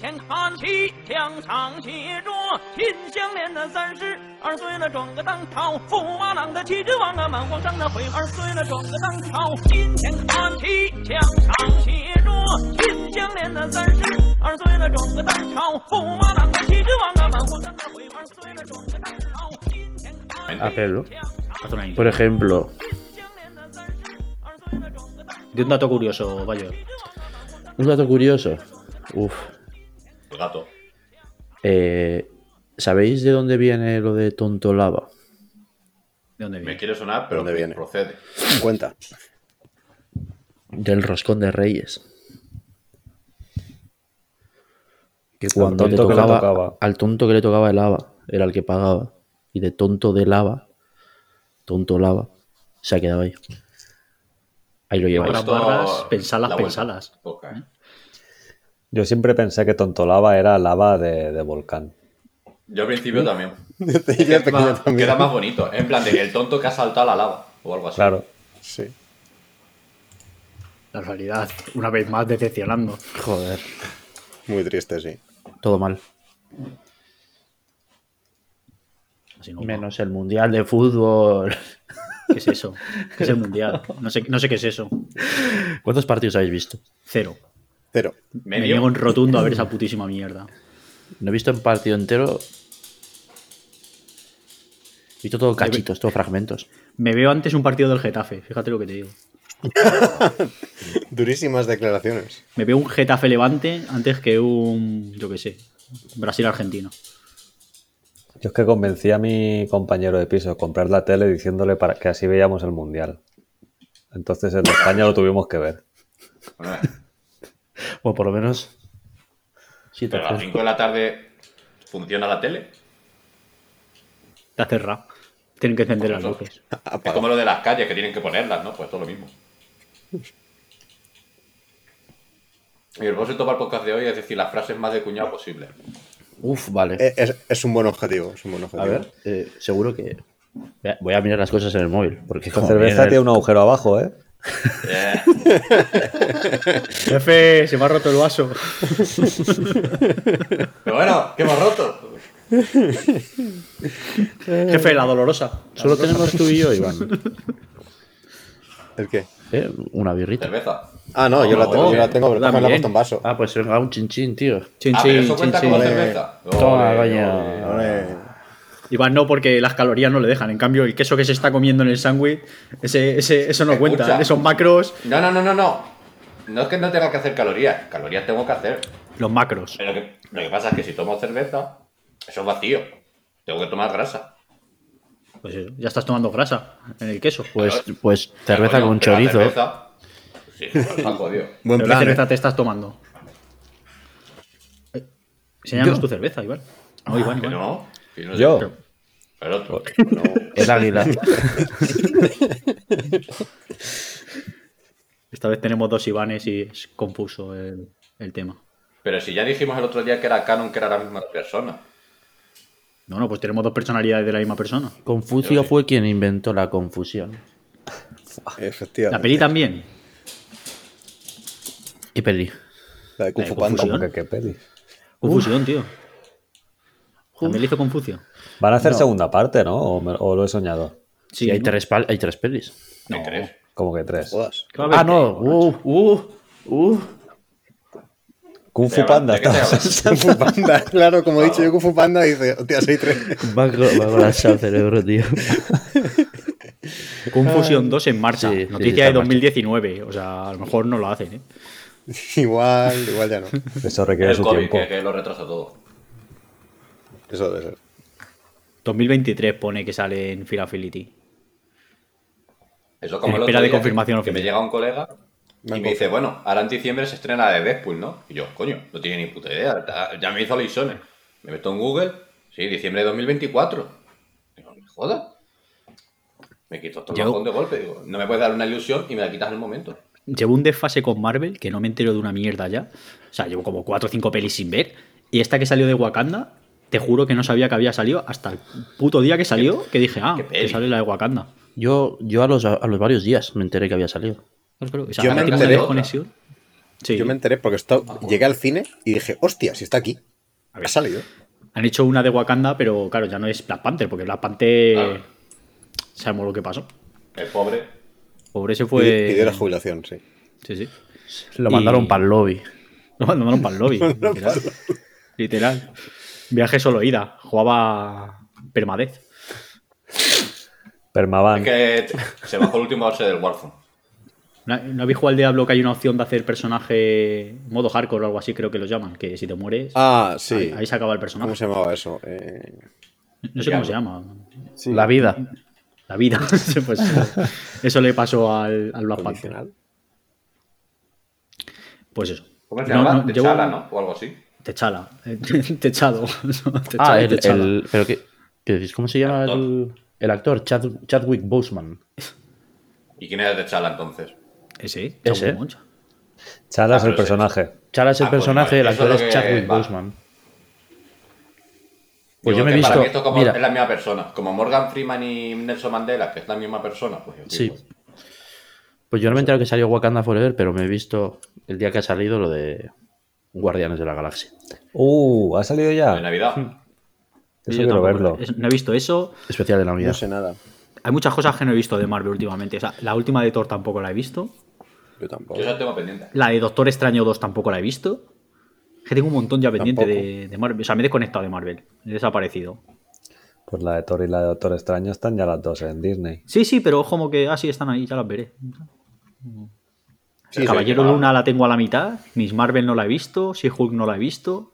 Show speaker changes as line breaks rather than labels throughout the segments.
前看齐，墙上写着秦香莲的三十二岁了，转个当朝驸马郎的齐君王啊，满皇上的悔二岁了，转个当朝。金前看齐，墙上写着秦香莲的三十二岁了，转个当朝驸马郎的齐君王啊，满皇上的悔二岁了，转个当朝。金钱看齐
A Pedro.
Hace un año.
Por ejemplo,
De un dato curioso, Bayo.
un dato curioso. Uf.
El gato.
eh, ¿Sabéis de dónde viene lo de tonto lava?
¿De dónde
Me
viene?
quiere sonar, pero
¿Dónde viene?
procede.
Cuenta.
Del roscón de reyes.
Que
Cuando le tocaba, al tonto que le tocaba el lava, era el que pagaba. Y de tonto de lava, tonto lava, se ha quedado ahí. Ahí lo lleváis.
Ahora-
Esto-
barras, pensalas,
la vuelta.
pensalas.
Toca, ¿eh?
Yo siempre pensé que Tontolava era lava de, de volcán.
Yo al principio también.
Desde
Es que
yo
es
pequeño
más-
también.
Queda más bonito. En plan de que el tonto que ha saltado a la lava o algo así.
Claro.
Sí.
La realidad, una vez más decepcionando.
Joder,
Muy triste, sí.
todo mal.
Así no,
Menos el mundial de fútbol.
¿Qué es eso? ¿Qué es el mundial? No sé, no sé qué es eso.
¿Cuántos partidos habéis visto?
Cero.
Cero.
Me
Medio.
niego en rotundo a ver esa putísima mierda.
No he visto un partido entero. He visto todo cachitos, todo fragmentos.
Me veo antes un partido del Getafe, fíjate lo que te digo.
Durísimas declaraciones.
Me veo un Getafe Levante antes que un, yo qué sé, Brasil-Argentina.
Yo es que convencí a mi compañero de piso a comprar la tele diciéndole para que así veíamos el mundial. Entonces en España lo tuvimos que ver.
Bueno,
O por lo menos. Sí,
Pero a las 5 de la tarde funciona la tele.
Te hace rap. Tienen que encender las
Correcto.
luces.
Ah,
Es como lo de las calles que tienen que ponerlas, ¿no? Pues todo lo mismo. Y el propósito para el podcast de hoy es decir las frases más de cuñado posible.
Uf, vale.
Eh, Es, es un buen objetivo. Es un buen objetivo.
a ver, eh, seguro que. Voy a mirar las cosas en el móvil. Porque
La
como
cerveza
viene-
tiene un agujero abajo, ¿eh?
Eh,
Jefe, se me ha roto el vaso.
pero bueno, que hemos roto.
Jefe, la dolorosa. Ah,
Solo tenemos tú y yo, Iván.
¿El qué?
Eh, Una birrita.
Cerveza.
Ah, no, yo, la tengo, yo la tengo, pero también la he
también.
puesto en vaso.
Ah, pues venga, un chinchín, tío.
Chin,
Ah, pero
chin,
eso
chin,
cuenta
chin.
como
Ole.
cerveza.
Toma,
Ole,
coño.
ole.
Hombre,
Iván no, porque las calorías no le dejan. En cambio, el queso que se está comiendo en el sándwich, ese, ese- eso no cuenta.
Escucha.
Esos macros,
No, no, no, no, no. No es que no tenga que hacer calorías. Calorías tengo que hacer.
los macros.
Pero Lo que, lo que pasa es que si tomo cerveza, eso es vacío. Tengo que tomar grasa.
Pues eso, ya estás tomando grasa en el queso.
Pues, pues cerveza
Coño,
con
pero la
chorizo.
cerveza- Sí, pero está jodido.
Pero
Buen
¿Qué
plan.
cerveza
¿eh?
te estás tomando? Eh, Enséñanos tu cerveza, Iván. No, Iván,
Ah, Que
Iván.
no. que no-
Yo.
El otro.
El águila.
Esta vez tenemos dos Ivanes y es confuso el, el tema.
Pero si ya dijimos el otro día que era Canon, que era la misma persona.
No, no, pues tenemos dos personalidades de la misma persona.
Confucio fue quien inventó la confusión.
La
Efectivamente.
peli también.
¿Qué peli?
La de Kung
Eh,
Fu
Kung Fu
Panda.
Como
Fusión.
que qué peli.
Confusión, tío. También le hizo Confucio.
Van a hacer
No.
segunda parte, ¿no? O, me- o lo he soñado.
Sí, hay,
¿no?
tres pal- hay tres pelis.
¿Qué crees?
Como que tres.
Jodas.
¿Qué va a haber?
Ah, no. Uh, uh, uh.
Kung Fu
Pero,
Panda.
¿de qué te
estabas-
hablas?
Kung Fu Panda, claro, como he dicho yo, Kung Fu Panda dice, hostia, soy tres.
Uh, Va con va con la sal al cerebro, tío.
Confusión 2 en marcha.
Sí, sí, está
Noticia de
en marcha.
2019. O sea, a lo mejor no lo hacen, ¿eh?
Igual, igual ya no.
Eso requiere
El eh.
su
COVID,
tiempo.
que, que lo retrasa todo.
Eso debe ser.
2023 pone que sale en Filafility.
Eso como
En
el
espera
otro
de
día que-
confirmación
Que me
oficial.
llega un colega y
Me han
me dice, bueno, ahora en diciembre se estrena la de Deadpool, ¿no? Y yo, coño, no tiene ni puta idea. ta- Ya me hizo Leisones. Me meto en Google, sí, diciembre de 2024. Digo, me joda. Me quito todo el
Yo-
bajón de golpe. Digo, no me puedes dar una ilusión y me la quitas al momento.
Llevo un desfase con Marvel que no me entero de una mierda ya. O sea, llevo como 4 o 5 pelis sin ver. Y esta que salió de Wakanda, te juro que no sabía que había salido hasta el puto día que salió, que dije, ah,
qué
que
peli.
sale la de Wakanda.
Yo, yo a, los, a los varios días me enteré que había salido.
O sea,
Yo me
ahora tengo una
enteré-
desconexión. Sí.
Yo me enteré porque esto- llegué al cine y dije, hostia, si está aquí.
A ver.
Ha salido.
Han hecho una de Wakanda, pero claro, ya no es Black Panther, porque Black Panther.
Claro.
Sabemos lo que pasó.
El pobre.
Pobre se fue.
Y dio la jubilación, sí.
Sí, sí.
Lo
Y-
mandaron para el lobby.
Lo mandaron para el lobby. literal. Literal. Viaje solo ida. Jugaba permadez.
Permaban.
Es que se bajó el último base del Warzone.
¿No, no habéis jugado al Diablo que hay una opción de hacer personaje modo hardcore o algo así, creo que lo llaman? Que si te mueres,
Ah, sí.
ahí, ahí se acaba el personaje.
¿Cómo se llamaba eso? Eh,
No sé cómo se llama.
La vida.
La vida. Sí, pues, eso le pasó al, al Black Panther.
condicional.
Pues eso.
¿Cómo se
No,
llama?
no,
de
llevo-
Chala, ¿no? O algo así.
Techala. Techado. Techado,
Ah, el,
techala.
el- pero qué, qué decís? ¿cómo se llama
Actor.
el, el actor? Chad- Chadwick Boseman.
¿Y quién era de Chala entonces?
Ese,
Ese.
Chauhumon, Moncha.
Chala
Ah,
es el
pero sí.
personaje.
Chala es el
Ah, pues
personaje,
vale,
el
eso es
actor
lo
es
que
Chadwick
va.
Boseman. Pues
Pues
Digo
yo me he
que Para
visto.
mí esto como-
mira,
es la misma persona. Como Morgan Freeman y Nelson Mandela, que es la misma persona. Pues, yo
sí.
digo,
Pues yo no me he enterado que salió Wakanda Forever, pero me he visto el día que ha salido lo de Guardianes de la Galaxia.
Uh, ha salido
De
ya.
Navidad.
Hmm.
Eso
Yo tampoco-
quiero verlo.
es- No he visto eso.
Especial de Navidad.
No sé nada.
Hay muchas cosas que no he visto de Marvel últimamente. O sea, la última de Thor tampoco la he visto.
Yo
Yo
tampoco.
esa tengo pendiente.
La de Doctor Extraño 2 tampoco la he visto. Es Que tengo un montón ya pendiente
Tampoco.
de, de Marvel. O sea, me he desconectado de Marvel. He desaparecido.
Pues la de Thor y la de Doctor Extraño están ya las dos en Disney.
Sí, sí, pero ojo como que. Ah, sí, están ahí, ya las veré.
Sí, sí,
Caballero
sí, claro.
Luna la tengo a la mitad. Miss Marvel no la he visto. Si Hulk no la he visto.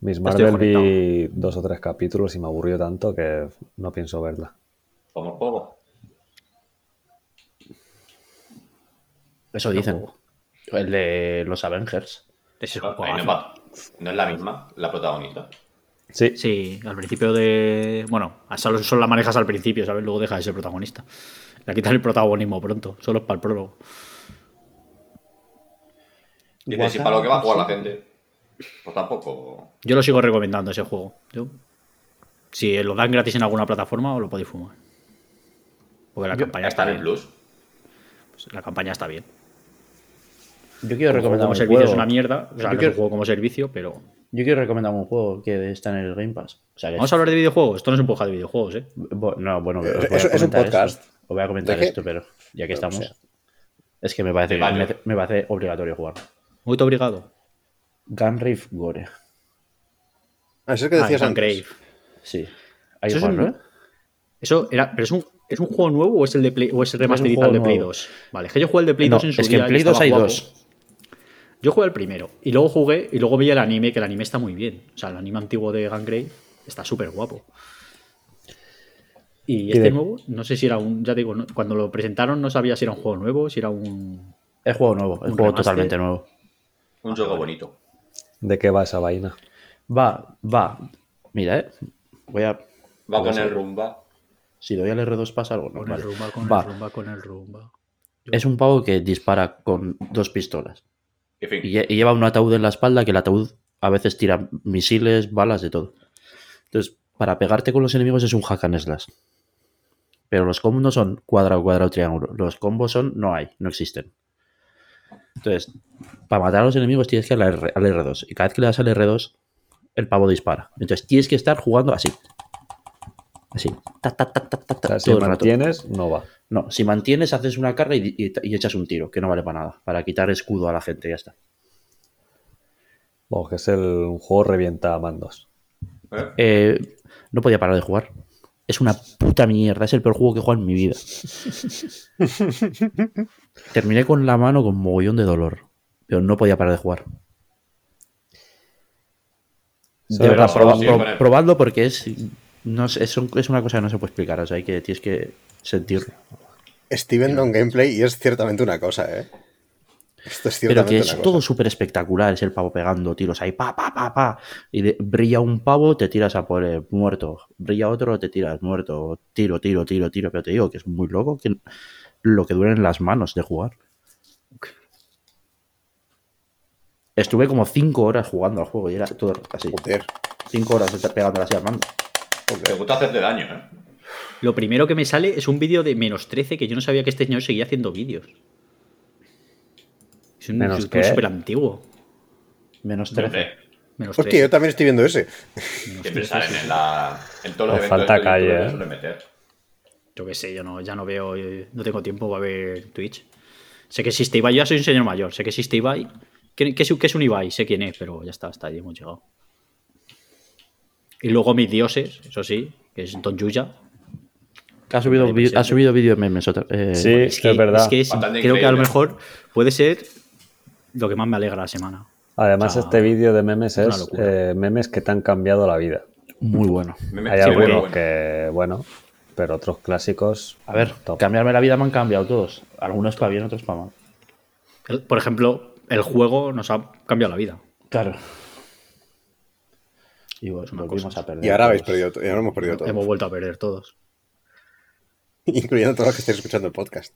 Miss
Estoy
Marvel vi dos o tres capítulos y me aburrió tanto que no pienso verla.
Como el juego.
Eso dicen. El de los Avengers.
Ese es un
Ahí no,
juegazo.
va. no es la misma, la protagonista.
Sí,
Sí, al principio de. Bueno, solo, solo la manejas al principio, ¿sabes? Luego deja de ser protagonista. La quitas el protagonismo pronto, solo es para el prólogo.
Dice, si para lo que va a jugar la gente. Pues tampoco.
Yo lo sigo recomendando ese juego. Yo- si lo dan gratis en alguna plataforma, os lo podéis fumar. Porque la campaña está
está en el
bien.
plus.
Pues La campaña está bien.
Yo quiero recomendar
Como
un
servicio
juego.
es una mierda. O sea,
Yo
no es
quiero-
un juego como servicio, pero.
Yo quiero recomendar un juego que está en el Game Pass. O sea, que
Vamos a hablar de videojuegos. Esto no es un podcast de videojuegos, ¿eh?
Bo- No, bueno, os
Eh,
voy a
eso- es un
comentar
podcast.
esto. Os voy a comentar
¿De qué?
esto, pero ya que
Pero,
estamos.
o sea.
es que me parece,
De
que
baño.
me, me parece obligatorio jugar.
Muy obrigado.
Gunrave Gore.
Ah, eso es que decías
Ah,
antes.
Grave.
Sí. Hay que
Eso es un-
jugarlo, ¿eh?
Eso era. Pero es un. ¿Es un juego nuevo o es el de Play, o es el remasterizado
juego
de Play
nuevo.
2? Vale, es que yo jugué el de Play
No,
2 en su
es que en
día y
Play 2
estaba
hay
guapo.
dos.
Yo jugué el primero y luego jugué y luego vi el anime, que el anime está muy bien. O sea, el anime antiguo de Gangrave está súper guapo. Y este
de-
nuevo, no sé si era un, ya te digo, no- cuando lo presentaron no sabía si era un juego nuevo, si era un...
Es juego nuevo, es
Un
juego
remaster.
totalmente nuevo.
Un juego bonito.
¿de qué va esa vaina?
Va, va. Mira, ¿eh? Voy a.
Va
voy a
con el
saber.
rumba.
Si doy al R2 pasa algo. No,
Con
vale.
el rumba, con
va.
el rumba, con el rumba.
Es un pavo que dispara con dos pistolas.
En fin. ¿eh?
Y, lle- y lleva un ataúd en la espalda que el ataúd a veces tira misiles, balas, de todo. Entonces, para pegarte con los enemigos es un hack and slash. Pero los combos no son cuadrado, cuadrado, triángulo. Los combos son no hay, no existen. Entonces, para matar a los enemigos tienes que ir al, R- al R2. Y cada vez que le das al R2, el pavo dispara. Entonces tienes que estar jugando así. Así. Ta, ta, ta, ta, ta,
O
ta,
sea, si
todo el rato.
mantienes, no va.
No, si mantienes, haces una carga y, y- y echas un tiro, que no vale para nada. Para quitar escudo a la gente, ya está.
Vamos, que es el un juego revienta mandos.
¿Eh?
Eh, no podía parar de jugar. Es una puta mierda, es el peor juego que he jugado en mi vida. Terminé con la mano con mogollón de dolor, pero no podía parar de jugar. De
Solo
verdad,
para-
proba-
proba-
sí,
pro-
hombre.
probadlo porque es, no sé, es, un- es una cosa que no se puede explicar, o sea, hay que, tienes que sentirlo.
Steven Don Gameplay y es ciertamente una cosa, ¿eh? Esto es
Pero que
ciertamente
es
una
todo
cosa.
súper espectacular, es el pavo pegando tiros ahí, pa, pa, pa, pa. Y de- brilla un pavo, te tiras a por el muerto. Brilla otro, te tiras muerto. Tiro, tiro, tiro, tiro. Pero te digo que es muy loco que lo que duelen las manos de jugar. Estuve como cinco horas jugando al juego y era todo así.
Joder,
Cinco horas pegando así al mando.
Te
joder.
gusta hacerte daño, ¿eh?
Lo primero que me sale es un vídeo de menos 13 que yo no sabía que este señor seguía haciendo vídeos. Es un
Menos
youtuber
que-
súper antiguo.
Menos 13.
Siempre,
Menos
Hostia,
13,
yo también estoy viendo ese.
menos
siempre
13,
salen
sí,
en, la, en todos los
Nos
eventos
falta
de YouTube
calle,
que
¿eh?
suelen meter.
Yo qué sé, yo no, ya no veo, eh, no tengo tiempo para ver Twitch. Sé que existe Ibai, yo ya soy un señor mayor, sé que existe Ibai. ¿Qué, qué es, qué es un Ibai? Sé quién es, pero ya está, hasta ahí hemos llegado. Y luego mis dioses, eso sí, que es Don Yuya.
Ha subido, vi- ha subido vídeo memes otra eh,
Sí,
Es que
es verdad.
es que es-
Bastante
creo que a lo
increíble.
mejor puede ser lo que más me alegra la semana.
Además,
Ah,
este vídeo de memes
es una
es
locura.
eh, memes que te han cambiado la vida.
Muy bueno.
Memes
Hay
que
algunos
bueno, bueno.
que, bueno, pero otros clásicos.
A ver,
top.
cambiarme la vida me han cambiado todos. Algunos para bien, otros para mal.
El- por ejemplo, el juego nos ha cambiado la vida.
Claro. Y vol-
una
volvimos
cosa.
a perder.
Y ahora habéis
todos.
perdido todo. Y ahora hemos perdido
Hemos
todo.
vuelto a perder todos.
Incluyendo todos los que estáis escuchando el podcast.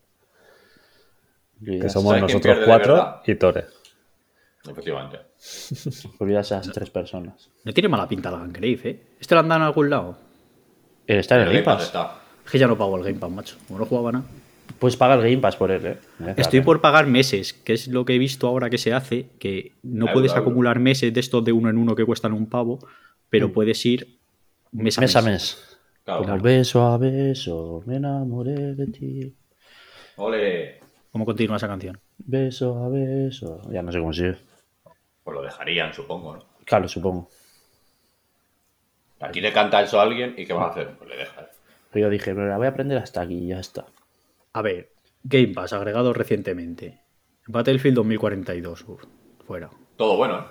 que
Olvidas,
somos
¿Sabes quién
nosotros
pierde de
cuatro
verdad?
y Tore.
Efectivamente.
olvidas a esas tres personas.
No tiene mala pinta la Gangrave, ¿eh? ¿Este lo han dado en algún lado?
El estar en
El
el Game
Game Pass
Pass.
está.
Es que ya no pago el Game Pass, macho. Como no jugaba nada.
Pues paga el Game Pass por él, ¿eh? Merece la
Estoy
pena.
por pagar meses, que es lo que he visto ahora que se hace, que no
Euro,
puedes
euro.
acumular meses de estos de uno en uno que cuestan un pavo, pero puedes ir mes
Mm.
a mes.
mes a mes.
Ah,
Claro.
Como beso a beso, me enamoré de ti.
Ole.
¿Cómo continúa esa canción?
Beso a beso. Ya no sé cómo sigue.
Pues lo dejarían, supongo, ¿no?
Claro, supongo.
Aquí le canta eso a alguien y ¿qué vas a hacer? Pues le dejas.
Pero yo dije, pero la voy a aprender hasta aquí y ya está.
A ver, Game Pass agregado recientemente. Battlefield 2042, uf, fuera.
Todo bueno, ¿eh?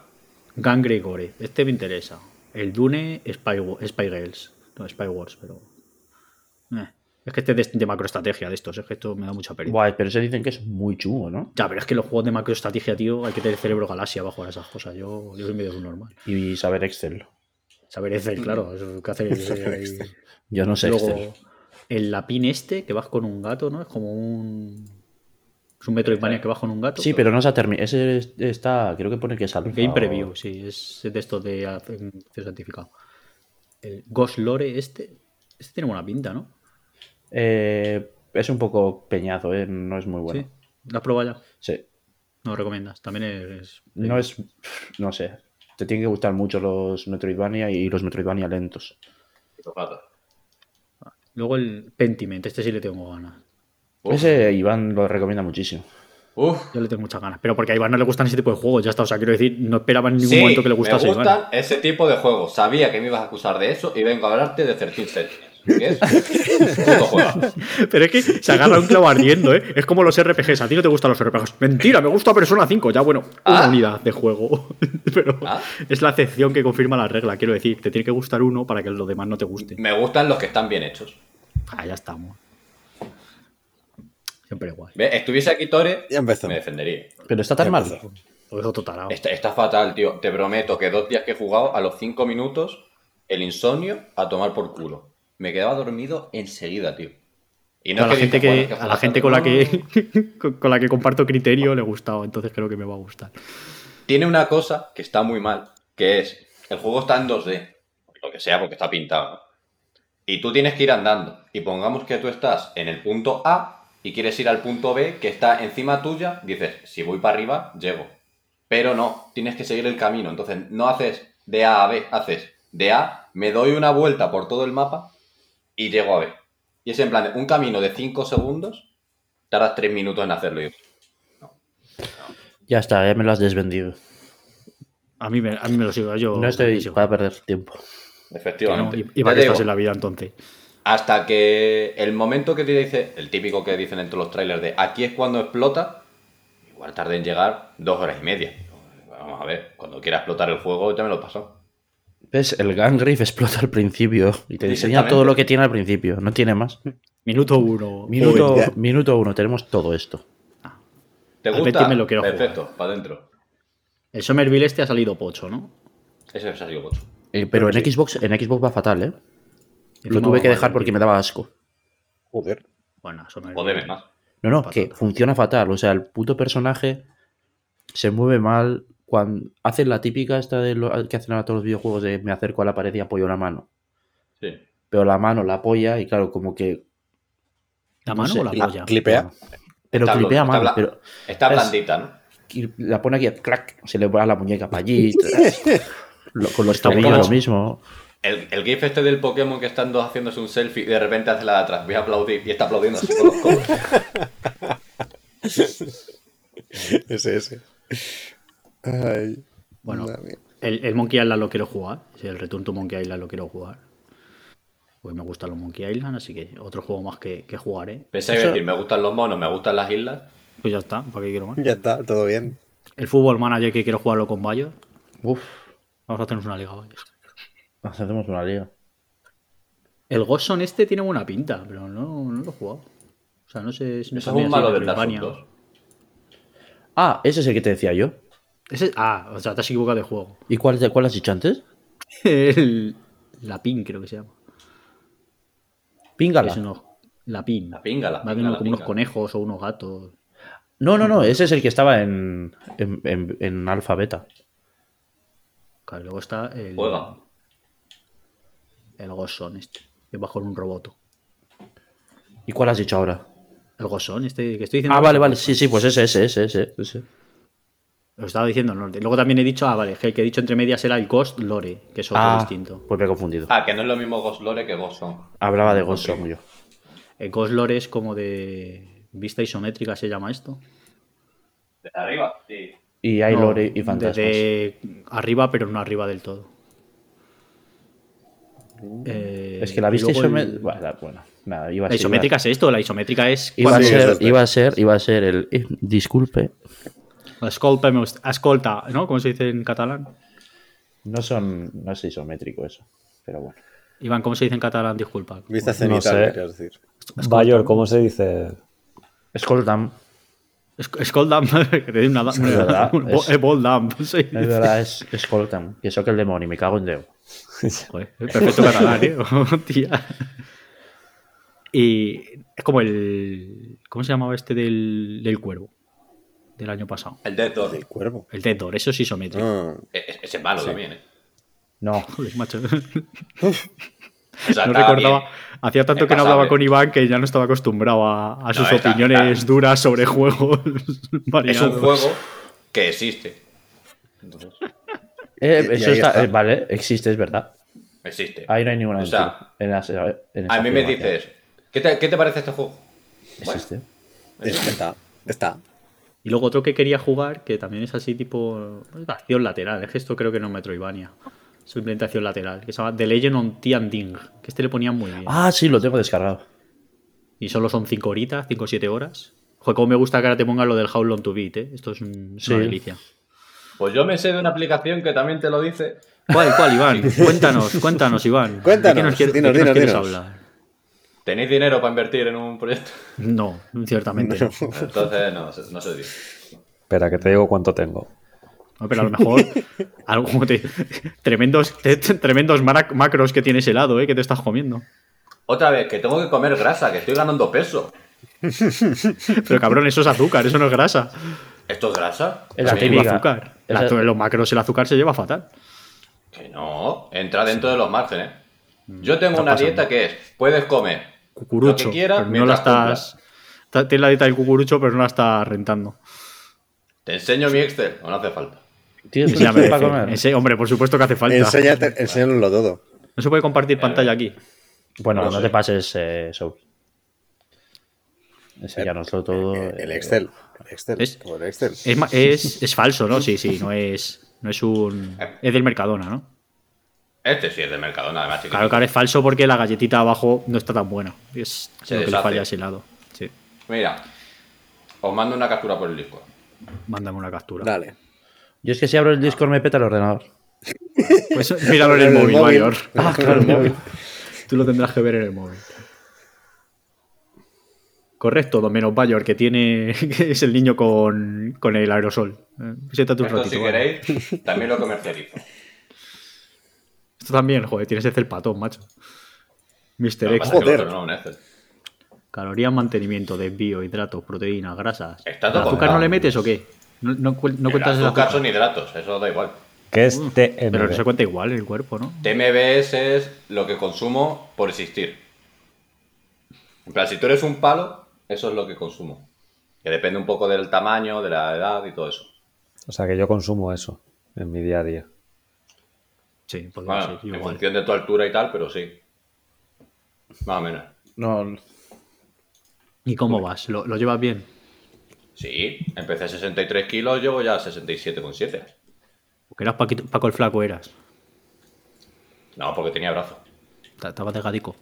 Gangre Gore, este me interesa. El Dune, Spy, Wa- Spy Girls. No, Spy Wars, pero... eh, Es que este es de, de macroestrategia de estos, es que esto me da mucha pereza.
Guay, pero se dicen que es muy chungo, ¿no?
Ya, pero es que los juegos de macroestrategia, tío, hay que tener cerebro galaxia para jugar a esas cosas. Yo, yo soy medio normal.
Y saber Excel.
Saber Excel, claro. Eso que hacer
Mm. Saber
ahí.
Excel.
Yo no sé Excel.
Luego, el lapín este, que vas con un gato, ¿no? Es como un... Es un Metroidvania que vas con un gato.
Sí, pero no se ha terminado. Ese es- está, creo que pone que es alfa.
Game
o-
Preview, sí. Es de estos de acceso certificado. El Ghost Lore este... Este tiene buena pinta, ¿no?
Eh, es un poco peñazo, ¿eh? No es muy bueno.
Sí. ¿Lo has probado ya?
Sí.
No lo recomiendas. También es...
No es. No sé. Te tienen que gustar mucho los Metroidvania y los Metroidvania lentos.
Los gatos.
Luego el Pentiment. Este sí le tengo ganas.
Uf.
Ese Iván lo recomienda muchísimo.
Uf.
Yo le tengo muchas ganas. Pero porque a Iván no le gustan ese tipo de juegos, ya está. O sea, quiero decir, no esperaba en ningún
Sí,
momento que le gustase
me
a Iván.
gustan ese tipo de juegos. Sabía que me ibas a acusar de eso y vengo a hablarte de 13 Sentinels. ¿Qué es? Puto juego.
Pero es que se agarra un clavo ardiendo, ¿eh? Es como los RPGs. A ti no te gustan los RPGs. Mentira, me gusta Persona 5. Ya, bueno, una
Ah.
unidad de juego. Pero
Ah.
es la excepción que confirma la regla. Quiero decir, te tiene que gustar uno para que los demás no te gusten.
Me gustan los que están bien hechos.
Ah, ya estamos. Siempre guay.
Ve, Estuviese aquí Tore,
Ya empezó.
me defendería.
Ah.
Pero está tan mal.
Lo dejo total.
Está, está fatal, tío. Te prometo que dos días que he jugado, a los cinco minutos, el insomnio a tomar por culo. Me quedaba dormido enseguida, tío. Y
a la
es que
gente,
digas, "Joder,
que,
qué
a la
juegazo".
gente con la
No,
que con- con la que comparto criterio le gustaba, entonces creo que me va a gustar.
Tiene una cosa que está muy mal, que es el juego está en 2D, lo que sea porque está pintado, ¿no? Y tú tienes que ir andando. Y pongamos que tú estás en el punto A y quieres ir al punto B que está encima tuya, dices, si voy para arriba, llego. Pero no, tienes que seguir el camino. Entonces no haces de A a B, haces de A, me doy una vuelta por todo el mapa y llego a B. Y es en plan, de, un camino de 5 segundos, tardas 3 minutos en hacerlo. Y yo,
Ya está, ya me lo has desvendido.
A mí me, a mí me lo sigo. Yo
No estoy
sigo.
para perder tiempo.
Que no,
Efectivamente.
y, y para que
Ya te digo,
estás en la vida entonces.
Hasta que el momento que te dice, el típico que dicen entre los trailers de aquí es cuando explota, igual tarde en llegar dos horas y media. Vamos a ver, cuando quiera explotar el juego ya me lo pasó.
¿Ves? El Gangrave explota al principio y te diseña
Directamente.
todo lo que tiene al principio. No tiene más.
Minuto uno.
Minuto,
Uy, ya.
minuto uno, tenemos todo esto.
¿Te
Al
gusta?
Betis me lo quiero
Perfecto, para adentro.
El Somerville este ha salido pocho, ¿no?
Ese es salido pocho.
Eh, pero en Xbox, en Xbox va fatal, ¿eh? Lo
Encima
tuve que
va
dejar
Valentine.
porque me daba asco.
Joder.
Bueno, Somerville.
Joder, más.
No, no,
Patata.
que funciona fatal. O sea, el puto personaje se mueve mal. Cuando hacen la típica esta de lo que hacen ahora todos los videojuegos de me acerco a la pared y apoyo la mano.
Sí.
Pero la mano la apoya y claro, como que.
¿La mano
No sé,
o la
la
polla?
Clipea.
Pero
Está
clipea
blando,
mal.
está bla-
Pero
Está
Es-
blandita, ¿no?
y la pone aquí, clac, se le va la muñeca para allí. Lo- con los
Está muy
tobillos lo
borracho.
mismo.
El, el gif este del Pokémon que están dos haciéndose un selfie y de repente hace la de atrás. Voy a aplaudir y está aplaudiendo así con los codos.
Ese, ese. Ay,
Bueno.
madre mía.
El, el Monkey Island lo quiero jugar. sí, El Return to Monkey Island lo quiero jugar. Pues me gustan los Monkey Island, así que otro juego más que, que jugaré.
Pensé que iba a decir, me gustan los monos, me gustan las islas.
Pues ya está, ¿para qué quiero más?
Ya está, todo bien.
El fútbol manager que quiero jugarlo con Bayo.
Uf,
Vamos a hacernos una liga. Bayo.
hacemos una liga.
El Gosson este tiene buena pinta, pero no, no lo he jugado. O sea, no sé si me
Eso es
sabía
un
así
malo
de
del Dark Souls
Metroidvania.
2.
Ah, ese es el que te decía yo.
Ese- ah, o sea, te has equivocado de juego.
¿Y cuál, cuál has dicho antes?
El Lapín, creo que se llama.
Píngala.
Es unos- Lapín.
La pinga, la
Va
pinga,
viendo
la
como unos
pinga.
conejos o unos gatos.
No, no, no, ese es el que estaba en, en, en- en alfa beta.
Claro, luego está el,
Juega.
el Gosson este, que va con un roboto.
¿Y cuál has dicho ahora?
El Gosson este que estoy diciendo.
Ah, vale, vale, sí, sí, pues ese, ese, ese, ese. ese.
Lo estaba diciendo, ¿no? Luego también he dicho, ah, vale, el que he dicho entre medias era el Ghost Lore, que es otro
Ah,
distinto.
pues me he confundido.
Ah, que no es lo mismo Ghost Lore que Ghost Song.
Hablaba de Ghost Song yo.
El Ghost Lore es como de vista isométrica, se llama esto.
Desde arriba, sí.
Y hay
No,
lore y fantasmas.
desde arriba, pero no arriba del todo. Eh,
Uh. Es que la vista
y luego el-
isométrica... Bueno, nada, iba a
La
ser...
isométrica es esto, la isométrica es...
Iba a
Sí,
ser,
eso es.
iba a ser, iba a ser el... eh, disculpe,
Escolta, escolta, ¿no? Como se dice en catalán.
no son... No es isométrico eso, pero bueno.
Iván, ¿cómo se dice en catalán? Disculpa.
Vista
No
cenital,
sé.
querías decir.
Bayor, ¿cómo se dice?
Skoldam,
Es- Escolta, que te di una...
Es verdad,
una-
es-
eh, Boldam, sí.
es verdad, es Skoldam. Que eso que el demonio, me cago en Deo.
Joder, perfecto catalán, ¿eh? Hostia. Y es como el... ¿Cómo se llamaba este del, del cuervo? Del año pasado.
El Death Door.
Del cuervo.
El Death Door, eso es isométrico.
Ah,
E- e- Ese es malo también, ¿eh?
No,
Joder, macho.
O sea,
No
está
recordaba.
bien.
Hacía tanto
Es
que no hablaba
pasable.
con Iván que ya no estaba acostumbrado a, a sus
está-
opiniones
está-
duras sobre juegos.
Es un
variados.
juego que existe.
Eh,
Y- y
eso
ahí
está,
está.
eh, vale, existe, es verdad.
Existe.
Ahí no hay ninguna
O
mentira.
sea,
en las- en esa
a mí me
afirmación.
dices, ¿qué te, qué te parece este juego?
Existe.
es que está, está.
Y luego otro que quería jugar, que también es así tipo es acción lateral, es que esto creo que no es Metroidvania. Es simplemente acción lateral, que se llama The Legend on Tian Ding, que este le ponían muy bien.
Ah, sí, lo tengo descargado.
Y solo son 5 horitas, 5 o 7 horas. Joder, cómo me gusta que ahora te pongan lo del How Long to Beat, ¿eh? Esto es, un- es una
Sí.
delicia.
Pues yo me sé de una aplicación que también te lo dice.
¿Cuál, cuál, Iván? Cuéntanos, cuéntanos, Iván. ¿De qué
Cuéntanos,
nos quieres- de
dinos,
qué nos
dinos,
quieres
dinos.
hablar?
¿Tenéis dinero para invertir en un proyecto?
No, ciertamente. No.
Entonces, no, se- no se dice.
Espera, que te digo cuánto tengo.
No, pero a lo mejor algo como te- tremendos, te- tremendos marac- macros que tienes helado, ¿eh? que te estás comiendo.
Otra vez, que tengo que comer grasa, que estoy ganando peso.
Pero cabrón, eso es azúcar, eso no es grasa.
¿Esto es grasa?
Es la
Eso
También-
típica.
lleva azúcar.
Es
La-
la-
los macros, el azúcar se lleva fatal.
Que no, entra dentro de los márgenes. Yo tengo una dieta que es, puedes comer
Mm. Cucurucho.
lo que quieras
pero no la
mientras cumplas.
estás. ta- Tienes la dieta del cucurucho, pero no la estás rentando.
Te enseño mi Excel, o no hace falta.
¿Tienes un
Ya me
Excel para
dice,
comer?
ese- hombre, por supuesto que hace falta.
Enséñate, enséñalo todo.
No se puede compartir pantalla aquí.
Bueno, no,
no sé.
te pases, eh, Soul. Enséñanoslo todo.
El
eh,
Excel. El Excel.
¿Ves?
Como el Excel.
Es, ma- es, es falso, ¿no? Sí, sí, no es, no es un. Es del Mercadona, ¿no?
Este sí es de Mercadona, además. chiquitito.
Claro que ahora es falso porque la galletita abajo no está tan buena. Es
Se
lo que le
deshace.
falla a ese lado. Sí.
Mira, os mando una captura por el disco.
Mándame una captura.
Dale.
Yo es que si abro el Discord me peta el ordenador.
Pues míralo en el
En el
móvil,
móvil.
Mayor.
Ah, claro, el móvil.
Tú lo tendrás que ver en el móvil. Correcto, don menos Bayor, que tiene. que es el niño con, con el aerosol. Eh, Siéntate un
Esto,
ratito.
si
vale.
queréis, también lo comercializo.
Esto también, joder, tienes el patón, macho. Mister
Lo que
X.
pasa es que
Joder.
el otro no, un Excel.
Calorías, mantenimiento, desvío, hidratos, proteínas, grasas.
Está todo
¿El azúcar
contado.
no le metes o qué? No, no, cuel- no
El
cuentas el
azúcar
azúcar.
son hidratos, eso da igual.
Que es TMB.
Pero no se cuenta igual el cuerpo, ¿no?
TMBs es lo que consumo por existir. En plan, si tú eres un palo, eso es lo que consumo. Que depende un poco del tamaño, de la edad y todo eso.
O sea que yo consumo eso en mi día a día.
Sí, podría
Bueno,
ser,
en
igual.
función de tu altura y tal, pero sí. Más o menos.
No,
¿Y cómo vas? ¿Lo, lo llevas bien?
Sí, empecé a 63 kilos, llevo ya 67,7.
Porque eras Paquito- Paco el Flaco, eras.
No, porque tenía brazos,
Ta- Estabas delgadico.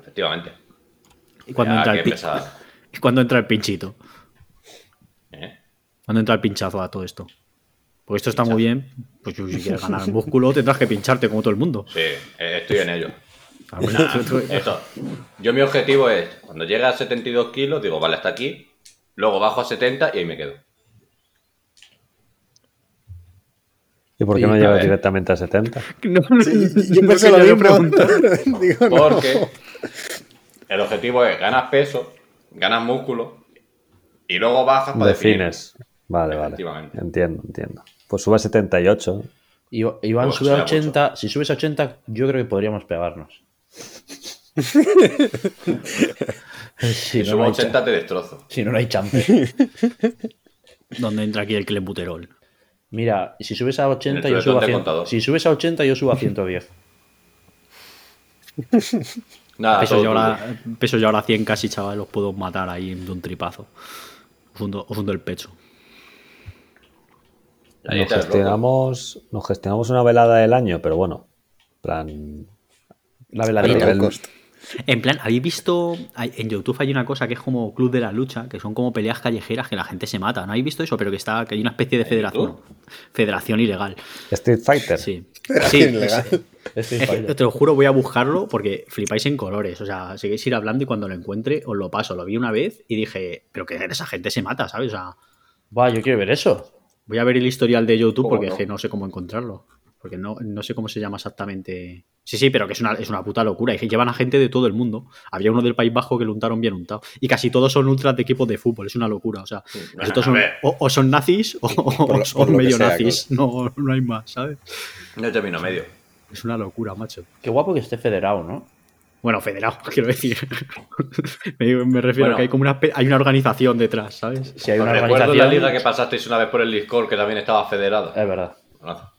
efectivamente.
¿Y cuando,
Ya,
entra
qué
el pin-
pesada.
¿Y cuando entra el pinchito?
¿Eh?
¿Cuándo entra el pinchazo a todo esto? Porque esto está muy bien. Pues yo, si quieres ganar músculo, tendrás que pincharte como todo el mundo.
Sí, eh, estoy en ello.
Ah, bueno, tú- tú-
Esto. Yo mi objetivo es, cuando llegue a 72 kilos, digo, vale, hasta aquí, luego bajo a 70 y ahí me quedo.
¿Y por qué
Sí,
no
a
llegas
ver.
directamente a 70?
No,
Yo
no quería
pensé lo mismo.
preguntar.
Digo, no.
Porque el objetivo es ganas peso, ganas músculo y luego bajas para definir.
Defines. Vale, vale.
Efectivamente.
Entiendo, entiendo. Pues sube a 78.
I- Iván,
Uf,
sube a
será
80. Si subes a 80, yo creo que podríamos pegarnos. si,
Si
no,
subo
no
a
hay
80
80.
te destrozo.
si no, no hay chance.
¿Dónde entra aquí el clenbuterol?
Mira, si subes a 80,
En el
yo subo a
pelotón de
100.
contador.
Si subes a 80, yo subo a 110.
Peso
Nada, Ah, todo
ya,
tuyo.
ahora, peso ya ahora 100 casi, chaval. Los puedo matar ahí de un tripazo. Os hundo, os hundo el pecho.
La
Nos
dieta del
gestionamos, nos gestionamos una velada del año, pero bueno. en plan.
La
a
veladilla.
nivel-
Total cost.
En plan, ¿habéis visto? hay- En YouTube hay una cosa que es como Club de la Lucha, que son como peleas callejeras que la gente se mata. ¿No habéis visto eso? Pero que está que hay una especie de federación. Federación ilegal.
Street Fighter.
Sí.
Era
Sí,
ilegal.
Es Street
Es que
Fighter.
te lo juro, voy a buscarlo porque flipáis en colores. O sea, seguís ir hablando y cuando lo encuentre os lo paso. Lo vi una vez y dije, pero que esa gente se mata, ¿sabes? O sea,
Va, yo quiero ver eso.
voy a ver el historial de YouTube
¿Cómo
porque es
no?
que no sé cómo encontrarlo. Porque no, no sé cómo se llama exactamente. Sí, sí, pero que es una, es una puta locura. Y que llevan a gente de todo el mundo. Había uno del País Bajo que lo untaron bien untado. Y casi todos son ultras de equipos de fútbol. Es una locura. O sea,
bueno,
nosotros
a
son-
ver.
o, o son nazis o, o
lo-
son
por lo que
medio
sea,
nazis. No, no hay más, ¿sabes?
No termino medio.
Es una locura, macho.
Qué guapo que esté federado, ¿no?
Bueno, federado, quiero decir. me, me refiero
Bueno.
a que hay como una, espe- hay una organización detrás, ¿sabes?
Si hay
Os
una
recuerdo la
organización. Ah.
liga que pasasteis una vez por el Discord, que también estaba federada.
Es verdad.
Bueno,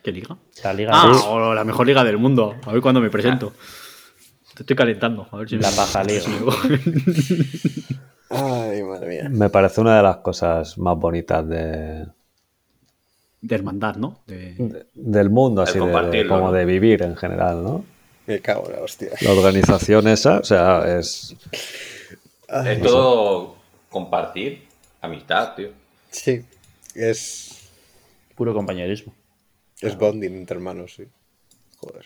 ¿Qué liga?
La liga
Ah,
es
o la mejor liga del mundo. A ver cuándo me presento. Te estoy calentando. A ver si
la
me...
paja liga.
Ay, madre mía.
Me parece una de las cosas más bonitas de,
De hermandad, ¿no? De-
de- del mundo, así de- de,
compartirlo,
como
¿no?
de vivir en general, ¿no?
Me cago en la hostia.
La organización esa, o sea, es.
es todo compartir, amistad, tío.
Sí. Es,
Puro compañerismo.
es bonding entre hermanos, sí. Joder.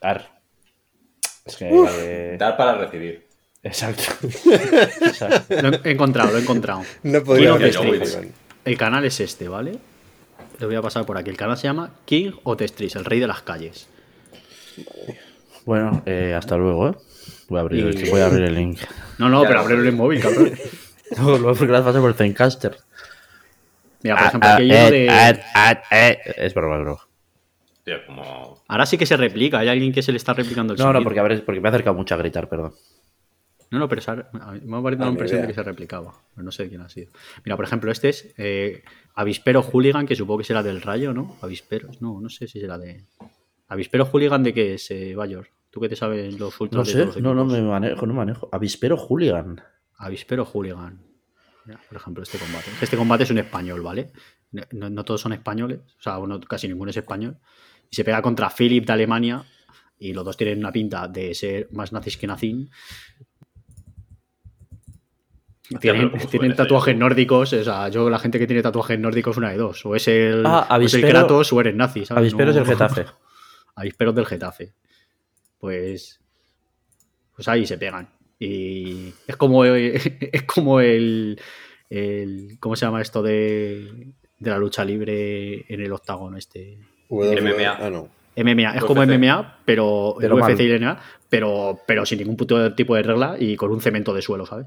Ar. Es que. eh,
Dar para recibir.
Exacto. Exacto.
Lo he encontrado, lo he encontrado.
No
King
podía
of the
haber
Street.
dicho, Iván.
El canal es este, ¿vale? Lo voy a pasar por aquí. El canal se llama King of the Streets, el rey de las calles.
Bueno, eh, hasta luego, ¿eh? Voy a abrir,
Y-
voy a abrir el link.
No, no,
Ya
pero
lo
ábrelo en el
sabía.
móvil, cabrón.
No, luego porque las pasé por Zencaster. Ah,
Mira, por ejemplo, aquí hay uno
eh,
de.
Es broma, es broma.
Tío, como.
Ahora sí que se replica. Hay alguien que se le está replicando el
No, no,
sonido.
porque, a ver, porque me he acercado mucho a gritar, perdón.
No, no, pero se ha- a mí me ha parecido
Ah,
la
ni
impresión de
idea.
que se replicaba. Pero no sé quién ha sido. Mira, por ejemplo, este es eh, Avispero Hooligan, que supongo que será del Rayo, ¿no? Avisperos. No, no sé si será de. Avispero Hooligan de qué es, eh, Bayor. Tú que te sabes los
No
ultras de
sé,
todos los
no, no
equipos.
me manejo, no manejo. Avispero Hooligan.
Avispero Hooligan. Mira, por ejemplo, este combate. Este combate es un español, ¿vale? No, no- no todos son españoles. O sea, uno- casi ninguno es español. Y se pega contra Philip de Alemania. Y los dos tienen una pinta de ser más nazis que nazín. Tienen,
pero ¿cómo
tienen
suena
tatuajes
eso?
nórdicos. O sea, yo la gente que tiene tatuajes nórdicos una de dos. O es el,
Ah,
o es el
avispero-
Kratos o eres nazi. ¿sabes?
Ah, Avispero es
No-
el Getafe.
avisperos del Getafe. Pues. Pues ahí se pegan. Y es como. Es como el. el- ¿Cómo se llama esto de. de la lucha libre en el octágono este?
WWE.
MMA.
Ah, no.
MMA, es como
UFC.
MMA, pero,
Pero
UFC
mal.
y MMA, pero, pero sin ningún puto tipo de regla y con un cemento de suelo, ¿sabes?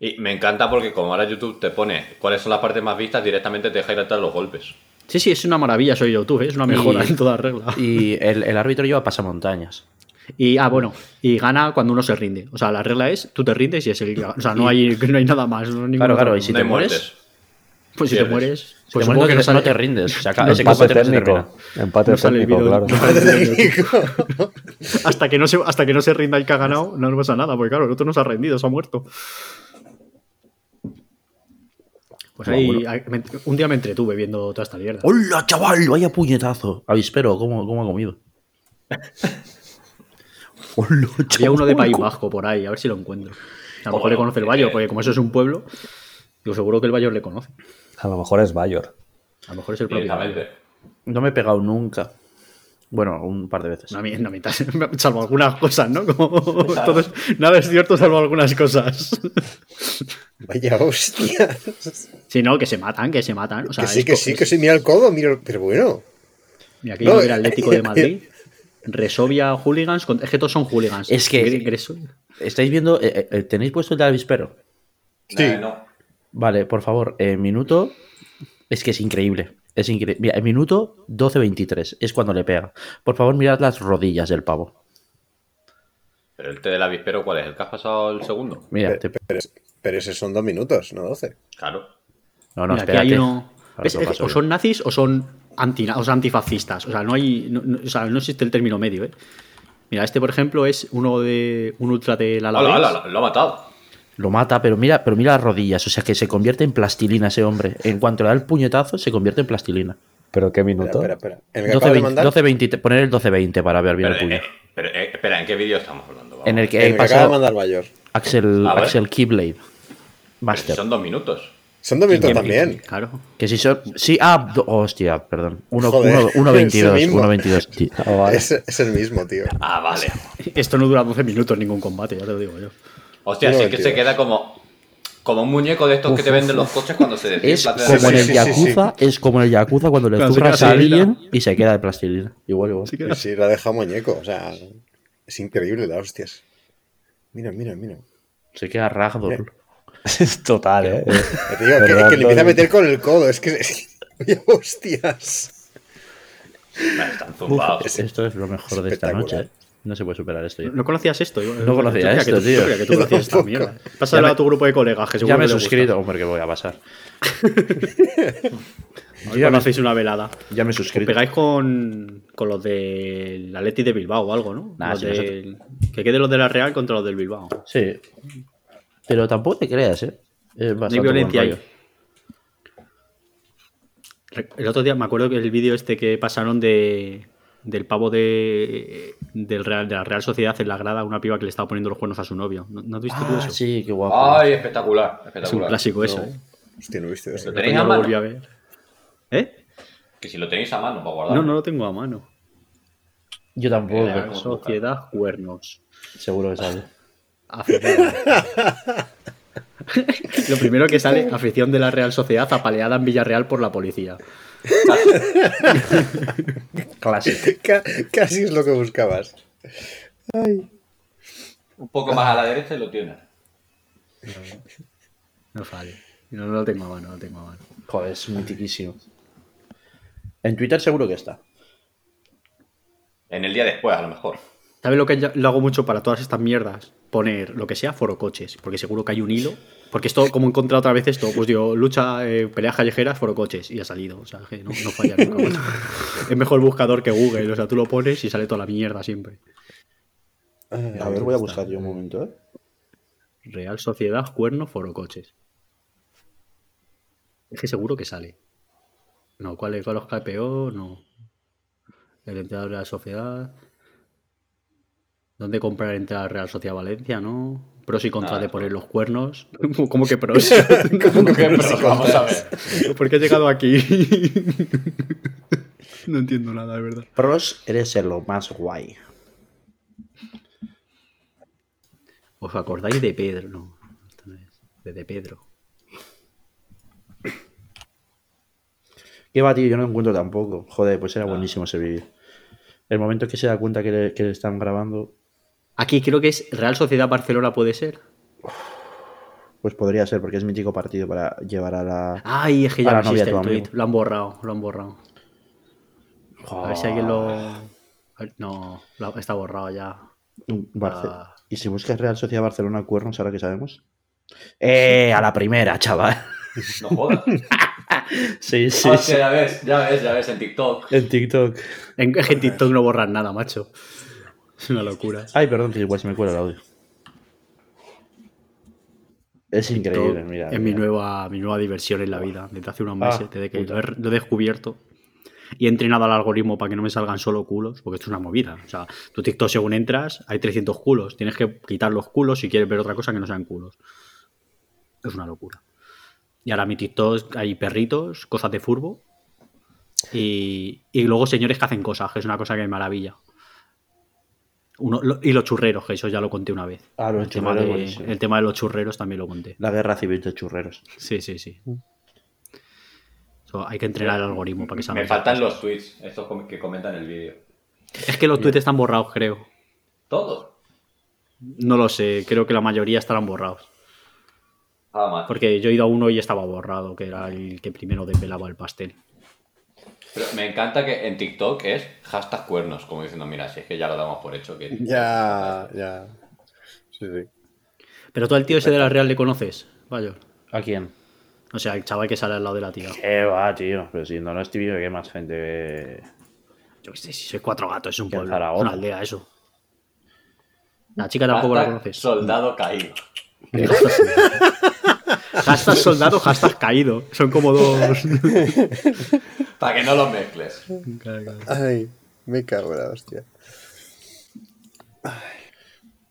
Y me encanta porque, como ahora YouTube te pone cuáles son las partes más vistas, directamente te deja ir atrás los golpes.
Sí, sí, es una maravilla, soy YouTube, ¿eh? es una mejora
Y-
en toda regla.
Y el, el árbitro lleva pasamontañas.
Y, ah, bueno, y gana cuando uno se rinde. O sea, la regla es, tú te rindes y es el... O sea, no hay, no hay nada más. no hay
Claro,
ninguna otra
claro, y
regla.
si
no
te
hay
mueres,
muertes.
Pues si te
Pierdes.
mueres, si
Pues
te mueres,
supongo que
no
no,
te sale-
te rindes. O sea, acá-
no sé
el combate
Empate
no se
técnico.
termina.
Empate
No sale el
técnico,
vídeo.
claro.
hasta, que no se, hasta que no se rinda el que ha ganado, no nos pasa nada, porque claro, el otro no se ha rendido, se ha muerto. Pues ahí, ahí- me- un día me entretuve viendo toda esta mierda.
¡Hola, chaval! ¡Vaya puñetazo! Avispero, ¿cómo, cómo ha comido? ¡Hola, chaval!
Había uno de País Vasco por ahí, a ver si lo encuentro. A lo mejor le conoce el Bayor, porque como eso es un pueblo, digo, seguro que el Bayor le conoce.
A lo mejor es Bayor.
A lo mejor es el propio. Bayor.
Directamente.
No me he pegado nunca. Bueno, un par de veces.
Una mierda, mitad. Salvo algunas cosas, ¿no? Como, entonces, nada es cierto, salvo algunas cosas.
Vaya hostia.
Si no, que se matan, que se matan. O sea,
que sí,
es
que
co-
sí,
es-
que sí, mira el codo, mira el- Pero bueno.
Mira, aquí no,
No,
era Atlético de
eh,
Madrid. Resovia Hooligans. con- Es que todos son hooligans.
Es que-
Gre- Greso-
¿Estáis viendo? eh, eh, ¿Tenéis puesto el de Avispero?
Sí.
Nah, no.
Vale, por favor, eh, minuto. Es que es increíble. Es increíble. Mira, el minuto 12.23 es cuando le pega. Por favor, mirad las rodillas del pavo.
Pero el té del avispero, ¿cuál es? ¿El que has pasado el segundo?
Mira,
Pero,
te-
pero es- pero esos son dos minutos, no doce.
Claro.
No, no,
Mira, aquí
espérate.
hay uno-
Ahora
¿Ves?
te lo
Es-
paso
o
yo.
son nazis o son, anti, o son antifascistas. O sea, no hay. no- no- o sea, no existe el término medio, ¿eh? Mira, este, por ejemplo, es uno de. un ultra de la
Hola, hola, lo ha matado.
Lo mata, pero mira, pero mira las rodillas. O sea que se convierte en plastilina ese hombre. En cuanto le da el puñetazo, se convierte en plastilina.
¿Pero qué
Espera,
minuto?
espera, espera. ¿En el que acabo de
12.20,
mandar?
12.20, poner el 12.20 para ver bien
Pero,
el puño.
eh, pero, eh, espera, ¿en qué vídeo estamos hablando? Vamos.
En el que
En el
he
que acaba de
pasado
mandar Bayor.
Axel,
A ver.
Axel Keyblade.
Pero si
Master.
Son dos minutos.
Son dos minutos
Bien,
también.
Claro.
Que si son. Sí, ah, do- hostia, perdón. Uno-
Joder,
uno- uno
ese
1.22.
mismo.
1.22, tío.
Ah, vale.
Es, es el mismo, tío.
Ah, vale.
Esto no dura 12 minutos ningún combate, ya te lo digo yo.
Hostia,
Uno
sí que se
veintidós.
queda como, como un muñeco de estos que te venden los coches cuando se
Es
desinfla. te da-
como en
sí,
el
sí, sí,
Yakuza, es como en el Yakuza cuando le
Claro, se
zurras
queda
a
plastilina.
alguien y se queda de plastilina. Igual, igual.
Así que
Sí, sí, lo ha dejado muñeco. O sea, es increíble la hostias. Mira, mira, mira.
Se queda Ragdoll.
Es total, ¿eh?
Te digo, que,
Perdón,
que le empieza
Tony.
a meter con el codo. Es que. es que- Oye, hostias.
Vale, están zumbados.
Uf, esto es lo mejor de esta
Espectacular.
noche. ¿eh? No se puede superar esto ya.
No conocías esto. Yo,
No conocía
yo creía que
esto,
tú-
tío.
yo creía que tú
Yo
conocías esta
tampoco.
mierda. Pásalo
Ya me-
a tu grupo de colegas, que seguro
Ya me he
que les gusta.
suscrito, hombre, que voy a pasar. Yo
Ya
ya,
no
me,
hacéis una velada.
ya me he
Os
suscrito.
pegáis con, con los del Atleti de Bilbao o algo, ¿no?
Nah,
Los
si
del- Que quede los de la Real contra los del Bilbao.
Sí. Pero tampoco te creas, ¿eh? Es
No
bastante
hay
buen
violencia ahí.
rollo.
Re- El otro día me acuerdo que el vídeo este que pasaron de del pavo de, del Real, de la Real Sociedad en la grada, una piba que le estaba poniendo los cuernos a su novio. ¿No, no has visto tú
Ah,
eso?
sí, qué guapo.
Ay, espectacular.
Es un
espectacular.
clásico eso, ¿eh?
Hostia, no he visto eso.
Lo tenéis
Yo
a
lo
mano.
volví a ver. ¿Eh?
Que si lo tenéis a mano para guardar.
No, no lo tengo a mano.
Yo tampoco,
Eh,
pero
Sociedad Cuernos.
seguro que sabe.
Afición. Lo primero que sale, afición de la Real Sociedad apaleada en Villarreal por la policía.
Clásico.
Ca- Casi es lo que buscabas.
Un poco más a la derecha y lo tienes.
No vale. No, no lo tengo a mano, no lo tengo a mano.
Joder, es mitiquísimo. En Twitter seguro que está.
En el día después, a lo mejor.
¿Sabes lo que ya- lo hago mucho para todas estas mierdas? Poner lo que sea foro coches, porque seguro que hay un hilo. Porque esto, como he encontrado otra vez esto, pues digo, lucha, eh, peleas callejeras, foro coches, y ha salido. O sea, que no, no falla nunca. macho. es mejor buscador que Google, o sea, tú lo pones y sale toda la mierda siempre.
A ver, voy a buscar yo un momento, ¿eh?
Real Sociedad, Cuerno, Foro Coches. Es que seguro que sale. No, ¿cuál es? ¿Cuál es KPO? No. El entrenador de la sociedad. ¿Dónde comprar entrada a Real Sociedad Valencia? No. Pros y contras
Ah,
de
no.
poner los cuernos. ¿Cómo que pros?
¿Cómo que pros y
Pero vamos a ver.
¿Por qué he llegado aquí? no entiendo nada, de verdad.
Pros, eres el lo más guay.
¿Os acordáis de Pedro? No. esto no es. De, de Pedro.
¿Qué va, tío? Yo no lo encuentro tampoco. Joder, pues era
Ah.
buenísimo ese vídeo. El momento que se da cuenta que le, que le están grabando,
Aquí creo que es Real Sociedad Barcelona, puede ser.
pues podría ser, porque es mítico partido para llevar a la.
Ay, es que ya
Para
no
la novia
existe
de
el
tu
tweet.
amigo.
Lo han borrado, lo han borrado. A ver si alguien lo.
Ah.
a ver, No, la- está borrado ya.
Barce-
Ah.
Y si buscas Real Sociedad Barcelona Cuernos, ahora que sabemos. ¡Eh! A la primera, chaval.
No jodas.
Sí, sí,
Ah,
sí.
Hostia, ya ves, ya ves, ya ves en TikTok.
En TikTok.
En, en TikTok no borran nada, macho. Es una locura.
Ay, perdón, que igual se me cuela el audio. Es increíble, mira.
es mi
mira.
nueva, mi nueva diversión en la vida. Desde hace unos meses,
Ah,
desde que lo he, lo he descubierto y he entrenado al algoritmo para que no me salgan solo culos, porque esto es una movida. O sea, tu TikTok según entras, hay 300 culos. Tienes que quitar los culos si quieres ver otra cosa que no sean culos. Es una locura. Y ahora mi TikTok hay perritos, cosas de furbo. Y, y luego señores que hacen cosas, que es una cosa que me maravilla. Uno- lo- y los churreros, que eso ya lo conté una vez.
Ah, los
el, tema
churreros,
de,
buenísimo.
el tema de los churreros también lo conté.
La guerra civil de churreros.
Sí, sí, sí. So, hay que entrenar el algoritmo para que salga.
Me faltan los tweets, estos com- que comentan el vídeo.
Es que los tweets están borrados, creo.
Todos.
No lo sé, creo que la mayoría estarán borrados.
Nada más.
Porque yo he ido a uno y estaba borrado, que era el que primero desvelaba el pastel.
Pero me encanta que en TikTok es hashtag cuernos, como diciendo, mira, si es que ya lo damos por hecho. Que...
Ya, ya. Sí, sí.
Pero tú al tío ese de la Real le conoces, Vaya.
¿A quién?
O sea, el chaval que sale al lado de la tía.
Eh, va, tío. Pero si no lo estoy viendo, que más gente.
Yo qué sé, si soy cuatro gatos, es un
Que en
pueblo.
Zaragoza.
Es una aldea, eso. La chica tampoco la
Hashtag
conoces.
Soldado caído.
Hashtag soldado, hashtag caído. Son como dos.
Para que no los mezcles.
Claro, claro.
Ay, me cago en la hostia.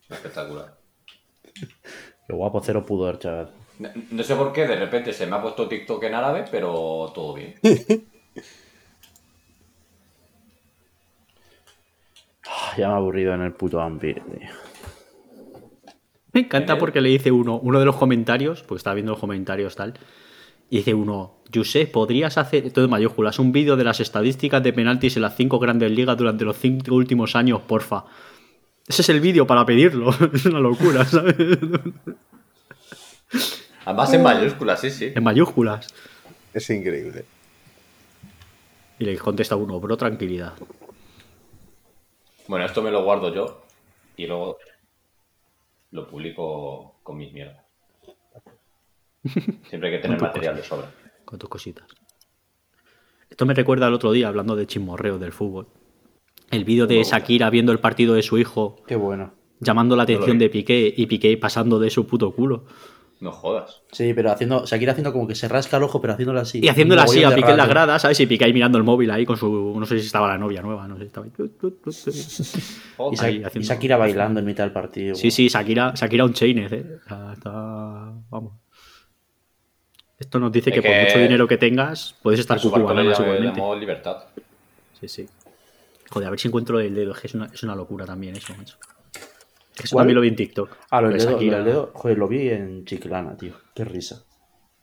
Espectacular.
Qué guapo, cero pudor, chaval.
No, no sé por qué, de repente se me ha puesto TikTok en árabe, pero todo bien.
Ah, Ya me he aburrido en el puto vampiro, tío.
Me encanta porque le dice uno, uno de los comentarios, porque estaba viendo los comentarios tal, y dice uno, Josep, ¿podrías hacer, todo en mayúsculas, un vídeo de las estadísticas de penaltis en las cinco grandes ligas durante los cinco últimos años, porfa? Ese es el vídeo para pedirlo, es una locura, ¿sabes?
Además en mayúsculas, sí, sí.
En mayúsculas.
Es increíble.
Y le contesta uno, bro, tranquilidad.
Bueno, esto me lo guardo yo y luego lo publico con mis mierdas. Siempre hay que
Con
tener
tus
material de sobra.
con tus cositas. Esto me recuerda al otro día, hablando de chismorreo del fútbol. El vídeo de Shakira viendo el partido de su hijo,
Qué bueno.
llamando la atención
vi.
de Piqué y Piqué pasando de su puto culo.
No jodas.
Sí, pero haciendo. Shakira haciendo como que se rasca el ojo, pero haciéndolo así.
Y haciéndola así, a
Mogollón de
Piqué en la
rato.
grada, ¿sabes? Y Piqué ahí mirando el móvil ahí con su. No sé si estaba la novia nueva, no sé si estaba. ahí.
Y,
Joder.
Sha-
ahí
y
haciendo-
Shakira bailando en mitad del partido.
Sí, sí, Shakira, Shakira un chainez, ¿eh? O sea, está- Vamos. Esto nos dice
Es
que, por
que-
mucho dinero que tengas, puedes estar
Su barco
cucubanando
le
seguramente.
llamó libertad.
Sí, sí. Joder, a ver si encuentro el dedo. Es, que es, una, es una locura también eso, macho. Eso
¿Cuál?
también lo vi en TikTok.
Ah, lo
Lo
del
de
dedo, lo
Shakira.
del dedo. Joder, lo vi en Chiclana, tío. Qué risa.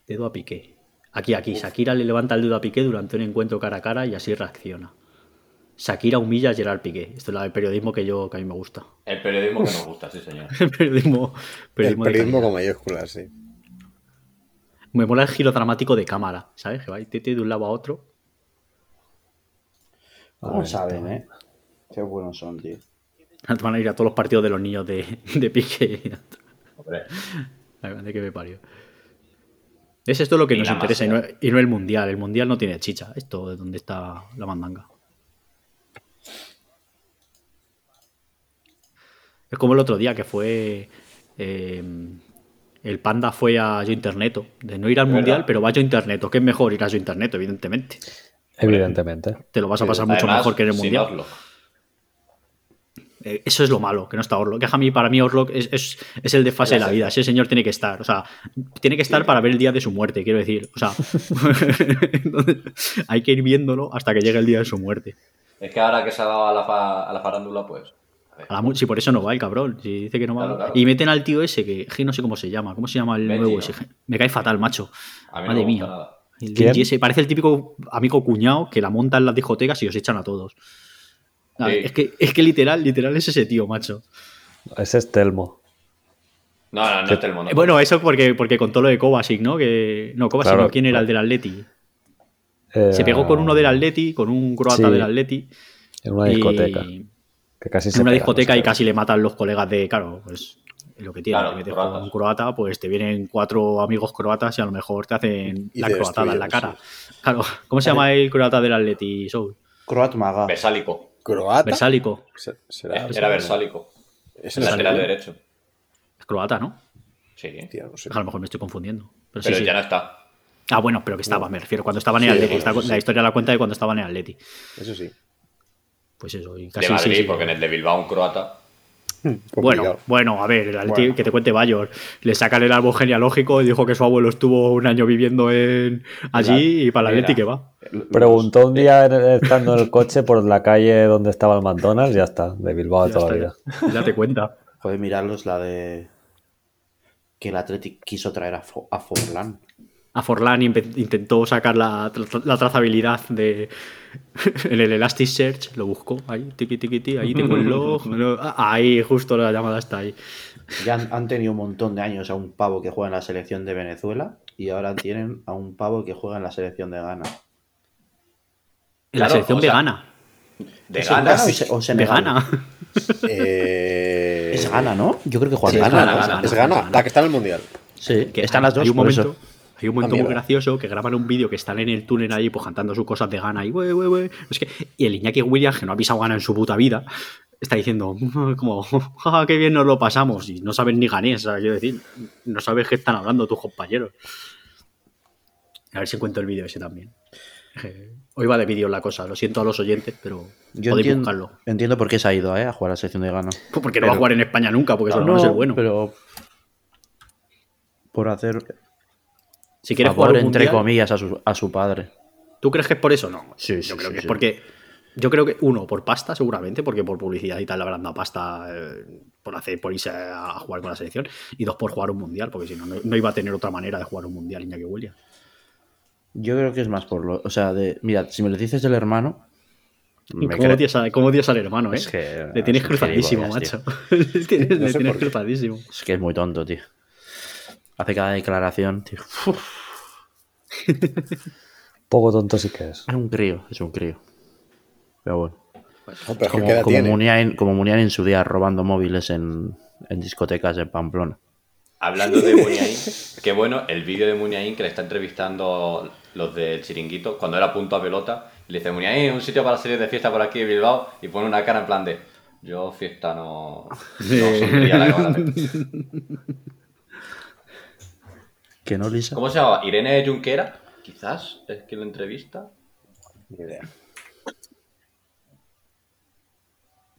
Dedo a Piqué. Aquí, aquí. Shakira le levanta el dedo a Piqué durante un encuentro cara a cara y así reacciona. Shakira humilla a Gerard Piqué. Esto es la- el periodismo que yo que a mí me gusta.
El periodismo que nos gusta, sí, señor.
El periodismo,
El
periodismo de
periodismo
calidad.
con mayúsculas, sí.
Me mola el giro dramático de cámara, ¿sabes? Que va y tete de un lado a otro.
¿Cómo saben, eh? Qué buenos son, tío.
Van a ir a todos los partidos de los niños de, de Piqué.
Hombre.
La grande que me parió. Es esto lo que
Y
nos
la
interesa y no,
masa.
y no el mundial. El mundial no tiene chicha. Esto es donde está la mandanga. Es como el otro día que fue. eh, el panda fue a Yo Interneto. De no ir al
Es
mundial,
verdad.
pero va a Yo Interneto. Que es mejor ir a Yo Interneto, evidentemente.
Evidentemente.
Te lo vas a pasar mucho
Además,
mejor que en el
sin
mundial.
Outlook.
Eh, Eso es lo malo, que no está Orlok. Que a mí, para mí, Orlok es, es, es el desfase de la vida. Ese señor tiene que estar. O sea, tiene que estar para ver el día de su muerte, quiero decir. O sea, entonces, hay que ir viéndolo hasta que llegue el día de su muerte.
Es que ahora que se ha dado a la, fa- a la farándula, pues. a ver.
A la mu- si por eso no va el cabrón, si dice que no va.
Claro, claro.
Y meten al tío ese, que je, no sé cómo se llama. ¿Cómo se llama el
Benji,
nuevo
¿no?
ese? Je, Me cae fatal, macho.
A mí no
Madre
me gusta
mía.
nada.
El
¿Quién?
Benji ese parece el típico amigo cuñado que la monta en las discotecas y os echan a todos. Ah,
Sí.
Es, que, es que literal, literal es ese tío, macho.
Ese es Telmo.
No, no, no está el mundo.
Eh, Bueno, eso porque, porque contó lo de Kovacic, ¿no? Que, no, Kovacic
Claro.
no, ¿quién era el del Atleti?
Eh,
Se pegó con uno del Atleti, con un croata
Sí.
del Atleti.
En una
y-
discoteca. Que casi
en
se
una
pegan,
discoteca
se
y
pegan.
casi le matan los colegas de. Claro, pues Lo que tiene,
Claro,
te metes
croatas.
con un croata, pues te vienen cuatro amigos croatas y a lo mejor te hacen
Y
la
te
croatada en la
destruyen,
cara. Claro, ¿cómo se llama el croata del Atleti Soul?
Croat Maga.
Versálico.
¿Croata?
Versálico.
Se- ¿Será?
Era versálico.
Es
El lateral
Versálico.
derecho.
Es croata, ¿no?
Sí.
Hostia, no sé.
A lo mejor me estoy confundiendo. Pero, sí,
Pero
sí.
ya no está.
Ah, bueno, pero que estaba, me refiero, cuando estaba en el
Sí,
Atleti.
bueno,
Está-
sí.
La historia la cuenta de cuando estaba en el Atleti.
Eso sí.
Pues eso, y
De
casi sí,
Madrid,
sí.
porque en el de Bilbao un croata.
Bueno,
Complicado.
bueno, a ver, el Atleti,
Bueno.
que te cuente Bayor, le sacan el árbol genealógico y dijo que su abuelo estuvo un año viviendo en allí y para el
Mira.
Atleti que va.
Preguntó un día en- estando en el coche por la calle donde estaba el McDonald's, ya está, de Bilbao
Ya
toda la
está,
vida.
Date cuenta.
Joder, mirarlos la de. Que el Athletic quiso traer a, Fo- a Forlán.
A Forlán impe- intentó sacar la, tra- la trazabilidad de en el Elasticsearch, lo buscó ahí, tiqui tiqui tiqui, ahí tengo el log, no, ah, ahí justo la llamada está ahí.
Ya han, han tenido un montón de años a un pavo que juega en la selección de Venezuela y ahora tienen a un pavo que juega en la selección de Ghana.
En la
Claro,
selección
o sea,
vegana,
De
¿Es
Ghana.
Ghana o, se, o Senegal?
vegana.
Eh,
Es Ghana, ¿no? Yo creo que juega
Sí,
en
es
Ghana.
Ghana,
¿no?
Ghana,
Ghana,
es Ghana,
Ghana.
la que está en el mundial.
Sí,
Que
están
hay-
las dos.
Hay un
por eso.
momento, hay un momento
Ah,
muy
mierda.
gracioso que graban un vídeo que están en el túnel ahí, pues cantando sus cosas de Gana y "Güey, güey, güey". Es que, y el Iñaki Williams, que no ha pisado Gana en su puta vida, está diciendo "Mm, como, "Ja, qué bien nos lo pasamos. Y no saben ni ganés, o sea, quiero decir, no sabes qué están hablando tus compañeros. A ver si encuentro el vídeo ese también. Eh, Hoy va de vídeo la cosa, lo siento a los oyentes, pero
Yo
podéis
entiendo,
buscarlo.
entiendo por qué se ha ido ¿eh? a jugar a la selección de Ghana.
Pues Porque no va a
Pero-
jugar en España nunca,
Pues
porque eso no, es el bueno.
Pero por hacer
si quieres jugar
favor,
un
entre
mundial-
comillas, a su, a su padre.
¿Tú crees que es por eso? No.
Sí, sí,
yo creo
sí,
que es
sí.
porque. Yo creo que, uno, por pasta, seguramente, porque por publicidad y tal le habrán dado pasta eh, por, hacer, por irse a jugar con la selección. Y dos, por jugar un mundial, porque si no, no, no iba a tener otra manera de jugar un mundial, Iñaki Williams.
Yo creo que es más por lo. O sea, de, mira, si me lo dices del hermano.
Y
me
cómo
creo-
odias, a- cómo odias al hermano, ¿eh?
Es que-
le tienes
es un
cruzadísimo,
gilipollas,
macho. le tienes, le
No sé
tienes
por qué.
cruzadísimo.
es que es muy tonto, tío. Hace cada declaración, tío. Uf,
Poco tonto sí que es.
es un crío, es un crío. Pero bueno.
No, pero
Como,
¿qué edad
como
tiene?
Muniain, como Muniain en su día robando móviles en, en discotecas de Pamplona.
Hablando de Muniain, qué bueno el vídeo de Muniain que le está entrevistando los del chiringuito cuando era punto a pelota. y Le dice Muniain, un sitio para salir de fiesta por aquí de Bilbao y pone una cara en plan de yo fiesta no, no saldría a la cámara".
Que no, Lisa.
¿Cómo se llama? Irene Junquera, quizás es que lo entrevista.
Ni idea.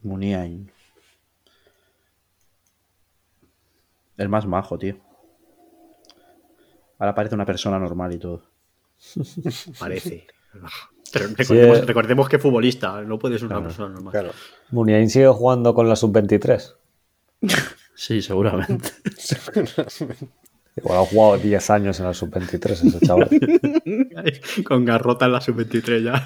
Muniain. El más majo, tío. Ahora parece una persona normal y todo.
Parece. Pero recordemos,
eh.
recordemos que futbolista, no puede ser una persona normal.
Claro.
Muniain sigue jugando con la sub-23.
Sí, seguramente.
Igual ha jugado 10 años en la sub-23 ese chaval.
Con garrota en la sub-23 ya.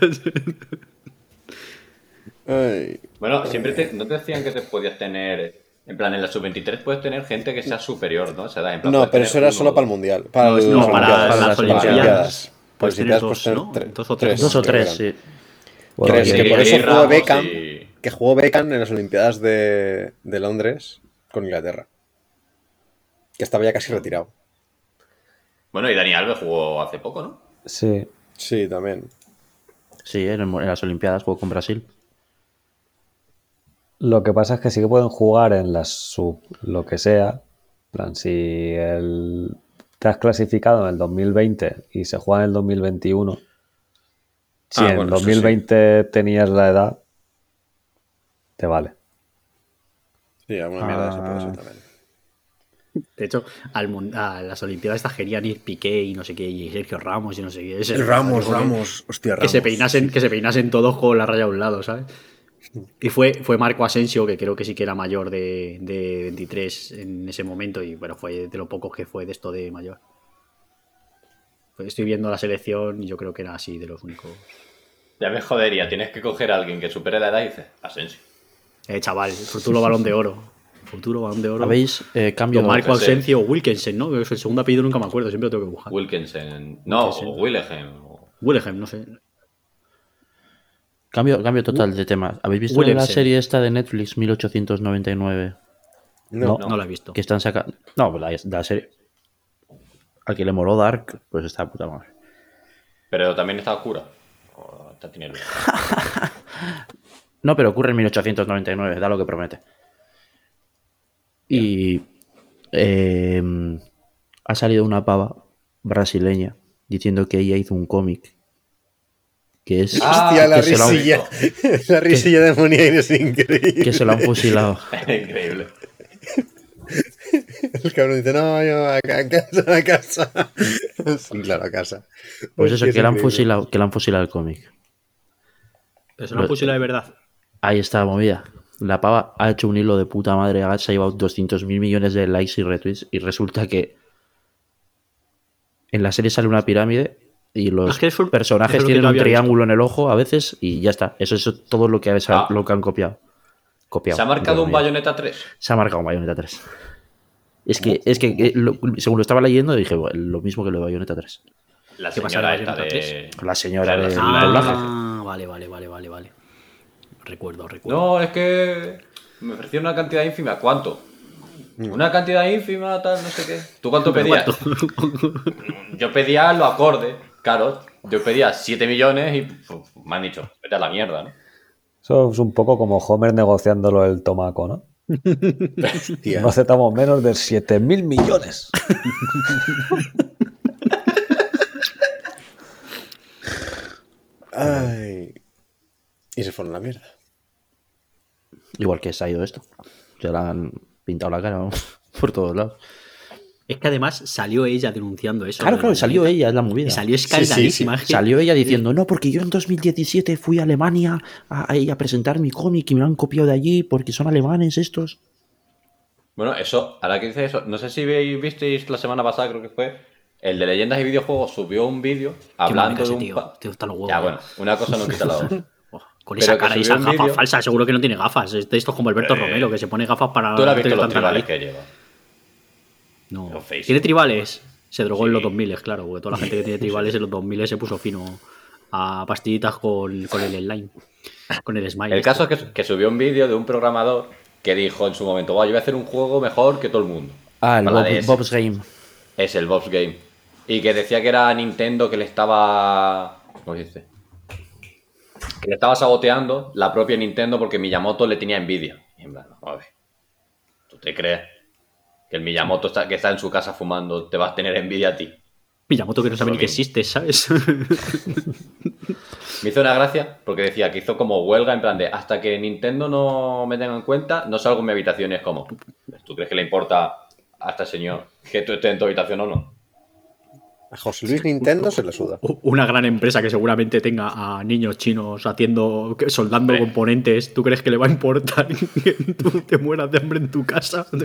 Ay,
Bueno, siempre te, no te decían que te podías tener, en plan en la sub-23 puedes tener gente que sea superior, ¿no? O sea, da, en plan,
No,
puedes
pero
tener
eso era
uno o
solo
dos.
para el mundial. Para
No,
las
no, para
Olimpiadas.
las
Para
Olimpiadas.
Puedes
Pues si
tener
te has
dos,
puesto
¿no?
tre-
Dos o tres.
Dos o
creo
tres,
que eran.
sí.
Bueno,
¿Crees
y-
que por
Sí,
eso
Ramos
jugó Beckham?
y-
Que jugó Beckham en las Olimpiadas de, de Londres con Inglaterra. Que estaba ya casi retirado.
Bueno, y Dani Alves jugó hace poco, ¿no?
sí.
Sí, también.
Sí, en, en las Olimpiadas jugó con Brasil.
Lo que pasa es que sí que pueden jugar en las sub, lo que sea. En plan, si el- te has clasificado en el 2020 y se juega en el 2021, si
Ah,
en
bueno, eso
2020 tenías la edad, te vale.
Sí, alguna mierda de eso puede ser también.
De hecho, al mun- a las Olimpiadas estas querían ir Piqué y no sé qué, y Sergio Ramos y no sé qué. Ese- que-
hostia,
Que se, peinasen, que se peinasen todos con la raya a un lado, ¿sabes? Y fue, fue Marco Asensio, que creo que sí que era mayor de, de 23 en ese momento, y bueno, fue de lo pocos que fue de esto de mayor. Pues estoy viendo la selección y yo creo que era así de los únicos.
Ya me jodería, tienes que coger a alguien que supere la edad y dices, Asensio.
Eh, chaval, futuro balón de oro. Futuro balón de oro.
¿Habéis eh, cambio?
Don Marco
Wilkensen.
Asensio o Wilkensen, ¿no? El segundo apellido nunca me acuerdo, siempre lo tengo que
Ah.
buscar.
Wilkinson. No,
Wilkinson.
o Willegen. o-
Willem, no sé.
Cambio, cambio total de tema. ¿Habéis visto
Williamson.
la serie esta de Netflix 1899?
No,
No.
no la he visto.
Que están sacando. No, la, la serie. Al que le moló Dark, pues está de puta madre.
Pero también está oscura. O Está tiene luz.
No, pero ocurre en 1899, da lo que promete. Y eh, ha salido una pava brasileña diciendo que ella hizo un cómic que es
Ah,
Hostia, la
que, se lo han,
risilla. La risilla demoníaca es increíble.
que se lo han fusilado.
Increíble.
El cabrón dice, no, yo a ca- a casa, a casa. Sí, claro, a casa.
Pues eso,
Hostia, es
que le han
increíble.
fusilado, que le han fusilado el cómic.
Pero es una fusilada de verdad.
Ahí está la movida. La pava ha hecho un hilo de puta madre, ha- se ha llevado 200 mil millones de likes y retweets y resulta que en la serie sale una pirámide y los
Es que es un-
personajes
es lo que
tienen
yo
un
había
triángulo en el ojo a veces y ya está. Eso es todo lo que, ha- lo que han copiado. copiado
Se ha marcado un
entre comillas.
bayoneta 3.
Se ha marcado un Bayonetta 3. Es que, es que eh, lo- según lo estaba leyendo dije, "Buah, lo mismo que lo de Bayonetta 3.
La
¿Qué pasa,
señora
la
esta
bayoneta
de.
La señora
Claro,
del
la-
doblaje.
Ah, vale, vale, vale, vale, vale. Recuerdo, recuerdo.
No, es que me ofrecieron una cantidad ínfima. ¿Cuánto? Una cantidad ínfima, tal, no sé qué. ¿Tú cuánto
Pero
pedías?
cuarto.
Yo pedía lo acorde, claro. Yo pedía 7 millones y puf, me han dicho, vete a la mierda, ¿no?
Eso es un poco como Homer negociándolo el tomaco, ¿no?
Hostia.
No aceptamos menos de 7.000 millones.
Ay. Y se fueron a la mierda.
Igual que se ha ido esto. Se la han pintado la cara vamos, por todos lados.
es que además salió ella denunciando eso.
Claro, claro, salió ella, es la movida.
Y salió
sí, sí.
escaldadísima. es que-
Salió ella diciendo, no, porque yo en 2017 fui a Alemania a, a- a presentar mi cómic y me lo han copiado de allí porque son alemanes estos.
Bueno, eso, ahora que dices eso, no sé si veis- visteis la semana pasada, creo que fue, el de leyendas y videojuegos subió un vídeo
Qué
hablando
mamecas,
de un...
tío.
pa-
Te gustan los huevos.
Ya, bueno, una cosa no quita la otra.
Oh, Con
Pero
esa
que
cara y
subió
esas
un
gafas
vídeo. Eh,
falsas, seguro que no tiene gafas. Este- Esto es como Alberto Romero, que se pone gafas para.
Tú no has
no
visto
tener
los
tanta
tribales
nariz.
que lleva.
No.
Los faces.
¿Tiene tribales? Se drogó en los
Sí.
2000, claro, porque toda la gente que tiene tribales en los 2000 se puso fino a pastillitas con, con el slime, con el smile.
El
este.
caso es que, que subió un vídeo de un programador que dijo en su momento, "Buah, yo voy a hacer un juego mejor que todo el mundo.
Ah, el
Para la DS.
Bob's Game.
Es el Bob's Game. Y que decía que era Nintendo que le estaba. ¿Cómo se dice? Que le estaba saboteando la propia Nintendo porque Miyamoto le tenía envidia. Y en plan, vamos a ver. ¿Tú te crees que el Miyamoto está, que está en su casa fumando te va a tener envidia a ti?
Miyamoto que no sabe
Lo
ni que
mismo.
existe, ¿sabes?
Me hizo una gracia porque decía que hizo como huelga en plan de hasta que Nintendo no me tenga en cuenta, no salgo en mi habitación. Y es como, ¿tú crees que le importa a este señor que tú estés en tu habitación o no?
A José Luis Nintendo se le suda.
U- Una gran empresa que seguramente tenga a niños chinos haciendo, que- soldando componentes. ¿Tú crees que le va a importar que tú te mueras de hambre en tu casa?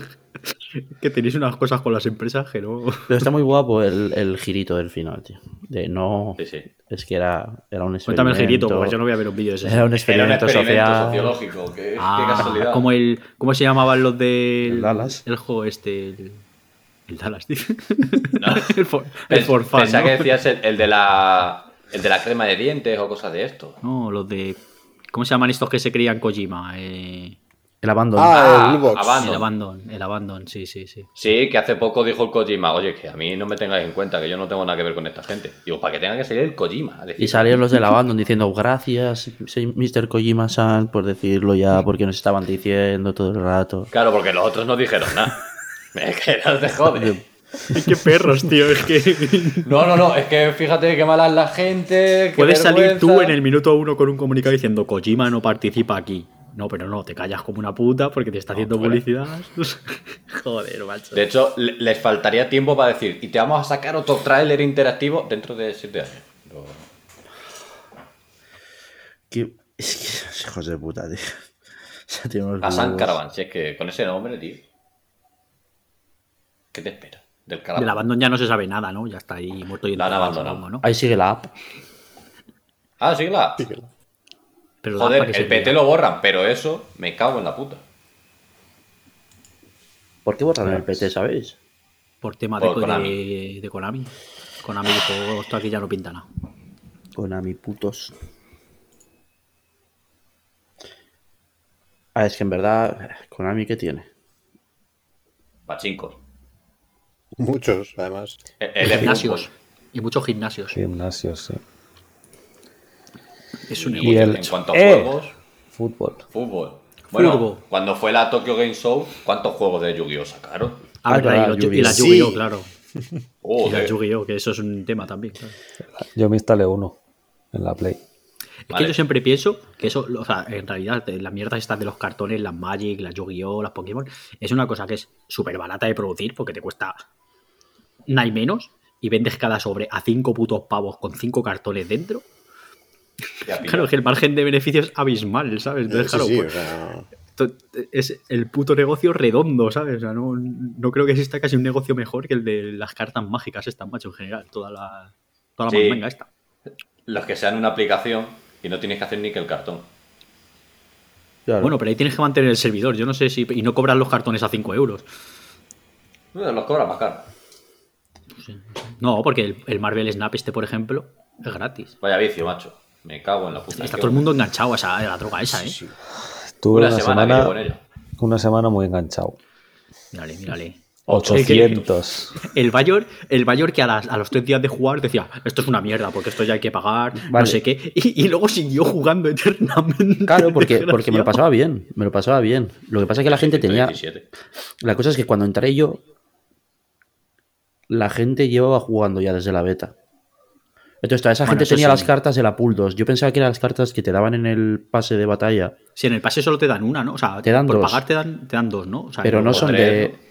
Que tenéis unas cosas con las empresas que no.
Pero está muy guapo el, el girito del final, tío. De no.
Sí, sí.
Es que era, era un experimento.
Cuéntame el girito, porque yo no voy a ver un vídeo de ese.
Era un experimento, social.
sociológico. que- Qué,
Ah,
casualidad.
como el, ¿Cómo se llamaban los del.
El Dallas.
El juego este. El, el Dallas, tío.
No.
El for, el
Pens-
for fun,
pensaba
¿no?
que decías el, el de la el de la crema de dientes o cosas de esto.
No, los de. ¿Cómo se llaman estos que se crían Kojima? Eh,
El abandono.
Ah,
Ah,
el box.
Abandon.
el Abandon. El Abandon, sí, sí, sí.
Sí, que hace poco dijo el Kojima, oye, que a mí no me tengáis en cuenta, que yo no tengo nada que ver con esta gente. Digo, para que tenga que salir el Kojima. a decir,
Y salieron los del Abandon diciendo gracias, señor- Mr. Kojima-san, por decirlo ya, porque nos estaban diciendo todo el rato.
Claro, porque los otros no dijeron nada. es que no te jodes.
Qué perros, tío. Es que.
No, no, no, es que fíjate que mala es la gente. qué
Puedes salir tú
vergüenza.
en el minuto uno con un comunicado diciendo Kojima no participa aquí. No, pero no, te callas como una puta porque te está haciendo
fuera.
publicidad. Joder, macho.
De hecho, le- les faltaría tiempo para decir, y te vamos a sacar otro tráiler interactivo dentro de 7 años. Pero-
Que- es que- hijos de puta, tío. O sea, tiene unos
Hassan
huevos.
Caravan, si es que con ese nombre, tío. ¿Qué te espera? Del Caravan.
Del Abandon ya no se sabe nada, ¿no? Ya está ahí muerto y
Lo han
enterrado,
abandonado.
supongo, ¿no?
Ahí sigue la app.
Ah, sí, la.
Pero da para
Joder,
que
el
se
PT
vea.
lo borran, pero eso me cago en la puta.
¿Por qué borraron el PT, sabéis?
Por tema de,
Por Konami.
de, de Konami. Konami dijo, esto aquí ya no pinta nada.
Konami putos. Ah, es que en verdad, Konami, ¿qué tiene?
Pachincos.
Muchos, además.
El, el Epic
Gimnasios.
Football.
Y muchos gimnasios.
Gimnasios, sí.
Es un
Y
Y el-
en cuanto a
¡Eh!
juegos,
Fútbol.
fútbol. Bueno,
Fútbol.
cuando fue la Tokyo Game Show, ¿cuántos juegos de Yu-Gi-Oh sacaron?
Ah,
Ah,
verdad,
claro,
y, los-
Yu-Gi-Oh.
y la Yu-Gi-Oh,
Sí.
claro. Y la
Joder.
Yu-Gi-Oh, que eso es un tema también. claro.
Yo me instalé uno en la Play.
Es
Vale.
que yo siempre pienso que eso, o sea, en realidad, eh, las mierdas estas de los cartones, las Magic, las Yu-Gi-Oh, las Pokémon, es una cosa que es súper barata de producir porque te cuesta nada y menos y vendes cada sobre a cinco putos pavos con cinco cartones dentro.
Ya pillo.
Claro, es que el margen de beneficio es abismal, ¿sabes? Entonces,
Eh, Sí,
claro,
sí,
pues,
o sea,
to- es el puto negocio redondo, ¿sabes? O sea, no, no creo que exista casi un negocio mejor que el de las cartas mágicas estas, macho, en general. Toda la, toda la
Sí.
mandanga esta.
Los que sean una aplicación y no tienes que hacer ni que el cartón.
Claro.
Bueno, pero ahí tienes que mantener el servidor. Yo no sé si... Y no cobrar los cartones a 5 euros.
No, Los cobras más caro.
No, porque el, el Marvel Snap este, por ejemplo, es gratis.
Vaya vicio, macho. Me cago en la puta.
Está todo el mundo enganchado a, esa, a la droga esa, ¿eh?
Estuve
Una
una,
semana que
semana,
llevo en ello.
una semana muy enganchado.
Mírale, mírale. El,
800.
que- el Bayor, el Bayor que a, las- a los tres días de jugar decía, esto es una mierda, porque esto ya hay que pagar, no
Vale.
sé qué. Y, y luego siguió jugando eternamente.
Claro,
el
porque, porque me lo
desgraciado.
pasaba bien, me lo pasaba bien. Lo que pasa es que la gente tenía...
17.
La cosa es que cuando entré yo, la gente llevaba jugando ya desde la beta. Entonces, toda esa
Bueno,
gente
eso
tenía
sí.
las cartas de la pool 2. Yo pensaba que eran las cartas que te daban en el pase de batalla,
Si en el pase solo te dan una, ¿no? O sea,
Te dan
por
dos.
pagar te dan, te dan dos, Ah, ¿no? O sea,
pero no son
tres,
de...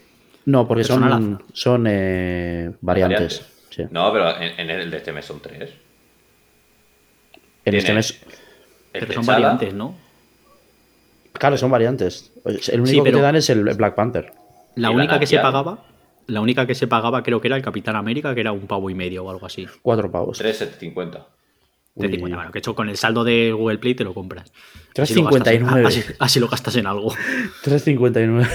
No, porque son,
Personalazo.
son eh, variantes. sí.
No, pero en, en el de este mes son tres.
En este
Tiene-
mes...
El
Pero son
Techala,
variantes, ¿no?
Claro, son variantes. El único
Sí,
que
pero-
te dan es el Black Panther.
La
Y la
única que se
Nakia.
pagaba, la única que se pagaba creo que era el Capitán América, que era un pavo y medio o algo así.
Cuatro pavos.
3,750.
Te digo, bueno, que hecho con el saldo de Google Play te lo compras. Así lo gastas en-
3,59.
Así, así lo gastas en algo.
3,59.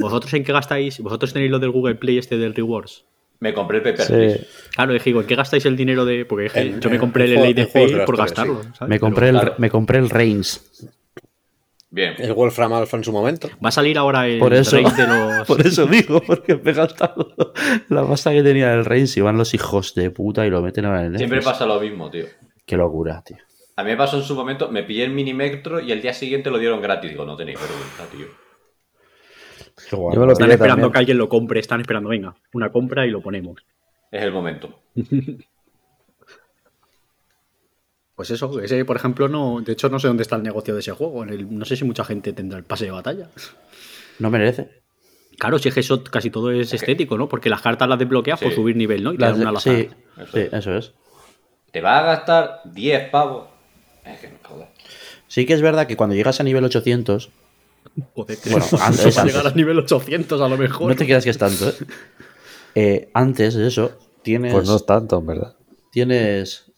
¿Vosotros en qué gastáis? ¿Vosotros tenéis lo del Google Play este del Rewards?
Me compré el Paper
Sí.
Claro, dije, digo, ¿en qué gastáis el dinero de.? Porque dije,
En-
yo me
en-
compré
en
el
juego-
Ley de
en juegos de
Play
las
por
torres,
gastarlo.
sí.
Me
¿sabes? Pero
compré, el,
claro.
me compré el Reigns.
Bien.
el Wolfram Alpha en su momento.
Va a salir ahora el
Por eso,
rate de los.
por eso digo, porque me he gastado la pasta que tenía el Reigns y van los hijos de puta y lo meten ahora en el
Siempre
Netflix.
pasa lo mismo, tío.
Qué locura, tío.
A mí me pasó en su momento, me pillé el mini metro y el día siguiente lo dieron gratis. Digo, no tenéis vergüenza, tío.
Qué guapo.
Yo me lo
Están
pillé
esperando
también.
que alguien lo compre, están esperando, venga, una compra y lo ponemos.
Es el momento.
Pues eso, ese por ejemplo no, de hecho no sé dónde está el negocio de ese juego, en el- no sé si mucha gente tendrá el pase de batalla.
No merece.
Claro, si es que eso casi todo es estético, ¿no? Porque las cartas las desbloqueas por
Sí.
subir nivel, ¿no? Y te
Las
dan
de-
una al azar.
sí, sí, eso es.
¿Te vas a gastar 10 pavos? Es que no jodas.
Sí que es verdad que cuando llegas a nivel 800,
Joder,
Bueno, antes,
que eso va a
antes.
llegar al nivel 800 a lo mejor.
no te creas que es tanto, ¿eh? Eh, antes de eso, tienes,
Pues no es tanto, en verdad.
tienes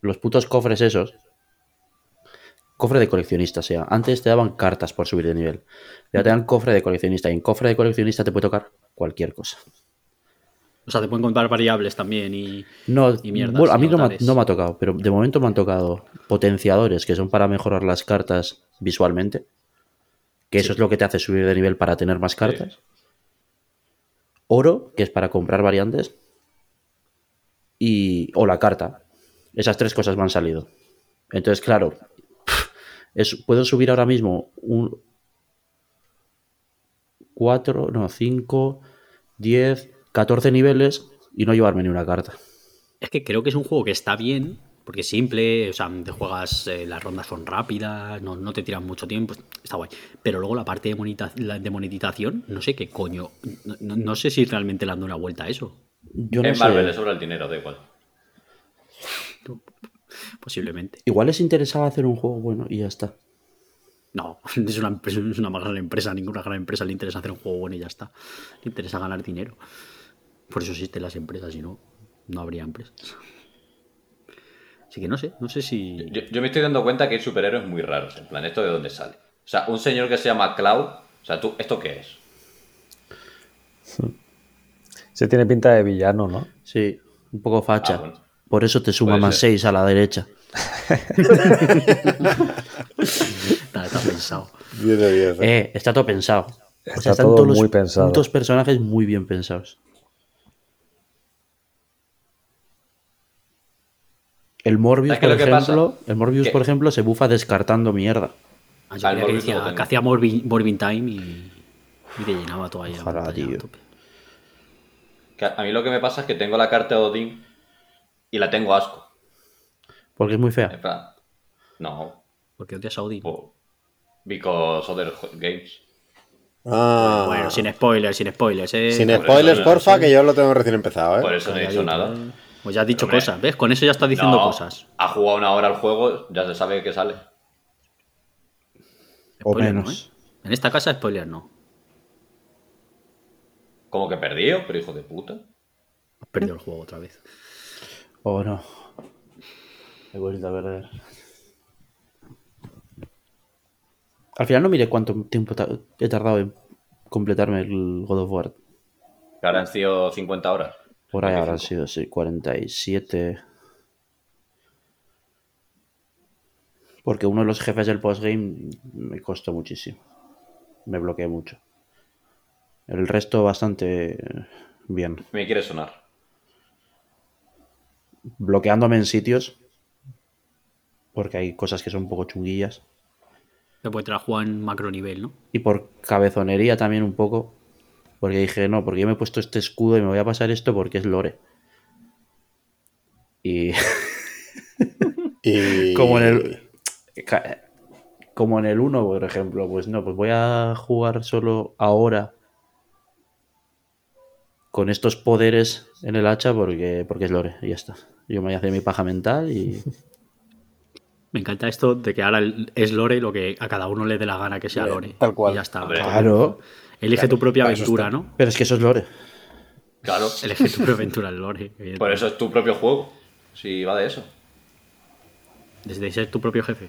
los putos cofres esos. Cofre de coleccionista, o sea. Antes te daban cartas por subir de nivel. Ya te dan cofre de coleccionista. Y en cofre de coleccionista te puede tocar cualquier cosa.
O sea, te pueden contar variables también y...
No,
y mierdas
bueno, a
y
mí no me, ha-
avatares.
no me ha tocado, pero de momento me han tocado potenciadores que son para mejorar las cartas visualmente. Que eso es lo que te hace subir de nivel para tener más cartas. Oro, que es para comprar variantes. Y. O la carta. Esas tres cosas me han salido. Entonces, claro. es- puedo subir ahora mismo un. 4, no, 5, 10, 14 niveles y no llevarme ni una carta.
Es que creo que es un juego que está bien, porque es simple, o sea, te juegas, eh, las rondas son rápidas, no, no te tiran mucho tiempo, está guay. Pero luego la parte de, monita- la de monetización, no sé qué coño, no, no- no sé si realmente le han dado una vuelta a eso,
Yo no
en
sé.
Marvel le sobra el dinero, da igual.
posiblemente.
Igual les interesaba hacer un juego bueno y ya está.
No, es una, empresa- es una gran empresa, a ninguna gran empresa le interesa hacer un juego bueno y ya está. Le interesa ganar dinero. Por eso existen las empresas, si no, no habría empresas. Así que no sé, no sé si...
Yo, yo me estoy dando cuenta que hay superhéroes muy raros. En plan, ¿esto de dónde sale? O sea, un señor que se llama Cloud. O sea, tú, ¿esto qué es?
Se tiene pinta de villano, ¿no?
Sí, un poco facha.
Ah, bueno.
Por eso te suma
Puede
más
ser.
6 a la derecha.
Está, está pensado.
Diez de diez, ¿eh?
Eh, está todo pensado.
Está todo muy pensado.
Dos personajes muy bien pensados. El Morbius,
Es que
por
lo que pasa-
ejemplo, el Morbius,
que-
por ejemplo, se bufa descartando mierda.
Ah, yo
Vale,
creía que,
Morbin no lo
decía,
tengo.
que hacía Morbin, Morbin Time y, y te llenaba toda ahí la
Ojalá,
pantalla a
tío.
tope.
Que a a mí lo que me pasa es que tengo la carta de Odín y la tengo asco.
Porque es muy
En
fea.
plan, no,
Porque odias a Odin.
po- because other jo- games.
Ah,
Bueno, sin spoilers, sin spoilers, eh.
sin
por
spoilers,
eso-
porfa, que yo lo tengo recién empezado, ¿eh?
Por eso no he dicho
Calladito,
nada.
eh. Pues ya has dicho
Hombre.
cosas, ¿ves? Con eso ya estás diciendo
No,
cosas.
Ha jugado una hora al juego, ya se sabe que sale.
O
Spoiler no,
menos.
¿eh? En esta casa, spoiler no.
Como que perdido, pero hijo de puta.
Has perdido el juego otra vez.
O no. He vuelto a perder. Al final no miré cuánto tiempo ta- he tardado en completarme el God of War.
Que ahora han sido 50 horas.
Por ahí habrán sido, sí, 47. Porque uno de los jefes del postgame me costó muchísimo. Me bloqueé mucho. El resto bastante bien.
Me quiere sonar.
Bloqueándome en sitios. Porque hay cosas que son un poco chunguillas.
Te puede traer a jugar en macro nivel, ¿no?
Y por cabezonería también un poco. Porque dije, no, porque yo me he puesto este escudo y me voy a pasar esto porque es lore. Y
Y...
como en el. ca- Como en el 1, por ejemplo, pues no, pues voy a jugar solo ahora con estos poderes en el hacha porque, porque es lore, y ya está. Yo me voy a hacer mi paja mental y.
Me encanta esto de que ahora el- es Lore lo que a cada uno le dé la gana que sea Lore.
tal cual.
Y ya está.
Hombre.
Claro.
Elige tu propia
Para eso
aventura,
está.
¿no?
Pero es que eso es lore.
Claro,
Elige tu propia aventura en Lore. evidentemente.
por eso es tu propio juego. Si va de eso.
Desde ser tu propio jefe.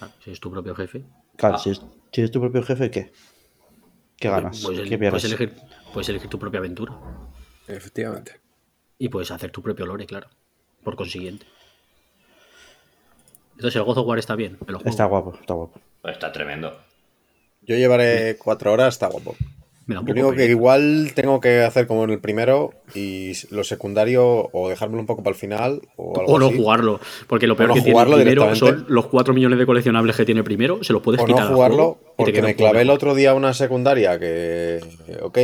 Ah, Si es tu propio jefe,
Claro, si, es, si es tu propio jefe, ¿qué? ¿Qué ganas?
puedes, Pues el-
¿Qué
puedes
pierdes?
elegir, puedes elegir tu propia aventura.
Efectivamente.
Y puedes hacer tu propio lore, claro. Por consiguiente. Entonces el God of War está bien. me lo juego.
Está guapo, está guapo.
Pues está tremendo.
Yo llevaré cuatro horas, está guapo.
Me da un
Lo
poco
único que
pena.
igual tengo que hacer como en el primero y lo secundario o dejármelo un poco para el final o algo
O no
así.
jugarlo. Porque lo peor
no
que tiene el
jugarlo
primero
directamente.
son los 4 millones de coleccionables que tiene primero. Se los puedes
o no
quitar. al
jugarlo
juego y te
porque
queda
me
un juego
clavé el
mejor.
otro día una secundaria que, que, ok,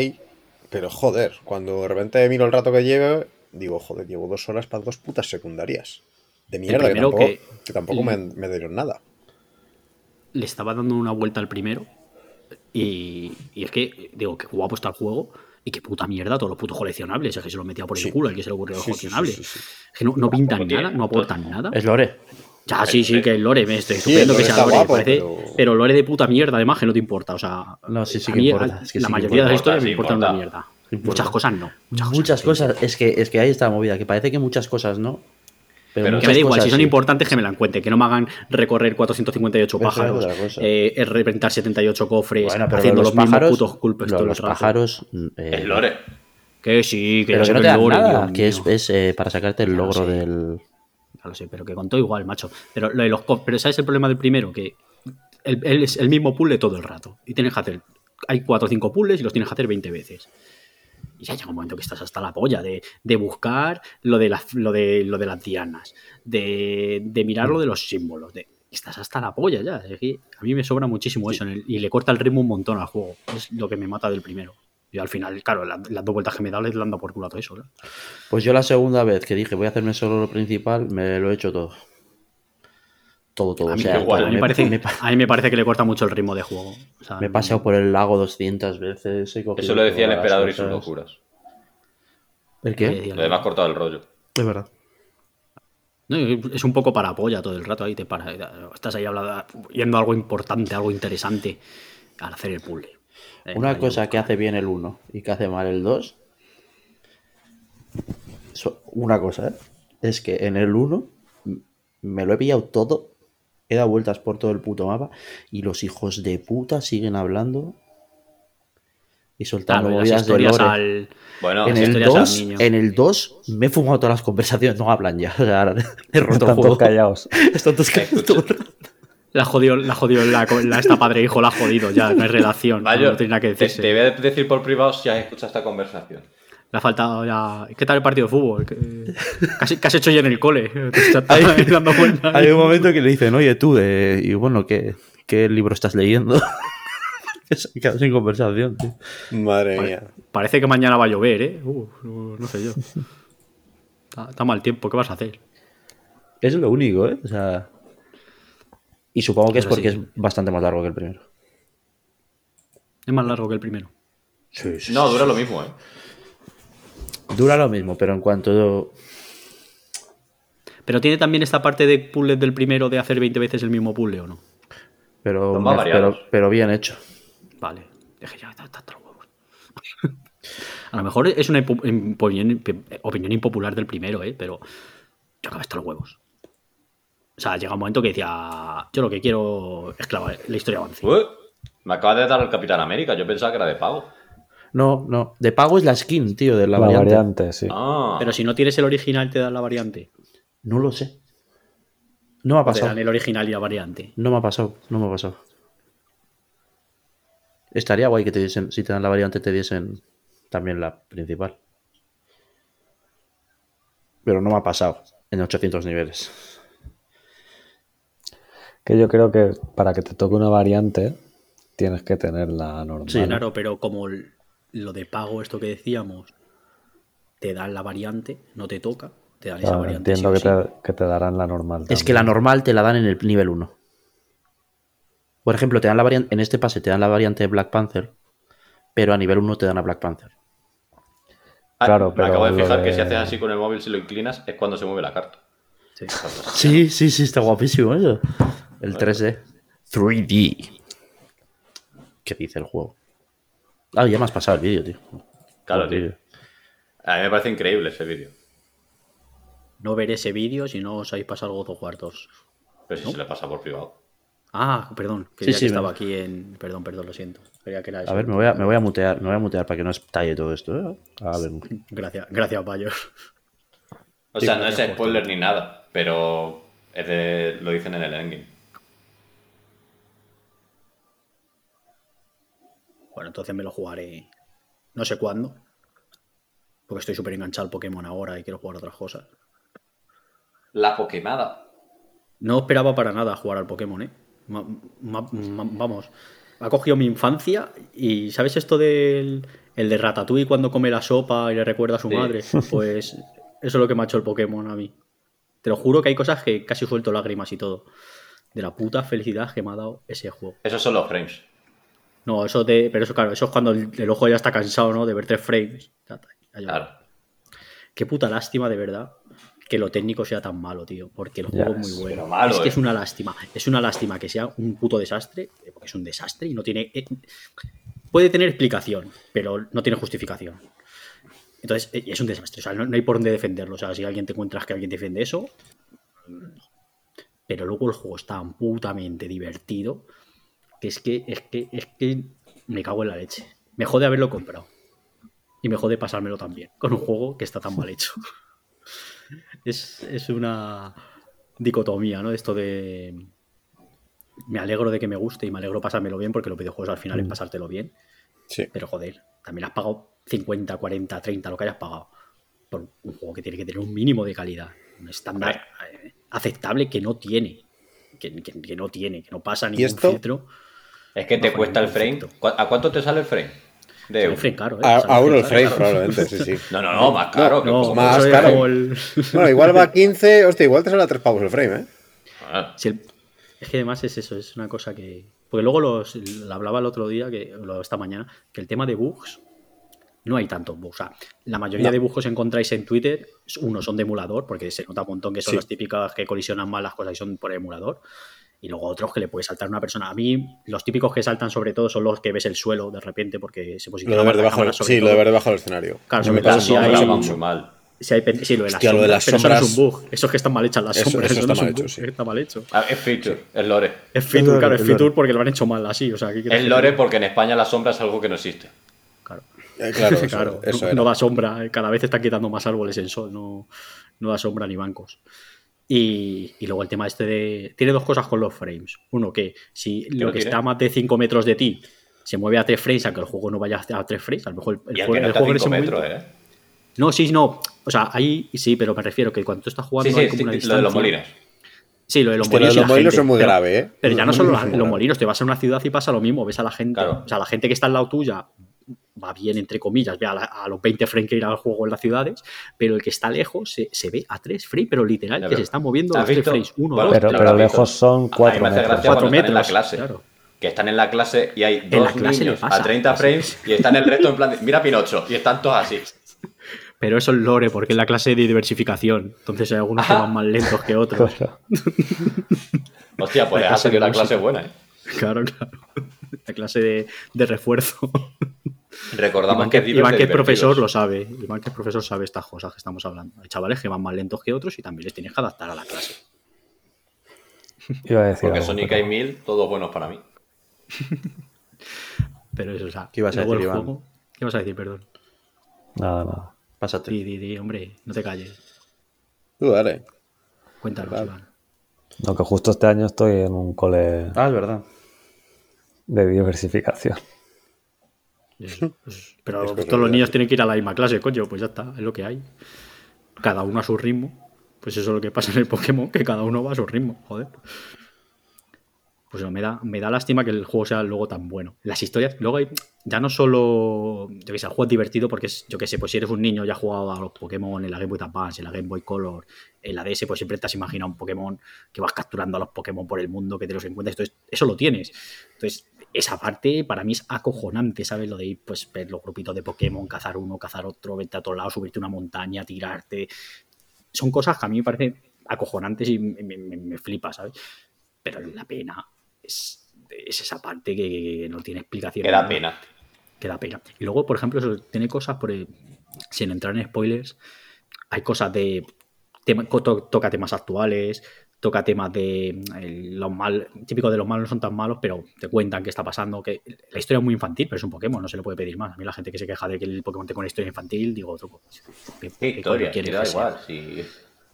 pero joder, cuando de repente miro el rato que llevo, digo, joder, llevo dos horas para dos putas secundarias. De mierda, que
primero
tampoco,
que-
que tampoco me, me dieron nada.
Le estaba dando una vuelta al primero. Y, y es que, digo, qué guapo está el juego. Y qué puta mierda todos los putos coleccionables. Es que se los metía por el
Sí.
culo el que se le ocurrió los
Sí, sí, sí,
coleccionables.
sí, sí.
Es que no, no pintan
tiene-
nada, no aportan nada.
Es lore.
Ya, sí, sí, que el lore, me estoy
Sí,
estupendo
el
que
lore
sea
está
lore,
guapo,
parece- pero...
pero-
lore de puta mierda, además, que no te importa, o sea...
No, sí, sí
a
que
mí,
importa,
a-
es que sí
la
que
mayoría de las
importa,
historias
sí
me importan una
importa.
mierda.
Sí importa.
Muchas cosas no. Muchas cosas.
Muchas
no.
cosas. Es que, es que ahí está la movida, que parece que muchas cosas no. Pero,
Pero
Que
muchas
me da igual,
cosas
si son
sí.
importantes que me la encuentren, que no me hagan recorrer 458
Eso es
pájaros,
otra cosa.
eh, eh, reventar 78 cofres,
Bueno, pero
haciendo
lo de
los, mismos
pájaros-
putos culpes
lo de
todo el
los
rato.
pájaros. mm, eh,
Es lore.
Que sí, que
Pero que
ya
no
sé
te dan
el lore,
nada,
Dios
que es,
mío.
es, eh, para sacarte el
Ya lo
logro
sé.
del.
Ya lo sé, pero que contó igual, macho. Pero lo de los co- pero ¿sabes el problema del primero? Que el, el- es el mismo puzzle todo el rato. Y tienes que hacer. Hay cuatro o cinco puzzles y los tienes que hacer 20 veces. Y ya llega un momento que estás hasta la polla de, de buscar lo de, las, lo, de, lo de las dianas, de, de mirar lo de los símbolos. De, estás hasta la polla ya. Es que a mí me sobra muchísimo eso en el- y le corta el ritmo un montón al juego. Es lo que me mata del primero. Y al final, claro, la- las dos vueltas que me da les dando por culo a todo eso. ¿no?
Pues yo la segunda vez que dije voy a hacerme solo lo principal, me lo he hecho todo. Todo, todo.
A
o
mí,
sea,
igual,
todo.
a mí
Me-
parece,
me pa-
a mí me parece que le corta mucho el ritmo de juego. O sea,
me he paseado por el lago 200 veces. he cogido
Eso lo decía el
todas las
emperador y sus
cosas.
locuras.
¿El
eh,
qué?
digo,
Lo demás cortado el rollo.
Es verdad.
no, es un poco para polla todo el rato ahí te para. Estás ahí hablando, yendo a algo importante, algo interesante al hacer el puzzle. Eh,
Una
ahí,
cosa que hace bien el 1 y que hace mal el 2. so- Una cosa, ¿eh? Es que en el 1 m- me lo he pillado todo. He dado vueltas por todo el puto mapa. Y los hijos de puta siguen hablando. Y
claro,
soltando
Ah, las
movidas de
historias
lore.
al-
Bueno,
En
las
el,
historias al
2,
niño.
en el 2 me he fumado todas las conversaciones. No hablan ya. O sea, ahora he roto el
Están todos
juego.
callados.
Están todos callados todo el rato.
La jodió, la jodió, la, la- esta padre hijo la ha jodido ya, no hay relación,
Mayor,
no tiene nada que
te,
decirse.
te voy a decir por privado si has escuchado esta conversación.
Le ha faltado ya... ¿Qué tal el partido de fútbol? ¿Qué, qué has- qué has hecho ya en el cole? eh, Te estás dando cuenta.
Hay un momento que le dicen, oye tú, de... y bueno, ¿qué, qué libro estás leyendo? Que se quedan sin conversación. tío.
Madre
Pare-
mía.
Parece que mañana va a llover, ¿eh? Uh, no no sé yo. Está, está mal tiempo, ¿qué vas a hacer?
Es lo único, ¿eh? O sea... Y supongo que es
Pero
porque
sí.
es bastante más largo que el primero.
Es más largo que el primero.
Sí, sí.
No, dura lo mismo, ¿eh?
Dura lo mismo, pero en cuanto...
Pero tiene también esta parte de puzzles del primero de hacer 20 veces el mismo puzzle, ¿o no?
Pero,
Son más variados.
pero, pero bien hecho.
Vale. Deje ya, ta- ta- hasta los huevos. A lo mejor es una impo- opinión, opinión impopular del primero, ¿eh? Pero yo acabo hasta los huevos. O sea, llega un momento que decía, yo lo que quiero es que la, la historia avance.
Uh, me acaba de dar el Capitán América, yo pensaba que era de pago.
No, no. De pago es la skin, tío, de la,
La,
variante.
variante. sí.
Ah,
Pero si no tienes el original, te dan la variante.
No lo sé. No me ha
Te
pasado.
dan el original y la variante.
No me ha pasado. No me ha pasado. Estaría guay que te diesen, si te dan la variante, te diesen también la principal. Pero no me ha pasado en 800 niveles.
Que yo creo que para que te toque una variante tienes que tener la normal.
Sí,
Claro, pero como l- lo de pago, esto que decíamos, te dan la variante, no te toca, te dan esa
Claro,
variante.
entiendo que,
sí o sí.
Te, que te darán la normal.
Es que la normal te la dan en el nivel 1. Por ejemplo, te dan la variante, en este pase te dan la variante de Black Panther, pero a nivel 1 te dan a Black Panther.
ah,
claro,
me
pero
acabo de
lo
fijar que
de-
si haces así con el móvil, si lo inclinas, es cuando se mueve la carta.
Sí.
Sí, sí, sí, está guapísimo eso. El 3D. 3D. ¿Qué dice el juego? Ah, ya me has pasado el vídeo, tío.
Claro,
El
tío.
vídeo.
A mí me parece increíble ese vídeo.
No veré ese vídeo si no os habéis pasado God of War 2.
Pero si se le pasa por privado.
Ah, perdón, que
Sí,
ya
sí,
que estaba
venga.
aquí en. Perdón, perdón, lo siento. Creía que era
A
eso.
ver, me voy a, me voy a mutear, me voy a mutear para que no estalle todo esto. ¿eh? A ver.
Gracias, gracias, Bayor.
O
Sí,
sea,
me
no es
parece
spoiler ni nada, pero es de- lo dicen en el endgame.
Bueno, entonces me lo jugaré no sé cuándo. Porque estoy súper enganchado al Pokémon ahora y quiero jugar a otras cosas.
La Pokémada.
No esperaba para nada jugar al Pokémon, ¿eh? Ma- ma- ma- vamos, ha cogido mi infancia y ¿sabes esto del el de Ratatouille cuando come la sopa y le recuerda a su
Sí.
madre? Pues eso es lo que me ha hecho el Pokémon a mí. Te lo juro que hay cosas que casi suelto lágrimas y todo. De la puta felicidad que me ha dado ese juego.
Esos son los frames.
No, eso de. Pero eso, claro, eso es cuando el, el ojo ya está cansado, ¿no? De ver tres frames. Ya está, ya lloró.
Claro.
Qué puta lástima, de verdad, que lo técnico sea tan malo, tío. Porque el
Ya
juego
ves,
es muy bueno.
pero malo,
es que
eh.
es una lástima. Es una lástima que sea un puto desastre. Porque es un desastre y no tiene. eh, puede tener explicación, pero no tiene justificación. Entonces, eh, es un desastre. O sea, no, no hay por dónde defenderlo. O sea, si alguien te encuentras que alguien defiende eso. no. Pero luego el juego es tan putamente divertido que es que, es que, es que me cago en la leche. Me jode haberlo comprado. Y me jode pasármelo también con un juego que está tan mal hecho. Es, es una dicotomía, ¿no? Esto de. Me alegro de que me guste y me alegro pasármelo bien porque los videojuegos al
Mm.
final es pasártelo bien.
Sí.
Pero joder, también has pagado 50, 40, 30, lo que hayas pagado. Por un juego que tiene que tener un mínimo de calidad. Un estándar eh, aceptable que no tiene. Que, que- que no tiene, que no pasa ningún
esto?
filtro.
Es que te
Bajo
cuesta el
ningún
frame.
concepto.
¿Cu- ¿A cuánto te sale el frame? De
Sale
euro.
frame caro, ¿eh?
A,
Sale
a uno el
frame
frame,
caro.
probablemente, sí, sí.
No, no, no, más caro. que
No,
un poco
más
eso es
caro.
como el-
Bueno, igual va a 15, hostia, igual te sale a 3 pavos el frame, ¿eh?
Ah,
Si el- Es que además es eso, es una cosa que. Porque luego los, lo hablaba el otro día, que lo- esta mañana, que el tema de bugs, no hay tantos bugs. O sea, la mayoría
No.
de bugs que encontráis en Twitter, unos son de emulador, porque se nota un montón que son
Sí.
las típicas que colisionan mal las cosas y son por emulador. Y luego otros que le puede saltar una persona. A mí, los típicos que saltan sobre todo son los que ves el suelo de repente porque se posiciona
Lo de ver
mal la
debajo,
cámara
del-
sobre
sí, lo
todo.
de ver debajo del escenario.
Claro,
No
sobre
me
todo
pasa
las
si
nada.
sombras
hay-
van muy mal.
Sí, hay pen- sí, lo de las
Hostia, lo de
sombras,
las
pero eso no es un
sombras-
bug. Eso es que están mal hechas las
Eso-
sombras.
eso
Eso, no es
está
un
mal
bug,
hecho, sí.
está mal hecho.
Ah, es feature, es lore.
Es
Es
Fitur,
lore,
claro, es
es lore.
Fitur porque lo han hecho mal así. O sea, ¿qué quieres
Es
que
lore
te
porque en España la sombra es algo que no existe.
diga? Claro,
Eh, claro, eso,
claro,
eso
no,
era.
no da sombra. eh, Cada vez están quitando más árboles en sol. No, no da sombra ni bancos. Y, y luego el tema este de... Tiene dos cosas con los frames. Uno, que si lo
lo
que
tiene.
está a más de 5 metros de ti se mueve a 3 frames, aunque el juego no vaya a 3 frames, a lo mejor el, el
Y al
juego,
que no
el
está a
juego en ese
5 metros,
momento-
¿eh?
No, sí, no. O sea, ahí sí, pero me refiero que cuando tú estás jugando
Sí,
hay
sí,
como
sí,
una
lo de los
distancia.
molinos.
Sí, lo de los
Hostia, lo
molinos.
de
y
los
la
molinos
gente.
es muy
Pero-
grave, ¿eh?
Pero ya no
Los
solo
molinos
la-
es muy
los
grave.
molinos, te vas a una ciudad y pasa lo mismo, ves a la gente.
Claro.
O sea, la gente que está al lado tuya va bien, entre comillas, ve a, la- a los 20 frames que irá al juego en las ciudades, pero el que está lejos se, se ve a tres frames, pero literal,
Ya,
que
pero-
se están moviendo
¿Has
los 3
visto?
frames. Uno,
Bueno,
dos,
Pero,
te lo
pero
habrás
lejos
visto.
son
a mí
4
me hace
metros.
gracia cuando
Cuatro
están en la
metros,
clase.
claro.
Que están en la clase y hay
la
dos
clase le
niños
pasa,
a 30
así.
frames y están el resto en plan de, mira Pinocho, y están todos así.
Pero eso es lore, porque es la clase de diversificación. Entonces hay algunos que
Ajá.
van más lentos que otros.
Claro.
Hostia, pues
La
les ha
clase de
salido la clase
música.
buena, ¿eh?
Claro, claro. La clase de, de refuerzo.
Recordamos
Iván,
que
que,
es Divers
Iván,
de
que es profesor, lo
divertidos.
sabe. Iván, que es profesor, sabe estas cosas que estamos hablando. Hay chavales que van más lentos que otros y también les tienes que adaptar a la clase.
Iba a decir
Porque
algo,
Sonic
pero-
y 1000, todos buenos para mí.
Pero eso, o sea,
¿Qué ibas a
luego
decir,
el
Iván?
juego- ¿Qué vas a decir, perdón?
Nada, nada.
Pásate.
Di, di, di, hombre, no te calles.
Tú dale.
Cuéntanos,
Vale.
Iván.
No, que justo este año estoy en un cole
Ah, es verdad.
de diversificación.
Eso, pues, pero
Es cosa
todos los
de-
niños tienen que ir a la misma clase, coño, pues ya está, es lo que hay. Cada uno a su ritmo. Pues eso es lo que pasa en el Pokémon, que cada uno va a su ritmo, joder. Pues no, me da, me da lástima que el juego sea luego tan bueno. Las historias, luego hay, ya no solo, yo que sé, el juego es divertido porque, es, yo que sé, pues si eres un niño ya has jugado a los Pokémon en la Game Boy Advance, en la Game Boy Color, en la DS, pues siempre te has imaginado un Pokémon que vas capturando a los Pokémon por el mundo, que te los encuentras, entonces eso lo tienes. Entonces, esa parte para mí es acojonante, ¿sabes? Lo de ir, pues, ver los grupitos de Pokémon, cazar uno, cazar otro, vete a todos lados, subirte a una montaña, tirarte. Son cosas que a mí me parecen acojonantes y me, me- me- me flipa, ¿sabes? Pero la pena es, es esa parte que, que no tiene explicación.
Que da
¿no?
pena.
que da pena. Y luego, por ejemplo, eso, tiene cosas, por, el- sin entrar en spoilers, hay cosas de. tema- co- to- toca temas actuales, toca temas de. mm, el- los mal, típico de los malos no son tan malos, pero te cuentan qué está pasando. que La historia es muy infantil, pero es un Pokémon, no se le puede pedir más. A mí la gente que se queja de que el Pokémon te con historia infantil, digo, otro. ¿Qué,
Qué
qué
historia,
coño quieres
que da
que sea?
igual. Si...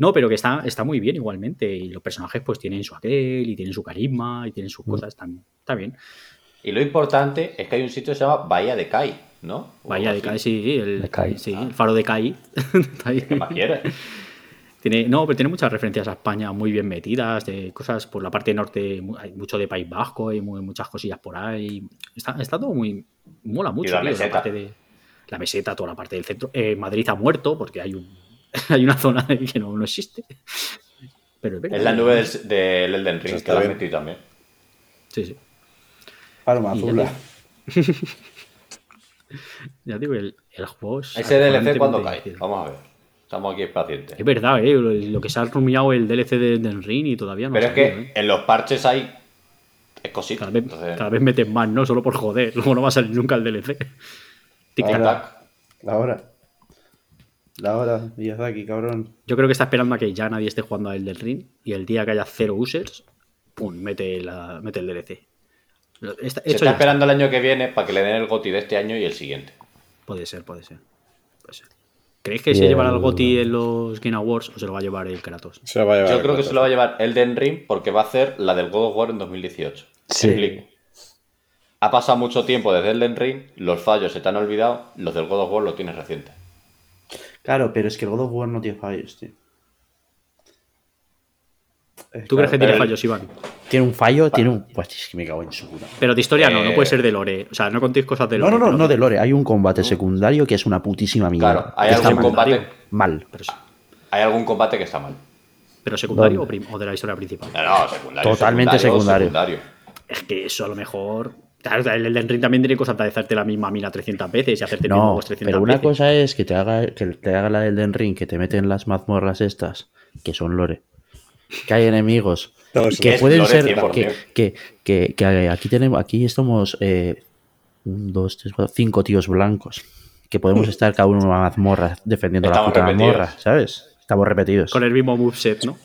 No, pero que está, está muy bien igualmente. Y los personajes, pues tienen su aquel, y tienen su carisma, y tienen sus
Mm.
cosas. Están, está bien.
Y lo importante es que hay un sitio que se llama Bahía de Kai, ¿no? O
Bahía de
algo
Kai,
así.
sí, el,
De Kai.
sí, el faro de Kai. Está ahí.
¿Qué más quieres?
Tiene, no, pero tiene muchas referencias a España muy bien metidas, de cosas por la parte norte, mu- hay mucho de País Vasco, hay mu- muchas cosillas por ahí. Está, está todo muy. Mola mucho,
la
tío,
meseta.
parte de. La meseta, toda la parte del centro. Eh, Madrid ha muerto porque hay un hay una zona ahí que no, no existe. Pero verdad.
Es la nube del, del Elden
Pues
Ring,
está
que la
bien.
metí también.
Sí, sí.
Palma
Y ya
azul.
está. Ya digo, el, el juego es.
Ese DLC cuando
acojonantemente
cae.
difícil.
Vamos a ver. Estamos aquí pacientes.
Es verdad, eh, lo, lo que se ha rumiado el DLC de Elden Ring y todavía no
Pero
ha
es
salido,
que
eh.
en los parches hay es cosita.
Cada vez,
Entonces,
cada vez meten más, ¿no? Solo por joder. Luego no va a salir nunca el DLC. Tic-tac.
tic-tac.
La hora. La hora. Y está aquí, cabrón.
Yo creo que está esperando a que ya nadie esté jugando a Elden Ring y el día que haya cero users, pum, mete, la, mete el DLC. Lo- Está,
Se
hecho
está
ya
esperando el año que viene para que le den el goti de este año y el siguiente.
está. Puede ser, puede ser. Puede ser. ¿Creéis que
Y
se llevará el
el-
GOTY en los Game Awards o se lo va a llevar el Kratos?
Se lo va a llevar
Yo
el
creo que
Kratos.
se lo va a llevar Elden Ring porque va a hacer la del God of War en 2018.
Sí.
Explico. Ha pasado mucho tiempo desde Elden Ring, los fallos se te han olvidado, los del God of War los tienes recientes.
Claro, pero es que el God of War no tiene fallos, tío. Es claro,
¿Tú crees que tiene
el-
fallos, Iván?
Tiene un fallo, tiene un. Pues es que me cago en su puta.
Pero de historia no, no
Eh,
puede ser de Lore. O sea, no contéis cosas de
No,
Lore.
no, no,
pero-
no de Lore. Hay un combate secundario que es una putísima mierda.
Claro, hay
Que está
algún
mal.
combate,
Mal.
Pero,
hay algún combate que está mal.
pero secundario o,
¿Dónde?
prim- o de la historia principal.
No, no, secundario.
Totalmente
secundario.
Es que eso a lo mejor. Claro, el Elden Ring también tiene cosas de hacerte la misma mina 300 veces y hacerte el mismo
No,
boss 300
pero una
veces.
cosa es que te haga, que te haga la del Den Ring, que te meten las mazmorras estas, que son lore, que hay enemigos,
No,
y
eso
que
Pues es
pueden
lore
ser,
100%.
que, que- que- que aquí tenemos, aquí estamos eh, un, dos, tres, cuatro, cinco tíos blancos, que podemos estar cada uno en una mazmorra defendiendo
Hmm. Estamos
la puta
repetidos.
mazmorra, ¿sabes? Estamos repetidos.
Con el mismo moveset, ¿no?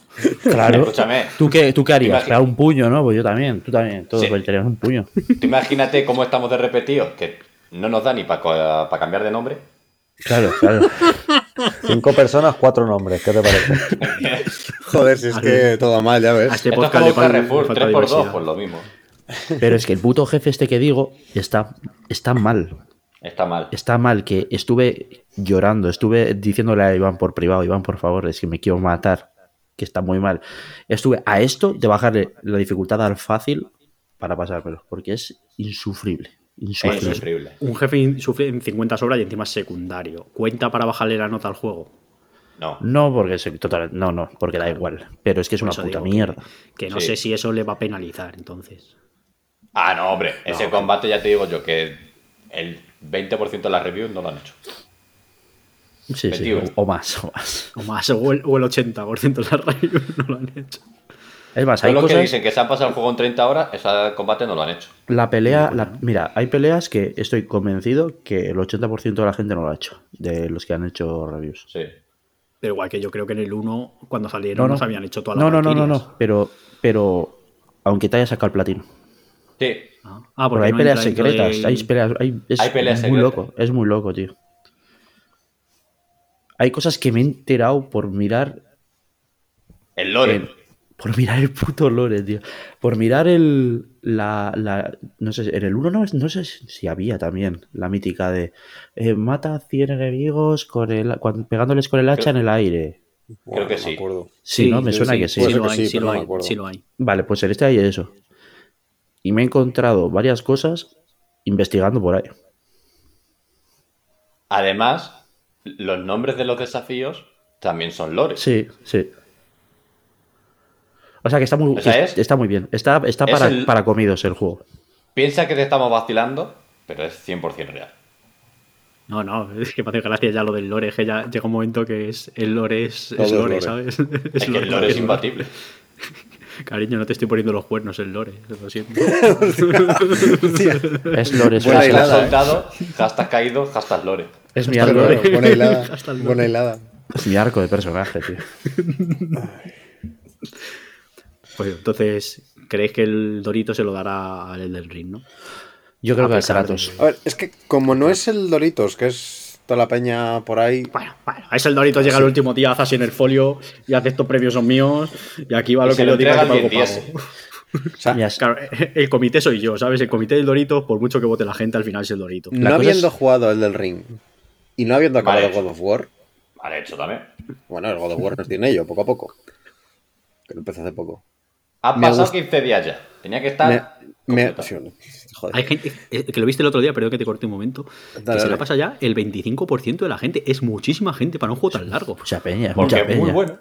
Claro.
Escúchame.
¿Tú qué, ¿Tú qué harías?
Imagina-
Pegar un puño, ¿no? Pues yo también, tú también, todos
Sí.
voltearían un puño.
Tú imagínate cómo estamos de repetidos, que no nos da ni para cambiar de nombre.
Claro, claro.
Cinco personas, cuatro nombres. ¿Qué te parece?
Joder, si es que todo mal, ya
A
ves.
este
Esto es
podcast
como
le
un
fal- le
Carrefour,
falta
3x2,
diversidad.
pues lo mismo.
Pero es que el puto jefe este que digo está, está mal.
Está mal.
Está mal que estuve llorando, estuve diciéndole a Iván por privado, Iván, por favor, es que me quiero matar, que está muy mal. Estuve a esto de bajarle la dificultad al fácil para pasármelo, porque es insufrible.
Es
Insufrible.
insufrible.
Un jefe in- sufre en 50 sobras y encima es secundario. Cuenta para bajarle la nota al juego.
No.
No, porque se- total, no, no, porque da igual. Pero es que es
Por
una
eso
puta
digo que-
mierda.
Que no
Sí.
sé si eso le va a penalizar, entonces.
Ah, no, hombre. Ese combate ya te digo yo que el 20% de las reviews no lo han hecho.
Sí, sí,
Metido.
o, o más, o más.
O más, o el, o el 80% de las reviews no lo han hecho.
Es más, hay
Todos los que
cosas...
dicen que se han pasado el juego en 30 horas, ese combate no lo han hecho.
La pelea, la- mira, hay peleas que estoy convencido que el 80% de la gente no lo ha hecho, de los que han hecho reviews.
Sí.
Pero igual que yo creo que en el 1, cuando salieron, nos habían hecho todas las
no, no, no, no,
valquirias.
no, pero, pero aunque te haya sacado el platino.
Sí.
Ah,
Porque
porque
hay
no
peleas
entra dentro
secretas,
del-
hay peleas, hay, es
Hay peleas
muy
secretas.
loco, es muy loco, tío. Hay cosas que me he enterado por mirar
El lore.
el- por mirar el puto lore, tío. Por mirar el. La, la- no sé, en el 1 no, no sé si había también la mítica de. eh, mata a 100 enemigos con el, cuan- pegándoles con el hacha en el aire.
Creo que sí.
Me acuerdo.
Sí,
Sí,
¿no? Me
sí,
suena
sí,
que sí.
puede
Sí Pues
ser
lo
que
hay,
sí,
sí
pero no
lo
me
hay,
acuerdo.
sí lo hay.
Vale, pues en este hay eso. Y me he encontrado varias cosas investigando por ahí.
Además, los nombres de los desafíos también son lores.
Sí, sí. O sea que está muy,
O sea,
que
es-
está muy bien. Está, está
es
para,
el-
para comidos el juego.
Piensa que te estamos vacilando, pero es 100% real.
No, no, es que me hace gracia ya lo del lore, que ya llega un momento que es el lore es,
Todo
es
es
lore,
lore.
¿sabes?
Es, que el lore es imbatible.
Cariño, no te estoy poniendo los cuernos, el lore, lo siento.
Es lore, es, es-
Buena
Hashtag
hilada,
soldado, hashtag caído, hashtag lore.
es mi,
Pero
arco,
bueno, buena hilada.
Hasta el lore.
Buena hilada.
es mi arco de personaje, tío.
Pues entonces, ¿creéis que el Dorito se lo dará al del Ring, no?
Yo creo
A
que al
pesar
Kratos.
A ver, es que como no es el Doritos, que es toda la peña por ahí.
Bueno, bueno, es el Dorito, llega el último día, hace así en el folio y hace estos premios son míos y aquí va
Y
lo
se
que
lo
yo diga
entrega
que
alguien
pago, pago.
diez.
O sea,
Mira, es-
Claro, el comité soy yo, ¿sabes? El comité del Dorito, por mucho que vote la gente, al final es el Dorito.
la
no
cosa
habiendo
es-
jugado el del Ring y no habiendo acabado
Vale.
God of War,
Vale, hecho también.
bueno, el God of War nos tiene ello, poco a poco. Que lo empezó hace poco.
Han
Me
pasado
gusta-
15 días ya. Tenía que
Me-
estar.
me-
completado.
sí, joder.
Hay gente eh, que lo viste el otro día, perdón que te corté un momento, que
dale.
se le pasa ya el 25% de la gente. Es muchísima gente para un juego tan largo.
Mucha peña, es
Porque
mucha
es
peña.
muy bueno.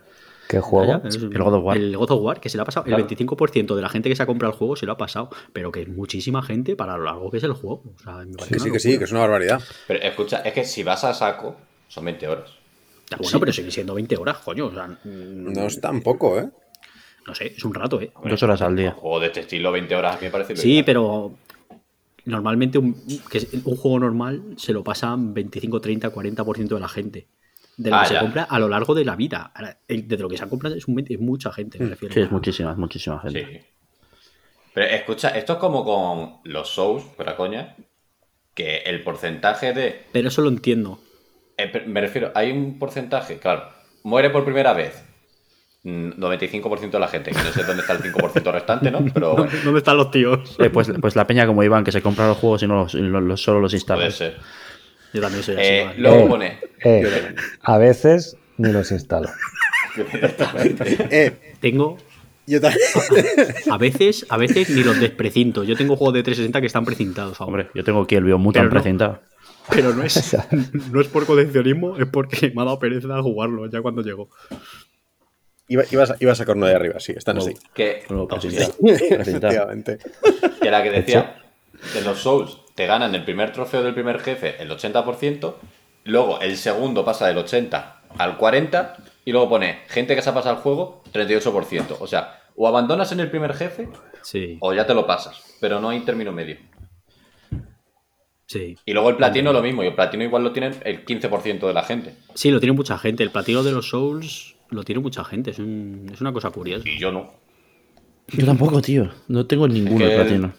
¿Qué juego?
Ya, ya, es-
Pues El God of War.
El God of War, que se le ha pasado.
Claro.
El 25% de la gente que se ha comprado el juego se lo ha pasado, pero que es muchísima gente para lo largo que es el juego. O sea, me parece
Que
una
sí, que sí, que
locura.
es una barbaridad.
Pero escucha, es que si vas a saco, son 20 horas.
Ya, bueno, pero siguen siendo 20 horas, coño. O sea, mm,
No es tan poco, ¿eh?
no sé, es un rato, ¿eh?
Hombre,
Dos horas al día.
Un juego de este estilo, 20 horas, a mí me parece. lo
Sí,
ideal.
pero normalmente un, que es- un juego normal se lo pasan 25, 30, 40% de la gente. De lo
Ah,
que se
ya.
compra a lo largo de la vida. Ahora, el- De lo que se ha comprado es, un 20 es mucha gente, me refiero.
Mm, Sí, es muchísima, es muchísima gente.
Sí. Pero escucha, esto es como con los shows, fuera coña, que el porcentaje de.
Pero eso lo entiendo.
eh, per- me refiero, hay un porcentaje, claro, muere por primera vez. mm, 95% de la gente, que no sé dónde está el 5% restante, ¿no? Pero bueno,
¿Dónde están los tíos?
Eh, pues, pues la peña como Iván, que se compra los juegos y no los, y lo- lo- solo los instala.
puede ser.
Yo también soy así.
Eh,
vale.
luego
Eh,
pone.
Eh, a veces ni los instalo.
Eh,
Tengo.
yo también.
A veces, a veces ni los desprecinto. Yo tengo juegos de 360 que están precintados, ahora.
Hombre, yo tengo aquí el Biomutant
Pero no.
presentado.
Pero no es, no es por coleccionismo, es porque me ha dado pereza jugarlo ya cuando llegó.
Iba, iba, a, sa- iba a sacar uno de arriba, sí, están así.
Que,
Nuevo presentado.
hostia,
presentado.
Efectivamente.
que la que decía, de los Souls te ganan el primer trofeo del primer jefe el 80%, luego el segundo pasa del 80 al 40 y luego pone gente que se ha pasado el juego 38%. O sea, o abandonas en el primer jefe
Sí,
o ya te lo pasas, pero no hay término medio.
sí.
Y luego el platino lo mismo, y el platino igual lo tienen el 15% de la gente.
Sí, lo tiene mucha gente. El platino de los Souls lo tiene mucha gente. Es, un- es una cosa curiosa.
Y yo no.
Yo tampoco, tío. No tengo ninguno
que
de platino.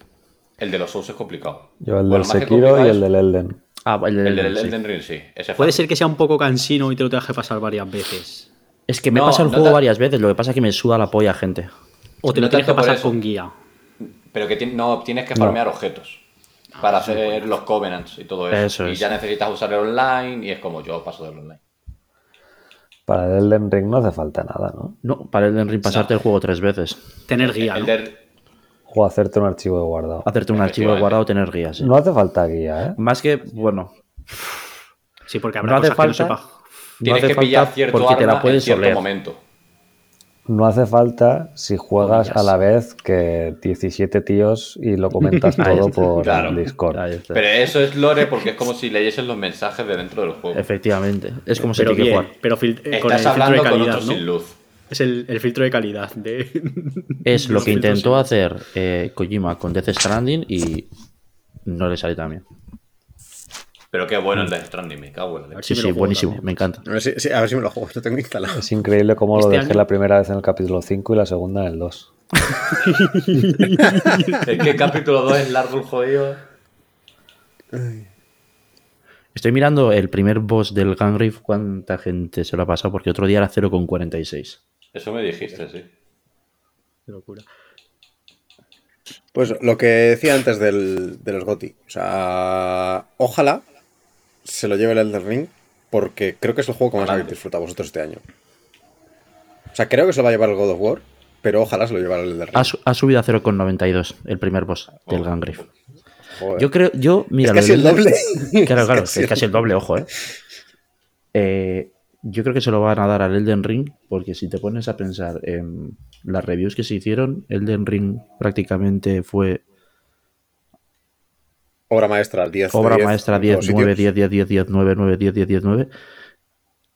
El de los Souls es complicado.
Yo el
Bueno,
del
más que
Sekiro y
complicado
el
es-
del Elden.
Ah, el de
El del
Elden Ring, sí.
Elden Ring, sí. Ese
Puede
fácil.
ser que sea un poco cansino y te lo tengas que pasar varias veces.
Es que me
No,
he pasado el
no
juego
te-
varias veces, lo que pasa es que me suda la polla, gente.
O te
No
lo tienes que
tanto por
pasar
eso.
con guía.
Pero que ti- no, tienes que farmear objetos para hacer los covenants y todo eso.
Eso
y
es.
ya necesitas usar el online y es como yo paso del online.
Para el Elden Ring no hace falta nada, ¿no?
No, para Elden Ring pasarte el juego tres veces.
Tener guía,
El
¿no?
del-
O hacerte un archivo de guardado.
Hacerte un archivo
Efectivamente.
guardado, tener guías. sí.
No hace falta guía, ¿eh?
Más que, bueno,
Sí, porque habrá
no hace
cosas
falta.
que no sepa.
no
tienes
hace
que
falta
pillar cierto
porque
arma
te la
en
puedes
cierto
oler.
momento.
No hace falta si juegas
Comillas.
a la vez que 17 tíos y lo comentas todo por
Claro.
Discord.
Ahí está.
Pero eso es lore porque es como si leyeses los mensajes de dentro del juego.
Efectivamente, es como se
Pero
tiene que
bien,
jugar.
pero fil- eh, con el filtro
Estás
de
hablando con
calidad,
otros
¿no?
sin luz.
Es el, el filtro de calidad de...
Es lo
los
que
filtros
intentó
sin-
hacer eh, Kojima con Death Stranding y no le sale tan bien.
Pero qué bueno el Death Stranding, me cago en la
A ver
leche.
Sí,
si me
sí,
lo juego
buenísimo,
también.
me encanta.
A ver si, sí, a ver si me lo juego, lo tengo instalado.
Es increíble cómo lo
Este
dejé
año-
la primera vez en el capítulo 5 y la segunda en el 2.
Es que el capítulo 2 es largo el jodido.
Estoy mirando el primer boss del Gang Reef, cuánta gente se lo ha pasado, porque otro día era 0,46.
Eso me dijiste, sí.
Qué locura.
Pues lo que decía antes del, de los GOTI. O sea, ojalá se lo lleve el Elden Ring, porque creo que es el juego que más habéis disfrutado vosotros este año. O sea, creo que se lo va a llevar el God of War, pero ojalá se lo lleve el Elden Ring.
Ha, su- ha subido a 0,92 el primer boss del Gang Reef.
Joder.
Yo creo, yo, mira,
Oh. es
lo
casi
del
el
Elden-
doble.
Claro, claro, es
casi el
casi el doble, ojo, ¿eh? Eh, Yo creo que se lo van a dar al Elden Ring, porque si te pones a pensar en las reviews que se hicieron, Elden Ring prácticamente fue
Obra maestra, 10. de
obra
10,
maestra
en todos
10, 9,
sitios.
10, 10, 10, 10, 9, 9, 10, 10, 10, 9.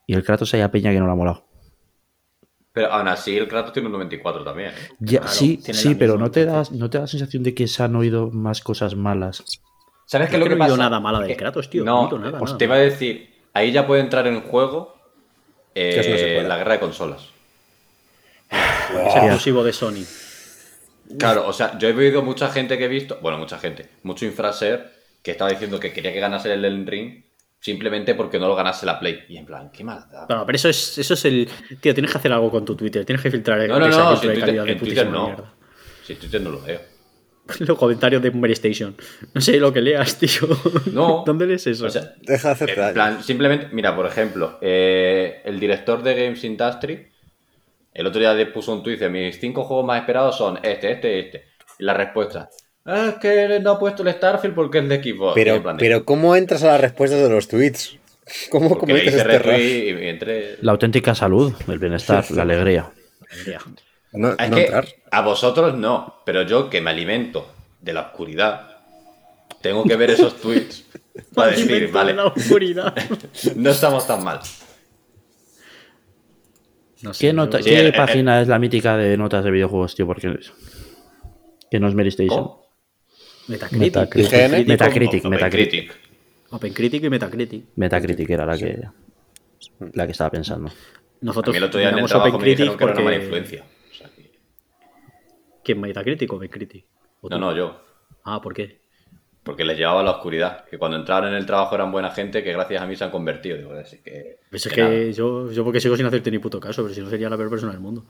Y el Kratos hay a Peña que no lo ha molado.
Pero aún así, el Kratos tiene un 94 también. ¿eh?
Ya,
Claro,
sí,
tiene
sí,
la
pero
misma
no te, das, no te da la sensación de que se han oído más cosas malas.
¿Sabes
Yo
qué es lo
es
que
que no he oído
pasa?
nada malo del
Que-
Kratos, tío, no he
No,
oído nada,
pues
nada.
te iba a decir, ahí ya puede entrar en juego eh,
Que es una secuela.
la guerra de consolas.
Ah.
Es exclusivo de Sony.
Claro, o sea, yo he visto mucha gente que he visto, bueno, mucha gente, mucho infraser que estaba diciendo que quería que ganase el Elden Ring simplemente porque no lo ganase la Play. Y en plan, qué maldad.
Bueno, pero eso es, eso es el... Tío, tienes que hacer algo con tu Twitter. Tienes que filtrar el
No, no,
esa
no,
filtro
si en
de calidad
Twitter,
de
en Twitter
putísima
no.
mierda.
Si en Twitter no lo veo.
Los comentarios de Boomer Station. No sé lo que leas, tío.
No.
¿Dónde lees eso?
O sea,
Deja de hacerte
En
daño.
plan, simplemente, mira, por ejemplo, eh, el director de Games Industry el otro día le puso un tweet de mis cinco juegos más esperados son este, este, este. Y la respuesta, "Ah, es que no ha puesto el Starfield porque es de Xbox. Y en
Pero,
Oh, plan de,
pero ¿cómo entras a las respuestas de los tweets? ¿Cómo
porque le
cometes
hice
este
retweet
error?
y y entré.
La auténtica salud, el bienestar, la alegría.
Mira,
No,
Es
no
que
entrar.
a vosotros no, pero yo que me alimento de la oscuridad, tengo que ver esos tweets para decir,
Alimento de
vale,
la oscuridad.
no estamos tan mal.
No sé,
¿Qué, nota-
yo-
sí,
qué
el- el-
página es la mítica de notas de videojuegos, tío? Porque que no es Mary Station.
¿Cómo?
Metacritic.
Metacritic.
IGN.
Metacritic,
Open
Metacritic.
Critic.
OpenCritic y Metacritic.
Metacritic era la que, la que estaba pensando.
A
Nosotros
mí el otro día en el
miramos
trabajo me dijeron que era una
porque-
mala influencia. O sea, que-
¿Quién Metacritic o Metacritic? ¿O
No,
tú?
no, yo.
Ah, ¿por qué?
Porque les llevaba a la oscuridad. Que cuando entraron en el trabajo eran buena gente que gracias a mí se han convertido. Digo, así que,
Pues es
que nada.
que yo, yo porque sigo sin hacerte ni puto caso, pero si no sería la peor persona del mundo.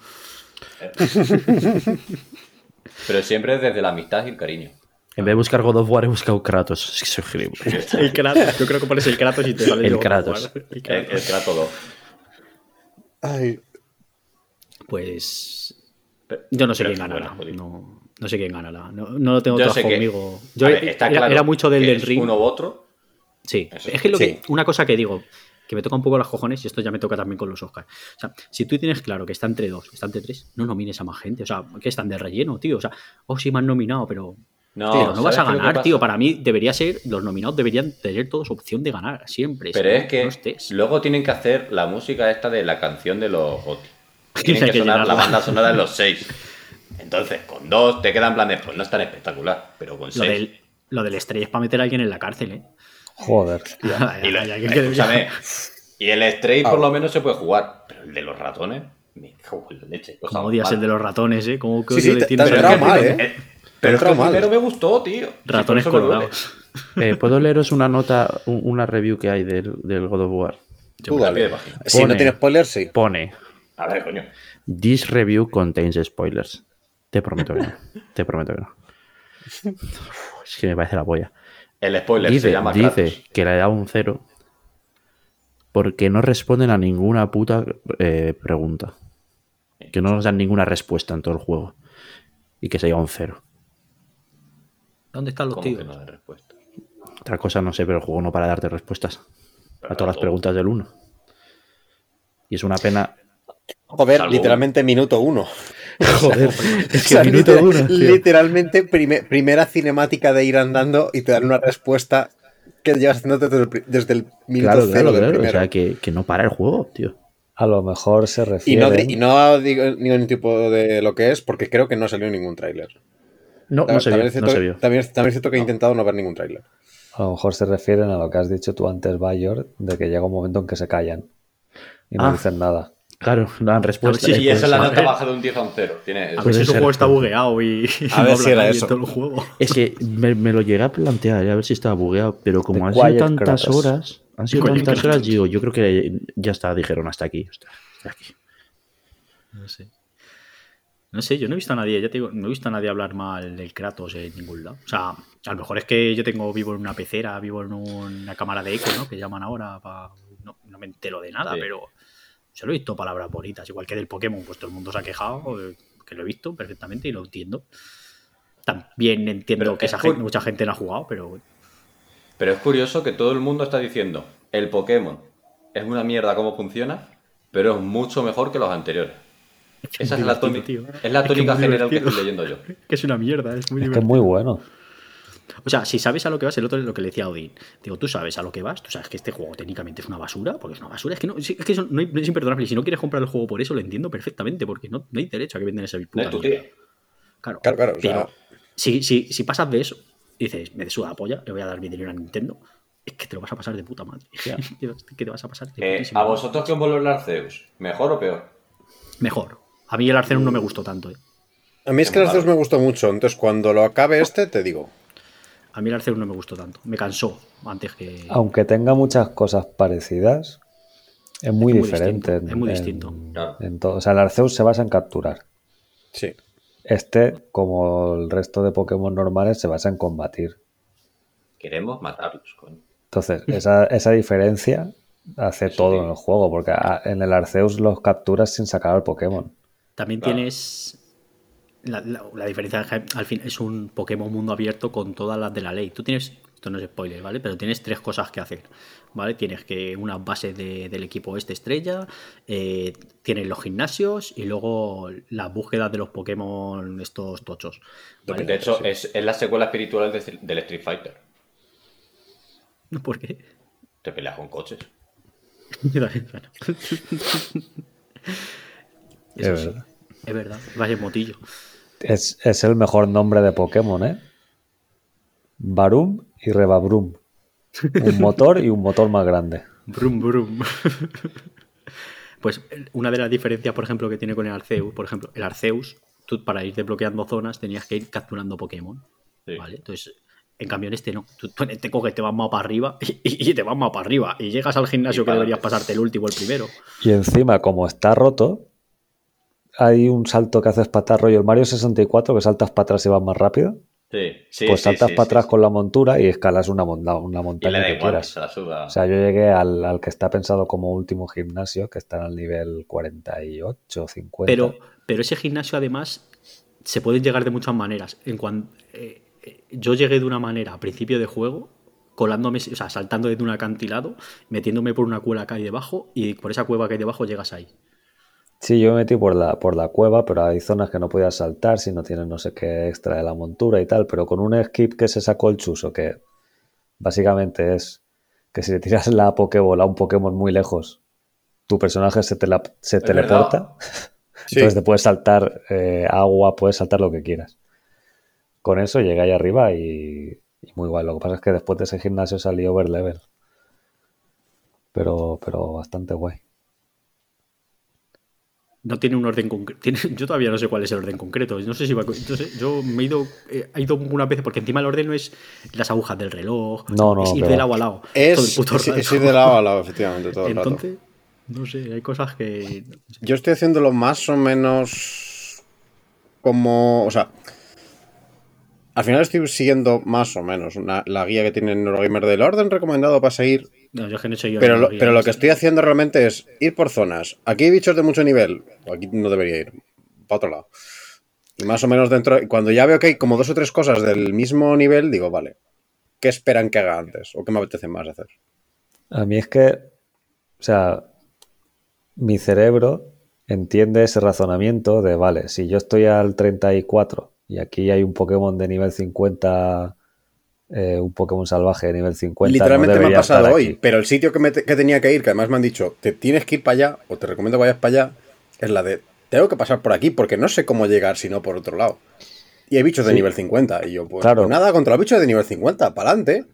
Pero siempre desde la amistad y el cariño.
En vez de buscar God of War, he buscado Kratos. Es que soy gilipollas.
El Kratos, yo creo que pones el Kratos y te sale
El
yo,
Kratos.
guau, el
El,
Kratos.
el trato 2.
Ay,
Pues yo no sé
Pero
quién
es
ganará.
buena, joder.
No, no sé quién ganará. No, no lo tengo
Yo
todo
sé que-
conmigo.
a
Yo
ver, está
era,
claro
era mucho del
que
del
es
ring.
Uno u otro.
Sí,
Eso.
es que, lo que
Sí.
una cosa que digo, que me toca un poco las cojones, y esto ya me toca también con los Oscars. O sea, si tú tienes claro que está entre dos, está entre tres, no nomines a más gente. O sea, que están de relleno, tío. O sea, oh, sí me han nominado, pero.
No,
tío, no
¿sabes
vas
qué
a
es lo que
ganar,
pasa?
tío. Para mí debería ser, los nominados deberían tener todos opción de ganar, siempre.
Pero
si
es
no,
que
no estés.
luego tienen que hacer la música esta de la canción de los GOTY.
Hay
Tienen
que
que sonar la
llenarla.
banda sonora de los seis. Entonces, con dos te quedan planes, pues no es tan espectacular, pero con
Lo
seis.
del, lo del estrella es para meter a alguien en la cárcel, ¿eh?
Joder.
Y, lo-
Hay alguien que debería-
escúchame, Ah. y el straight por lo menos se puede jugar, pero el de los ratones, me cago en la leche. cosa
Como odias
mala.
el de los ratones, ¿eh? Como que
Sí, sí,
odio le
te-
tienes
te has
al
Pero
Pero
es
era
que
ratoncito.
mal,
el-
¿eh?
el- Pero es que
entrado
el
mal.
primero me gustó, tío.
Ratones
Sí, por eso me duele.
colorados.
Eh, Puedo leeros una nota, un- una review que hay del, del God of War.
Tú
Al pie de
dale.
página.
Si
Pone.
no tiene spoilers, sí.
Pone,
A ver, coño.
this review contains spoilers. Te prometo que no. Te prometo que no. Uf, Es que me parece la polla.
El spoiler se
Dice,
llama
dice
Kratos.
que le da un cero porque no responden a ninguna puta eh, pregunta. Que no nos dan ninguna respuesta en todo el juego. Y que se lleva un cero.
¿Dónde están los
¿Cómo
tíos?
que no da respuesta?
Otra cosa no sé, pero el juego no para de darte respuestas a todas las preguntas del 1. Y es una pena.
Joder,
Salvo
literalmente minuto uno.
Joder, es que
O sea,
minuto
literal-
uno. tío.
Literalmente, prime- primera cinemática de ir andando y te dan una respuesta que llevas haciéndote desde el, pri- desde el minuto
Claro,
cero
claro,
del
claro. O
primero.
sea, que, que no para el juego, tío.
A lo mejor se
Y
refiere.
no,
¿eh?
di- y no digo ningún tipo de lo que es, porque creo que no salió ningún tráiler.
No, no
También-
se
también
vio.
es cierto
No se
que-
vio.
También, también es cierto que he intentado no ver ningún tráiler.
A lo mejor se refieren a lo que has dicho tú antes, Bayor, de que llega un momento en que se callan y no
Ah.
dicen nada.
Claro, no dan respuesta.
Sí,
Y
Puede
esa es la
ser.
nota baja de un 10 a un 0. Tiene,
Pues A
Puede
ver si su
ser.
juego está bugueado y, y
A ver si era
nadie en
eso.
todo el juego.
Es que me, me lo llegué a plantear, ¿eh? a ver si estaba bugueado, pero como
The
han sido
Quiet
tantas
Kratos.
horas, han sido
Coño,
tantas
Kratos.
horas, digo, yo creo que ya está, dijeron hasta aquí. hasta- hasta aquí.
No sé. No sé, yo no he visto a nadie, ya te digo, no he visto a nadie hablar mal del Kratos en ningún lado. O sea, a lo mejor es que yo tengo vivo en una pecera, vivo en una cámara de eco, ¿no? Que llaman ahora pa- No, no me entero de nada,
Sí.
pero solo he visto palabras bonitas, igual que del Pokémon, pues todo el mundo se ha quejado, eh, que lo he visto perfectamente y lo entiendo. También entiendo
Pero
que
es
esa
por-
gente- mucha gente no ha jugado, pero
Pero es curioso que todo el mundo está diciendo, el Pokémon es una mierda cómo funciona, pero es mucho mejor que los anteriores. Esa es la,
divertido,
tónica-
tío.
es la
Es que
tónica
muy
general que
divertido.
estoy leyendo yo.
que es una mierda, es muy
Es que
divertido.
es muy bueno.
O sea, si sabes a lo que vas, el otro es lo que le decía a Odín. Digo, tú sabes a lo que vas, tú sabes que este juego técnicamente es una basura, porque es una basura. Es que, no, es que eso no hay- es imperdonable. Y Si no quieres comprar el juego por eso, lo entiendo perfectamente, porque no, no hay derecho a que vendan esa
No
puta
es tu
mierda.
tío.
Claro,
Claro, claro, o
pero
sea-
si, si, si pasas de eso, dices, me suda la polla, le voy a dar mi dinero a Nintendo, es que te lo vas a pasar de puta madre. Es que te vas a pasar de
Eh,
putísima
¿A
madre.
vosotros qué os volvió el Arceus? ¿Mejor o peor?
Mejor. A mí el Arceus no me gustó tanto, eh.
A mí es que las dos me gustó mucho, entonces cuando lo acabe este, te digo.
A mí el Arceus no me gustó tanto. Me cansó antes que.
Aunque tenga muchas cosas parecidas, es muy,
muy
diferente.
distinto,
en-
es muy
en-
distinto.
Claro.
en todo. O sea, el Arceus se basa en capturar.
Sí.
Este, como el resto de Pokémon normales, se basa en combatir.
Queremos matarlos, coño.
Entonces,
Mm.
esa, esa diferencia hace todo
sí.
en el juego, porque a- en el Arceus los capturas sin sacar al Pokémon.
También
Claro.
tienes. La, la- la diferencia es que al fin es un Pokémon mundo abierto con todas las de la ley. Tú tienes. Esto no es spoiler, ¿vale? Pero tienes tres cosas que hacer, ¿vale? Tienes que unas bases de- del equipo este estrella, eh, tienes los gimnasios y luego las búsquedas de los Pokémon estos tochos. ¿vale?
De hecho, es, es la secuela espiritual de- del Street Fighter.
¿Por qué?
Te peleas con coches.
Bueno. Eso sí,
verdad.
Es verdad. Vaya motillo.
Es, es el mejor nombre de Pokémon, ¿eh? Barum y Rebabrum. Un motor y un motor más grande.
Brum, brum. pues el- una de las diferencias, por ejemplo, que tiene con el Arceus, por ejemplo, el Arceus, tú para ir desbloqueando zonas tenías que ir capturando Pokémon.
Sí.
¿vale? Entonces, en cambio en este no. Tú, tú en este coges, te vas más para arriba y, y- y te vas más para arriba. Y llegas al gimnasio
Y
que
para-
deberías pasarte el último, el primero.
Y encima, como está roto, hay un salto que haces para atrás, rollo el Mario 64, que saltas para atrás y vas más rápido.
Sí, sí,
pues
sí,
saltas
sí,
para
sí,
atrás
sí.
con la montura y escalas una, mon- la- una
Y le
montaña
da
que
igual, que
quieras.
se la suda.
O sea, yo llegué al, al que está pensado como último gimnasio, que está al nivel 48 o 50.
Pero, pero ese gimnasio, además, se puede llegar de muchas maneras. En cuan- eh, eh, yo llegué de una manera a principio de juego, colándome, o sea, saltando desde un acantilado, metiéndome por una cueva que hay debajo, y por esa cueva que hay debajo llegas ahí.
Sí, yo me metí por la, por la cueva, pero hay zonas que no podías saltar si no tienes no sé qué extra de la montura y tal. Pero con un skip que se sacó el chuso, que básicamente es que si le tiras la Pokébola a un Pokémon muy lejos, tu personaje se, tela- se
Es
teleporta.
Sí.
Entonces te puedes saltar eh, agua, puedes saltar lo que quieras. Con eso llegué ahí arriba y, y muy guay. Lo que pasa es que después de ese gimnasio salí overlevel. Pero, pero bastante guay.
No tiene un orden concreto. Yo todavía no sé cuál es el orden concreto. No sé si va. co- no sé, yo me he ido. eh, he ido una vez porque encima el orden no es las agujas del reloj.
No, no,
Es ir
pero-
de lado a lado. todo el
Es,
puto
es-
rato.
es ir de lado a lado, efectivamente, todo el rato.
Entonces, no sé, hay cosas que.
Yo estoy haciéndolo más o menos como. O sea. Al final estoy siguiendo más o menos una- la guía que tiene Neurogamer del orden recomendado para seguir.
No, yo es que no he hecho yo.
Pero
ni
lo,
guía,
pero
no
lo que
sé.
estoy haciendo realmente es ir por zonas. Aquí hay bichos de mucho nivel. Aquí no debería ir. Para otro lado. Y más o menos dentro. Cuando ya veo que hay como dos o tres cosas del mismo nivel, digo, vale. ¿Qué esperan que haga antes? ¿O qué me apetece más hacer?
A mí es que, o sea, mi cerebro entiende ese razonamiento de, vale, si yo estoy al 34 y aquí hay un Pokémon de nivel 50, eh, un Pokémon salvaje de nivel 50, no
Literalmente me ha
debería estar
pasado hoy,
aquí.
pero el sitio que, me te- que tenía que ir, que además me han dicho, te tienes que ir para allá, o te recomiendo que vayas para allá, es la de, tengo que pasar por aquí porque no sé cómo llegar si no por otro lado. Y hay bichos de
Sí.
nivel 50, y yo, pues,
Claro.
pues nada contra los bichos de nivel 50, para adelante.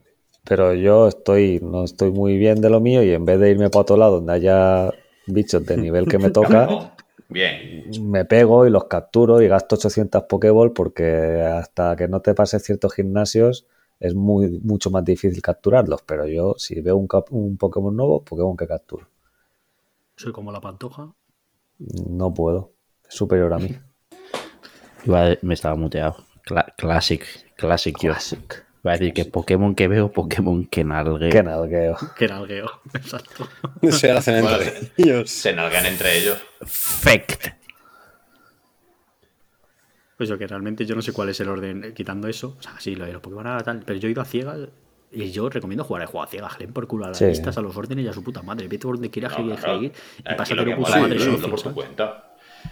Pero yo estoy, no estoy muy bien de lo mío y en vez de irme para otro lado donde haya bichos de nivel que me toca,
No. Bien.
me pego y los capturo y gasto 800 Pokéball porque hasta que no te pases ciertos gimnasios es muy, mucho más difícil capturarlos. Pero yo, si veo un, cap- un Pokémon nuevo, Pokémon que capturo.
Soy como la pantoja.
No puedo. Es superior a mí.
Iba a- me estaba muteado. Cla- classic, classic yo. Va a decir que Pokémon que veo, Pokémon que nalgue.
Qué nalgueo.
Que era el gueo. Exacto.
Se hacen entre
Bueno,
ellos.
Se nalgan entre ellos.
Fact.
Pues yo que realmente yo no sé cuál es el orden, eh, quitando eso. O sea, sí, lo de los Pokémon ahora tal. Pero yo he ido a ciegas y yo recomiendo jugar al juego a ciegas. Leen por culo a las
Sí.
listas, a los órdenes y a su puta madre. Vete por donde quieras
No,
y
claro.
ir y
Aquí
pásate
lo que
por
mola
su
es
madre.
vivirlo
socio,
por tu
¿sabes?
cuenta.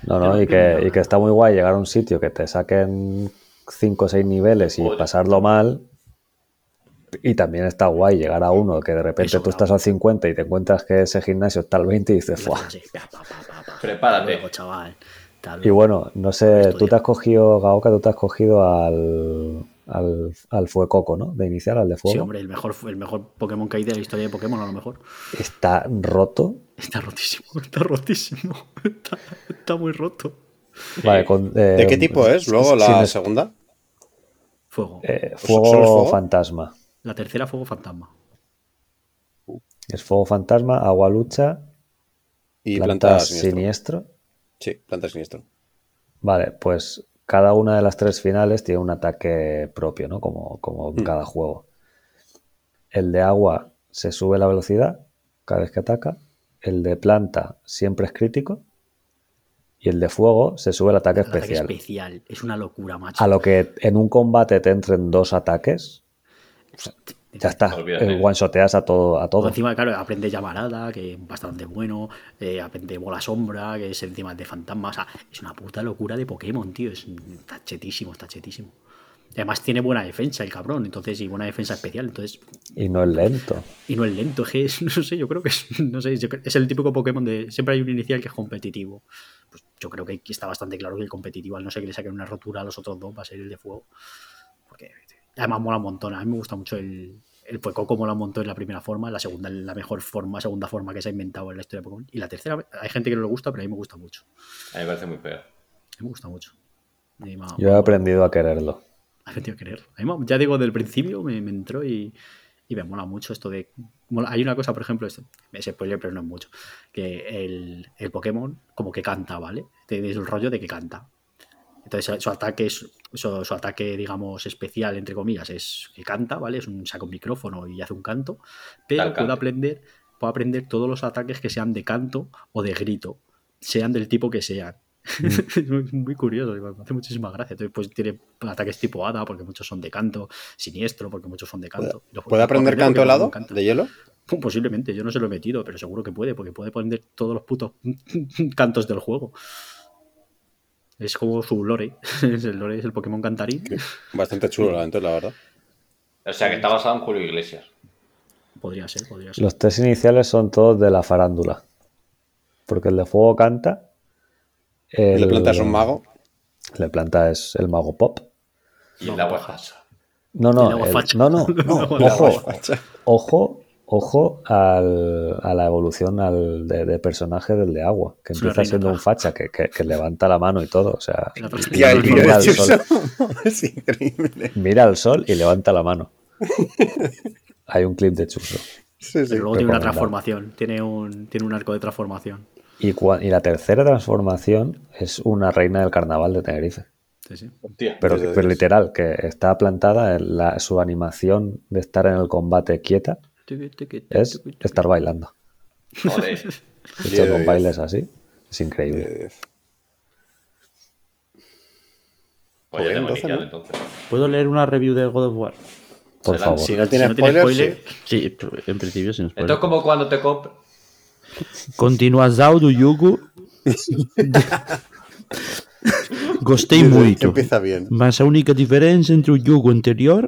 No, no, y que, y que está muy guay llegar a un sitio que te saquen 5 o 6 niveles y
Joder.
pasarlo mal. Y también está guay llegar a uno que de repente
Eso,
tú estás
bravo.
al 50 y te encuentras que ese gimnasio está al 20 y dices, ¡fuah!
Sí, pa, pa, pa, pa, pa.
Prepárate.
Luego, chaval. Tal vez.
Y bueno, no sé, tú
Estudio.
te has cogido, Gaoka, tú te has cogido al, al, al Fuecoco, ¿no? De inicial, al de fuego.
Sí, hombre, el mejor, el mejor Pokémon que hay de la historia de Pokémon, a lo mejor.
Está roto.
Está rotísimo, está rotísimo. Está, está muy roto.
Vale, con, eh,
¿De qué tipo es luego
sin
la
es-
segunda?
Fuego.
eh,
¿Solo es
fuego
fuego?
fantasma.
La tercera, Fuego Fantasma.
Es fuego fantasma, agua lucha,
Y planta,
planta
siniestro.
siniestro.
Sí, planta siniestro.
Pues
Vale, pues cada una de las tres finales tiene un ataque propio, ¿no? Como, como
Mm.
en cada juego. El de agua se sube la velocidad cada vez que ataca. El de planta siempre es crítico. Y el de fuego se sube el ataque
El ataque
especial.
especial. Es una locura, macho.
A lo que en un combate te entren dos ataques, ya está.
Olvídate.
One shoteas a todo, a todo.
Encima, claro, aprende llamarada, que es bastante bueno. eh, aprende bola sombra, que es encima de fantasma. O sea, es una puta locura de Pokémon, tío. Es, está chetísimo, está chetísimo. Además, tiene buena defensa el cabrón, entonces, y buena defensa especial. Entonces,
Y no es lento.
Y no es lento, es que es- no sé, yo creo que es, no sé, yo cre- es el típico Pokémon de siempre hay un inicial que es competitivo. Pues yo creo que aquí está bastante claro que el competitivo, al no ser que le saquen una rotura a los otros dos, va a ser el de fuego. Porque además mola un montón. A mí me gusta mucho el, el Fuecoco, mola un montón en la primera forma, en la segunda es la mejor forma, segunda forma que se ha inventado en la historia de Pokémon. Y la tercera, hay gente que no le gusta, pero a mí me gusta mucho.
A mí me parece muy feo.
A mí me gusta mucho. Y me ha-
Yo he aprendido a quererlo.
ha metido a querer. A mí me- ya digo, del principio me, me entró y, y me mola mucho esto de... mola- hay una cosa, por ejemplo, esto, es spoiler, pero no es mucho, que el, el Pokémon como que canta, ¿vale? Tienes el rollo de que canta. Entonces su ataque es su, su ataque, digamos, especial, entre comillas, es que canta, ¿vale? Es un saca un micrófono y hace un canto, pero
Tal
puede
canto.
aprender, puede aprender todos los ataques que sean de canto o de grito, sean del tipo que sean.
Mm.
es muy- muy curioso, me hace muchísima gracia. Entonces, pues tiene ataques tipo hada, porque muchos son de canto, siniestro, porque muchos son de canto. Y los-
¿Puede aprender
porque
canto helado
Pokémon canta.
de hielo?
Pum, Pues, Posiblemente, yo no se lo he metido, pero seguro que puede, porque puede poner todos los putos cantos del juego. Es como su lore. Es el lore es el Pokémon Cantarín.
Bastante chulo, la- entonces, la verdad.
O sea, que está basado en Julio Iglesias.
Podría ser, podría ser.
Los tres iniciales son todos de la farándula. Porque el de fuego canta.
Y
El
Le plantas un mago.
El de planta es el mago pop.
Y el agua
paja.
falsa.
No,
El
no,
agua
el-
facha.
no, no, no,
El agua
ojo, ojo, ojo al- a la evolución al, de, de personaje del de agua, que
Es una
empieza
reina
siendo un
paja.
facha, que, que- que levanta la mano y todo. O sea,
La reina
Tía, el
Mira
vídeo de
al sol.
Chuso es increíble.
mira al sol y levanta la mano. Hay un clip de Chuso.
Sí, sí.
Pero luego tiene una
recomendable.
transformación, tiene un, tiene un arco de transformación.
Y, cua- y la tercera transformación es una reina del carnaval de Tenerife.
Sí, sí.
Hostia.
Pero,
Dios, Dios,
pero
Dios.
literal, que está plantada, en la- su animación de estar en el combate quieta es estar bailando.
Joder.
Estos
Dios,
con
Dios.
bailes así. Es increíble.
Eh,
Pues ya tengo
Joder,
que
entonces,
quitar
¿no?
entonces.
¿Puedo leer una review de God of War?
Por
Adelante,
favor.
Si no tiene
no tiene
spoilers,
spoiler,
sí.
Sí, pero en principio sin
Esto
spoiler.
es como cuando te compras.
Continua Zao do Yugo. Gostei muito.
Empieza bien.
Mm.
Mas a única diferença entre o jogo anterior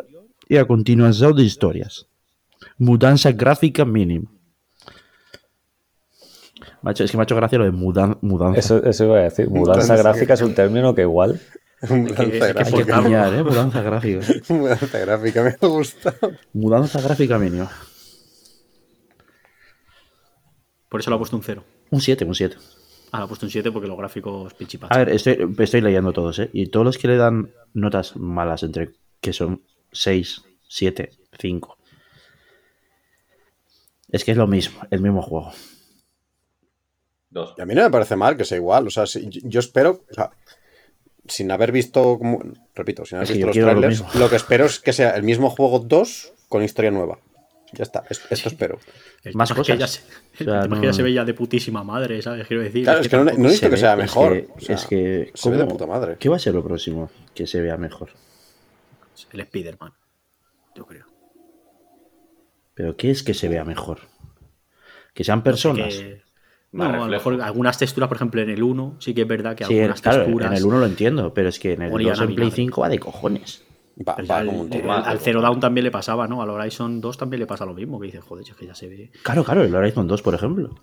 é a continuação de histórias. Mudança gráfica mínima. Macho, es que me ha hecho gracia lo de mudan- mudanza.
Eso, eso iba a decir. Mudanza
Mudanza
gráfica es un término que igual
Mudanza
que- hay que
Hay que
gráfica.
forzar.
cambiar, ¿eh? Mudanza gráfica.
Mudanza gráfica, me ha gustado.
Mudanza gráfica mínima.
Por eso le ha puesto un 0.
Un 7, un 7.
Ah, le ha puesto un 7 porque los gráficos pichipacha.
A ver, estoy, estoy leyendo todos, ¿eh? Y todos los que le dan notas malas, entre que son 6, 7, 5. Es que es lo mismo, el mismo juego.
Dos.
Y a mí no me parece mal que sea igual. O sea, si- yo- yo espero, o sea, sin haber visto, como- repito, sin haber
Es que
visto
yo
los
quiero lo
trailers,
mismo.
lo, que espero es que sea el mismo juego 2 con historia nueva. Ya está, es- esto espero.
El
más
tema es que
cosas.
ya se- el
O sea,
tema es que ya
no-
se veía de putísima madre, ¿sabes? Quiero decir.
Claro, es que no, no
tampoco-
necesito
Se
que
ve-
sea
es
mejor.
que-
o sea,
es que,
se ve de
¿cómo?
puta madre.
¿Qué va a ser lo próximo que se vea mejor?
El Spider-Man, yo creo.
¿Pero qué es que se vea mejor? Que sean personas.
Pues Que- No,
Más
a lo
reflejo.
mejor algunas texturas, por ejemplo, en el 1, sí que es verdad que
Sí,
algunas
claro,
texturas.
en el 1 lo entiendo, pero es que en el
Morían
2
a
en
mi
Play
madre.
5 va de cojones.
Va,
Pero
va
al-
como un
al-
tiro.
al Zero Down también le pasaba, ¿no? Al Horizon 2 también le pasa lo mismo, que dice, joder, es que ya se ve.
Claro, claro, el Horizon 2, por ejemplo.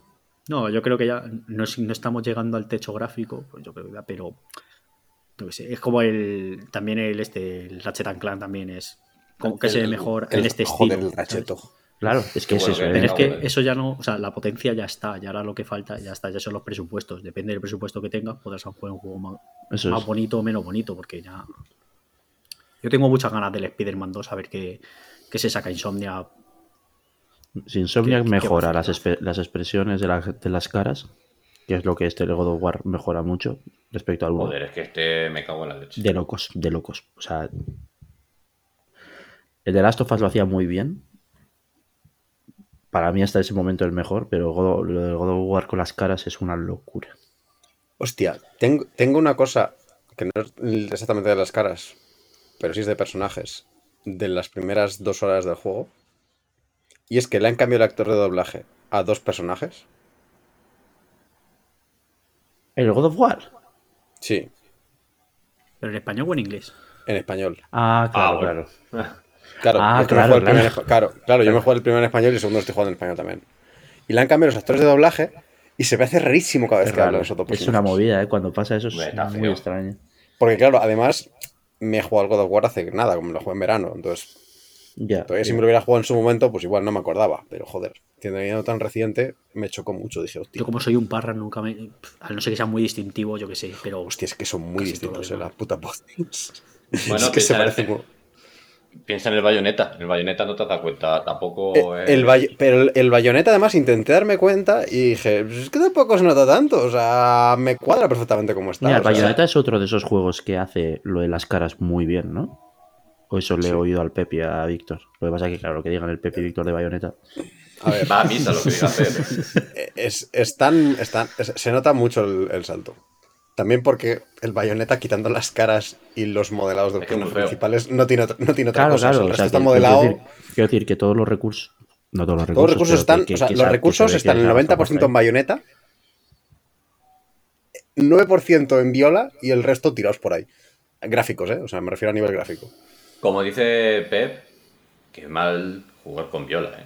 No, yo creo que ya no, es- no estamos llegando al techo gráfico, pues yo creo que ya, pero yo qué sé, es como el también el este, el Ratchet and Clank también es como que se ve
El-
mejor
el-
en este
joder,
estilo.
el
¿sabes?
racheto.
Claro, es que
Qué
es
bueno
eso.
que
¿eh?
Pero es
No,
que
vale.
eso ya no, o sea, la potencia ya está, ya ahora lo que falta, ya está, ya son los presupuestos. Depende del presupuesto que tengas, podrás jugar un juego más,
Eso
más
es.
bonito o menos bonito, porque ya. Yo tengo muchas ganas del Spider-Man 2 a ver qué, qué se saca Insomnia.
Si Insomniac
¿Qué- qué
mejora
va a
las,
hacer?
espe- las expresiones de, la- de las caras, que es lo que este God of War mejora mucho respecto al 1.
Joder, es que este me cago en la leche.
De locos, de locos. O sea, el de Last of Us lo hacía muy bien. Para mí hasta ese momento el mejor, pero God- lo del God of War con las caras es una locura.
Hostia, tengo, tengo una cosa que no es exactamente de las caras, pero sí es de personajes, de las primeras dos horas del juego. Y es que le han cambiado el actor de doblaje a dos personajes.
¿El God of War?
Sí,
¿Pero en español o en inglés?
en español.
Ah, claro,
Ah, bueno.
claro.
Claro,
Ah,
yo que me
claro,
juego el primer
claro.
espa- claro, claro, yo me juego el primero en español y el segundo lo estoy jugando en español también. Y le han cambiado los actores de doblaje y se me hace rarísimo cada vez
Es,
que hablo
raro.
de esos dos
Es una
personajes.
movida, ¿eh? Cuando pasa eso es
Hombre, está
muy
feo.
extraño.
Porque claro, además me he jugado al God of War hace nada, como me lo jugué en verano, entonces
Ya.
Todavía si me lo hubiera jugado en su momento, pues igual no me acordaba. Pero joder, teniendo tan reciente, me chocó mucho. Dije, hostia,
Yo, como soy un parra, nunca me. pf, A no ser que sea muy distintivo, yo qué sé, pero.
hostia, es que son muy
Casi
distintos
todo
en
lo
las putas voces.
Bueno,
es que se
pensar
parecen.
que-
como-
Piensa en el bayoneta. El bayoneta no te das cuenta tampoco.
Eh,
eh,
el Bay- pero el, el bayoneta, además, intenté darme cuenta y dije, "Pues es que tampoco se nota tanto. O sea, me cuadra perfectamente como está.
Mira, el
o sea,
Bayonetta es otro de esos juegos que hace lo de las caras muy bien, ¿no? O eso le he oído al Pepe y a Víctor. Lo que pasa es que, claro, lo que digan el Pepe y Víctor de Bayonetta.
a ver,
Va a misa lo que diga Pedro.
eh, es, es tan- es tan- es- se nota mucho el, el salto. También porque el bayoneta, quitando las caras y los modelados de los
Es que es muy
personajes
feo.
principales, no tiene, otra- no tiene otra
Claro,
cosa. O sea,
claro.
el
o
resto
sea,
está
que-
modelado.
Quiero decir, quiero decir que todos los recursos. No todos los recursos.
Todos los recursos
pero
están,
que-
o sea,
que- que
los
se-
recursos
que se ve
están
que
el
esa
90% en
apuesta
bayoneta, 9% en viola y el resto tirados por ahí. Gráficos, ¿eh? O sea, me refiero a nivel gráfico.
Como dice Pep, que mal jugar con viola, ¿eh?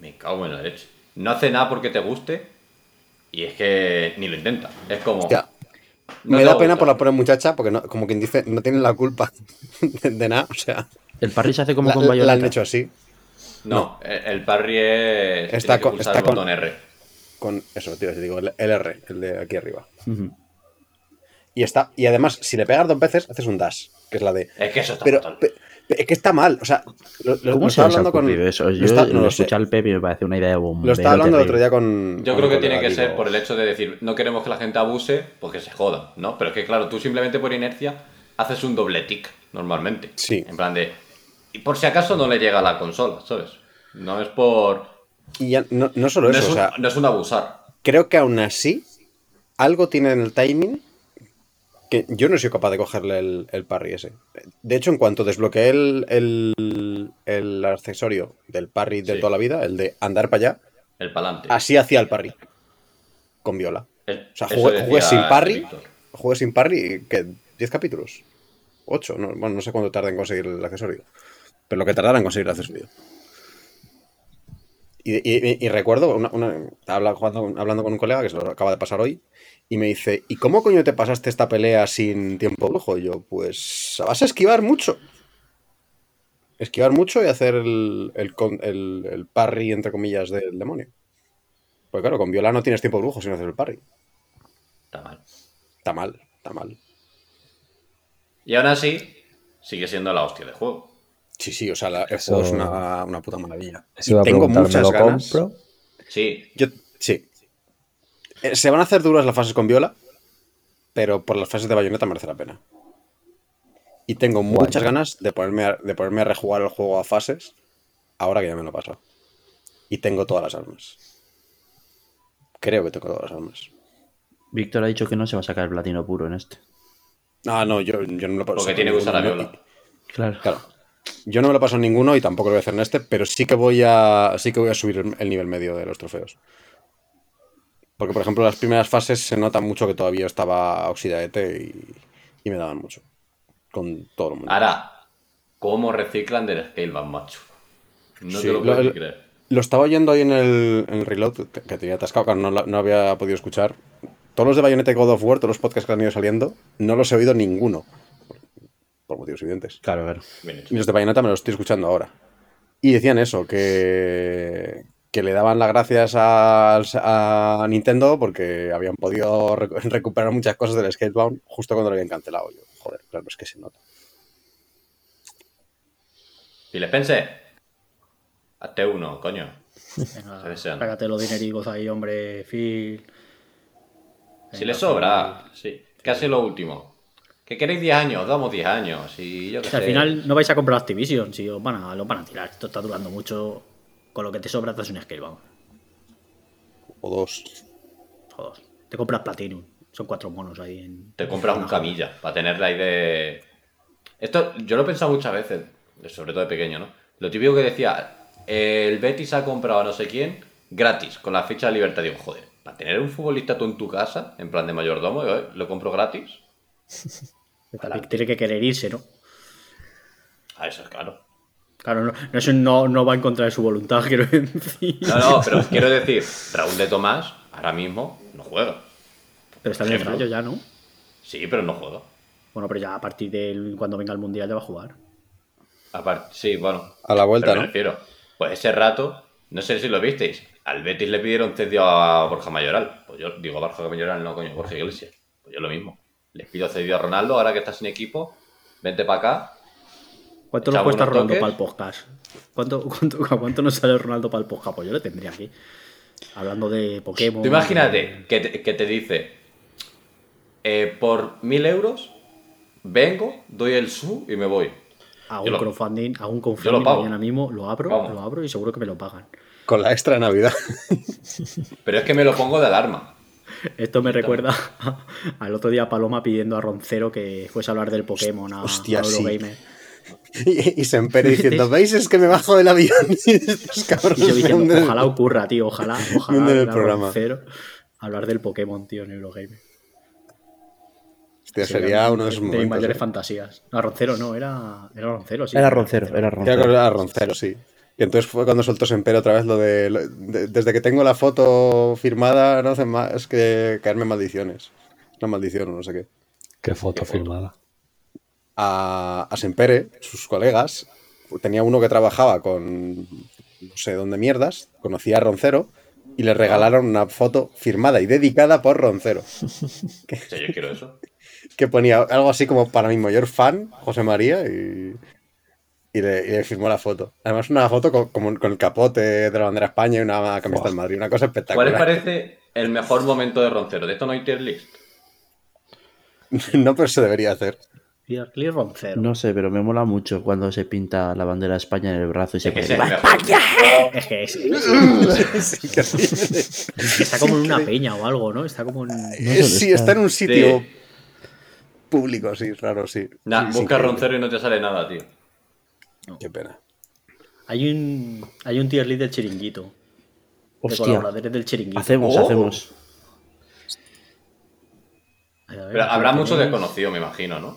Me cago en la leche. No hace nada porque te guste y es que ni lo intenta. Es como.
Hostia,
no
me
te va
da
a
pena
gustar.
por la pobre muchacha, porque no- como quien dice, no tienen la culpa de, de nada. O sea,
ahí. El parry se hace como
la,
con
la han
bayoneta.
hecho así.
No, el, el parry es.
Está
tienes que
con-
pulsar
está
el botón
con-
R.
Con eso, tío, te digo, el, el R, el de aquí arriba. Y está. Y además, si le pegas dos veces, haces un dash, que es la de.
Es que eso está
Pero,
fatal.
pe- pe- es que está mal. O sea, lo, lo-
¿Cómo se
lo estaba
os ha
hablando con.
ocurrido eso?
lo
Yo
está- no
lo
lo sé.
escuché al Pepe y me parece una idea de bombero
Lo estaba hablando el otro
terrible.
día con.
Yo
con
creo que
un
tiene
colega,
que ser
digo,
por el hecho de decir, no queremos que la gente abuse, porque se joda, ¿no? Pero es que, claro, tú simplemente por inercia haces un doble tick normalmente.
Sí.
En plan de. Y por si acaso no le llega a la consola, ¿sabes? No es por.
Y ya, no, no solo
No
eso,
es, un,
o sea,
no es un abusar.
creo que aún así algo tiene en el timing que yo no soy capaz de cogerle el, el parry ese. De hecho, en cuanto desbloqueé el, el- el accesorio del parry de
Sí.
toda la vida, el de andar para allá,
El palante.
así hacía el parry. Con viola.
Eh,
Ah, O sea,
eso
jugué,
decía
jugué sin parry.
Víctor.
Jugué sin parry, que 10 capítulos. 8, no, bueno, no sé cuánto tarda en conseguir el accesorio. Pero lo que tardara en conseguir el accesorio. Y, y- y- y recuerdo, una, una- habla- jugando- hablando con un colega que se lo acaba de pasar hoy, y me dice, ¿y cómo coño te pasaste esta pelea sin tiempo brujo? Y yo, pues vas a esquivar mucho. Esquivar mucho y hacer el, el, con- el- el parry, entre comillas, del demonio. Porque claro, con viola no tienes tiempo brujo sin hacer el parry.
Está mal.
Está mal, está mal.
Y aún así, sigue siendo la hostia de juego.
Sí, sí, o sea, la- el
Eso-
juego es una, una puta maravilla.
Eso iba a
Y tengo
preguntar, ¿me
muchas
lo
ganas.
compro?
Sí,
Yo, sí. Eh, se van a hacer duras las fases con Viola, pero por las fases de Bayonetta merece la pena. Y tengo muchas ganas de ponerme, a, de ponerme a rejugar el juego a fases ahora que ya me lo he pasado. Y tengo todas las armas. Creo que tengo todas las armas.
Víctor ha dicho que no se va a sacar el platino puro en este.
Ah, no, yo, yo no me lo paso.
porque tiene que usar la viola.
Claro.
Claro. Yo no me lo paso en ninguno y tampoco lo voy a hacer en este, pero sí que voy a, sí que voy a subir el- el nivel medio de los trofeos. Porque, por ejemplo, las primeras fases se nota mucho que todavía estaba oxidadete y, y me daban mucho. Con todo el mundo.
Ahora, ¿cómo reciclan del Scaleback, macho? No
Sí,
te lo
lo-
puedes ni
el-
creer.
Lo estaba oyendo hoy en el, en el reload, que que tenía atascado, claro, no, la- no había podido escuchar. Todos los de Bayonetta y God of War, todos los podcasts que han ido saliendo, no los he oído ninguno. Por- Por motivos evidentes.
Claro, claro.
Bien hecho.
Y los de Bayonetta me los estoy escuchando ahora. Y decían eso, que, que le daban las gracias a, a Nintendo porque habían podido recu- recuperar muchas cosas del Skatebound justo cuando lo habían cancelado. Yo, joder, claro, es que se nota.
Y les pensé, hazte uno, coño.
Venga,
Se desean.
Págate los dinericos ahí, hombre, Phil.
Si
Venga, pues,
les sobra, sí. Casi lo último. Que queréis 10 años, damos 10 años. Y yo qué
O sea, al
sé.
final no vais a comprar Activision, si os van a, lo van a tirar. Esto está durando mucho. Con lo que te sobra, te haces un Scalebound.
O dos.
Joder. Te compras Platinum. Son cuatro monos ahí en.
Te compras un camilla para tenerla ahí de. Esto yo lo he pensado muchas veces, sobre todo de pequeño, ¿no? Lo típico que decía, el Betis ha comprado a no sé quién gratis, con la ficha de libertad. Digo, joder, para tener un futbolista tú en tu casa, en plan de mayordomo, digo, "Eh, lo compro gratis.
También Tiene que querer irse, ¿no?
A Ah, eso es claro.
Claro, no, no, eso no, no va en contra de su voluntad, quiero decir.
No, no, pero quiero decir, Raúl de Tomás ahora mismo no juega.
Pero está en el
Ejemplo.
rayo ya, ¿no?
Sí, pero no juega.
Bueno, pero ya a partir de cuando venga el mundial ya va a jugar.
Aparte, sí, bueno.
A la vuelta,
pero me
¿no?
refiero, Pues ese rato, no sé si lo visteis, al Betis le pidieron cedido a Borja Mayoral. Pues yo digo Borja Mayoral, no coño, Borja Iglesias. Pues yo lo mismo. Les pido cedido a Ronaldo, ahora que está sin equipo, vente para acá.
¿Cuánto nos
Echamos
cuesta
unos
Ronaldo
toques.
para el podcast? ¿Cuánto, cuánto, a cuánto nos sale Ronaldo para el podcast? Pues yo le tendría aquí. Hablando de Pokémon.
Tú imagínate que te, que te dice, eh, por mil euros, vengo, doy el su y me voy.
A
yo
un
lo-
crowdfunding, a un crowdfunding
pago.
mañana mismo, lo abro,
Vamos.
lo abro y seguro que me lo pagan.
Con la extra de Navidad.
Pero es que me lo pongo de alarma.
Esto me recuerda al otro día Paloma pidiendo a Roncero que fuese a hablar del Pokémon a,
Hostia,
a Eurogamer.
Y, y Sempere diciendo, ¿veis? Es que me bajo del avión y estos cabrones
Y yo
me
diciendo,
hunden".
ojalá ocurra, tío, ojalá, ojalá
Mundo del
venga
programa.
Roncero a hablar del Pokémon, tío, en Eurogamer.
Hostia, sería uno de esos
mis
momentos.
mayores
¿eh?
fantasías. No, Roncero no, era, era Roncero, sí.
Era roncero, era
Creo que
roncero.
era Roncero, sí. Y entonces fue cuando soltó Sempere otra vez lo de, lo- de- Desde que tengo la foto firmada, no hace más que caerme maldiciones. Una maldición o no sé qué.
Qué foto firmada.
a, a Sempere, sus colegas. Tenía uno que trabajaba con no sé dónde mierdas, conocía a Roncero y le regalaron una foto firmada y dedicada por Roncero,
O sea, yo quiero eso.
que ponía algo así como para mi mayor fan, José María, y, y le, y le firmó la foto. Además, una foto con, como con el capote de la bandera España y una camiseta del Madrid, una cosa
¿Cuál les
espectacular.
parece el mejor momento de Roncero? De esto no hay tier list.
no, pero se debería hacer.
Clear, clear Roncero.
No sé, pero me mola mucho cuando se pinta la bandera de España en el brazo y se
Es que
pone.
ese es el mejor.
Es que es-
Sí, que sí.
está como en una peña o algo, ¿no? Está como en.
No sé dónde
sí, está en un sitio
Sí.
público, sí, raro, sí.
Nah,
Sí, sí,
busca
qué-
Roncero y no te sale nada,
Eh,
tío.
Qué pena.
Hay un, hay un tier list del chiringuito. De
Hostia,
colaboradores del chiringuito.
hacemos,
Oh.
hacemos.
A ver,
Pero habrá
aquí
mucho
tenemos-
desconocido, me imagino, ¿no?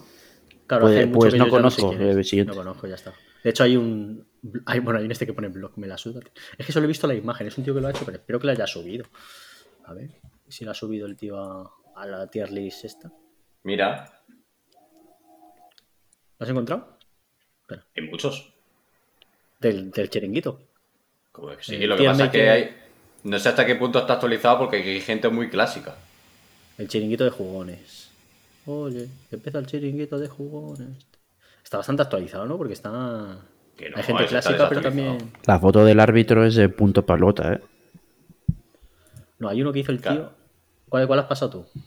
Claro,
Pues-
hace mucho
pues
que
no
yo ya sé
conozco,
quién es.
eh, siguiente.
No conozco, ya está. De hecho, hay un. Hay, bueno, hay un este que pone blog, me la suda. tío. Es que solo he visto la imagen, es un tío que lo ha hecho, pero espero que la haya subido. A ver si la ha subido el tío a, a la tier list esta.
Mira,
¿Lo has encontrado?
hay muchos.
Del, del chiringuito.
Como que
Eh,
sí, lo que
tía,
pasa
me
es que
tiene-
hay... No sé hasta qué punto está actualizado porque hay gente muy clásica.
El chiringuito de jugones. Oye, que empieza el chiringuito de jugones. Está bastante actualizado, ¿no? Porque está.
Que no,
hay gente
eso está
clásica, pero
desactualizado.
también.
La foto del árbitro es de punto palota, ¿eh?
No, hay uno que hizo el tío.
Claro.
¿Cuál, ¿Cuál has pasado tú?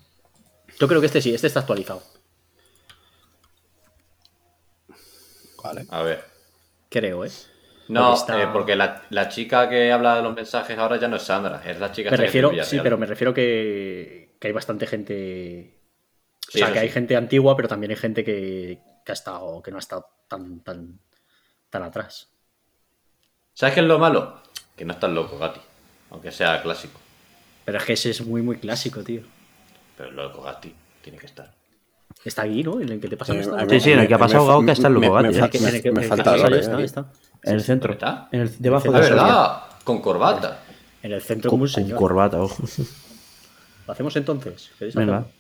Yo creo que este sí, este está actualizado.
Vale.
A ver.
Creo, ¿eh?
No,
Porque está-
eh, porque la, la chica que habla de los mensajes ahora ya no es Sandra, es la chica
Me
esta que
refiero,
tiene
sí,
Villarreal.
pero me refiero que, que hay bastante gente. O
Sí,
sea,
eso
que hay
sí.
gente antigua, pero también hay gente que, que ha estado, que no ha estado tan, tan, tan atrás.
¿Sabes qué es lo malo? Que no es tan loco, Gati. Aunque sea clásico.
Pero es que ese es muy, muy clásico, tío.
Pero loco, Gati, tiene que estar.
Está aquí, ¿no? En el que te
Eh,
pasan esta.
Sí, sí, en el que ha pasado Gao, que está en
me,
Lugogate,
me
eh.
fa-
Que-
me-
en el que-
me
en el que
falta
has
el
pasado
ore,
esta,
eh.
está.
En el centro.
¿dónde está?
En el, debajo
Pues
¡Es
de Soria.
verdad! Con corbata.
En el centro,
Con,
muy
con
señor.
corbata, ojo.
¿Lo hacemos entonces? ¿Queréis
Venga.
hacerlo?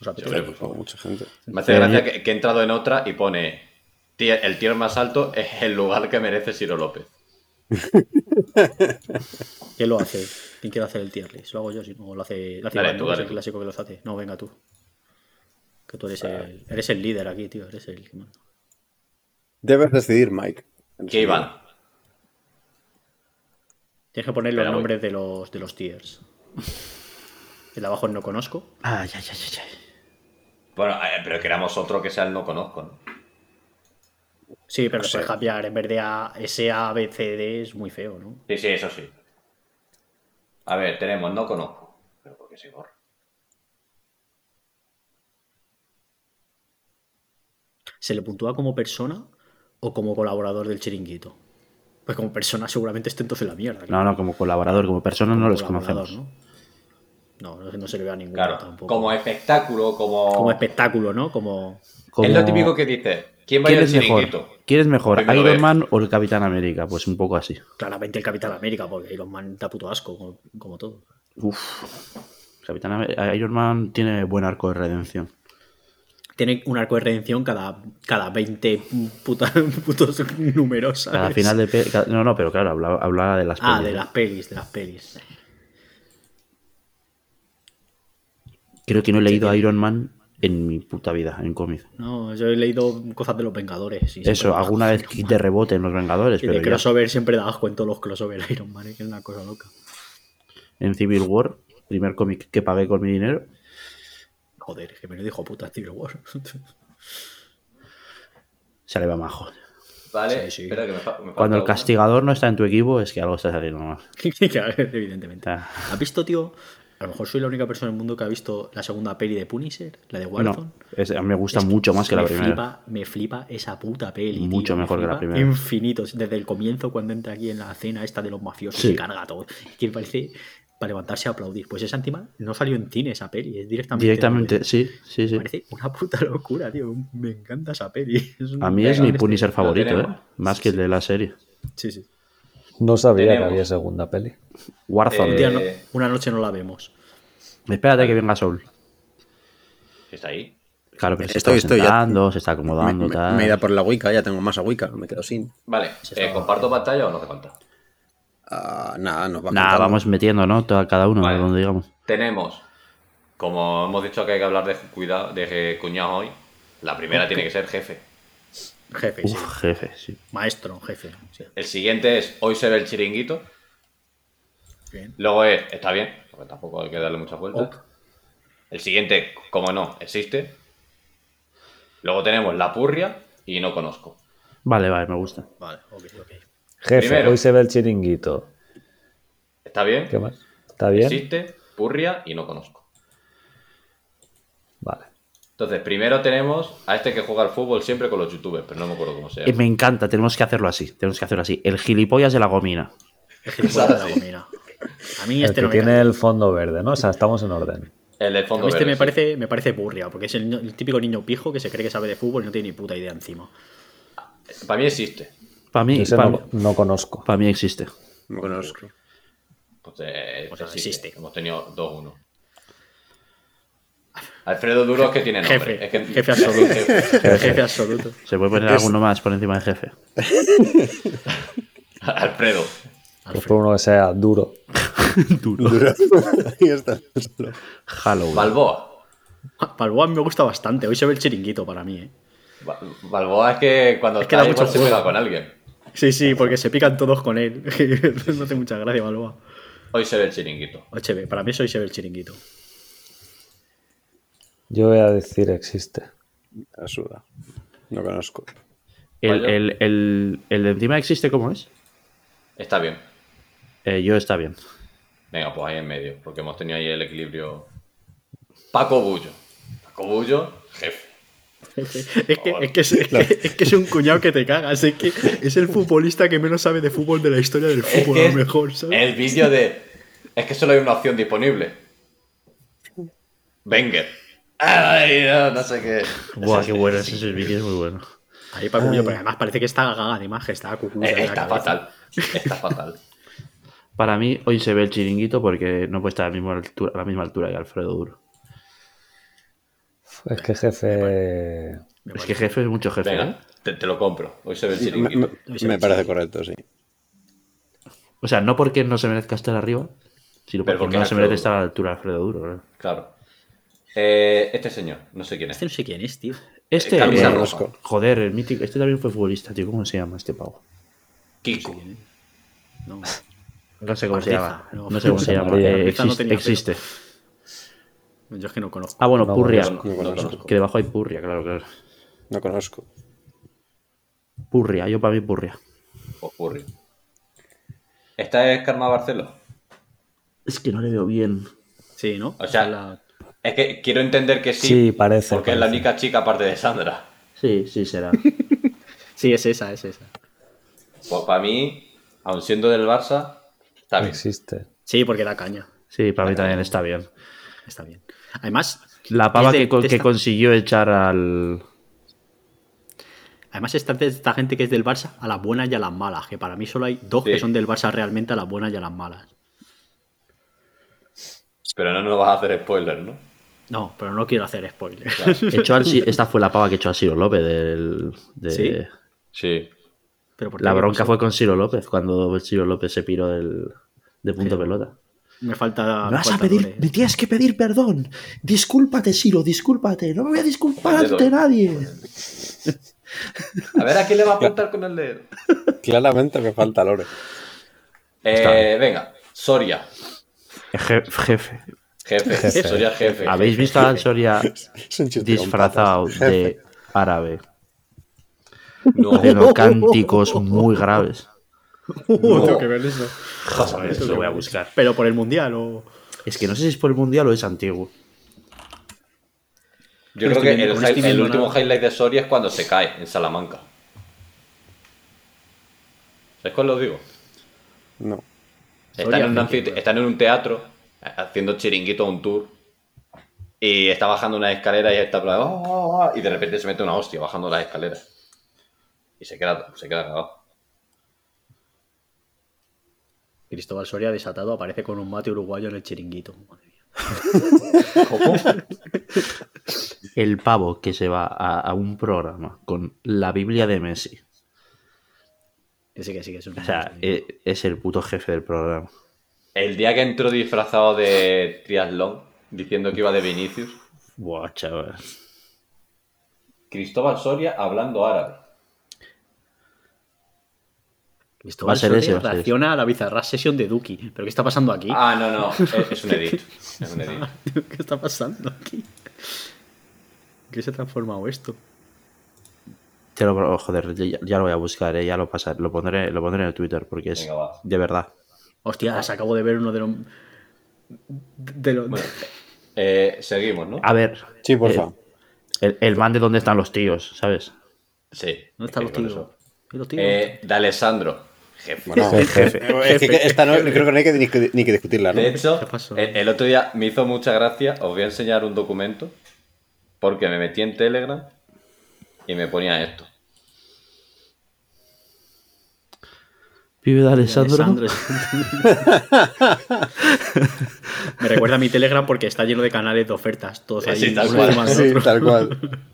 ¿Os apetece?
Yo creo
¿eh?
que-
Como mucha gente.
Me hace
Pero
gracia
yo-
que, que he entrado en otra y pone "Tier- el tier más alto es el lugar que merece Ciro López.
¿Quién lo hace? ¿Quién quiere hacer el tier list? ¿Lo hago yo? Si no, lo hace, lo hace
Dale
Iván,
tú,
¿no? Que es
dale
el
tú.
clásico que los hace. No, venga tú. Que tú eres el, eres el líder aquí, tío. Eres el que manda.
Debes decidir, Mike.
¿Qué Iván?
Tienes que poner los
Espera, voy.
nombres de los, de los tiers. El de abajo no conozco.
Ay, ay, ay, ay, ay.
Bueno, eh, pero queramos otro que sea el no conozco, ¿no?
Sí, pero
No
se puede
sé.
cambiar. En vez de A, S, A, B, C, D es muy feo, ¿no?
Sí, sí, eso sí. A ver, tenemos no conozco. ¿Pero por qué se borra?
¿Se le puntúa como persona o como colaborador del chiringuito? Pues como persona seguramente esté entonces en la mierda.
No, no, como colaborador, como persona no los
colaborador,
conocemos.
¿no? No, no, no se le ve a ninguno
Claro,
tampoco.
como espectáculo, como...
como espectáculo, ¿no? Como.
Como-
Es lo típico que dice. ¿Quién va a
¿Quién
ir al
es mejor?
chiringuito?
¿Quién es mejor,
Primero
Iron
ve.
Man o el Capitán América? Pues un poco así.
claramente el Capitán América, porque Iron Man da puto asco, como, como todo.
Capitán Amer- eh, Iron Man tiene buen arco de redención.
Tiene un arco de redención cada, cada 20 puta- putos números. ¿sabes?
Cada final de pe- ca- No, no, pero claro, hablaba, hablaba de las
Ah,
pelis,
de
¿no?
las pelis, de las pelis.
Creo que no he leído Iron Man en mi puta vida, en cómic.
No, yo he leído cosas de los Vengadores. y siempre
Eso,
da
alguna
asco,
vez
Iron
kit
Man.
de rebote en los Vengadores,
Y
pero
de
ya
crossover siempre da asco en todos los crossover Iron Man, ¿eh? que es una cosa loca.
en Civil War, primer cómic que pagué con mi dinero,
Joder, que me lo dijo puta Civil War.
sale Bamajo.
Vale,
Sí, sí.
espera que me, fa- me falta
Cuando el
uno.
castigador no está en tu equipo, es que algo está saliendo mal.
Claro, Evidentemente.
Ah.
¿Has visto, tío? A lo mejor soy la única persona en el mundo que ha visto la segunda peli de Punisher, la de Warzone.
No, es- me gusta mucho más que la
me
primera.
Flipa, me flipa esa puta peli.
Mucho
tío, me
mejor que la
flipa
primera.
Infinito. Desde el comienzo, cuando entra aquí en la cena esta de los mafiosos,
Sí.
se carga todo. Es Que parece para levantarse a aplaudir. Pues esa encima no salió en cine esa peli, es directamente.
Directamente, sí, sí, sí.
Parece una puta locura, tío. Me encanta esa peli. Es un-
A mí es
Venga,
mi
este,
Punisher
lo
favorito, ¿eh?
tenemos.
Más que el de la serie.
Sí, sí.
No sabía
Tenemos.
que había segunda peli.
Warzone.
Eh,
Tío, no- una noche no la vemos.
Espérate que venga Soul.
Está ahí.
Claro, pero se
Estoy-
está
estoy ya.
sentando, se está
Me,
acomodando,
me-
tal.
me he ido por la Wicca, ya tengo más a Wicca, me quedo sin.
Vale,
Se
eh,
está-
¿comparto pantalla o no hace falta?
Ah, nada, nos va
Nada,
contando.
vamos metiendo, ¿no? Toda- cada uno,
Vale.
donde digamos.
Tenemos, como hemos dicho que hay que hablar de cuidado, de cuñado hoy, la primera tiene que ser jefe.
Jefe, sí.
Uf, jefe, sí.
Maestro, jefe. sí.
El siguiente es hoy ser el chiringuito.
Bien.
Luego es, está bien, porque tampoco hay que darle muchas vueltas. El siguiente, como no, existe. Luego tenemos la purria y no conozco.
Vale, vale, me gusta.
Vale, ok, ok.
Jefe,
Primero.
hoy se ve el chiringuito.
¿Está bien?
¿Qué más? ¿Está bien?
Existe, purria y no conozco.
Vale.
Entonces, primero tenemos a este que juega al fútbol siempre con los youtubers, pero no me acuerdo cómo se
Eh,
llama.
me encanta, tenemos que hacerlo así. Tenemos que hacerlo así. El gilipollas de la gomina.
El gilipollas de la gomina. A mí
El
este
que
no me
tiene
cae.
el fondo verde, ¿no? O sea, estamos en orden.
El del
A
fondo
mí este
verde,
me
sí.
parece, me parece burria, porque es el, ni- el típico niño pijo que se cree que sabe de fútbol y no tiene ni puta idea encima.
Para mí existe.
Para mí,
Yo ese
para
no, no conozco.
mí existe.
No conozco.
Pues, eh,
O sea, existe.
Hemos tenido 2-1. Alfredo Duro es que tiene nombre.
Jefe,
es que-
jefe absoluto.
Jefe.
Jefe absoluto.
Se puede poner alguno más por encima de jefe.
Alfredo.
Pues por uno que sea duro.
Ahí está. solo.
Halloween.
Balboa.
Balboa Ah, me gusta bastante. Hoy se ve el chiringuito para mí, ¿eh?
Ba- Balboa es que cuando
Es que
está
da
igual
mucho
se
juego.
pega con alguien.
Sí, sí, porque se pican todos con él. no hace mucha gracia, Balboa.
Hoy se ve el chiringuito.
Oye, para mí eso hoy se ve el chiringuito.
Yo voy a decir existe.
Me suda. No conozco.
El, el- el- el de encima existe, ¿cómo es?
Está bien.
Eh, yo está bien.
Venga, pues ahí en medio, porque hemos tenido ahí el equilibrio. Paco Bullo. Paco Bullo, jefe.
Es que, es, que es, es que- es que es un cuñado que te cagas. Es que es el futbolista que menos sabe de fútbol de la historia del
Es
fútbol,
que
a lo mejor, ¿sabes?
El vídeo de. Es que solo hay una opción disponible. Wenger. Ay, no, no sé qué.
Buah, qué bueno, ese servicio es muy bueno.
Ahí para cuñado, pero además parece que está gaga de imagen, está cucuda.
Eh,
de la
está
cabeza.
fatal. Está fatal.
Para mí, hoy se ve el chiringuito porque no puede estar a la misma altura, a la misma altura que Alfredo Duro.
Es que
Eh,
jefe.
Me
Es
parece.
que jefe es mucho jefe. ¿eh?
Venga, te, te lo compro. Hoy se ve el
Me, me-
chiringuito.
me parece correcto, sí.
O sea, no porque no se merezca estar arriba, sino porque,
Pero porque
no
es
se merece
Alfredo
estar a la altura de Alfredo Duro. ¿verdad?
Claro. Eh, este señor, no sé quién es.
Este no sé quién es, tío.
Este,
Eh, Camisa
eh,
roja.
joder, el mítico, este también fue futbolista, tío. ¿Cómo se llama este pavo?
Kiko.
No.
No sé cómo se
Marteza,
llama. No,
no.
sé cómo se llama.
Marteza
Eh,
no
existe-
tenía pelo.
existe.
Yo es que no conozco.
Ah, bueno,
No,
Purria.
No, no conozco.
Que debajo hay Purria, claro, claro.
No conozco.
Purria, yo para mí Purria.
Ocurre. Esta es Karma Barceló.
Es que no le veo bien.
Sí, ¿no?
O sea,
la-
Es que quiero entender que sí.
Sí, parece,
Porque es la
parece.
única chica aparte de Sandra.
Sí, sí será.
sí, es esa, es esa.
Pues para mí, aun siendo del Barça, está bien.
Existe.
Sí, porque da caña.
Sí, para mí también está bien.
Está bien. Además,
La pava
es de-
que, con-
de
que
esta-
consiguió echar al...
Además está de esta gente que es del Barça a las buenas y a las malas, que para mí solo hay dos
Sí.
que son del Barça realmente a las buenas y a las malas.
Pero no nos vas a hacer spoiler, ¿no?
No, pero no quiero hacer spoilers.
Echó al Si- Esta fue la pava que echó a Ciro López. Del, de-
Sí.
Sí.
Pero ¿por qué?
La bronca fue con Ciro López, cuando Ciro López se piró del, de punto pelota.
pues, Me falta.
Me
me
vas a
falta
pedir,
doble.
me tienes que pedir perdón. Discúlpate, Siro, discúlpate. No me voy a disculpar
Con el dedo.
ante nadie.
A ver a quién le va a apuntar con el dedo.
Claramente me falta Lore.
Eh, venga, Soria.
jefe.
Jefe.
Jefe.
Soria jefe.
¿Habéis visto a Soria
Es un chiste con
disfrazado
patas.
de árabe?
No,
Haciendo cánticos muy graves.
Uh,
No.
tengo que ver eso.
joder,
Lo voy a buscar.
Pero por el mundial o.
Es que no sé si es por el mundial o es antiguo.
No
Yo creo
estoy
que
viendo-
el,
no
hi-
estoy
el
viendo
último
nada.
highlight de Soria es cuando se cae en Salamanca. ¿Sabes cuál lo digo?
No.
Están,
Soria,
en, un
¿no?
anfite- están en un teatro ha- haciendo chiringuito un tour y está bajando una escalera y está hablando, "Oh, oh, oh", y de repente se mete una hostia bajando las escaleras y se queda se queda cagado.
Cristóbal Soria desatado aparece con un mate uruguayo en el chiringuito. Madre mía.
El pavo que se va a, a un programa con la Biblia de Messi,
Que sí, que sí, que es un-
O sea, eh, es el puto jefe del programa.
El día que entró disfrazado de triatlón, diciendo que iba de Vinicius,
Buah, chaval.
Cristóbal Soria hablando árabe.
Cristóbal
va a ser
Soria
ese, va a ser
reacciona a la bizarra sesión de Duki. ¿Pero qué está pasando aquí?
Ah, no, no, es, es un edit. Es un edit.
¿Qué está pasando aquí? ¿Qué se ha transformado esto?
Te lo, oh, joder, ya, ya lo voy a buscar, eh, ya lo pasaré, lo pondré, lo pondré en el Twitter porque es
Venga, va.
de verdad.
Hostias, acabo de ver uno de los. De los.
Bueno, eh, seguimos, ¿no?
A ver,
Sí,
eh,
porfa.
el, el man de dónde están los tíos, ¿sabes?
Sí.
¿Dónde están los
con
tíos?
eso.
¿Y los tíos?
Eh, de Alessandro, jefe.
Bueno,
El jefe.
es que esta no, creo que no hay que, ni, que- ni que discutirla, ¿no?
De hecho,
¿Qué pasó?
el, el otro día me hizo mucha gracia. Os voy a enseñar un documento porque me metí en Telegram y me ponía esto.
Pibe de Alessandro.
Alessandro. Me recuerda a mi Telegram porque está lleno de canales de ofertas. Todos ahí.
Sí, tal
uno
cual.
encima del
Sí,
otro.
tal cual.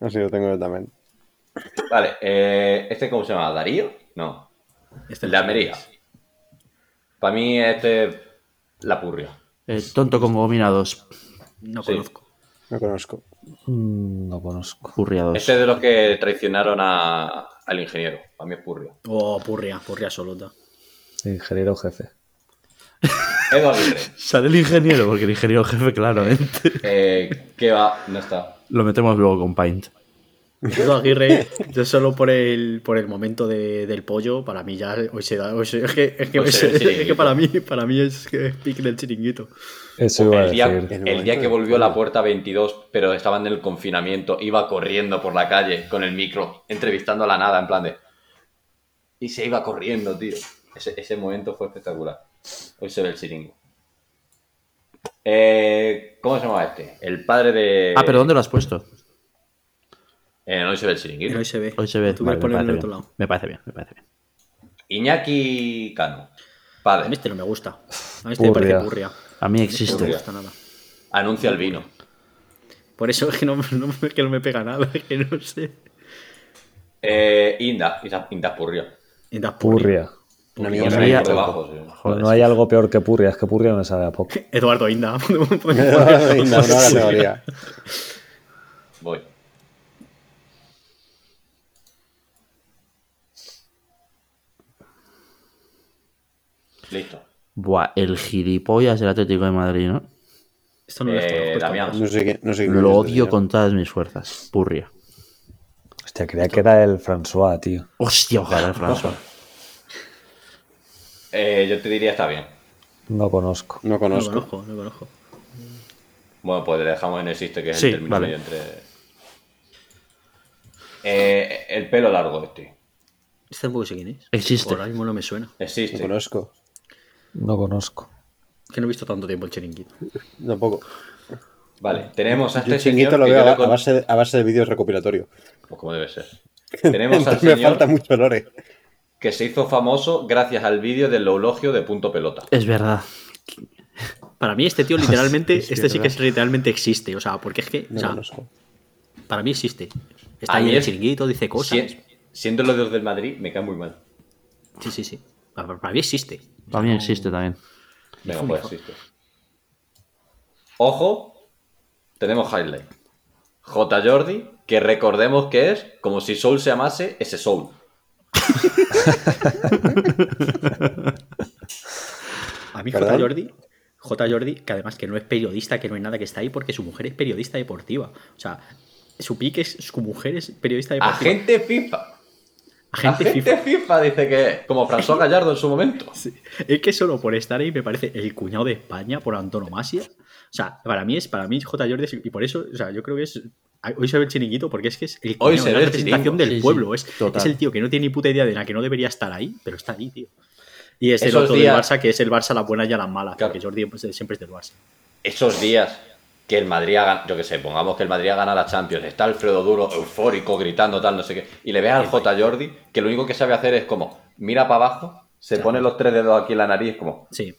Así lo tengo yo también.
Vale, eh, ¿este cómo se llama? ¿Darío? No,
Este
el de Almería. Para mí, este es la purria.
Eh, tonto con gominados,
No
Sí.
conozco.
No conozco.
Mm, No conozco.
curriados.
Este es de los que traicionaron a- al ingeniero. Para mí es purria.
Oh, purria, purria absoluta.
Ingeniero jefe.
Edo Aguirre.
Sale el ingeniero, porque el ingeniero jefe, claro, ¿eh?
Eh, ¿Qué va? No está.
lo metemos luego con Paint.
Edu Aguirre, yo solo por el, por el momento de- del pollo, para mí ya hoy se da. hoy se- es que, es que,
Hoy se
es
ve el
que
chiringuito.
para mí, para mí es que es pick del chiringuito.
Eso iba a
El día,
decir.
El
el
momento
día que
del
volvió a
pueblo.
la puerta 22, pero estaban en el confinamiento, iba corriendo por la calle con el micro, entrevistando a la nada, en plan de. Y se iba corriendo, tío. Ese, ese momento fue espectacular. Hoy se ve el siringo. Eh, ¿Cómo se llama este? El padre de.
Ah, pero ¿dónde lo has puesto?
Eh, no hoy se ve el
Y
siringuito.
hoy se ve.
Hoy se ve.
Tú
Vale,
quieres
me,
ponerlo
parece
en otro
bien.
lado.
me parece bien, me parece bien.
Iñaki Cano.
A mí
Padre.
este no me gusta. A mí este me parece
Purria.
purria.
A mí
No me
existe.
gusta nada.
Anuncia el vino.
Por eso es que no, no- es que no me pega nada, es que no sé.
Eh, Inda. Inda, Inda Purria.
Y da purria.
Purria.
Una
Por
amiga
Purria.
mía-
ahí
mía.
por debajo, sí.
Joder,
no hay algo peor que Purria, es que Purria me sabe a poco.
Eduardo Inda.
No, no, no, la teoría.
Voy. Listo.
Buah, el gilipollas del Atlético de Madrid, ¿no?
Esto no lo
Eh,
desconozco. esto
Damián.
no
No sé qué. No sé qué
Lo
coño es
odio
esto,
con todas mis fuerzas. Purria.
Hostia, creía que era el François, tío.
Hostia, ojalá, François.
Eh, yo te diría está bien.
No conozco.
tío. No
lo
conozco.
conozco, no lo conozco.
Bueno, pues le dejamos en existe, que es
Sí,
el término
vale.
medio entre. Eh, el pelo largo, este.
Este tampoco sé quién es.
Existe.
Por ahora mismo no me suena.
No
Existe.
conozco.
No conozco.
Es que no he visto tanto tiempo el chiringuito.
Tampoco.
Vale, tenemos a
Yo
este
chinguito
señor.
lo
que
veo
yo
a,
le con-
a base de, a base de vídeos recopilatorio.
Pues como debe ser. Tenemos al
Entonces me
señor
falta mucho lore.
que se hizo famoso gracias al vídeo del eulogio de Punto Pelota.
Es verdad.
Para mí este tío literalmente,
Sí, sí,
este sí que
¿verdad?
es- literalmente existe. O sea, porque es que, o
No
sea,
conozco.
para mí existe. Está
A
ahí
mí
en el
es-
chiringuito, dice cosas.
Si- siendo los dos del Madrid, me cae muy mal.
Sí, sí, sí. Para, para mí existe.
También existe también.
Venga,
Hijo,
pues
hijo.
existe. Ojo, tenemos highlight. J. Jordi, que recordemos que es como si Soul se amase ese Soul.
A mí J.
¿Perdón?
Jordi, J. Jordi, que además que no es periodista, que no hay nada que está ahí, porque su mujer es periodista deportiva. O sea, su pique es, su mujer es periodista deportiva.
Agente FIFA.
Agente
Agente FIFA. dice que es como François Gallardo en su momento.
Es que solo por estar ahí me parece el cuñado de España por antonomasia. O sea, para mí es, para mí es J. Jordi es- y por eso, o sea, yo creo que es. Hoy se ve el chiringuito porque es que es el
Hoy
cuñado,
se
es
ve
la
el
representación
chiringo.
del
Sí, sí,
pueblo. es,
total.
es el tío que no tiene ni puta idea de la que no debería estar ahí, pero está ahí, tío. Y es el
Esos
otro del
días-
Barça, que es el Barça las buenas y las malas,
Claro.
porque Jordi pues, siempre es del Barça.
Esos días que el Madrid ha ganado, yo que sé, pongamos que el Madrid ha ganado la Champions, está Alfredo Duro eufórico, gritando tal, no sé qué, y le ves al J. Jordi que lo único que sabe hacer es como mira para abajo, se
Claro.
pone los tres dedos aquí en la nariz, como
Sí.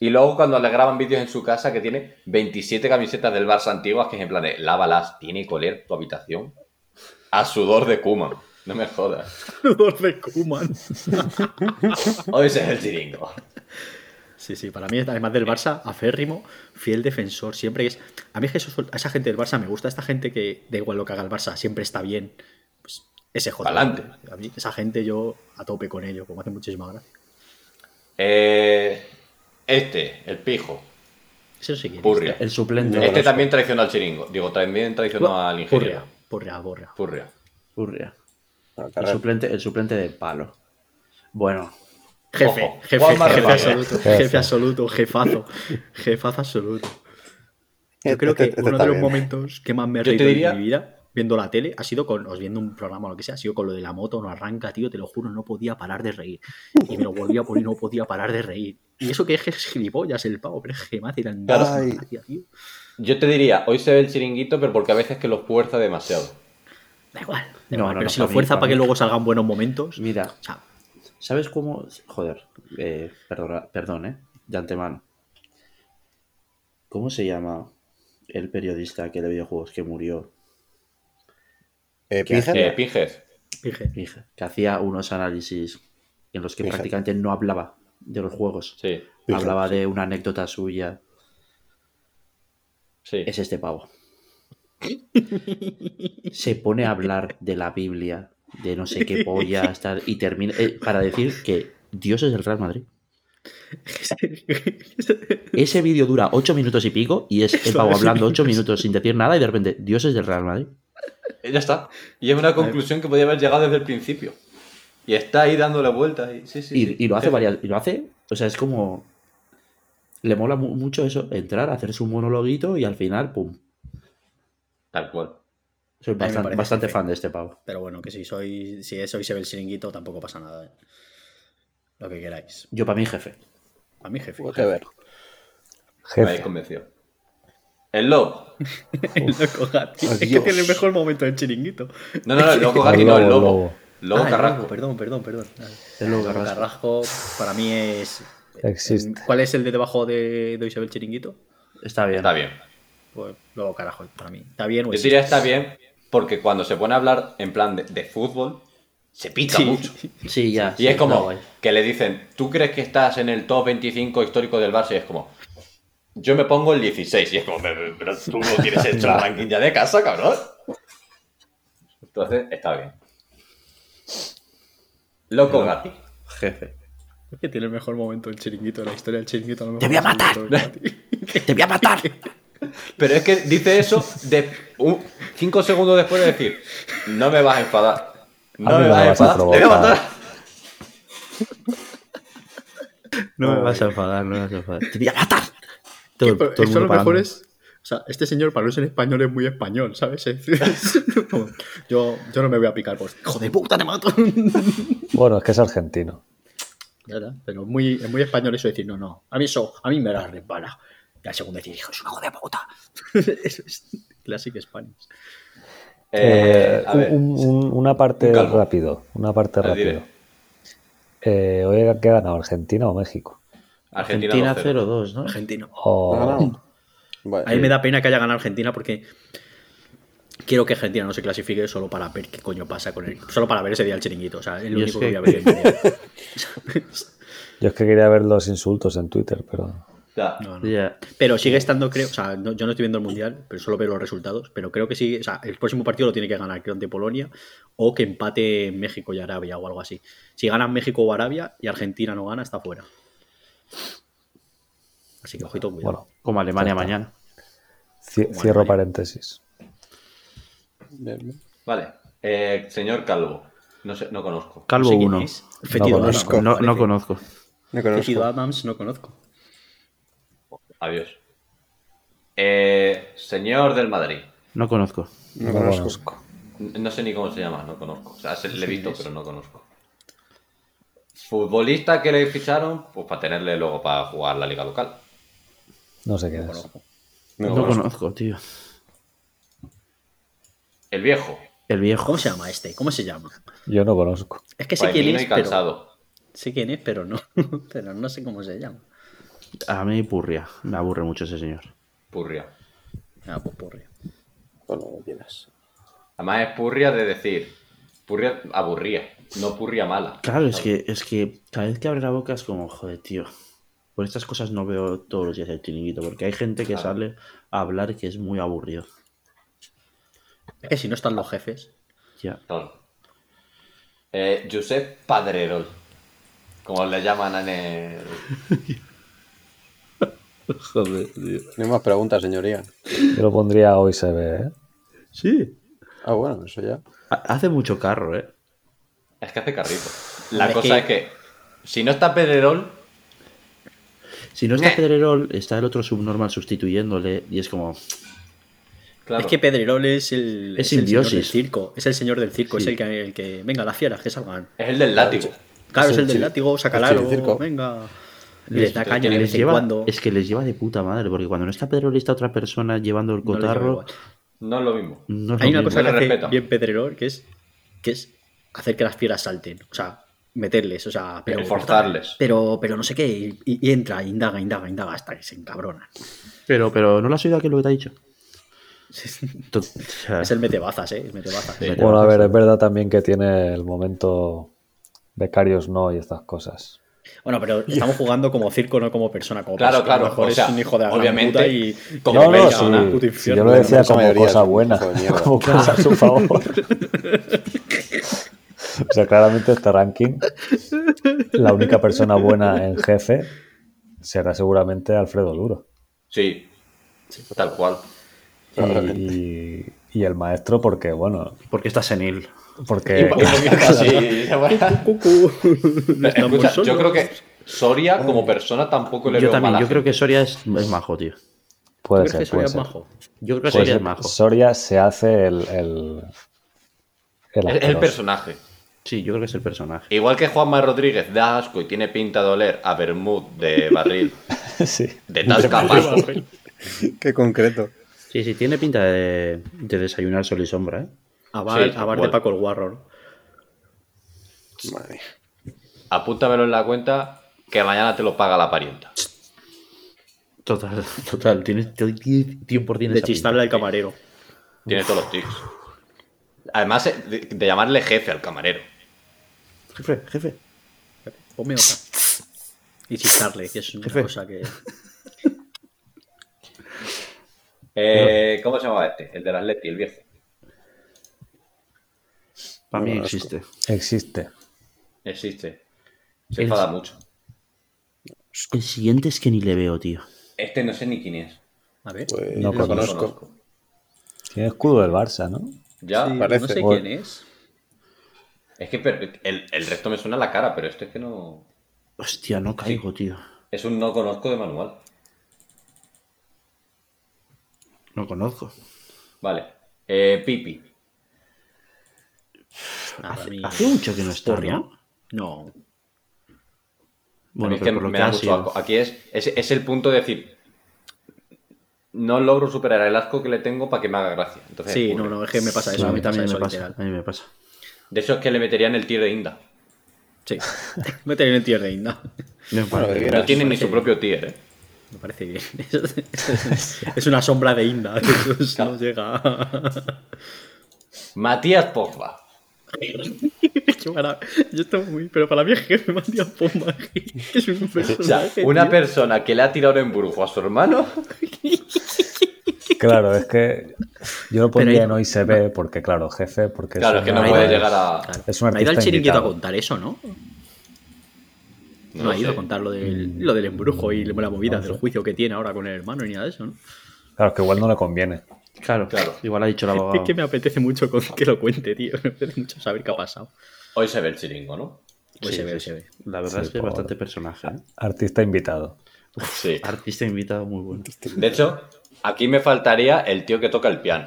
Y luego cuando le graban vídeos en su casa que tiene 27 camisetas del Barça antiguas que es en plan de lávalas, tiene que oler tu habitación a sudor de Kuma. No me jodas.
Dos de Kuman.
Hoy es el chiringo.
Sí, sí, para mí, además del Barça, aférrimo, fiel defensor, siempre es. A mí es que eso- a esa gente del Barça me gusta, esta gente que da igual lo que haga el Barça, siempre está bien. Pues ese joder.
Pa'lante.
A mí, esa gente yo a tope con ello, como hace muchísima gracia.
Eh, este, el pijo.
Eso no sé quién es.
Purria.
El suplente.
Este
Orozco.
también traicionó al chiringo. Digo, también traicionó al ingeniero.
Purria, Purria, Borra.
Purria.
Urria.
Bueno,
El
Carrera.
suplente, el suplente de palo. Bueno,
Jefe,
Ojo,
jefe,
Juanma
jefe
Rafael.
absoluto,
Jefe.
jefe absoluto, jefazo, jefazo absoluto. Yo creo que
Este- este
uno
está
de los
bien.
momentos que más me he
Yo te
reído
diría-
en mi vida viendo la tele ha sido con, os viendo un programa o lo que sea, ha sido con lo de la moto, no arranca, tío, te lo juro, no podía parar de reír. Y me lo volví a poner, no podía parar de reír. Y eso que es que es gilipollas el pavo, pero es que me hace tan
Claro.
gracia, tío.
Yo te diría, hoy se ve el chiringuito, pero porque a veces que lo fuerza demasiado.
Da igual, da
No,
igual,
no,
pero
no,
si
pa'
lo
mí,
fuerza
pa'
para que
mí.
luego salgan buenos momentos.
mira,
o sea,
¿sabes cómo? Joder, eh, perdona- perdón, ¿eh? De antemano. ¿Cómo se llama el periodista que de videojuegos que murió?
Eh,
¿Qué hace?
Pinhead.
Eh, Pinges.
dije,
Fija, Que hacía unos análisis en los que
Fíjate.
prácticamente no hablaba de los juegos.
Sí,
Fíjate,
hablaba de una anécdota suya.
sí.
Es este pavo. Se pone a hablar de la Biblia, de no sé qué polla, tal, y termina eh, para decir que Dios es el Real Madrid. Ese vídeo dura ocho minutos y pico y es el pavo hablando ocho minutos sin decir nada y de repente Dios es del Real Madrid.
Eh, Ya está. Y es una conclusión que podía haber llegado desde el principio. Y está ahí dando la vuelta. Y, sí, sí,
y,
sí.
y lo hace
Jefe.
varias. Y lo hace. O sea, es como. Le mola mu- mucho eso, entrar, hacer su monologuito y al final, pum.
Tal cual.
Soy
mí me
bastan- bastante,
parece perfecto.
fan de este pavo.
pero bueno, que si soy, si es hoy se ve el chiringuito, tampoco pasa nada. ¿eh? Lo que queráis.
Yo, para mí, jefe.
A mí, jefe.
Pues, a ver.
Me habéis
Jefe.
convencido. El lobo.
Loco Gatti. Es que
Adiós.
tiene el mejor momento del chiringuito.
No, no, no, el loco
Al
Gatti no, el
lobo,
lobo.
lobo.
Lobo
Ah, el
Carrasco.
lobo, perdón, perdón, perdón.
El lobo
Lobo
Carrasco.
Carrasco para mí es. eh,
Existe.
¿Cuál es el de debajo de, de Isabel Chiringuito?
Está bien.
Está bien.
Pues Lobo Carajo, para mí. ¿Está bien pues, o
Yo
es-
diría está bien porque cuando se pone a hablar en plan de, de fútbol, se pica
Sí.
mucho.
Sí, ya.
Y es como que le dicen, ¿tú crees que estás en el top 25 histórico del Barça? Y es como, yo me pongo el 16. Y es como, pero pero tú no tienes hecho la manquilla de casa, cabrón. Entonces, está bien. Loco Gatti.
Jefe.
Es que tiene el mejor momento del Chiringuito, de la historia del Chiringuito. a lo mejor
¡Te voy a
es el
matar!
Lobo Gatti.
¡Te voy a matar!
Pero es que dice eso de un- cinco segundos después de decir, no me vas a enfadar. No
A mí
me
no
vas a
me vas a
enfadar. Te voy a
provocar".
matar.
No me vas a enfadar, no me vas a enfadar. ¡Te voy a matar! Todo,
Pero
todo el
Esto a
mundo
lo mejor
parando.
es. O sea, este señor para no ser español es muy español, ¿sabes? Es decir, es como, yo, yo no me voy a picar por. ¡Hijo de puta, te mato!
Bueno, es que es argentino.
Ya, ya, Pero es muy, es muy español eso de decir, no, no, a mí eso, a mí me la resbala. La segunda decir, hijo, es un hijo de puta. eso es clásico Spanish.
Eh,
Eh,
a ver,
un- un- una parte
un calvo.
rápido. Una parte
Ah, dile.
rápido. Eh, Oye, ¿qué ha ganado? ¿Argentina o México?
Argentina,
Argentina
0
0-2, ¿no?
Argentino.
O-
¿Ha ganado? Vale.
A mí me da pena que haya ganado Argentina porque quiero que Argentina no se clasifique solo para ver qué coño pasa con él. Solo para ver ese día el chiringuito. O sea, es lo
Y
único
es
que...
que-
voy a ver. en mi vida.
Yo es que quería ver los insultos en Twitter, pero.
Ya.
No, no.
Ya.
Pero sigue estando, creo, o sea, no- yo no estoy viendo el mundial, pero solo veo los resultados. Pero creo que sí, o sea, el próximo partido lo tiene que ganar, creo, ante Polonia o que empate México y Arabia o algo así. Si ganan México o Arabia y Argentina no gana, está fuera. Así que ojito, cuidado.
Bueno,
Como Alemania mañana.
ci-
Bueno,
cierro
vale.
paréntesis.
Vale. Eh, señor Calvo. No sé, no conozco.
No
Calvo
sé quién
1.
es. Fetido
No
Adams,
conozco.
No, no
parece.
conozco.
No
Fetido
conozco.
Adams no conozco.
Adiós. Eh, señor del Madrid.
No conozco.
No
No
conozco.
N- No sé ni cómo se llama, no conozco. O sea, se- le he visto, pero no conozco. Futbolista que le ficharon, pues para tenerle luego para jugar la liga local.
No sé quién es.
No
No
conozco.
conozco, tío.
El viejo.
El viejo.
¿Cómo se llama este? ¿Cómo se llama?
Yo no conozco.
Es que sé quién
Paimino
es,
Pues y
pero,
cansado.
sé quién es, pero no, pero no sé cómo se llama.
A mí purria. Me aburre mucho ese señor.
Purria.
Ah, pues porre.
Bueno, lo tienes.
Además es purria de decir, Purria aburría, no purria mala.
Claro, es que, es que cada vez que abre la boca es como, joder, tío. Por estas cosas no veo todos los días el chiringuito, porque hay gente que
Claro.
sale a hablar que es muy aburrido.
Es que si no están los jefes.
Ya.
Claro. Eh, Josep Padrerol, como le llaman en el...
Joder, tío.
No hay más preguntas, señoría.
Yo lo pondría hoy se ve, ¿eh?
Sí.
Ah, bueno, eso ya.
Ha- Hace mucho carro, ¿eh?
Es que hace carrito. La
Hombre,
cosa
es
es que... si no está Pedrerol,
Si no
Eh.
está
Nah.
Pedrerol, está el otro subnormal sustituyéndole y es como,
Ah,
claro,
Es que Pedrerol es el,
Es
el señor del
simbiosis.
circo. Es el señor del circo. Es
Sí.
el que, el que- Venga, las fieras, que salgan.
es el del látigo.
Claro,
Es
es,
el
el del
chile-
látigo, saca
el
largo,
chilicirco.
venga. Y les da caña de
les
vez en
lleva-
cuando.
es que les lleva de puta madre, porque cuando no está Pedrerol y está otra persona llevando el
No les lleva
cotarro,
igual.
No es lo mismo.
no es
Hay
lo
una
mismo.
cosa que
No le
hace
respetan.
bien Pedrerol, que es, que es hacer que las fieras salten. O sea, meterles, o sea, pero.
forzarles.
Pero, pero no sé qué. Y, y entra, indaga, indaga, indaga, hasta que se encabrona.
Pero, pero no lo has oído aquello que te ha dicho. To- o sea,
Es el metebazas, eh. El metebazas.
Sí.
Bueno, a ver, es verdad también que tiene el momento becarios no y estas cosas.
Bueno, pero estamos jugando como circo, no como persona. Como
Claro,
persona. A lo
claro,
mejor
o sea,
es un hijo de la gran
obviamente,
puta y.
como
y
No,
venga,
no,
Venga,
sí,
una
puto
sí,
infierno.
yo lo decía
inmensa
como
mayoría
cosa
es un
buena,
hijo de mierda.
como cosa a su favor. o sea, claramente este ranking, la única persona buena en jefe será seguramente Alfredo Duro.
Sí, tal cual.
Y, y- y el maestro porque, bueno,
porque está senil.
porque...
Sí, Escucha,
Estamos
yo
solos.
creo que Soria como persona tampoco le
Yo
veo
también,
mala
yo creo
gente.
que Soria es, es majo, tío.
Puede
¿Crees que
ser,
Soria
puede
es
ser.
majo?
Yo creo que
Puede
Soria es
ser.
majo.
Pues Soria se hace el... el, el
Es el
asqueroso.
personaje.
Sí, yo creo que es el personaje.
Igual que Juanma Rodríguez da asco y tiene pinta de oler a Bermud de barril
sí.
de Tasca a Paco.
Qué concreto.
Sí, sí, tiene pinta de, de desayunar sol y sombra, ¿eh?
A bar,
Sí,
a bar de
bueno.
Paco el Guarro. ¿no?
Madre.
Apúntamelo en la cuenta que mañana te lo paga la parienta.
Total, total. Tiene, tiene 100%
De
esa
chistarle al camarero.
Tiene todos los tics. Además eh, de, de llamarle jefe al camarero.
pinta. Jefe, jefe.
Ponme otra. Y chistarle, que es una
Jefe.
cosa que.
Eh, ¿Cómo se llamaba este? El del Atleti, el viejo.
Para
No
mí
conozco.
existe.
Existe.
Existe. Se
El-
enfada mucho.
Pues El siguiente es que ni le veo, tío.
Este no sé ni quién es.
A ver.
Pues
No
lo
conozco.
conozco.
Tiene escudo del Barça, ¿no?
Ya,
Sí,
parece.
No sé
Bueno.
quién es.
es que per- el, el resto me suena la cara, pero este es que no.
Hostia, no caigo, tío.
Es un no conozco de manual.
No conozco.
Vale. Eh, Pipi.
Nada, a
Hace,
mí-
hace mucho que no está,
Porria.
¿no?
No.
Bueno,
A mí es
pero
que
por lo
me
que
da
ha
mucho
sido.
asco. Aquí es, es, es el punto de decir. No logro superar el asco que le tengo para que me haga gracia. Entonces,
Sí,
ocurre.
no, no, es que me pasa
Sí,
eso.
a mí también me
eso,
pasa.
literal.
A mí me pasa.
De eso es que le meterían el tiro de Inda.
Sí. Meter en el tier de Inda.
No,
Bueno,
vale.
de
No
veras.
tiene ni su propio tier, ¿eh?
Me parece bien. Es una sombra de Inda. Jesús, No llega.
Matías Pogba.
Qué mara- Yo estoy muy. Pero para mí es que me mandía pomba. Es un
O sea,
personaje.
una
tío.
persona que le ha tirado en brujo a su hermano.
Claro, es que yo
Pero
lo pondría
ahí-
en hoy se ve, porque claro, jefe, porque
Claro, es que no
una-
puede llegar a.
Claro.
Es un
No ha ido
artista
al chiringuito a
invitado.
contar eso, ¿no? No,
lo
ha ido
sé.
a contar lo del, lo del embrujo y la movida del juicio que tiene ahora con el hermano y nada de eso, ¿no?
Claro, es que igual no le conviene. ¿eh?
Claro,
Claro.
Igual ha dicho el
Es
abogado.
que me apetece mucho con- que lo cuente, tío. Me apetece mucho saber qué ha pasado.
Hoy se ve el chiringo, ¿no?
Pues
Sí,
se
sí,
ve, se ve.
La verdad
Sí,
es que es
por-
bastante personaje. ¿eh?
Artista invitado.
Sí.
Artista invitado muy bueno.
De hecho, aquí me faltaría el tío que toca el piano.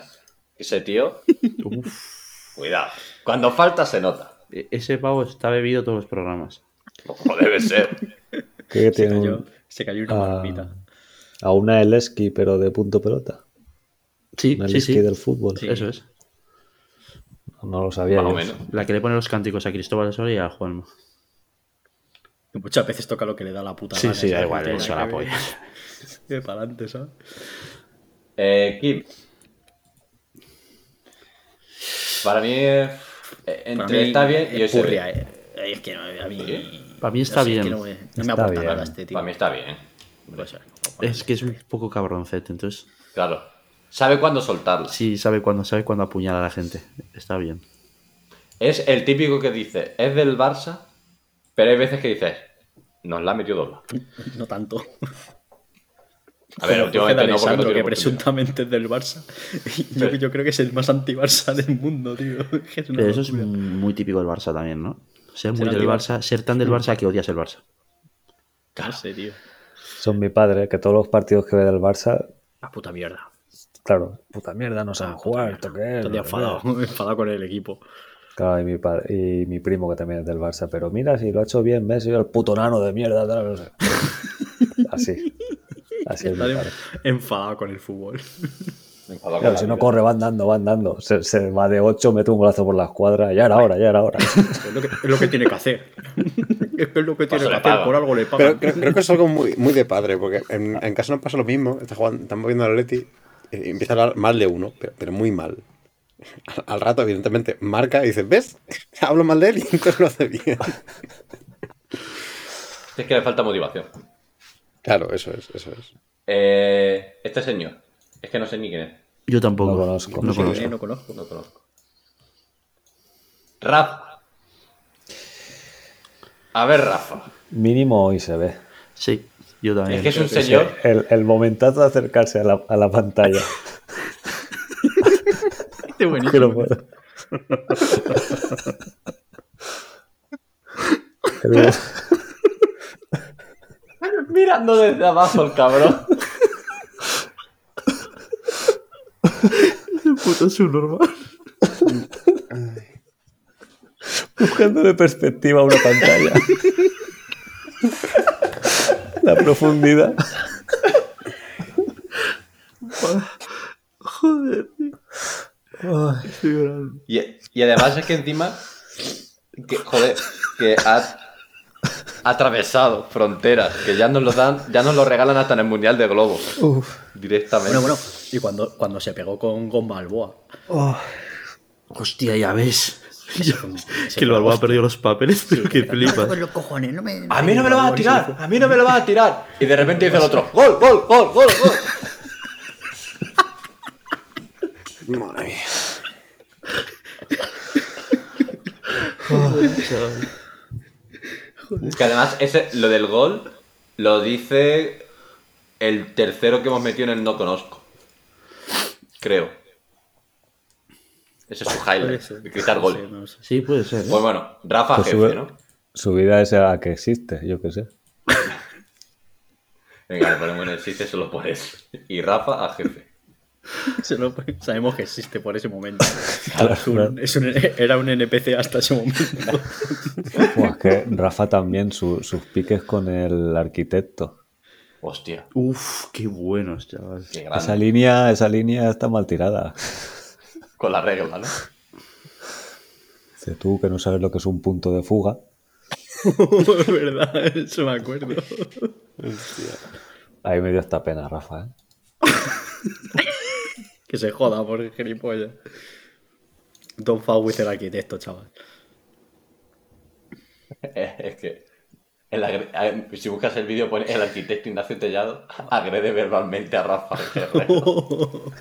Ese tío,
Uf,
cuidado. Cuando falta se nota.
e- ese pavo está bebido todos los programas.
Como debe ser.
Que
Se
tiene
cayó,
un-
se cayó una
Ah.
a,
marmita.
a una Eleski, pero de punto pelota.
Sí,
Una
sí,
Eleski
sí.
del fútbol.
Sí.
Eso es.
No lo sabía
Más o
yo.
menos.
La que le pone los cánticos a Cristóbal Soria y a Juanma.
Que muchas veces toca lo que le da la puta
Sí,
gana,
sí, da
¿sabes?
igual,
No tiene
eso
nada
la
que ver.
polla.
Que para adelante, ¿sabes?
Eh, Kim. Para mí es Eh,
Para
Entre
mí
está bien y
es
USB.
purria, eh. Ay, Es que no, a mí.
Para mí está
no sé, es
bien.
que no me, no me
Está
aporta
bien.
nada este tío.
Para mí está bien. ¿eh?
Puede ser.
Es que es un poco cabroncete, entonces.
Claro. Sabe cuándo soltarla.
Sí, sabe cuándo, sabe cuándo apuñalar a la gente. Está bien.
Es el típico que dice, es del Barça, pero hay veces que dices, nos la ha metido dobla.
No tanto.
A ver,
Como Jorge
últimamente no, porque no
D'Alessandro,
tiene
que
oportunidad.
presuntamente es del Barça. Yo, yo creo que es el más anti-Barça del mundo, tío. Es que es una
Pero eso es
locura.
muy típico del Barça también, ¿no? Ser muy
Ser
del
anti-
Barça, ser tan del Barça que odias el Barça.
No sé, tío.
Son mi padre, que todos los partidos que ve del Barça,
La puta mierda.
claro, puta mierda, no saben jugar, esto qué es,
Ah, Todo el día
no sé qué.
enfadado, enfadado con el equipo.
Claro, y mi, pa- y mi primo que también es del Barça, pero mira, si lo ha hecho bien Messi, el puto nano de mierda, tal, no sé. Así. Así es mi
Está
padre.
enfadado con el fútbol.
Me enfado con
Claro,
la
si no
vida.
corre, va andando, va andando. Se, se va de 8, mete un golazo por la escuadra, ya era hora, ya era hora.
Es lo que, es lo que tiene que hacer. Es que es lo que tiene
eso
que
le
hacer.
pagan.
Por algo le
Pero
pagan.
creo, creo que es algo muy, muy de padre, porque en, en casa no pasa lo mismo. Está jugando, están moviendo al Atleti eh, y empieza a hablar mal de uno, pero, pero muy mal. Al, al rato, evidentemente, marca y dice, ¿ves? Hablo mal de él y entonces lo hace bien.
Es que le falta motivación.
Claro, eso es, eso es.
Eh, este señor, es que no sé ni quién es,
Yo tampoco.
No conozco.
No
Sí,
conozco.
Eh, no conozco.
no conozco. Rafa. A ver, Rafa.
Mínimo hoy se ve.
Sí, yo también.
Es que es un señor.
El, el momentazo de acercarse a la, a la pantalla. Que no puedo. El mo-
Mirando desde abajo el cabrón.
puto subnormal.
Buscando de perspectiva una pantalla. La profundidad.
Joder, tío. Estoy llorando.
Y, y además es que encima, que, joder, que ha atravesado fronteras, que ya nos lo dan, ya nos lo regalan hasta en el Mundial de Globo. Directamente.
Bueno, bueno. Y cuando, cuando se pegó con, con Balboa.
Hostia, ya ves.
Se
que el Balboa
pegó-
perdió los papeles, pero que flipas.
los cojones, no me...
A mí no me lo vas a tirar, a mí no me lo vas a tirar. Y de repente dice el otro, gol, gol, gol, gol, gol.
Madre mía.
Que además ese, lo del gol lo dice el tercero que hemos metido en el no conozco. Creo. Ese es su
Pues,
highlight,
eh,
gritar gol.
No sé.
Sí, puede ser. ¿eh?
Pues bueno, Rafa
Pues
jefe,
sube-
¿no?
Su vida es la que existe, yo qué sé.
Venga, lo ponemos en el sitio, solo por eso. Y Rafa a jefe.
Se lo- sabemos que existe por ese momento.
Claro,
Es un-
claro.
es un- era un NPC hasta ese momento.
Buah, es que Rafa también, su- sus piques con el arquitecto.
Hostia,
Uh,
Uf, qué buenos, chaval.
qué grande.
Esa línea, esa línea está mal tirada.
Con la regla, ¿no?
Dice, tú que no sabes lo que es un punto de fuga.
Es verdad, eso me acuerdo.
Ahí me dio esta pena, Rafa. ¿eh?
Que se joda por gilipollas. Don fuck with el arquitecto, chaval.
Eh, Es que el agre- eh, si buscas el vídeo pone el arquitecto Ignacio Tellado agrede verbalmente a Rafa. Guerrero".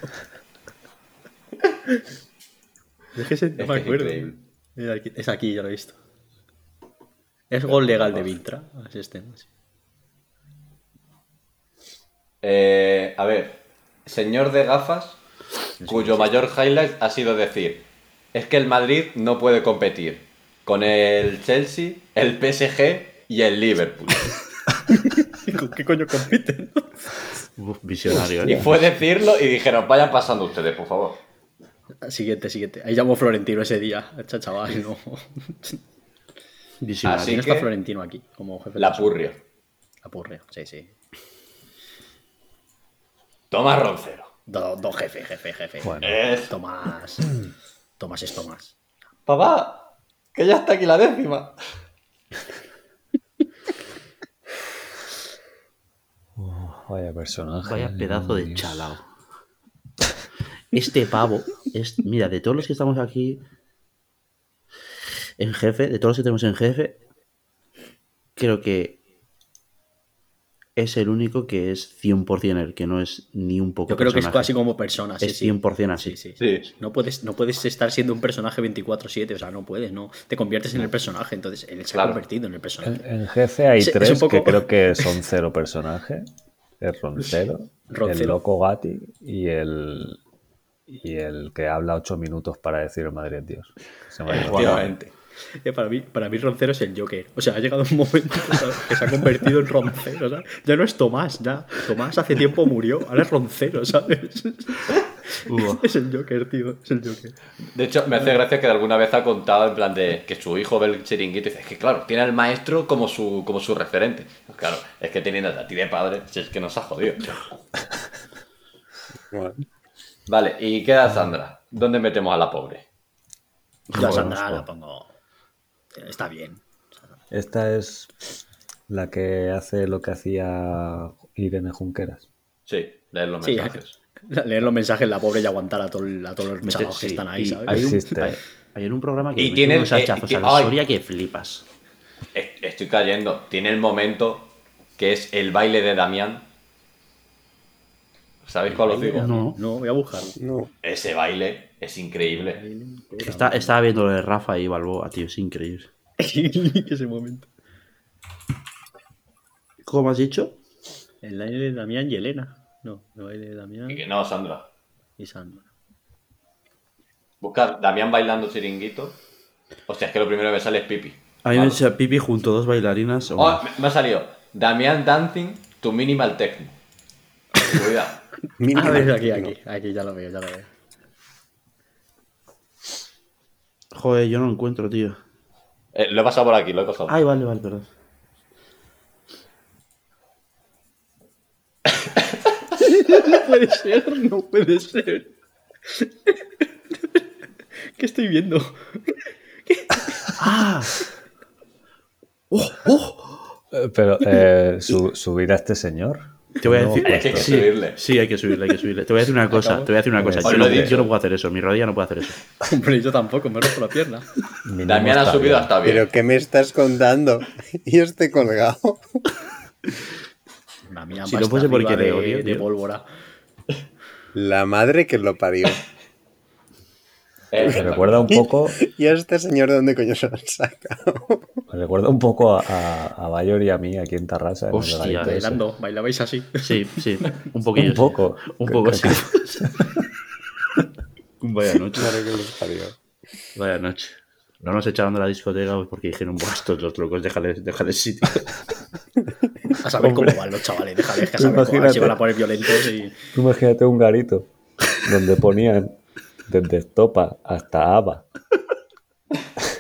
Es que ese- no
que es
me acuerdo.
increíble.
El arqui- Es aquí, ya lo he visto. Es gol legal de Vintra. Así es, tema, sí.
Eh, a ver, señor de gafas, cuyo mayor highlight ha sido decir, es que el Madrid no puede competir con el Chelsea, el PSG y el Liverpool.
¿Con qué coño compiten?
Uf, visionario.
Y
¿eh?
fue decirlo y dijeron, vayan pasando ustedes, por favor.
Siguiente, siguiente. Ahí llamó Florentino ese día. Echa chaval, no.
Visionario.
Así
no está
que-
Florentino aquí, como jefe de
La
la-
purria.
La purria, sí, sí.
Tomás Roncero.
Dos jefe, jefe, jefe.
Bueno.
Es-
Tomás. Tomás es Tomás.
Papá, que ya está aquí la décima.
Vaya personaje.
Vaya pedazo de chalao. Este pavo, es, mira, de todos los que estamos aquí, en jefe, de todos los que tenemos en jefe, creo que es el único que es 100% el que no es ni un poco
Yo creo que es
personaje.
casi como persona. Sí,
Es
sí.
100% así.
Sí, sí,
Sí.
sí. No, puedes, no puedes estar siendo un personaje 24-7, o sea, no puedes, no. Te conviertes en el personaje, entonces él se
Claro.
ha convertido en el
En,
personaje.
en jefe hay
Es- es
tres
un poco-
que creo que son cero personaje. El roncero, el
Roncero.
loco Gatti y el y el que habla ocho minutos para decir madre de Dios. Se me ha ido.
Efectivamente.
Eh, Para mí, para mí Roncero es el Joker. O sea, ha llegado un momento ¿sabes? que se ha convertido en Roncero, ¿sabes? Ya no es Tomás, ya. Tomás hace tiempo murió, ahora es Roncero, ¿sabes? Es el Joker, tío, es el Joker.
De hecho, me hace gracia que alguna vez ha contado en plan de que su hijo ve el chiringuito y dice, es que claro, tiene al maestro como su, como su referente. Claro, es que teniendo a ti de padre, si es que nos ha jodido.
Bueno,
Vale, y queda Sandra. ¿Dónde metemos a la pobre?
Yo a
Bueno,
Sandra
bueno.
la pongo. Está bien.
Esta es la que hace lo que hacía Irene Junqueras.
Sí, leer los
Sí, eh,
mensajes.
leer los mensajes, la pobre y aguantar a, todo el- a todos los
Mete-
chavos que
sí,
están ahí,
y
¿sabes?
Hay un,
Existe.
hay, hay en un programa que
Y
mete
tiene-
unos
eh,
hachazos
eh,
a la
ay.
Soria que flipas.
Es- Estoy cayendo. Tiene el momento que es el baile de Damián. ¿Sabéis cuál os digo?
No.
No, voy a buscarlo.
no.
Ese baile es increíble.
Está, estaba viendo lo de Rafa y Balboa, tío, es increíble.
Ese momento.
¿Cómo has dicho?
El baile de Damián y Elena. No, el baile de Damián
Y que no, Sandra.
y Sandra.
Busca Damián bailando chiringuito. Hostia, es que lo primero que me sale es pipi.
A mí
Vale.
me decía Pipi junto a dos bailarinas. o-
Oh, me- me ha salido Damián Dancing to Minimal Techno. Cuidado.
A
Mínimo.
ver, aquí, aquí, aquí, ya lo veo, ya lo veo.
Joder, yo no lo encuentro, tío.
Eh, lo he pasado por aquí, lo he pasado.
Ay, vale, vale, perdón.
No puede ser, no puede ser. ¿Qué estoy viendo?
Ah,
Eh, Pero eh, su- subir a este señor.
Te voy a
No,
decir.
Hay que
sí,
subirle.
Sí, hay que subirle, hay que subirle. Te voy a decir una cosa, te voy a decir una cosa.
Os
Yo
lo
no,
dije.
yo no puedo hacer eso, mi rodilla no puede hacer eso.
Hombre, yo tampoco, me he roto la pierna.
mínimo
Damián ha
está
subido
bien.
hasta bien.
Pero ¿qué me estás contando? Y este colgado.
Una mía
Si
más
no fuese
arriba
porque
de,
le odio,
de
tío.
pólvora.
La madre que lo parió.
Eh,
Me recuerda un poco,
¿Y a este señor de dónde coño se lo saca?
me recuerda un poco a, a, a Bayor y a mí aquí en Tarrasa. en el
Hostia,
veranito ese.
Bailando, bailabais así.
Sí, sí, un poquillo.
Un poco.
sí. Un poco, sí. Vaya noche.
Madre que los parió.
Vaya noche. No nos echaron de la discoteca pues, porque dijeron, "Buah, estos los locos, déjales, déjales sitio.
A saber cómo van los chavales, déjales que a
Tú
saber cómo van,
imagínate.
se van a poner violentos y...
Tú Imagínate un garito donde ponían desde estopa hasta haba.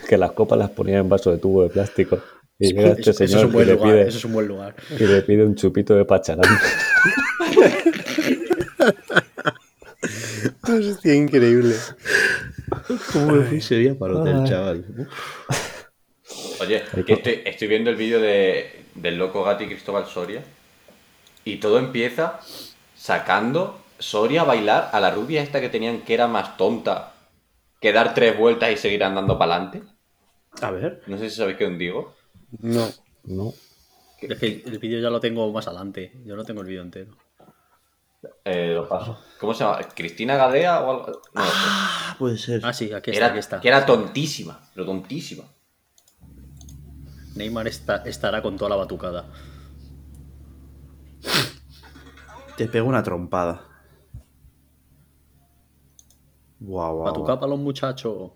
Que las copas las ponían en vaso de tubo de plástico. Y llega este
Eso, es
señor
un buen
y, le
lugar,
pide,
eso es un buen lugar.
y le pide un chupito de pacharán.
Hostia, increíble.
¿Cómo sería para hotel,
Ay.
chaval?
Oye, que estoy, estoy viendo el vídeo de, del loco Gatti Cristóbal Soria y todo empieza sacando Soria a bailar a la rubia esta que tenían que era más tonta que dar tres vueltas y seguir andando para adelante.
A ver.
No sé si sabéis qué os digo.
No.
No.
Es que el, el vídeo ya lo tengo más adelante, yo no tengo el vídeo entero.
Eh, lo paso. ¿Cómo se llama? ¿Cristina Gadea o algo? No, lo sé.
Ah, puede ser.
Ah, sí, aquí
Que
está,
era,
aquí está.
que era tontísima, pero tontísima.
Neymar está- estará con toda la batucada.
Te pego una trompada. Guau, guau,
Batucada
guau.
para los muchachos.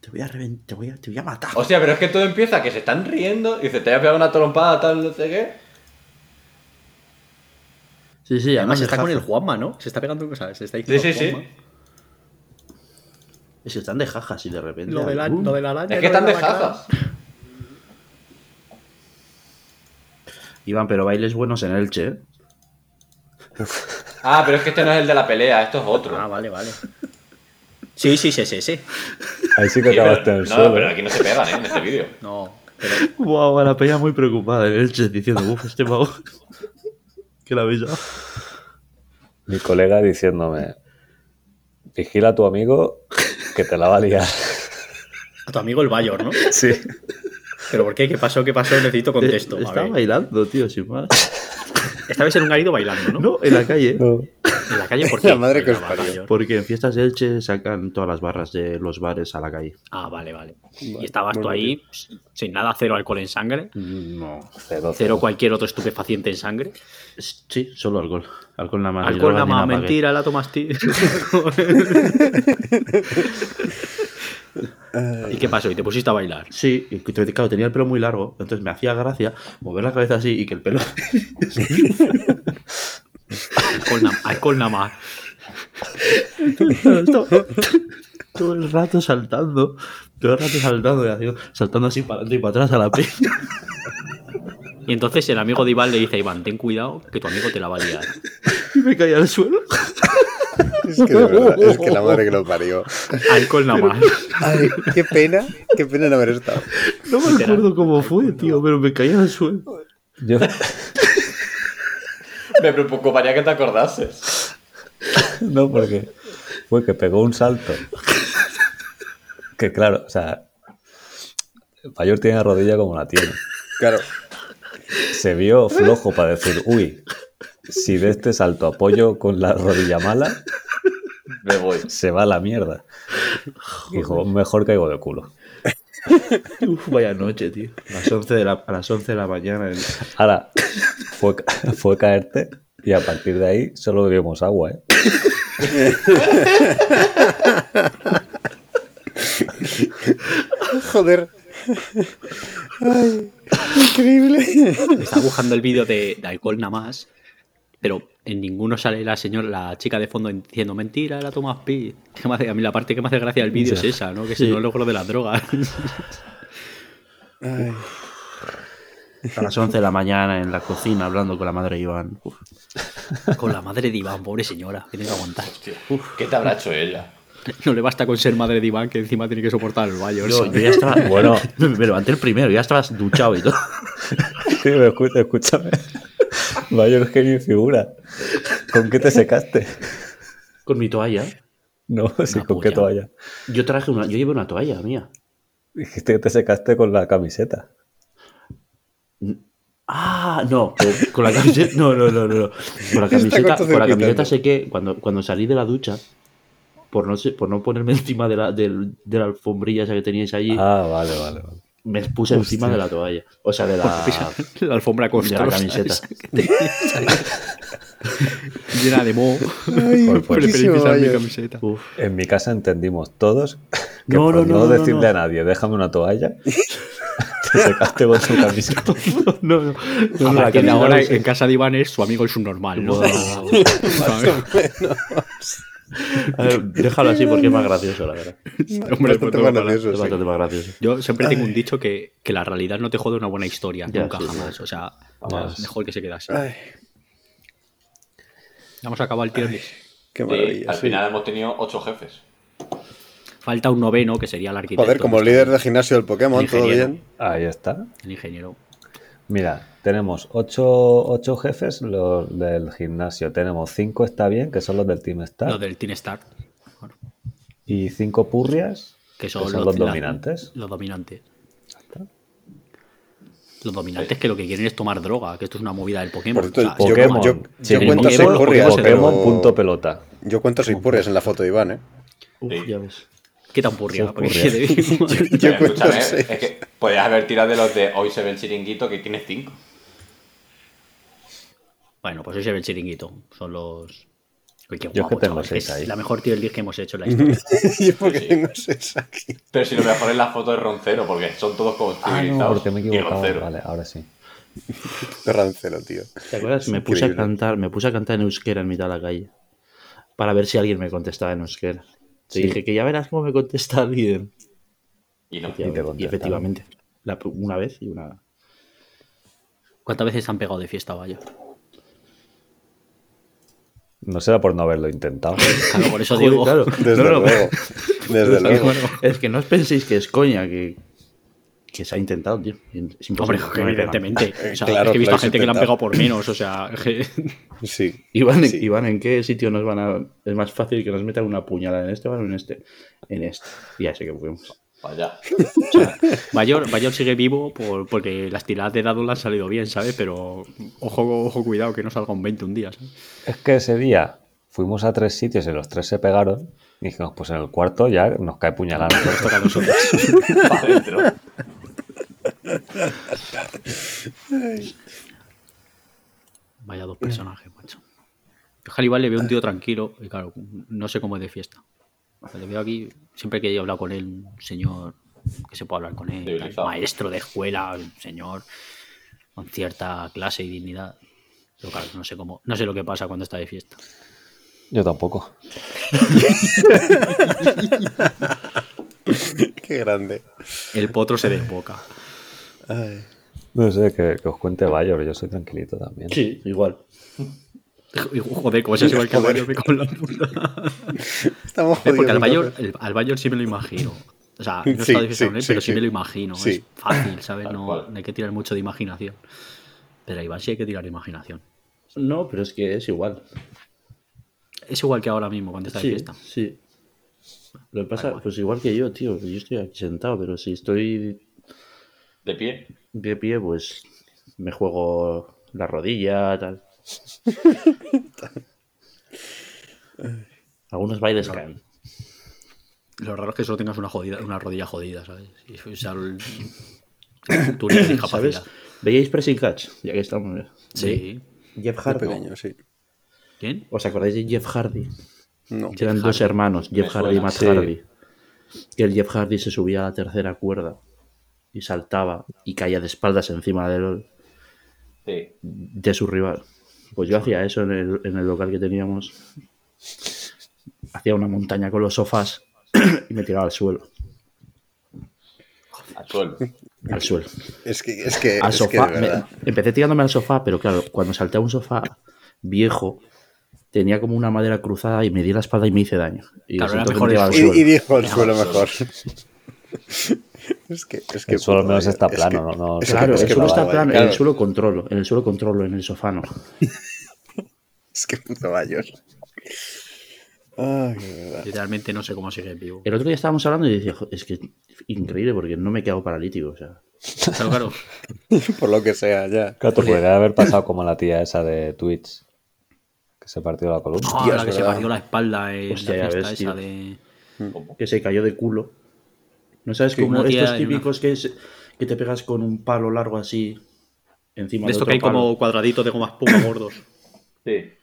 Te voy a reventar, te voy a, te voy a matar.
Hostia, pero es que todo empieza, que se están riendo y dice, te voy a pegar una trompada, tal, no sé qué.
Sí, sí,
Además
además
está con
jaja.
el Juanma, ¿no? Se está pegando cosas, se está
Sí,
diciendo
sí, sí.
Juanma.
Es que están de jajas y de repente. uh.
Lo de la,
¡bum!
lo de la araña.
Es que
lo
están
la
de
lacra.
jajas.
Iván, pero bailes buenos en Elche, ¿eh?
Ah, pero es que este no es el de la pelea, esto es
Ah,
otro.
vale, vale. Sí, sí, sí, sí, sí.
Ahí sí
Sí,
que acabaste
pero-
en el
no,
suelo.
pero aquí no se pegan, ¿eh? En este vídeo.
No, pero
Guau, a la peña muy preocupada en Elche, diciendo, uff, este mago. que la veis
Mi colega diciéndome, vigila a tu amigo que te la va a liar.
A tu amigo el Bayor, ¿no?
Sí.
¿Pero por qué? ¿Qué pasó? ¿Qué pasó? Necesito contexto. A
Estaba
ver.
Eh, bailando, tío, sin más.
Esta vez en un garido bailando, ¿no?
No, en la calle.
No.
En la calle, ¿por qué?
La madre que os
Bailaba
parió.
Bayor.
Porque en fiestas de Elche sacan todas las barras de los bares a la calle.
Ah, vale, vale. Mm. Y estabas tú ahí pues, sin nada, cero alcohol en sangre,
No.
Cero,
cero cualquier otro estupefaciente en sangre.
Sí, solo alcohol. Alcohol nada más.
Alcohol
Yo
nada
ni
más,
pagué.
mentira, la tomaste. ¿Y qué pasó? ¿Y te pusiste a bailar?
Sí, y te- claro, tenía el pelo muy largo, entonces me hacía gracia mover la cabeza así y que el pelo.
Alcohol, na- alcohol nada más.
todo el rato saltando, todo el rato saltando, y haciendo- saltando así para adelante y para atrás a la peña.
Y entonces el amigo de Iván le dice a Iván, ten cuidado que tu amigo te la va a liar.
Y me caía al suelo.
Es que de verdad, es que la madre que lo parió.
Alcohol nada más.
Ay, qué pena, qué pena no haber estado.
No me acuerdo cómo fue, tío, pero me caía al suelo.
Yo,
Me preocuparía que te acordases.
no, porque fue que pegó un salto. Que claro, o sea, Bayor tiene la rodilla como la tiene.
Claro,
se vio flojo para decir, uy, si de este salto apoyo con la rodilla mala,
Me voy.
se va a la mierda. Dijo, mejor caigo de culo.
Uf, vaya noche, tío. A las 11 de la, a las 11 de la mañana. el-
Ahora, fue, ca- fue caerte y a partir de ahí solo bebimos agua, ¿eh?
joder. Ay, increíble.
Está buscando el vídeo de, de alcohol nada más, pero en ninguno sale la señora, la chica de fondo diciendo mentira, la tomas pi. Que me hace- a mí la parte que me hace gracia del vídeo es
Ya.
esa, ¿no? Que
Sí.
si no logro de las drogas.
Ay,
A las 11 de la mañana en la cocina hablando con la madre de Iván. Uf.
con la madre de Iván, pobre señora, que tiene que aguantar.
¿Qué te habrá hecho ella?
No le basta con ser madre de Iván, que encima tiene que soportar el baño.
Yo, yo ya estaba. Bueno, me, me levanté el primero, ya estabas duchado y todo.
Sí, pero escu- escúchame. Mayor genio y figura. ¿Con qué te secaste?
Con mi toalla.
No, sí,
Una
¿con qué
polla.
toalla?
Yo traje una. Yo llevé una toalla mía.
Dijiste que te secaste con la camiseta.
Ah, no, con- con la camiseta. No, no, no, no. no. Con la
Está
camiseta, con la
cortocircuitando.
camiseta sé que cuando, cuando salí de la ducha, por no, ser- por no ponerme encima de la, del- de la alfombrilla esa que teníais allí,
Ah, vale, vale, vale.
me puse encima de la toalla. O sea, de la,
La alfombra con
de la camiseta.
llena de moho.
ay,
Por- por-
Preferís
putísimo,
pisar mi
vaya.
camiseta.
Uf.
En mi casa entendimos todos que
No,
por
no,
no,
no, no, no,
decirle
no.
a nadie, déjame una toalla, te secaste con tu camiseta.
No, no.
A
no, Ah, la
partir de
camiseta
ahora,
no sé.
en casa de Iván es su amigo el subnormal, ¿no? ¿Sabes?
A ver, déjalo así porque es más gracioso, la verdad.
Hombre, pues,
Bastante
no,
más
no, no.
gracioso,
Es
sí.
bastante más gracioso.
Yo siempre tengo un dicho que, que la realidad no te jode una buena historia,
Ya,
nunca
sí,
jamás. O sea,
Vamos.
mejor que se quede así.
Ay,
Vamos a acabar el tier list.
qué
Sí,
maravilla.
al
sí.
final hemos tenido ocho jefes.
Falta un noveno, que sería el arquitecto.
Joder, como
¿no?
líder de gimnasio del Pokémon, todo
Ingeniero.
bien.
Ahí está.
El ingeniero.
Mira, tenemos ocho, ocho jefes los del gimnasio. Tenemos cinco está bien, que son los del Team Star.
Los del Teen Star. Bueno,
Y cinco purrias,
que son,
los,
la-
dominantes.
Los dominantes.
está.
Los dominantes que lo que quieren es tomar droga, que esto es una movida del Pokémon.
Por cierto,
O sea,
yo-
Pokémon.
yo- yo
Sí,
cuento
Pokémon,
seis purrias,
Pokémon
pero-
punto pelota.
Yo cuento seis purrias en la foto de Iván, ¿eh?
Uf,
Sí.
ya ves.
¿Qué tan purria?
Son
Porque
purria.
se
Yo
Pero
cuento
escúchame, eh,
seis.
es que podías haber tirado de los de hoy se ve el chiringuito que tiene cinco.
Bueno, pues hoy se ve el chiringuito. Son los. Uy, qué
Yo es que
guapo,
tengo
chaval,
seis
es
ahí.
La mejor tier list que hemos hecho en la historia.
Yo porque
Sí, sí.
tengo seis aquí.
Pero si lo mejor es la foto de Roncero, porque son todos como
Ah, no,
civilizados.
porque me he
Y
equivocado.
Roncero.
Vale, ahora sí.
Qué rancelo, tío.
¿Te acuerdas?
Es
Me puse a
increíble.
cantar, me puse a cantar en euskera en mitad de la calle para ver si alguien me contestaba en euskera. Te
Sí.
dije que ya verás cómo me contesta alguien.
Y no.
Y,
te contestaron.
efectivamente, la- una vez y una.
¿Cuántas veces se han pegado de fiesta, vaya?
No será por no haberlo intentado.
Claro, por eso
Joder,
digo.
claro.
Desde
No, no,
luego. Desde luego.
Es que no os penséis que es coña, que, que se ha intentado, tío. Es imposible que Pues
Hombre,
no
que
lo hayan ganado.
evidentemente. O sea,
Claro
es que he
que
visto
lo
a gente que la han pegado
intentado.
por menos. O sea, que-
Sí.
Iván,
Sí.
Iván, ¿en qué sitio nos van a.? Es más fácil que nos metan una puñalada en este o en este. En este. Y así que fuimos.
Vaya.
Bayor, Bayor sigue vivo por- porque las tiradas de dados le han salido bien, ¿sabes? Pero ojo, ojo, cuidado, que no salga un 20 un día, ¿sabes?
Es que ese día fuimos a tres sitios y los tres se pegaron. Y dijimos, pues en el cuarto ya nos cae puñalada.
Nos toca a nosotros.
Para adentro.
Vaya dos personajes, macho. Yo a Jalibal le veo un tío tranquilo y claro, no sé cómo es de fiesta. Le veo aquí, siempre que he hablado con él, un señor que se puede hablar con él,
Civilizado.
maestro de escuela, un señor con cierta clase y dignidad. Pero claro, no sé cómo, no sé lo que pasa cuando está de fiesta.
Yo tampoco.
Qué grande.
El potro se desboca.
Ay.
No sé, que, que os cuente Bayor, yo soy tranquilito también.
Sí, igual.
Joder, como se sube el caballo, me cago en la puta.
Estamos
Eh,
jodidos.
Porque al Bayor,
entonces.
el- al Bayor sí me lo imagino. O sea, no he
Sí,
estado de fiesta
sí,
con él,
sí,
pero sí,
sí.
me lo imagino.
Sí.
Es fácil, ¿sabes?
Tal
No,
cual.
no hay que tirar mucho de imaginación. Pero a Iván sí hay que tirar de imaginación.
No, pero es que es igual.
Es igual que ahora mismo cuando está de
Sí,
fiesta.
sí. Lo que
Da
pasa,
igual.
pues igual que yo, tío. que Yo estoy aquí sentado, pero si estoy
De pie.
de pie, pues me juego la rodilla, tal. Algunos bailes caen.
Lo raro es que solo tengas una, jodida, una rodilla jodida, ¿sabes? Y, o sea, el- tú no tienes discapacidad.
¿Sabes? ¿Veíais Pressing Catch? Ya que estamos. eh.
Sí.
Jeff
Muy
Hardy.
pequeño, sí.
¿Quién?
¿Os acordáis de Jeff Hardy?
No.
Que eran dos hermanos, Jeff
suena.
Hardy y Matt
Sí.
Hardy. Que el Jeff Hardy se subía a la tercera cuerda y saltaba y caía de espaldas encima del,
Sí.
de su rival. Pues yo hacía eso en el, en el local que teníamos. Hacía una montaña con los sofás y me tiraba al suelo.
Al suelo.
Al suelo.
Es que, es que,
Al
es que
sofá.
de
me-
verdad.
empecé tirándome al sofá, pero claro, cuando salté a un sofá viejo, tenía como una madera cruzada y me di la espalda y me hice daño. Y
Claro, era
resultó que
mejor
me tiraba
el
al
Y-
suelo.
Y, dijo el suelo mejor. es que, es que.
El suelo al menos
puta,
está
es
plano,
que-
no- no-
es que-
Claro,
es
el
que
suelo
puta
está
Bayor,
plano, en
claro.
el suelo controlo, en el suelo controlo, en el sofá no.
Es que puto mayor. Ay, qué verdad.
Literalmente no sé cómo sigue vivo.
El otro día estábamos hablando y decía, "Jo, es que es increíble porque no me quedo paralítico, o sea,
Claro, claro.
Por lo que sea, ya.
Claro, te podría haber pasado como la tía esa de Twitch, que se partió la columna.
Ah, la que se
¿verdad?
partió la espalda en
Hostia, ya
la fiesta
ves, tío.
esa de...
que se cayó de culo. ¿No sabes cómo
una tía
estos
en una-
típicos que, se- que te pegas con un palo largo así encima
De
de
esto
otro
que hay
palo?
como cuadraditos de goma espuma gordos.
Sí.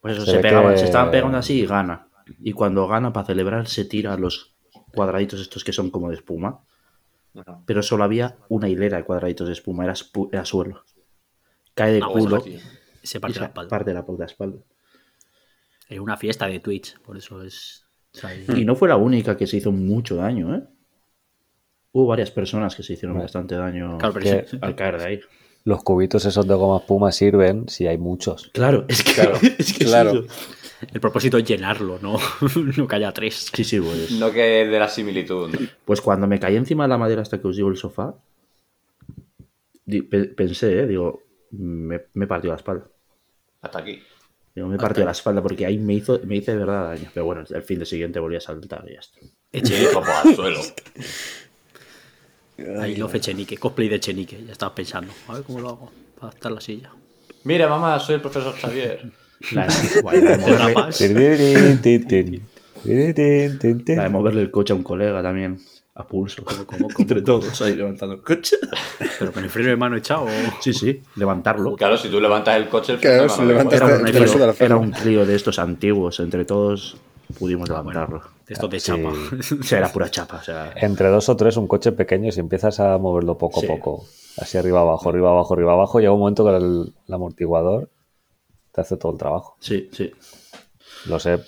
Pues eso,
Se
se,
ve
pegaban,
que-
se estaban pegando así y gana. Y cuando gana, para celebrar, se tira los cuadraditos estos que son como de espuma.
Ajá.
Pero solo había una hilera de cuadraditos de espuma, era, espu- era suelo. Cae de
Ah,
culo
bueno,
Sí.
Se
y
partió
se
la espalda.
parte la puta espalda.
En una fiesta de Twitch, por eso es. o sea,
Mm.
Y no fue la única que se hizo mucho daño, ¿eh? Hubo varias personas que se hicieron
Vale.
bastante daño
Claro, pero
Que-
sí.
al caer de ahí.
Los cubitos esos de goma espuma sirven si hay muchos.
Claro, es que,
Claro,
es que
claro.
sí,
el propósito es llenarlo, no, no que haya tres.
Sí, sí, pues.
No que de la similitud. ¿no?
Pues cuando me caí encima de la madera hasta que os digo el sofá, di- pe- pensé, ¿eh? Digo, me, me partió la espalda.
Hasta aquí.
Digo, me partió la espalda porque ahí me hizo, me hice de verdad daño. Pero bueno, el fin de siguiente volví a saltar y ya está.
Sí,
Echenique,
como al suelo.
ahí lo fe Echenique, cosplay de Echenique, ya estabas pensando. A ver cómo lo hago para estar en la silla.
Mira, mamá, soy el profesor Xavier.
La de, guay, la de
Te
moverle,
rapas.
Tirirín, tin, tin. Tirirín, tin, tin.
la de moverle el coche a un colega también, a pulso.
cómo, cómo?
Entre todos Pues ahí levantando el coche.
Pero con el freno de mano echado. o-
Sí, sí, levantarlo.
Claro, si tú levantas el coche, el
Claro,
problema
si
no
levantas
es
Era
bueno.
un,
Te
crío,
resulta la forma.
era un crío de estos antiguos, entre todos pudimos levantarlo.
de Esto de
Sí.
chapa.
O sea, era pura chapa. O sea,
Entre dos o tres, un coche pequeño, si empiezas a moverlo poco a
Sí.
poco, así arriba abajo, arriba abajo, arriba abajo, llega un momento que el, el amortiguador te hace todo el trabajo.
sí, sí.
Lo sé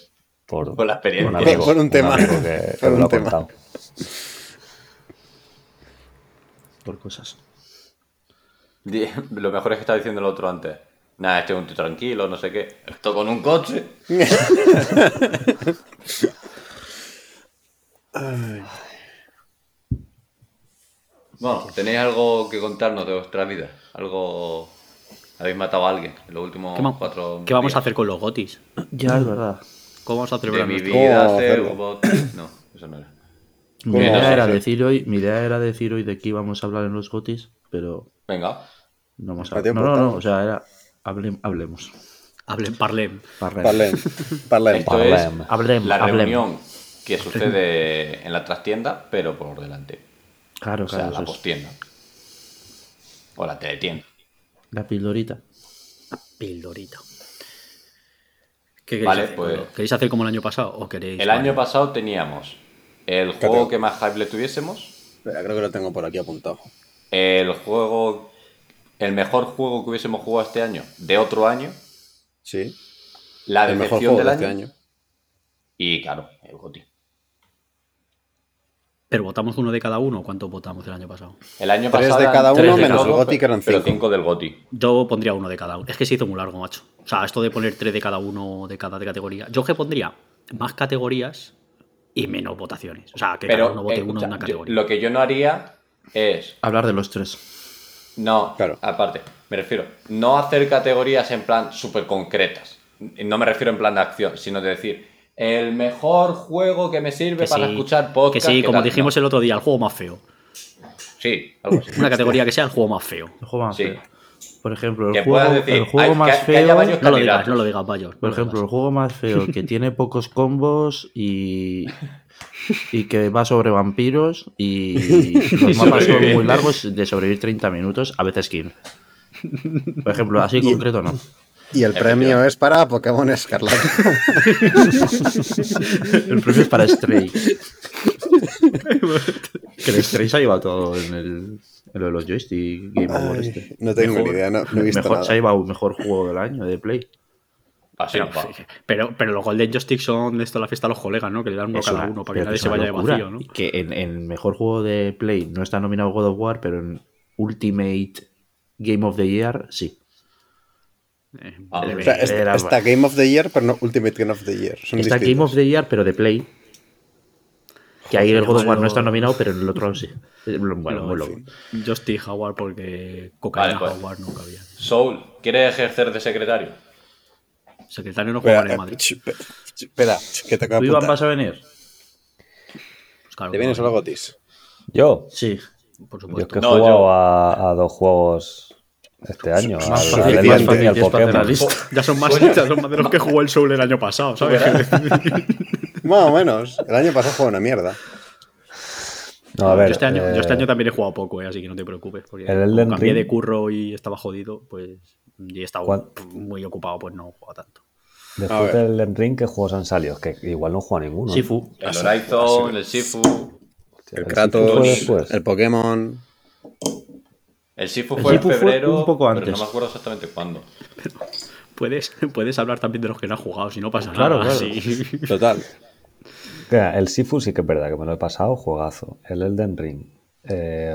por,
Por la experiencia.
un amigo,
Por un tema.
amigo que, que
Por
me
un
lo ha
tema.
contado.
por cosas.
Di- Lo mejor es que estaba diciendo el otro antes. Nada, este es un tío tranquilo, no sé qué. Esto con un coche. Bueno, ¿tenéis algo que contarnos de vuestra vida? ¿Algo. Habéis matado a alguien en los últimos
¿Qué, ma-
cuatro.
qué vamos a
días?
hacer con los gotis?
Ya es verdad.
¿Cómo vamos a
De
celebrar
mi
nuestro-
vida,
¿Cómo
hacer
hacerlo?
bot- No, eso no era.
Mi
¿Cómo?
idea, era
Sí.
decir hoy, mi idea era decir hoy de qué íbamos a hablar en los gotis, pero
Venga.
no hemos
Está
hablado. No,
tiempo,
no, no,
estamos.
o sea, era hable- hablemos.
Hablen, parlen.
Parlem.
Parlem, parlem.
Esto es
Parlem.
Hablem,
la
hablem.
reunión que sucede en la trastienda, pero por delante.
Claro,
O sea,
claro,
la
eso es.
postienda. O la teletienda.
La pildorita.
Pildorita. ¿Qué queréis
Vale,
hacer?
pues-
¿Queréis hacer como el año pasado o queréis...?
El
vale.
año pasado teníamos el
Cateo.
juego que más hype le tuviésemos,
Espera, creo que lo tengo por aquí apuntado.
el juego, el mejor juego que hubiésemos jugado este año, de otro año,
Sí.
la
el mejor
decepción
juego
del
de
año,
este año.
y claro, el GOTY.
¿Pero votamos uno de cada uno? ¿Cuántos votamos el año pasado?
El año
Tres
pasado
de
eran
cada
tres
uno,
de
menos
cada
el
uno,
GOTY, que eran
pero
cinco.
cinco del GOTY.
Yo pondría uno de cada uno. Es que se hizo muy largo, macho. O sea, esto de poner tres de cada uno de cada categoría. Yo que pondría más categorías y menos votaciones. O sea, que
Pero
cada uno vote
eh,
uno
escucha,
en una
yo-
categoría.
lo que yo no haría es
Hablar de los tres.
No,
Claro.
aparte, me refiero, no hacer categorías en plan súper concretas. Y No me refiero en plan de acción, sino de decir, el mejor juego que me sirve
Que
para
sí,
escuchar podcast.
Que sí,
¿qué
como
tal?
dijimos
No.
el otro día, el juego más feo.
Sí, algo así.
Una categoría que sea el juego más feo.
El juego más
Sí.
feo. Por ejemplo, el
Que
juego,
puedas decir,
el juego
hay-
más
que- que haya
feo.
varios-
No lo
Candidatos.
digas, no lo digas, Bayor.
Por ejemplo, el juego más feo que tiene pocos combos y, y que va sobre vampiros y los mapas son muy
sobrevivientes.
largos de sobrevivir 30 minutos, a veces 15. Por ejemplo, así concreto no.
Y el premio es para Pokémon Escarlata.
El premio es para Stray. que el Stray se ha llevado todo en, el, en lo de los joystick Game Award este.
no tengo
Mejor-
ni idea, no, no he visto
mejor, Se ha
nada.
llevado mejor juego del año de Play.
Así,
Pero,
guau.
pero, pero los Golden Joystick son de esto la fiesta a los colegas, ¿no? Que le dan uno
Eso,
cada uno para
pero
que nadie
es
se
una
vaya de
locura.
vacío, ¿no?
Que en, en mejor juego de Play no está nominado God of War, pero en Ultimate Game of the Year sí.
Eh,
Ah,
breve.
O sea, es-
Era-
está Game of the Year, pero no Ultimate Game of the Year. Son
Está Game
distintos.
of the Year, pero de Play. Que ahí el God of War
llámalo-
no está nominado, pero en el otro sí. Eh, Bueno, muy loco.
Joystick Jaguar porque cocaína
Vale, pues.
Jaguar no cabía.
Soul, ¿quieres ejercer de secretario?
Secretario no juega en
Espera,
el Madrid.
ch- pe- ch- espera, que te acabo
¿Tú,
de
Iván,
apuntar.
vas a venir?
Pues claro,
Te vienes a
claro,
los gotis.
Yo,
Sí.
Por
Pues
yo es
supuesto.
que he
No, yo-
jugado a, a dos juegos este año. Al,
Pues Más
al
fácil,
Elden
más
Ring
fácil
y al
que es para hacer la
Pokémon.
lista.
Ya son, más, ya son más de los que jugó el Soul el año pasado, ¿sabes?
Más o menos. El año pasado fue una mierda.
No, a ver,
yo, este año, yo este
eh,
año también he jugado poco, eh, así que no te preocupes. Porque
el Elden
como cambié de
Ring.
curro y estaba jodido, pues. Y estaba
¿Cuál?
muy ocupado, pues no he jugado tanto.
Después
A ver.
del Elden Ring, ¿qué juegos han salido? Que igual no juega ninguno.
Sí,
¿eh?
fu.
El
Así,
Horizon,
así.
el Sifu.
El
Sifu fue
Kratos,
después.
el Pokémon.
El Sifu
El
fue
Sifu fue
en febrero,
un poco
pero no
antes.
me acuerdo exactamente cuándo.
Puedes, puedes hablar también de los que no has jugado, si no pasa
Claro,
nada.
claro.
sí.
Total.
Mira, el Sifu sí que es verdad que me lo he pasado, juegazo. El Elden Ring. eh,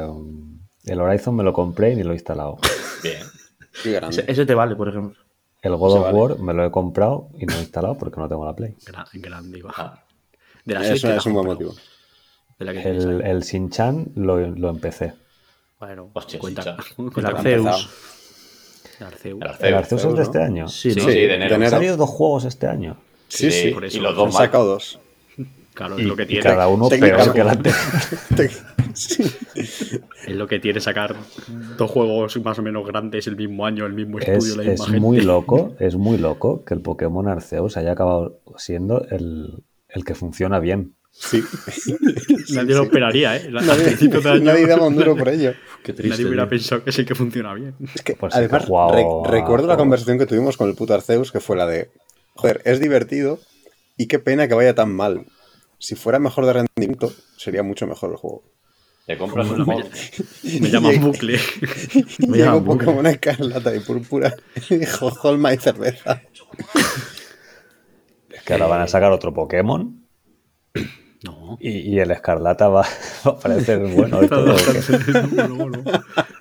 el Horizon me lo compré y ni lo he instalado.
Bien.
Qué grande.
Ese, ese te vale, por ejemplo.
El God
Se
of
vale.
War me lo he comprado y no lo he instalado porque no tengo la Play.
Gra- grande, Iván.
Ah,
De la serie
Eso
te la
es un buen
compro,
motivo.
de la que tienes ahí.
El, el Shin-Chan lo, lo empecé.
Bueno,
Hostia,
cuenta,
sí,
El
cuenta con
Arceus.
Arceus.
el Arceus.
¿El Arceus es de
¿no?
este año?
Sí,
Sí,
¿no?
sí, de enero.
de
¿Han
enero.
salido dos juegos este año?
Sí,
Sí,
sí.
por eso.
Y los
Han
dos más.
sacado dos.
Claro,
Y-
es Pues lo que
Y
tiene.
cada uno peor
técnicamente.
que el anterior.
Es lo que tiene sacar dos juegos más o menos grandes el mismo año, el mismo estudio,
Es,
la
es
misma gente.
muy loco, es muy loco que el Pokémon Arceus haya acabado siendo el, el que funciona bien.
Sí.
Nadie lo esperaría, ¿eh? La- al
Nadie,
principio de año,
nadie daba un duro por ello.
Qué triste.
nadie hubiera
tío.
pensado que es el que funciona bien.
Es que,
Pues sí, que
además,
ha jugado
re-
a
recuerdo la
juegos.
conversación que tuvimos con el puto Arceus, que fue la de, joder, es divertido y qué pena que vaya tan mal. Si fuera mejor de rendimiento, sería mucho mejor el juego.
Te compras un mod.
Me llaman bucle.
Y
Mira,
llegó
muy bien.
Pokémon Escarlata y Púrpura y dijo, Holma y cerveza.
Que ahora van a sacar otro Pokémon
No.
y, y el Escarlata va, va a parecer bueno y todo. porque-
No, no.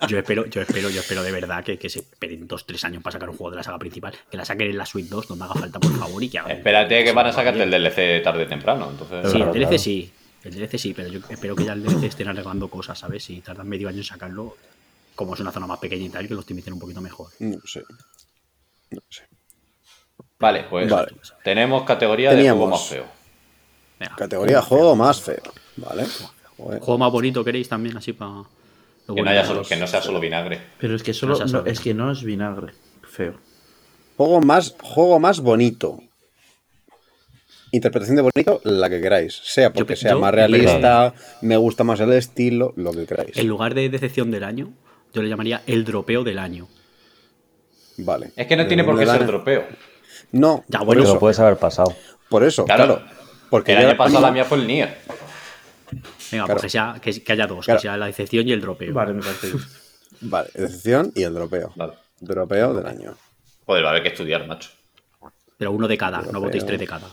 Yo espero, yo espero, yo espero de verdad que, que se esperen dos, tres años para sacar un juego de la saga principal, que la saquen en la Suite 2, donde haga falta, por favor, y que hagan.
Espérate que van a sacarte el DLC tarde o temprano. Entonces,
Sí,
Claro,
el DLC
claro.
sí. El DLC sí, pero yo espero que ya el DLC estén arreglando cosas, ¿sabes? Si tardan medio año en sacarlo, como es una zona más pequeña y tal, que lo optimicen un poquito mejor.
No sé. No sé.
Vale, pues
Vale.
tenemos categoría de juego
Teníamos.
más feo.
Venga.
Categoría juego más feo. Vale. Joder.
Juego más bonito queréis también, así para.
Que no, haya solo- que no sea solo vinagre.
Pero es que solo.
No se
no,
sabe.
es que no es vinagre. Feo.
Juego más, juego más bonito. Interpretación de bonito, la que queráis. Sea porque
pe-
sea
yo-
más realista, me gusta más el estilo, lo que queráis.
En lugar de decepción del año, yo le llamaría el dropeo del año.
Vale.
Es que no tiene por qué ser
otro.
tropeo.
No,
Ya,
por
bueno,
Te
eso.
lo puedes haber pasado.
Por eso,
Claro.
claro. Porque
El
yo
año
ahora
pasado
mismo-
la mía fue el Nier.
Venga,
Claro.
pues que, sea, que, que haya dos,
Claro.
que sea la decepción y el dropeo.
Vale, me parece bien.
Vale, decepción y el dropeo.
Vale.
Dropeo del año.
Joder, va a haber que estudiar, macho.
Pero uno de cada, no votéis
Dropeo.
tres de cada.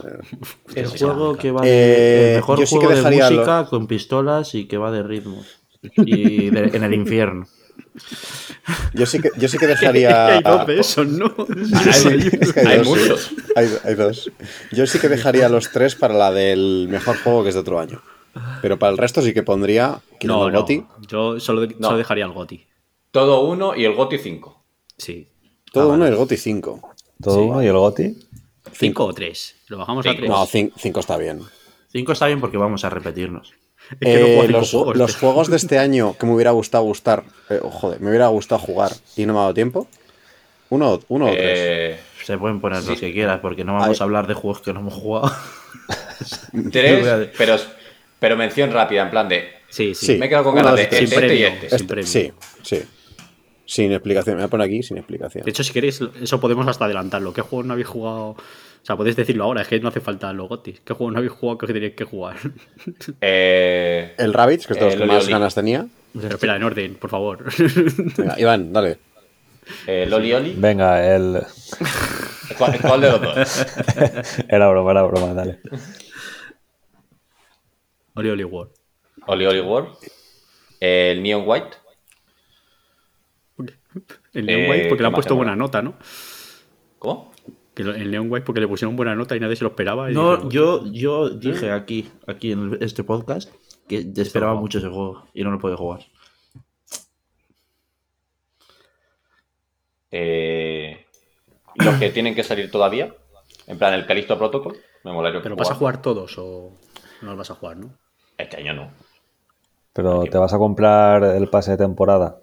El
Sí, sí,
juego
sí.
que va de,
Eh,
el mejor
yo sí que
juego de
dejaría lo-
música con pistolas y que va de ritmo. Y de- en el infierno.
Yo sí que, yo sí que dejaría.
Hay dos de esos, ¿no?
Es que
Hay
dos, sí.
muchos.
Hay, hay dos. Yo sí que dejaría los tres para la del mejor juego que es de otro año. Pero para el resto sí que pondría quitando
No, Ah,
el
no.
Goti,
Yo solo, de-
No.
solo dejaría el Goti.
Todo uno y el Goti 5.
Sí.
todo
Ah,
uno
vale.
y el Goti 5.
Todo uno y el Goti.
¿Cinco o tres? Lo bajamos a
Cinco.
tres.
No, 5 está bien.
Cinco está bien porque vamos a repetirnos.
es que no
Eh,
juego a cinco
los,
juegos.
los juegos de este año que me hubiera gustado gustar, eh, joder, me hubiera gustado jugar y no me ha dado tiempo. Uno, uno o Oh, tres.
Eh,
Se pueden poner los
Sí.
que quieras porque no vamos
Ay.
a hablar de juegos que no hemos jugado. Yo voy a
tres,
de-
pero, pero mención rápida, en plan de.
Sí, sí.
Sí.
Me he quedado con
Uno
ganas de
de
este,
tres.
este y
Premio.
este.
sin
Este-
premio.
sí, sí. Sin explicación. Me voy a poner aquí sin explicación.
De hecho, si queréis, eso podemos hasta adelantarlo. ¿Qué juegos no habéis jugado? O sea, podéis decirlo ahora, es que no hace falta los gotis. ¿Qué juegos no habéis jugado que tenéis que jugar?
Eh,
El Rabbits, que es de los
El
que
Oli
más
Oli.
ganas tenía.
Pero espera, en orden, por favor.
Venga, Iván, dale.
eh, Loli Oli.
Venga, el.
¿Cuál, cuál de los dos?
Era broma, era broma, dale.
Oli Oli World.
Oli Oli World. eh, El Neon White.
El Neon
Eh,
White porque
¿qué
le han
más
puesto
tenemos?
buena nota, ¿no?
¿Cómo?
Que lo- el Neon White porque le pusieron buena nota y nadie se lo esperaba. y
No,
dijeron,
yo, yo dije aquí, aquí en el- este podcast que te esperaba mucho ese juego y no lo pude jugar.
Eh, los que tienen que salir todavía. En plan, el Calixto Protocol. Me molaría
¿Pero vas a jugar todos o no los vas a jugar, no?
Este año no.
Pero te vas a comprar el pase de temporada.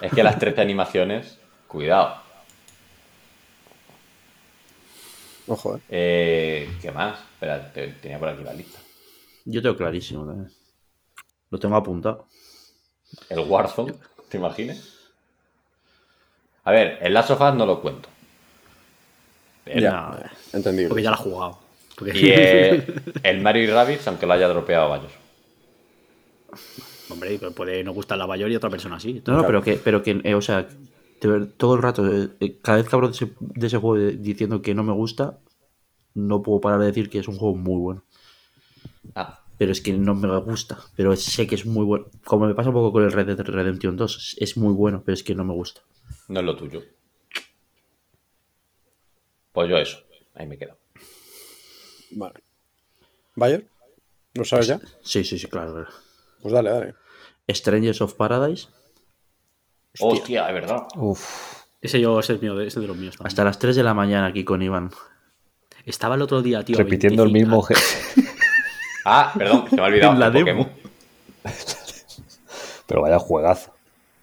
Es que las 13 animaciones. Cuidado.
Ojo, eh.
Eh, ¿Qué más? Espera, te- tenía por aquí la lista.
Yo tengo clarísimo también. Lo tengo apuntado.
El Warzone, ¿te imaginas? A ver, el Last of Us no lo cuento. El-
Ya,
no.
entendible.
Porque ya la has jugado. Porque-
Y eh, el Mario y Rabbids, aunque lo haya dropeado a varios.
Hombre, pero puede no gustar la mayor y otra persona sí.
No, no, pero que, pero que eh, o sea, de ver- todo el rato, eh, eh, cada vez que hablo de ese, de ese juego eh, diciendo que no me gusta, no puedo parar de decir que es un juego muy bueno.
Ah,
Pero es que no me gusta. Pero sé que es muy bueno. Como me pasa un poco con el Red Dead Redemption 2, es muy bueno, pero es que no me gusta.
no es lo tuyo. Pues yo eso, ahí me quedo.
Vale. ¿Bayer? ¿Lo sabes ya?
Sí, sí, sí, claro. claro.
Pues dale, dale.
Strangers of Paradise.
Hostia, es verdad.
Uf.
Ese yo ese es mío, ese de los míos. también.
Hasta las 3 de la mañana aquí con Iván.
Estaba el otro día, tío. a
Repitiendo el
25
mismo. ge-
Ah, perdón, se me ha olvidado.
En la
el
demo.
Pokémon.
Pero vaya juegazo.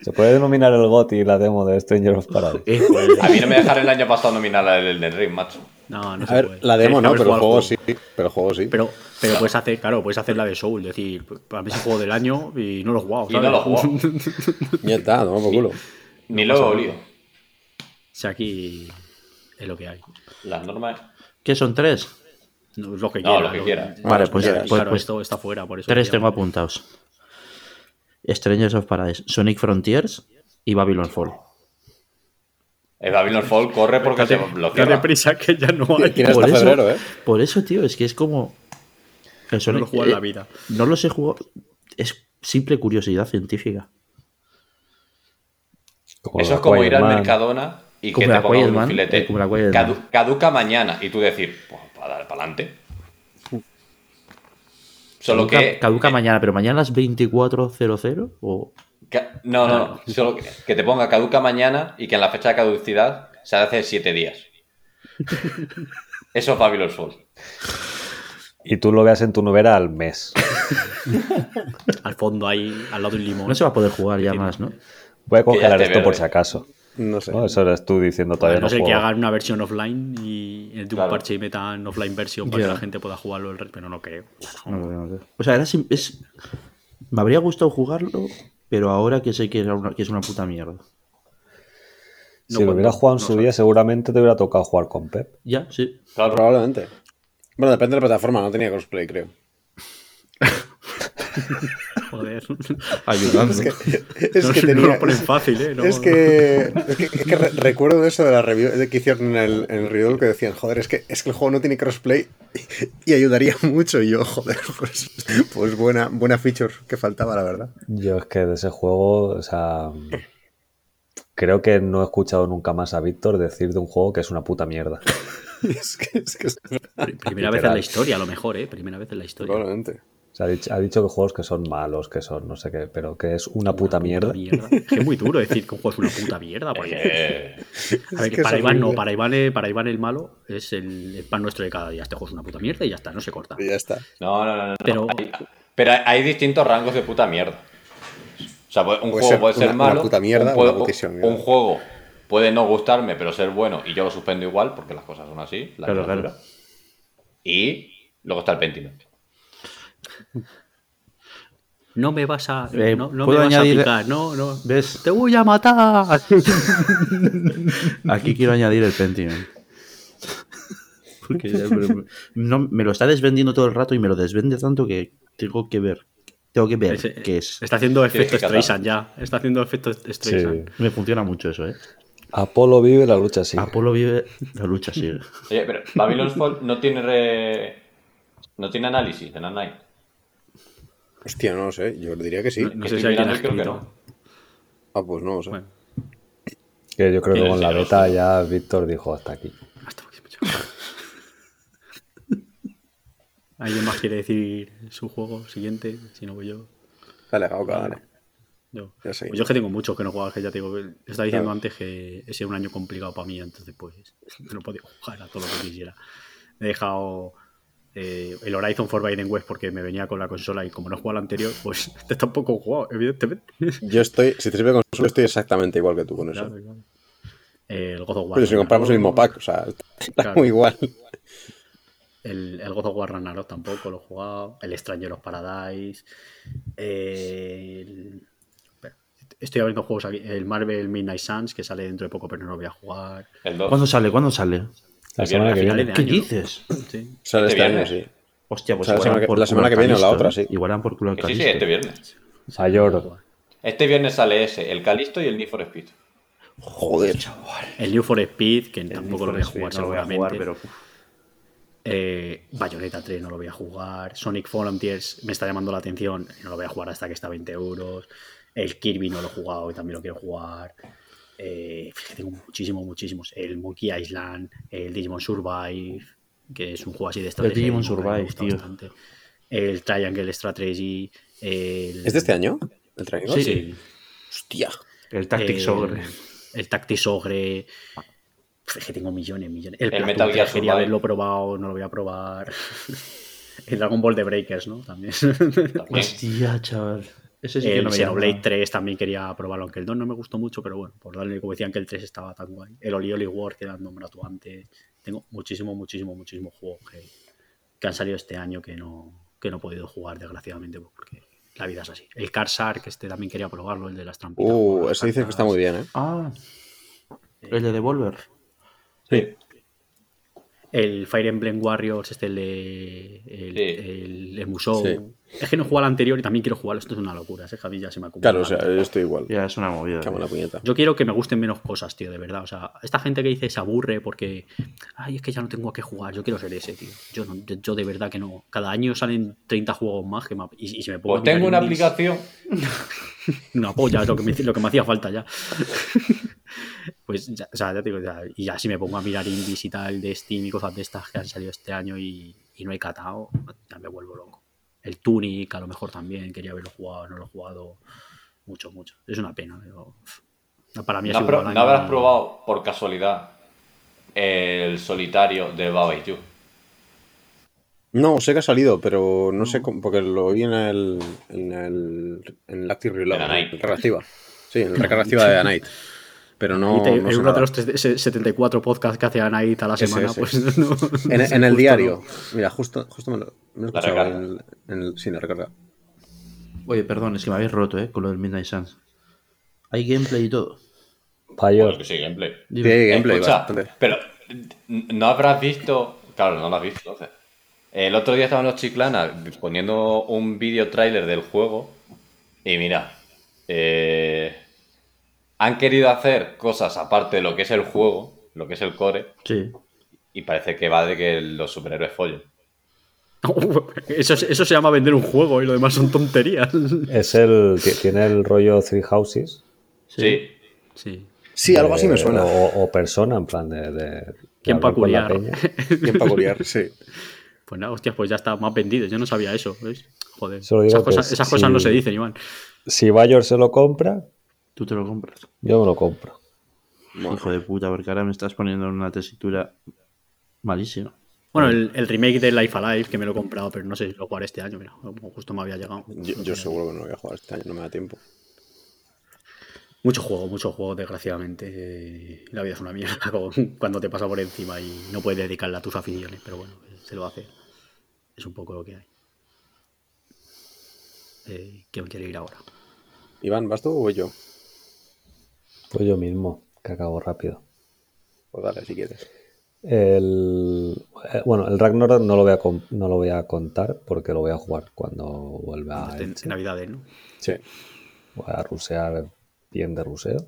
¿Se puede denominar el Goti la demo de Stranger of Paradise?
Eh, joder.
A mí no me dejaron el año pasado nominar al Elden Ring, macho.
No, Eh, no
A
se
ver,
puede.
la
Tienes
demo
que
no,
haber
pero el
jugado
juego
al
sí. Pero el juego sí.
Pero, pero puedes hacer, claro, puedes hacer la de Soul, es decir, para mí es el juego del año y no lo he jugado.
Y no
¿sabes?
lo he jugado.
Ya está, no, por culo.
Ni lo he olido.
Si aquí es lo que hay.
Las normas.
¿Qué son tres?
No, es lo que
No,
quiera.
lo que quiera.
Vale, pues,
ya,
Y
pues-
claro,
pues
esto está fuera, por eso.
tres
tío.
tengo apuntados. Strangers of Paradise, Sonic Frontiers y Babylon Fall.
El Babylon Fall corre porque se
Date, date
bloquea.
prisa que ya no hay.
Tiene hasta
Por eso-
febrero, ¿eh?
Por eso, tío, es que es como... el
No
Sonic-
lo he jugado en
eh,
la vida.
No lo sé jugar. Es simple curiosidad científica.
Eso es como ir al
Aquaman.
Mercadona y
Como
que te
la
pongan un
Quiet Man,
filete.
eh, como la Quiet
Cadu-
Man.
caduca mañana y tú decir, pues para adelante. Solo
caduca,
que.
caduca mañana, pero mañana a las 24.00 o...
ca- no, no,
Ah.
no. Solo que, que te ponga caduca mañana y que en la fecha de caducidad se hace siete días. Eso es Babylon's Fall.
Y tú lo veas en tu nevera al mes.
Al fondo ahí, al lado de un limón.
No se va a poder jugar ya más, ¿no?
ya
Voy a
eh.
congelar
esté
esto por
verde.
si acaso.
No sé.
¿no? Eso eres tú diciendo
a
todavía no,
no ser que
juego.
hagan una versión offline y de un
Claro.
parche y metan offline versión para
Ya.
que la gente pueda jugarlo el resto, pero no creo.
No lo veo, no sé. O sea, era sim- es... me habría gustado jugarlo, pero ahora que sé que, era una- que es una puta mierda.
No,
si lo
pues,
hubiera
no,
jugado en
no
su
sé.
día, seguramente te hubiera tocado jugar con Pep.
Ya, sí.
Claro,
Probablemente. Bueno, depende de la plataforma, no tenía crossplay, creo.
Joder.
Ayudando.
Es que, es
no,
que
no
tenía-
lo ponen fácil, ¿eh? No-
Es que, es que, es que re- recuerdo eso de la review de que hicieron en el, en el Reveal que decían, joder, es que, es que el juego no tiene crossplay y, y ayudaría mucho. Y yo, joder, pues, pues buena, buena feature que faltaba, la verdad.
Yo es que de ese juego, o sea. Creo que no he escuchado nunca más a Víctor decir de un juego que es una puta mierda.
Es que es, que es verdad.
Primera vez en la historia, a lo mejor, ¿eh? Primera vez en la historia.
Probablemente.
O sea, ha, dicho, ha dicho que juegos que son malos, que son no sé qué, pero que es una puta mierda.
Es que es muy duro decir que un juego es una puta mierda. Porque,
Eh,
a ver,
que es
para Iván no,
horrible.
para Iván, eh, para Iván el malo es el, el pan nuestro de cada día. Este juego es una puta mierda y ya está, no se corta.
Y ya está.
no, no, no, no.
Pero
Pero hay- hay distintos rangos de puta mierda. O sea, puede- un
Puede
juego
ser
puede ser
una-
malo.
una puta mierda
un,
o una
juego-
putísima
un
mierda.
juego puede no gustarme, pero ser bueno y yo lo suspendo igual, porque las cosas son así. la
Claro,
literatura.
claro.
Y luego está el Pentiment.
no me vas a.
Eh,
no no me
¿puedo
vas a
añadir-
picar, no, no.
¿Ves?
¡Te voy a matar!
Aquí quiero añadir el Pentiment. Porque ya me, no, me lo está desvendiendo todo el rato y me lo desvende tanto que tengo que ver. Tengo que ver
Ese- eh, este.
qué es.
Está haciendo efecto
que catar.
Streisand ya. Está haciendo efecto
Sí.
Streisand.
Me funciona mucho eso, ¿eh?
Apolo vive la lucha sí.
Apolo vive la lucha, sí.
Oye, pero Babylon's Fall no tiene re- no tiene análisis de Night Night.
Hostia, no lo sé. Yo diría que sí.
No
Que
sé
estoy
si alguien ha
mirando y creo que
escrito.
no.
Ah, pues no lo sé.
Bueno.
Que yo creo que
Tiene
con la
enseñaros,
beta ya Víctor dijo hasta aquí.
Hasta aquí, chaval. ¿Alguien más quiere decir su juego siguiente? Si no voy yo.
Dale, Gauca, dale.
Yo,
Ya sé.
Pues yo es que tengo muchos que no jugaba, que ya te digo, que estaba diciendo
Claro.
antes que ese era un año complicado para mí, entonces pues no podía jugar a todo lo que quisiera. He dejado eh, el Horizon Forbidden West porque me venía con la consola y como no jugaba al anterior, pues este tampoco he jugado, evidentemente.
Yo estoy, si te sirve con consuelo, estoy exactamente igual que tú con eso.
Claro, claro. El God of War.
Pero si compramos el mismo pack, o sea, está muy igual.
El, el God of War Ragnarok tampoco lo he jugado. El Extraño de los Paradise. el- espera, Estoy abriendo juegos aquí. El Marvel Midnight Suns, que sale dentro de poco, pero no lo voy a jugar.
El 2.
¿Cuándo sale? ¿Cuándo sale?
La
El viernes
semana que
a
viene.
finales
¿Qué
año, ¿no?
dices?
Sí.
Sale
Este
este año,
viernes.
sí.
Hostia, pues
O sea, la
igual
semana
han
que-
por
la semana
culo
que viene o la
Calisto,
otra,
¿eh?
sí.
Igual han por culo al
Sí, sí,
Calisto.
este viernes.
A lloro.
Este viernes sale ese, el Calisto y el Need for Speed.
Joder.
El New for Speed, que
El
tampoco lo
Need
voy a
for
jugar
Speed no lo voy a
seguramente.
jugar, pero uf,
Eh, Bayonetta 3 no lo voy a jugar. Sonic Frontiers me está llamando la atención. No lo voy a jugar hasta que está a 20 euros. El Kirby no lo he jugado y también lo quiero jugar. Eh, es que tengo muchísimos, muchísimos. El Monkey Island, el Digimon Survive, que es un juego así de estrategia.
Digimon
y me gusta
Survive, tío.
bastante. El Triangle Strategy. El...
¿Es de este año? ¿El traigo?
Sí.
Hostia.
El Tactics
El-
Ogre.
Eh, El Tactics Ogre. Pf, Es que tengo millones, millones. El, Platoon
Metal Gear
tres, Quería
Survive.
haberlo probado, no lo voy a probar. El Dragon Ball de Breakers, ¿no? También.
También.
Hostia, chaval. Ese sí que no
Eh, el
me
Xenoblade
llama.
3 también quería probarlo, aunque el 2 no me gustó mucho, pero bueno, por darle, como decían que el 3 estaba tan guay. El Oli Oli War, que era el nombre tú antes. Tengo muchísimo, muchísimo, muchísimo juegos que, que han salido este año que no, que no he podido jugar, desgraciadamente, porque la vida es así. El Carsar, que este también quería probarlo, el de las trampitas.
Uh,
con las
ese dice que está
cartas.
muy bien, ¿eh?
Ah, el de Devolver.
Sí.
El Fire Emblem Warriors, este, el de. El,
Sí.
el- el Musou.
Sí.
Es que no he jugado al anterior y también quiero jugarlo. Esto es una locura. Ese Javi ya se me ha
Claro,
acumulado.
o sea, eh. yo estoy igual.
Ya es una movida.
Cama en la
tío.
puñeta.
Yo quiero que me gusten menos cosas, tío, de verdad. O sea, esta gente que dice se aburre porque. Ay, es que ya no tengo a qué jugar. Yo quiero ser ese, tío. Yo, no- yo, yo de verdad que no. Cada año salen 30 juegos más que me, y, y si me pongo.
Pues
a mirar
tengo una
indies-
aplicación.
una polla, es lo que me, lo que me hacía falta ya. Pues, ya, o sea, ya te digo, ya- y ya si me pongo a mirar indies y tal de Steam y cosas de estas que han salido este año y, y no he catado, ya me vuelvo loco. El Tunic, a lo mejor también quería haberlo jugado, no lo he jugado mucho, mucho. Es una pena, pero, pff, para mí ha
¿No,
sido
pro-
un
no
año-
habrás probado por casualidad el solitario de Babaitu?
No, sé que ha salido, pero no sé cómo, porque lo vi en el. en el. en el Active Reload,
En Anite.
en Reactiva. Sí, en la reactiva de Anite. Pero no.
Y te-
no
en
sé
uno
nada.
de los 3 se- 74 podcasts que hace Anaid a la
Ese,
semana,
ese.
pues no.
En, en
justo
el
no.
diario. Mira, justo, justo me lo, me lo
La
escuchaba
recarga.
en el, en el- Sí, en la recarga.
Oye, perdón, es que me habéis roto, ¿eh? Con lo del Midnight Suns. Hay gameplay y todo.
Payor,
Bueno, que sí, gameplay.
Sí, hay gameplay,
Eh, Escucha,
bastante.
pero n- no habrás visto, claro, no lo has visto entonces. El otro día estaban los chiclanas poniendo un vídeo tráiler del juego y mira, eh, han querido hacer cosas aparte de lo que es el juego, lo que es el core,
Sí.
y parece que va de que los superhéroes follen.
Eso, es- eso se llama vender un juego y lo demás son tonterías.
es el, ti- tiene el rollo Three Houses.
Sí.
Sí.
Sí, algo así me
de-
suena.
O, o persona, en plan de. de- de
¿Quién
hablar con la
peculiar?
peña.
Bien peculiar, sí.
Pues nada, hostias, pues ya está más vendido. Yo no sabía eso. ¿ves? Joder.
Solo digo
Esas,
que
cosas, esas cosas no
sí.
se dicen, Iván.
Si Bayor se lo compra,
Tú te lo compras.
yo me lo compro.
Hijo de puta, porque ahora me estás poniendo en una tesitura malísima.
Bueno, el, el remake de Life Alive, que me lo he comprado, pero no sé si lo jugaré este año. Mira, como justo me había llegado.
Yo, yo seguro que no lo voy a jugar este año, no me da tiempo.
Mucho juego, mucho juego, desgraciadamente. Eh, La vida es una mierda como cuando te pasa por encima y no puedes dedicarla a tus aficiones, pero bueno, se lo hace. Es un poco lo que hay. Eh, ¿Quién quiere ir ahora?
Iván, ¿vas tú o voy yo?
Pues yo mismo, que acabo rápido.
Pues dale, si quieres.
El, eh, bueno, el Ragnarok no lo, voy a con- no lo voy a contar porque lo voy a jugar cuando vuelva
En,
a,
en
Elche.
Este, Navidades, ¿no?
Sí.
Voy a rusear bien de ruseo.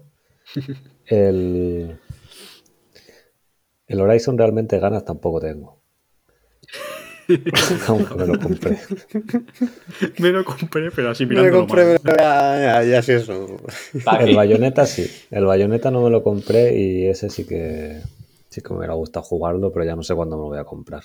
El, el Horizon realmente ganas tampoco tengo. Aunque me lo compré.
Me lo compré, pero así
Me
mirándolo
compré,
mal.
pero ya, ya, ya sí eso.
El
Paqui,
bayoneta sí. El bayoneta no me lo compré y ese sí que, sí que me hubiera gustado jugarlo, pero ya no sé cuándo me lo voy a comprar.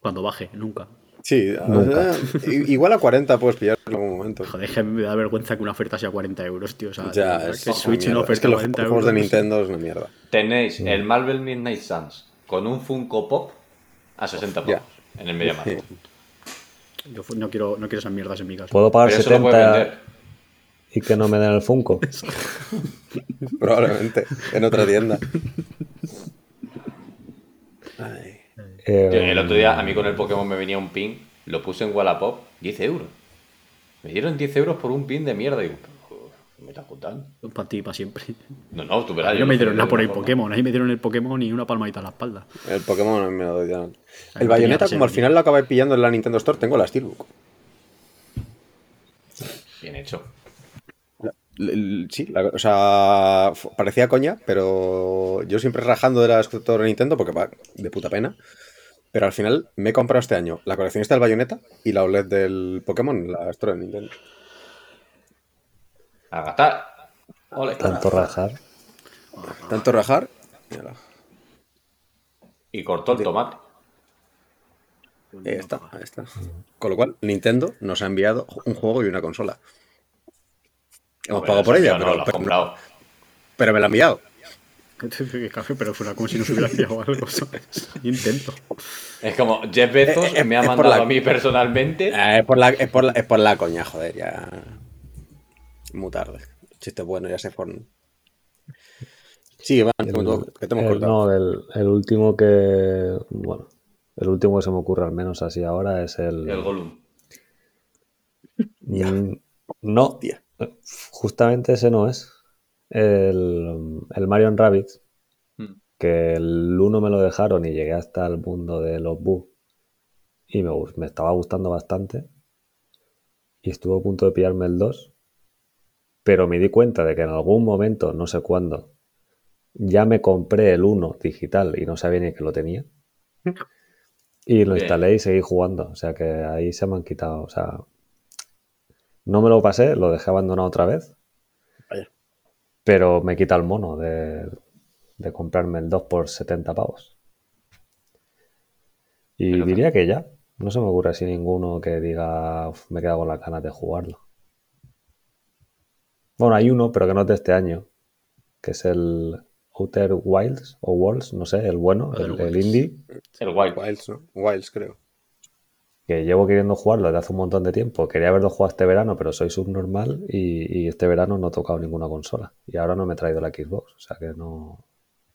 Cuando baje, nunca.
Sí, a-
Nunca.
i- igual a 40 puedes pillarlo en algún momento.
Joder, que me da vergüenza que una oferta sea 40 euros, tío. O sea,
Ya,
que
es,
Switch
una
no
mierda.
oferta
es que los
40
juegos de
euros.
Nintendo es una mierda.
tenéis el Marvel Midnight Suns con un Funko Pop a 60 pavos
Ya.
en el Mediamarkt.
Sí.
Yo fu- no quiero, no quiero esas mierdas en mi casa.
¿Puedo pagar
Pero eso lo puedes
70
vender.
y que no me den el Funko?
Probablemente, en otra tienda. Ay.
Eh,
Tío, el otro día a mí con el Pokémon me venía un pin, lo puse en Wallapop, 10 euros. Me dieron 10 euros por un pin de mierda. Y digo, "Pero, ¿me estás contando?
Para ti, para siempre.
No, no, tú
A
verás.
mí
yo
no me dieron
lo celebro
nada
de
por el
una forma.
Pokémon. A mí me dieron el Pokémon y una palmadita a la espalda.
El Pokémon a mí me lo odiaron. El
tenía
Bayonetta,
que ser,
como al
tío.
final lo acabé pillando en la Nintendo Store, tengo la Steelbook.
Bien hecho.
L- l- Sí, la- o sea, f- parecía coña, pero yo siempre rajando de la escritora de Nintendo porque va de puta pena. Pero al final me he comprado este año la coleccionista del Bayonetta y la OLED del Pokémon, en la Store de Nintendo.
A gastar. Ole.
Tanto rajar.
Tanto rajar. mírala,
Y cortó el tomate.
Ahí está, ahí está. Con lo cual, Nintendo nos ha enviado un juego y una consola.
Bueno,
Hemos pagado por
eso
ella,
ya
pero,
No, lo has
pero-
comprado.
pero me la ha enviado.
Café, pero fuera como si no se hubiera pillado algo. ¿sabes? Intento.
Es como Jeff Bezos
Eh, eh,
me ha
es por
mandado
la-
a mí personalmente.
Ah, es, por la, es por la- es por la coña, joder, ya. Muy tarde. Chiste bueno, ya se forman. Sí, Iván,
El-
como tú, que te hemos
el-
cortado.
Eh, no, el, el último que. Bueno, el último que se me ocurre, al menos así ahora, es el.
El Golum.
Mm, no,
Hostia.
justamente ese no es. El, el Marion Rabbit,
Mm.
que el 1 me lo dejaron y llegué hasta el mundo de los Boo. Y me, gus- me estaba gustando bastante. Y estuve a punto de pillarme el 2. Pero me di cuenta de que en algún momento, no sé cuándo, ya me compré el 1 digital y no sabía ni que lo tenía. Y lo
Bien.
instalé y seguí jugando. O sea que ahí se me han quitado. O sea, no me lo pasé, lo dejé abandonado otra vez.
Vaya.
Pero me quita el mono de, de comprarme el 2 por 70 pavos. Y
Pero-
diría que ya. No se me ocurre así ninguno que diga, "Uf, me he quedado con las ganas de jugarlo. Bueno, hay uno, pero que no es de este año, que es el Outer Wilds o Worlds, no sé, el bueno,
El
el, el
Wilds.
indie,
El Wild.
Wilds, ¿no? Wilds, creo.
que llevo queriendo jugarlo desde hace un montón de tiempo. Quería haberlo jugado este verano, pero soy subnormal y, y este verano no he tocado ninguna consola. Y ahora no me he traído la Xbox, o sea que no...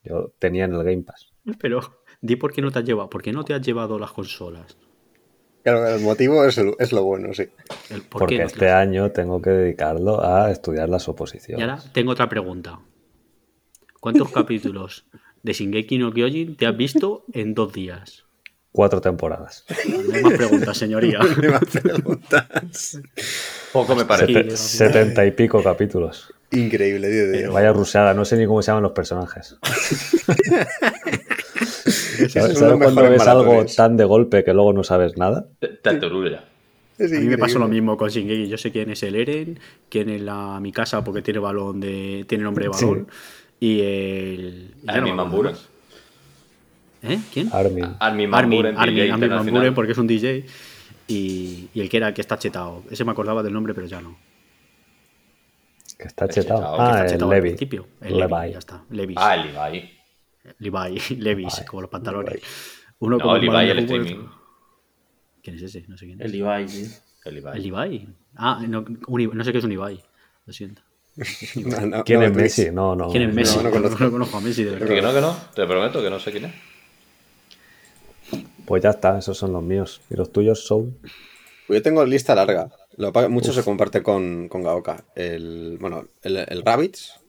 Yo tenía en el Game Pass.
Pero di por qué no te has llevado. ¿Por qué no te has llevado las consolas?
Claro, el motivo es, el- es lo bueno, sí.
El por qué
Porque
no te
este
las-
año tengo que dedicarlo a estudiar las
Y
oposiciones.
ahora tengo otra pregunta. ¿Cuántos capítulos de Shingeki no Kyojin te has visto en dos días?
Cuatro temporadas.
No hay más preguntas, señoría.
Ni más preguntas.
Poco me parece.
Sí.
Setenta y pico capítulos.
Increíble, tío. de Dios.
Vaya ruseada, no sé ni cómo se llaman los personajes.
Esos son
¿Sabes, sabes
los
cuando
mejores
ves algo
maratones.
tan de golpe que luego no sabes nada?
Te, te aturulla.
Es
A mí me pasó lo
increíble.
mismo con Shingeki. Yo sé quién es el Eren, quién es la Mikasa porque tiene balón de tiene nombre de
Sí.
balón y el y ya Ah, no me
Armin Van
acuerdo
Buren.
más. ¿Eh? ¿Quién?
Armin.
Armin Van
Armin,
Buren, DJ
Armin, Armin Van
internacional.
Buren porque es un DJ y, y el que era el que está chetado. Ese me acordaba del nombre pero ya no.
Que está
Está
chetado.
chetado, que
Ah,
está
el
chetado al
Levi.
principio. El Levi,
Levi.
ya está. Levis.
Ah, el Ibai.
Levi, Levis,
Levi.
como los pantalones. Uno
No,
como
el
un balón
Ibai,
de
el
fútbol,
streaming.
otro- ¿Quién es ese? No sé quién es.
El Ibai, tío.
El Ibai.
El Ibai. Ah, no, un Ibai- no sé qué es un Ibai. Lo siento.
No, no,
¿Quién
no
es
me toques.
Messi? No, no.
¿Quién es Messi?
no
No,
conozco.
no conozco a Messi, de verdad.
Que no, que no. Te prometo que no sé quién es.
Pues ya está, esos son los míos. ¿Y los tuyos, Soul?
Pues Yo tengo lista larga. Lo que pasa- mucho se comparte con, con Gaoka. El, bueno, el, el Rabbids,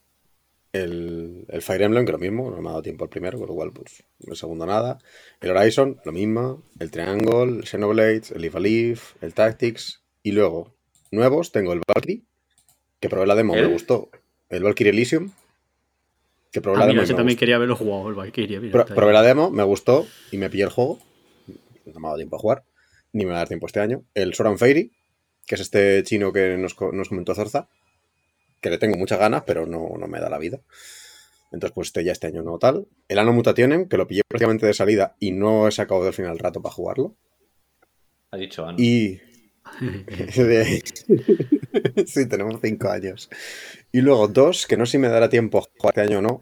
el, el Fire Emblem, que lo mismo, no me ha dado tiempo al primero, con lo cual, pues, el segundo nada. El Horizon, lo mismo. El Triangle, el Xenoblade, el Leaf a Leaf, el Tactics. Y luego, nuevos, tengo el Valkyrie, que probé la demo,
¿Eh?
¿El?
me gustó. El Valkyrie Elysium, que probé
Ah,
la
mira,
demo. y
ese
me
también
gustó.
quería verlo jugado, el Valkyria. Mira,
Pro-
está ahí.
probé la demo, me gustó y me pillé el juego. No me ha dado tiempo a jugar, ni me va a dar tiempo este año. El Soran Fairy, que es este chino que nos, co- nos comentó Zorza, que le tengo muchas ganas, pero no, no me da la vida. Entonces, pues este ya este año no tal. El Ano Mutationem, que lo pillé prácticamente de salida y no he sacado del final rato para jugarlo.
Ha dicho Ana.
Y de- sí, tenemos cinco años. Y luego dos, que no sé si me dará tiempo a jugar este año o no,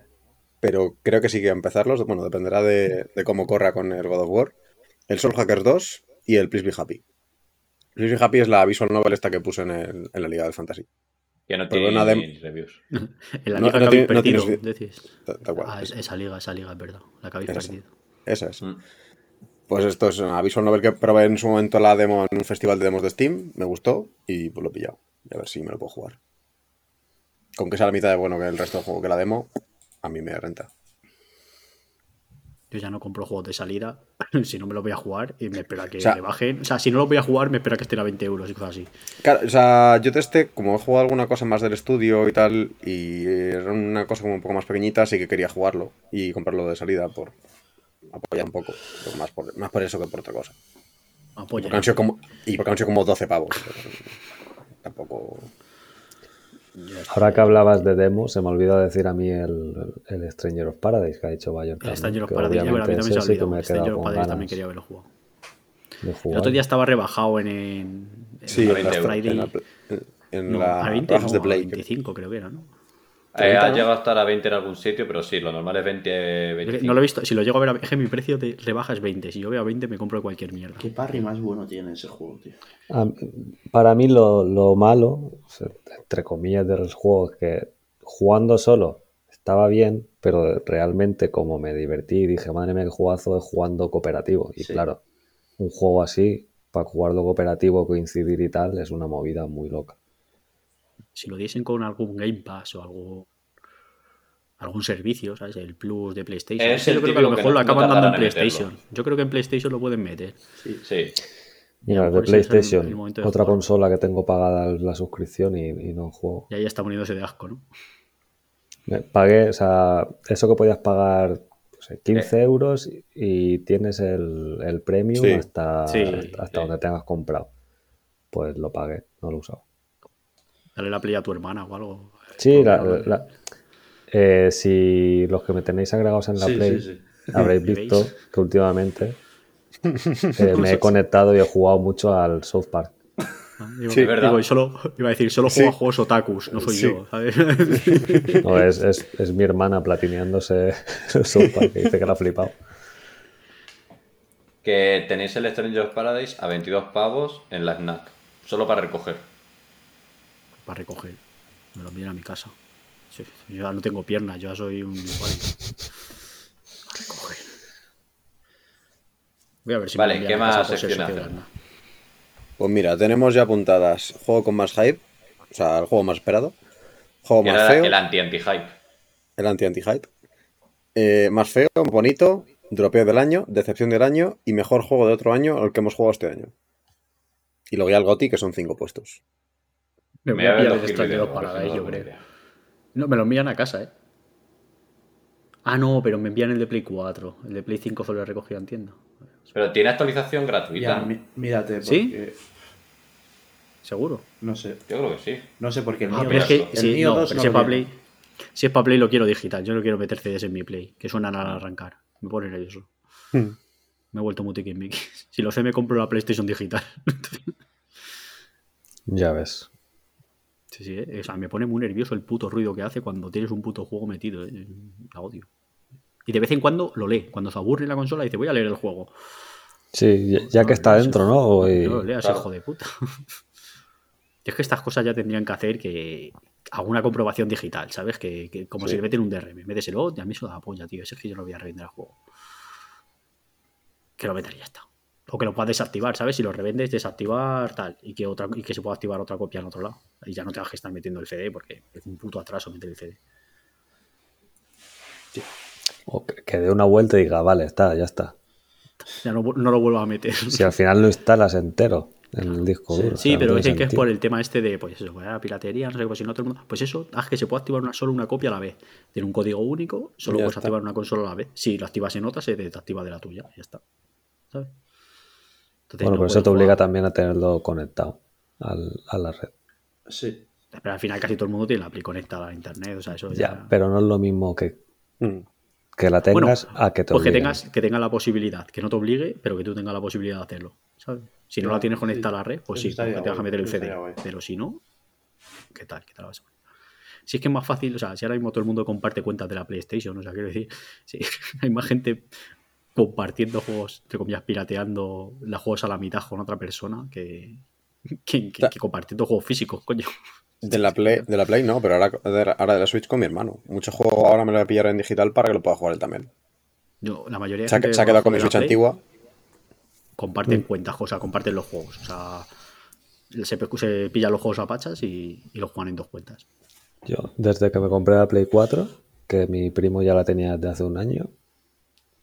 pero creo que sí que voy a empezarlos. Bueno, dependerá de, de cómo corra con el God of War. El Soul Hackers 2 y el Please Be Happy. Please Be Happy es la visual novel esta que puse en, el- en la Liga del Fantasy.
Que no tiene
Pero pues una dem-
ni reviews.
en la
no-
liga
no
que habéis
tiene- no
perdido,
tienes-
decís.
Ta- tal cual,
Ah,
esa-
esa liga, esa liga, es verdad. La que habéis
Esa.
perdido.
Esa es.
Mm.
Pues esto es una visual novel que probé en su momento la demo en un festival de demos de Steam. Me gustó y pues lo he pillado. Y a ver si me lo puedo jugar. Con que sea la mitad de bueno que el resto del juego que la demo, a mí me renta.
Yo ya no compro juegos de salida. si no me los voy a jugar, y me espera que
O sea-
le bajen. O sea, si no los voy a jugar, me espera que estén a 20 euros y cosas así.
Claro, o sea, yo testé, como he jugado alguna cosa más del estudio y tal, y era una cosa como un poco más pequeñita, así que quería jugarlo y comprarlo de salida por apoyar un poco, pero más por, más por eso que por otra cosa.
Apoya.
Porque han sido como, y porque han sido como 12 pavos. Tampoco.
Ahora que hablabas de demo, se me olvidó decir a mí el, el Stranger of Paradise que ha dicho Bayor.
El
también,
Stranger of
que
Paradise, pero a mí
obviamente
también se ha
ese sí que
olvidado. Este
me he
El Stranger of
quedado con
Paradise
ganas
también quería verlo jugado.
de
El
jugar.
otro día estaba rebajado en. en, en
Sí,
A
en
20
Black
las
euros,
Friday.
en la- en
No,
las
a 20,
rebajas
no,
de
a
Play.
25 creo que era, ¿no?
Eh,
¿no?
ha llegado a estar a 20 en algún sitio, pero sí, lo normal es 20, 25.
No lo he visto. Si lo llego a ver, a- es que mi precio de rebaja es 20. Si yo veo a 20, me compro cualquier mierda.
Qué parry más bueno tiene ese juego, tío.
A mí- Para mí lo, lo malo, o sea, entre comillas, del juego es que jugando solo estaba bien, pero realmente como me divertí y dije, madre mía, qué jugazo es jugando cooperativo. Y
Sí.
claro, un juego así, para jugarlo cooperativo, coincidir y tal, es una movida muy loca.
si lo diesen con algún Game Pass o algo algún servicio, ¿sabes? El Plus de PlayStation.
Es
Eso
el
yo creo que a lo
típico que
mejor
no- no
lo acaban dando en
tardarán en
PlayStation. Yo creo que en PlayStation lo pueden meter.
Sí.
Sí.
Mira,
a lo
de
mejor ese es el-
PlayStation,
el momento de
otra
jugar.
consola que tengo pagada la suscripción y, y no juego.
Y ahí está poniéndose de asco, ¿no?
Me Pagué, o sea, eso que podías pagar no sé, 15 euros y- y tienes el, el premium
Sí.
hasta,
Sí,
hasta
sí.
donde tengas comprado. Pues lo pagué, no lo he usado.
Dale la play a tu hermana o algo.
Sí,
Por
la-
favor.
la- eh, si los que me tenéis agregados en la
Sí,
Play
sí, sí.
habréis
¿Me
visto
veis?
que últimamente Eh, me he conectado y he jugado mucho al South Park.
Digo,
Sí,
digo,
verdad.
y solo, iba a decir, solo juego a
Sí.
juegos otakus, no soy
Sí.
yo, ¿sabes?
No, es, es- es mi hermana platineándose el South Park, que dice que la ha flipado.
Que tenéis el Stranger of Paradise a 22 pavos en la snack. Solo para recoger.
Para recoger. Me lo envían a mi casa. Sí, Yo ya no tengo piernas, yo ya soy un. inválido. A recoger. Voy a ver si
Vale,
lo
¿qué
envían a casa
más
por ser
sección
socio de
hace?
Arna.
Pues mira, tenemos ya apuntadas juego con más hype, o sea, el juego más esperado, juego
Que
más
era
feo,
el anti-anti-hype.
el anti-anti-hype, eh, más feo, más bonito, dropeo del año, decepción del año y mejor juego de otro año al que hemos jugado este año. Y luego ya el GOTI, que son cinco puestos.
Me voy
voy
a pillar
ver
el
los
Stranger
Kirby
of
Demo, porque
Paradise,
si no
eh, yo
da
creo.
buena idea.
No, me lo envían a casa, ¿eh? Ah, no, pero me envían el de Play 4. El de Play 5 solo he recogido, entiendo.
Pero tiene actualización gratuita.
Ya,
¿no?
mí- mírate, porque
¿Sí? Seguro.
no sé.
Yo creo que sí.
No sé por qué el
Ah,
mío.
pero es que
el
sí,
mío
no,
dos
pero
no
si es
lo
para
tiene.
Play, si es para Play lo quiero digital, yo no quiero meter CDs en mi Play, que suenan al arrancar. Me pone nervioso.
Hmm.
Me he vuelto muy tiki Si lo sé, me compro la PlayStation digital.
Ya ves.
sí, sí, eh. o sea, me pone muy nervioso el puto ruido que hace cuando tienes un puto juego metido. eh. La odio. Y de vez en cuando lo lee. Cuando se aburre la consola, dice, voy a leer el juego.
Sí, ya, ya que está dentro, ¿no? eh, Y-
No lo leas,
claro.
hijo de puta. es que estas cosas ya tendrían que hacer que alguna comprobación digital, ¿sabes? Que, que como si le meten un DRM, méteselo, y a mí eso da polla, tío. Eso es que yo no voy a revender el juego. Que lo metas y ya está. O que lo puedas desactivar, ¿sabes? Si lo revendes, desactivar tal. Y que otra y que se pueda activar otra copia en otro lado. Y ya no tengas que estar metiendo el CD porque es un puto atraso meter el CD.
o que, que dé una vuelta y diga, vale, está, ya está.
Ya no, vu- no lo vuelvas a meter.
Si al final lo instalas entero en el disco
Sí,
duro. o
sí,
sea, no
pero
tiene
dicen que es
sentido.
por el tema este de, pues eso, la piratería, no sé qué, pues si no todo el mundo... Pues eso, haz que se pueda activar una, solo una copia a la vez. Tiene un código único, solo
Ya
puedes
está.
activar una consola a la vez. Si lo activas en otra, se desactiva de la tuya, ya está. ¿Sabes? Entonces,
Bueno,
no
pero eso
puedes
te obliga
jugar.
también a tenerlo conectado al- a la red.
Sí.
Pero al final casi todo el mundo tiene la Play conectada a internet, o sea, eso Pues ya...
Ya, pero no es lo mismo que,
Mm.
que la tengas a que te
pues que
obliguen.
tengas, que tenga la posibilidad, que no te obligue, pero que tú tengas la posibilidad de hacerlo, ¿sabes? Si no
Ya,
la tienes conectada
sí.
a la red, pues
Eso
sí, porque
estaría
te vas a
guay,
meter el
eso
CD.
estaría guay.
Pero si no, ¿qué tal? ¿Qué tal vas a poner? Si es que es más fácil, o sea, si ahora mismo todo el mundo comparte cuentas de la PlayStation, o sea, quiero decir, si hay más gente compartiendo juegos, entre comillas, pirateando los juegos a la mitad con otra persona que, que, que- que compartiendo juegos físicos, coño.
De la Play, de la Play no, pero ahora, de la- ahora de la Switch con mi hermano. Mucho juego ahora me lo voy a pillar en digital para que lo pueda jugar él también.
Yo, la mayoría de
Se ha,
gente
se ha quedado con mi
de la
Switch
Play-
antigua.
comparten cuentas, o sea, comparten los juegos. O sea, se, se pillan los juegos a pachas y, y los juegan en dos cuentas.
Yo, desde que me compré la Play 4, que mi primo ya la tenía desde hace un año,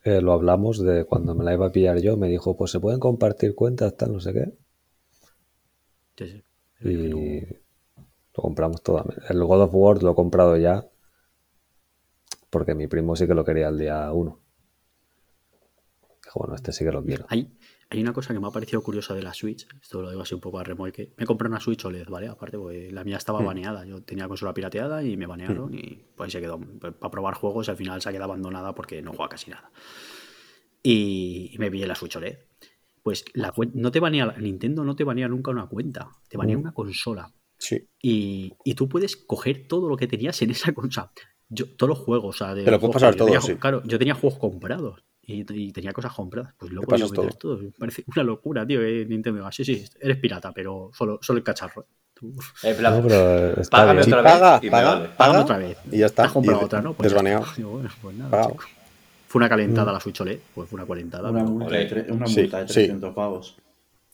eh, lo hablamos de cuando me la iba a pillar yo, me dijo, pues se pueden compartir cuentas, tal, no sé qué,
Sí, sí.
y lo compramos todo. El God of War lo he comprado ya, porque mi primo sí que lo quería el día 1. Dijo, bueno, este sí que lo quiero.
Hay, hay una cosa que me ha parecido curiosa de la Switch, esto lo digo así un poco a remolque. Me compré una Switch OLED, ¿vale? Aparte, porque la mía estaba baneada. Yo tenía consola pirateada y me banearon y pues se quedó. Para probar juegos, al final se ha quedado abandonada porque no juega casi nada. Y, y me pillé la Switch OLED. Pues la cuen- no te banea, Nintendo no te banea nunca una cuenta, te banea una consola.
Sí.
y, y tú puedes coger todo lo que tenías en esa consola. Yo, todos los juegos, o sea, de
Te lo
los juegos
puedes pasar
que yo
todo,
tenía-
sí.
Claro, yo tenía juegos comprados y, y tenía cosas compradas. Pues lo he
Te
podido
pasas
meter todo. Me parece una locura, tío, que Nintendo diga, sí, sí, eres pirata, pero solo, solo el cacharro. Tú,
En plan,
No, pero está
Págame
bien.
Sí,
otra vez
paga,
y me
paga,
vale.
paga,
Págame otra vez.
Y ya está.
Te has comprado
Y
otra, ¿no? Pues ya
desbaneado. Mm.
está. Digo, bueno, pues nada,
Pagado.
chico. Fue una calentada la Switch OLED, pues fue una calentada.
Una
pero-
multa,
Ole.
de, tre- una
Sí,
multa de
sí.
300 pavos.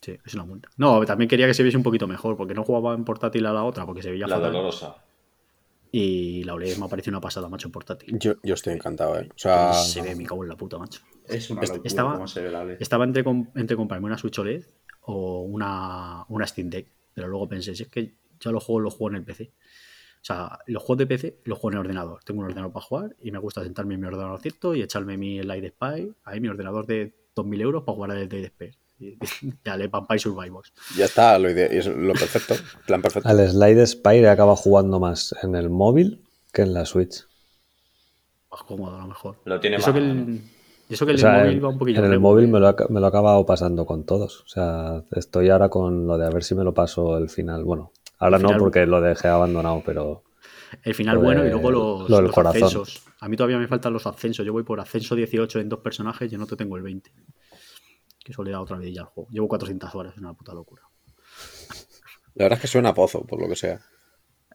sí, es una multa. No, también quería que se viese un poquito mejor, porque no jugaba en portátil a la otra, porque se veía
la
fatal.
dolorosa.
Y la OLED me ha parecido una pasada, macho, en portátil.
Yo, yo estoy encantado, ¿eh? O sea,
Se ve, me cago en la puta, macho.
Es una locura
estaba-
cómo se ve la ley.
Estaba entre, com- entre comprarme una Switch OLED o una, una Steam Deck. Pero luego pensé, si es que ya los juegos los juego en el PC. O sea, los juegos de PC los juego en el ordenador. Tengo un ordenador para jugar y me gusta sentarme en mi ordenadorcito y echarme mi Light Spy. Ahí mi ordenador de 2.000 euros para jugar al Dead Space. Y- Dale, Vampire Survivors.
ya está, lo, ide- es lo perfecto. Plan perfecto.
Al Slide Spire acaba jugando más en el móvil que en la Switch.
Más cómodo a lo mejor.
Lo tiene
eso
más
que
a
el-
mano.
eso Y eso que
O
el
sea,
móvil
en-
va un poquillo
en el
lejos.
móvil me lo, ha, me lo he acabado pasando con todos. O sea, estoy ahora con lo de a ver si me lo paso el final. Bueno, ahora
El
no
final-
porque lo dejé abandonado, pero
El final
Lo de-
bueno y luego los,
Pues, lo del
los
corazón.
ascensos. A mí todavía me faltan los ascensos. Yo voy por ascenso 18 en dos personajes y en otro tengo el 20. Que eso le da otra vez ya al juego. Llevo 400 horas, es una puta locura.
La verdad es que suena a pozo, por lo que sea.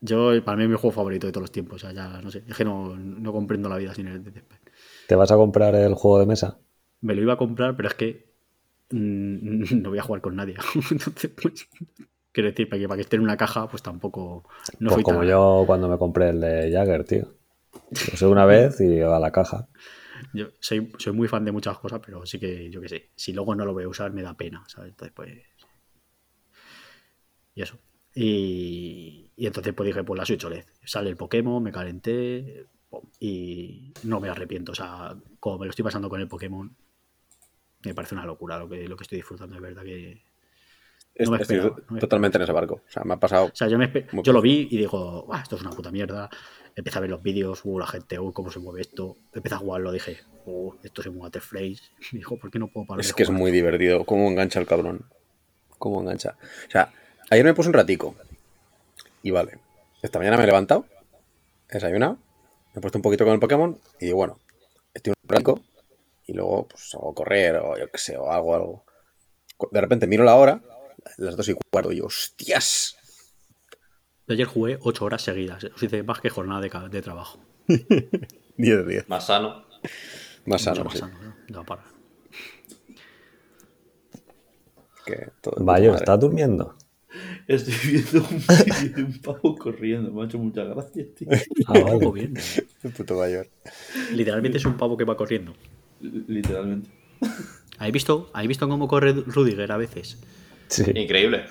Yo, eh, para mí es mi juego favorito de todos los tiempos. O sea, ya no sé. Es que no, no comprendo la vida sin el Dead Space.
¿te vas a comprar el juego de mesa?
Me lo iba a comprar, pero es que mm, no voy a jugar con nadie. Entonces, pues, quiero decir, para que, para que esté en una caja, pues tampoco. No soy
pues como
tan-
yo cuando me compré el de Jagger, tío. Lo sé una vez y a la caja.
Pues
Yo soy, soy muy fan de muchas cosas, pero sí que, yo qué sé, si luego no lo voy a usar me da pena, ¿sabes? Entonces, pues... Y eso. Y, y entonces pues dije, pues la Switch OLED. Sale el Pokémon, me calenté pum, y no me arrepiento. O sea, como me lo estoy pasando con el Pokémon, me parece una locura lo que, lo que estoy disfrutando, es verdad que... No me
Estoy
esperaba, no me
totalmente en ese barco. O sea, me ha pasado.
O sea, yo, me espe-
Muy
yo lo vi y digo, "Buah, esto es una puta mierda. Empecé a ver los vídeos, uh, la gente, uh, cómo se mueve esto. Empecé a jugarlo, dije, uh, esto se mueve a tres frames. Dijo, ¿por qué no puedo parar?
Es
de
que es
jugar?".
muy divertido. Cómo engancha el cabrón. Cómo engancha. O sea, ayer me puse un ratico. Y vale. Esta mañana me he levantado. he Desayunado. Me he puesto un poquito con el Pokémon. Y digo, bueno, estoy un ratico. Y luego, pues, hago correr o yo qué sé, o hago algo. Cu- De repente miro la hora. Las dos y cuarto. Y yo, hostias.
Yo ayer jugué ocho horas seguidas. Os hice más que jornada de, ca- de trabajo.
10 de 10.
Más sano.
Más
Mucho
sano.
más
sí,
sano, ¿no? No, para.
que todo de
Vaya,
puta madre.
¿estás durmiendo?
Estoy viendo un vídeo de un pavo corriendo. Me ha hecho muchas gracias, tío.
Ah,
Un poco
vale.
bien.
El puto mayor.
Literalmente es un pavo que va corriendo.
L- Literalmente.
¿Habéis visto, ¿Habéis visto cómo corre Rudiger a veces?
Sí.
Increíble.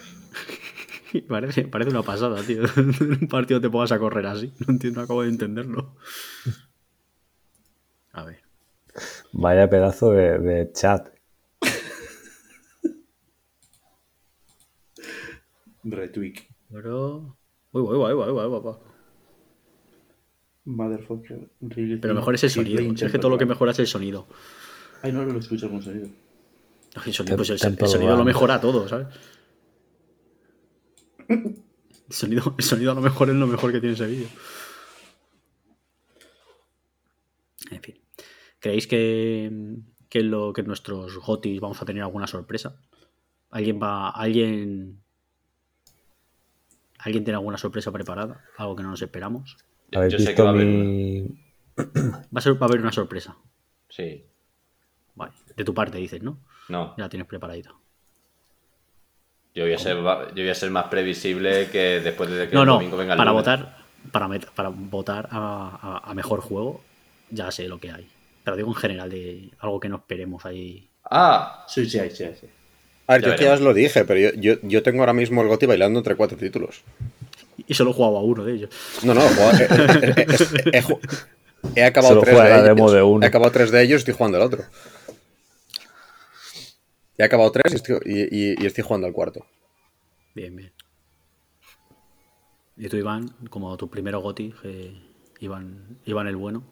Parece, parece una pasada, tío. En un partido te pongas a correr así. No entiendo, acabo de entenderlo. A ver.
Vaya pedazo de, de chat.
Retweak.
Pero. Uy, uy, uy, uy, uy, uy, uy.
Motherfucker. really
Pero
think
mejor es el
he's
sonido.
playing
Es que todo lo que
Chamber
mejora es el sonido.
Rock. Ay, no no lo escucho con sonido.
No, El sonido, pues el,
Tem-
el
tempo
sonido lo
grande.
mejora todo, ¿sabes? El sonido, el sonido a lo mejor es lo mejor que tiene ese vídeo. En fin. ¿Creéis que, que, lo, que nuestros gotis vamos a tener alguna sorpresa? ¿Alguien va. alguien. ¿Alguien tiene alguna sorpresa preparada? ¿Algo que no nos esperamos?
Yo,
¿Habéis
yo sé que va a
visto
haber una.
mi...?
Va a, ser, va a haber una sorpresa.
Sí.
Vale. De tu parte, dices, ¿no?
No.
Ya la tienes preparadita.
Yo voy a ser, va- yo voy a ser más previsible que después de que
no,
el
no,
domingo venga el
para
lunes.
votar para, met- para votar a, a- a mejor juego ya sé lo que hay pero digo en general de algo que no esperemos ahí
Ah,
Sí, sí, sí, sí. sí.
A ver,
Ya
yo que ya
veremos.
os lo dije, pero yo, yo, yo tengo ahora mismo el Goti bailando entre cuatro títulos.
y solo he jugado a uno de ellos
No, no, juego- eh, eh, eh, eh, he, ju- he acabado
Solo
tres
juega
de
la
ellos.
demo de uno.
He acabado tres de ellos y estoy jugando al otro. He acabado tres y estoy, y- y- y estoy jugando al cuarto.
bien bien y tú Iván como tu primero goti que Iván Iván el bueno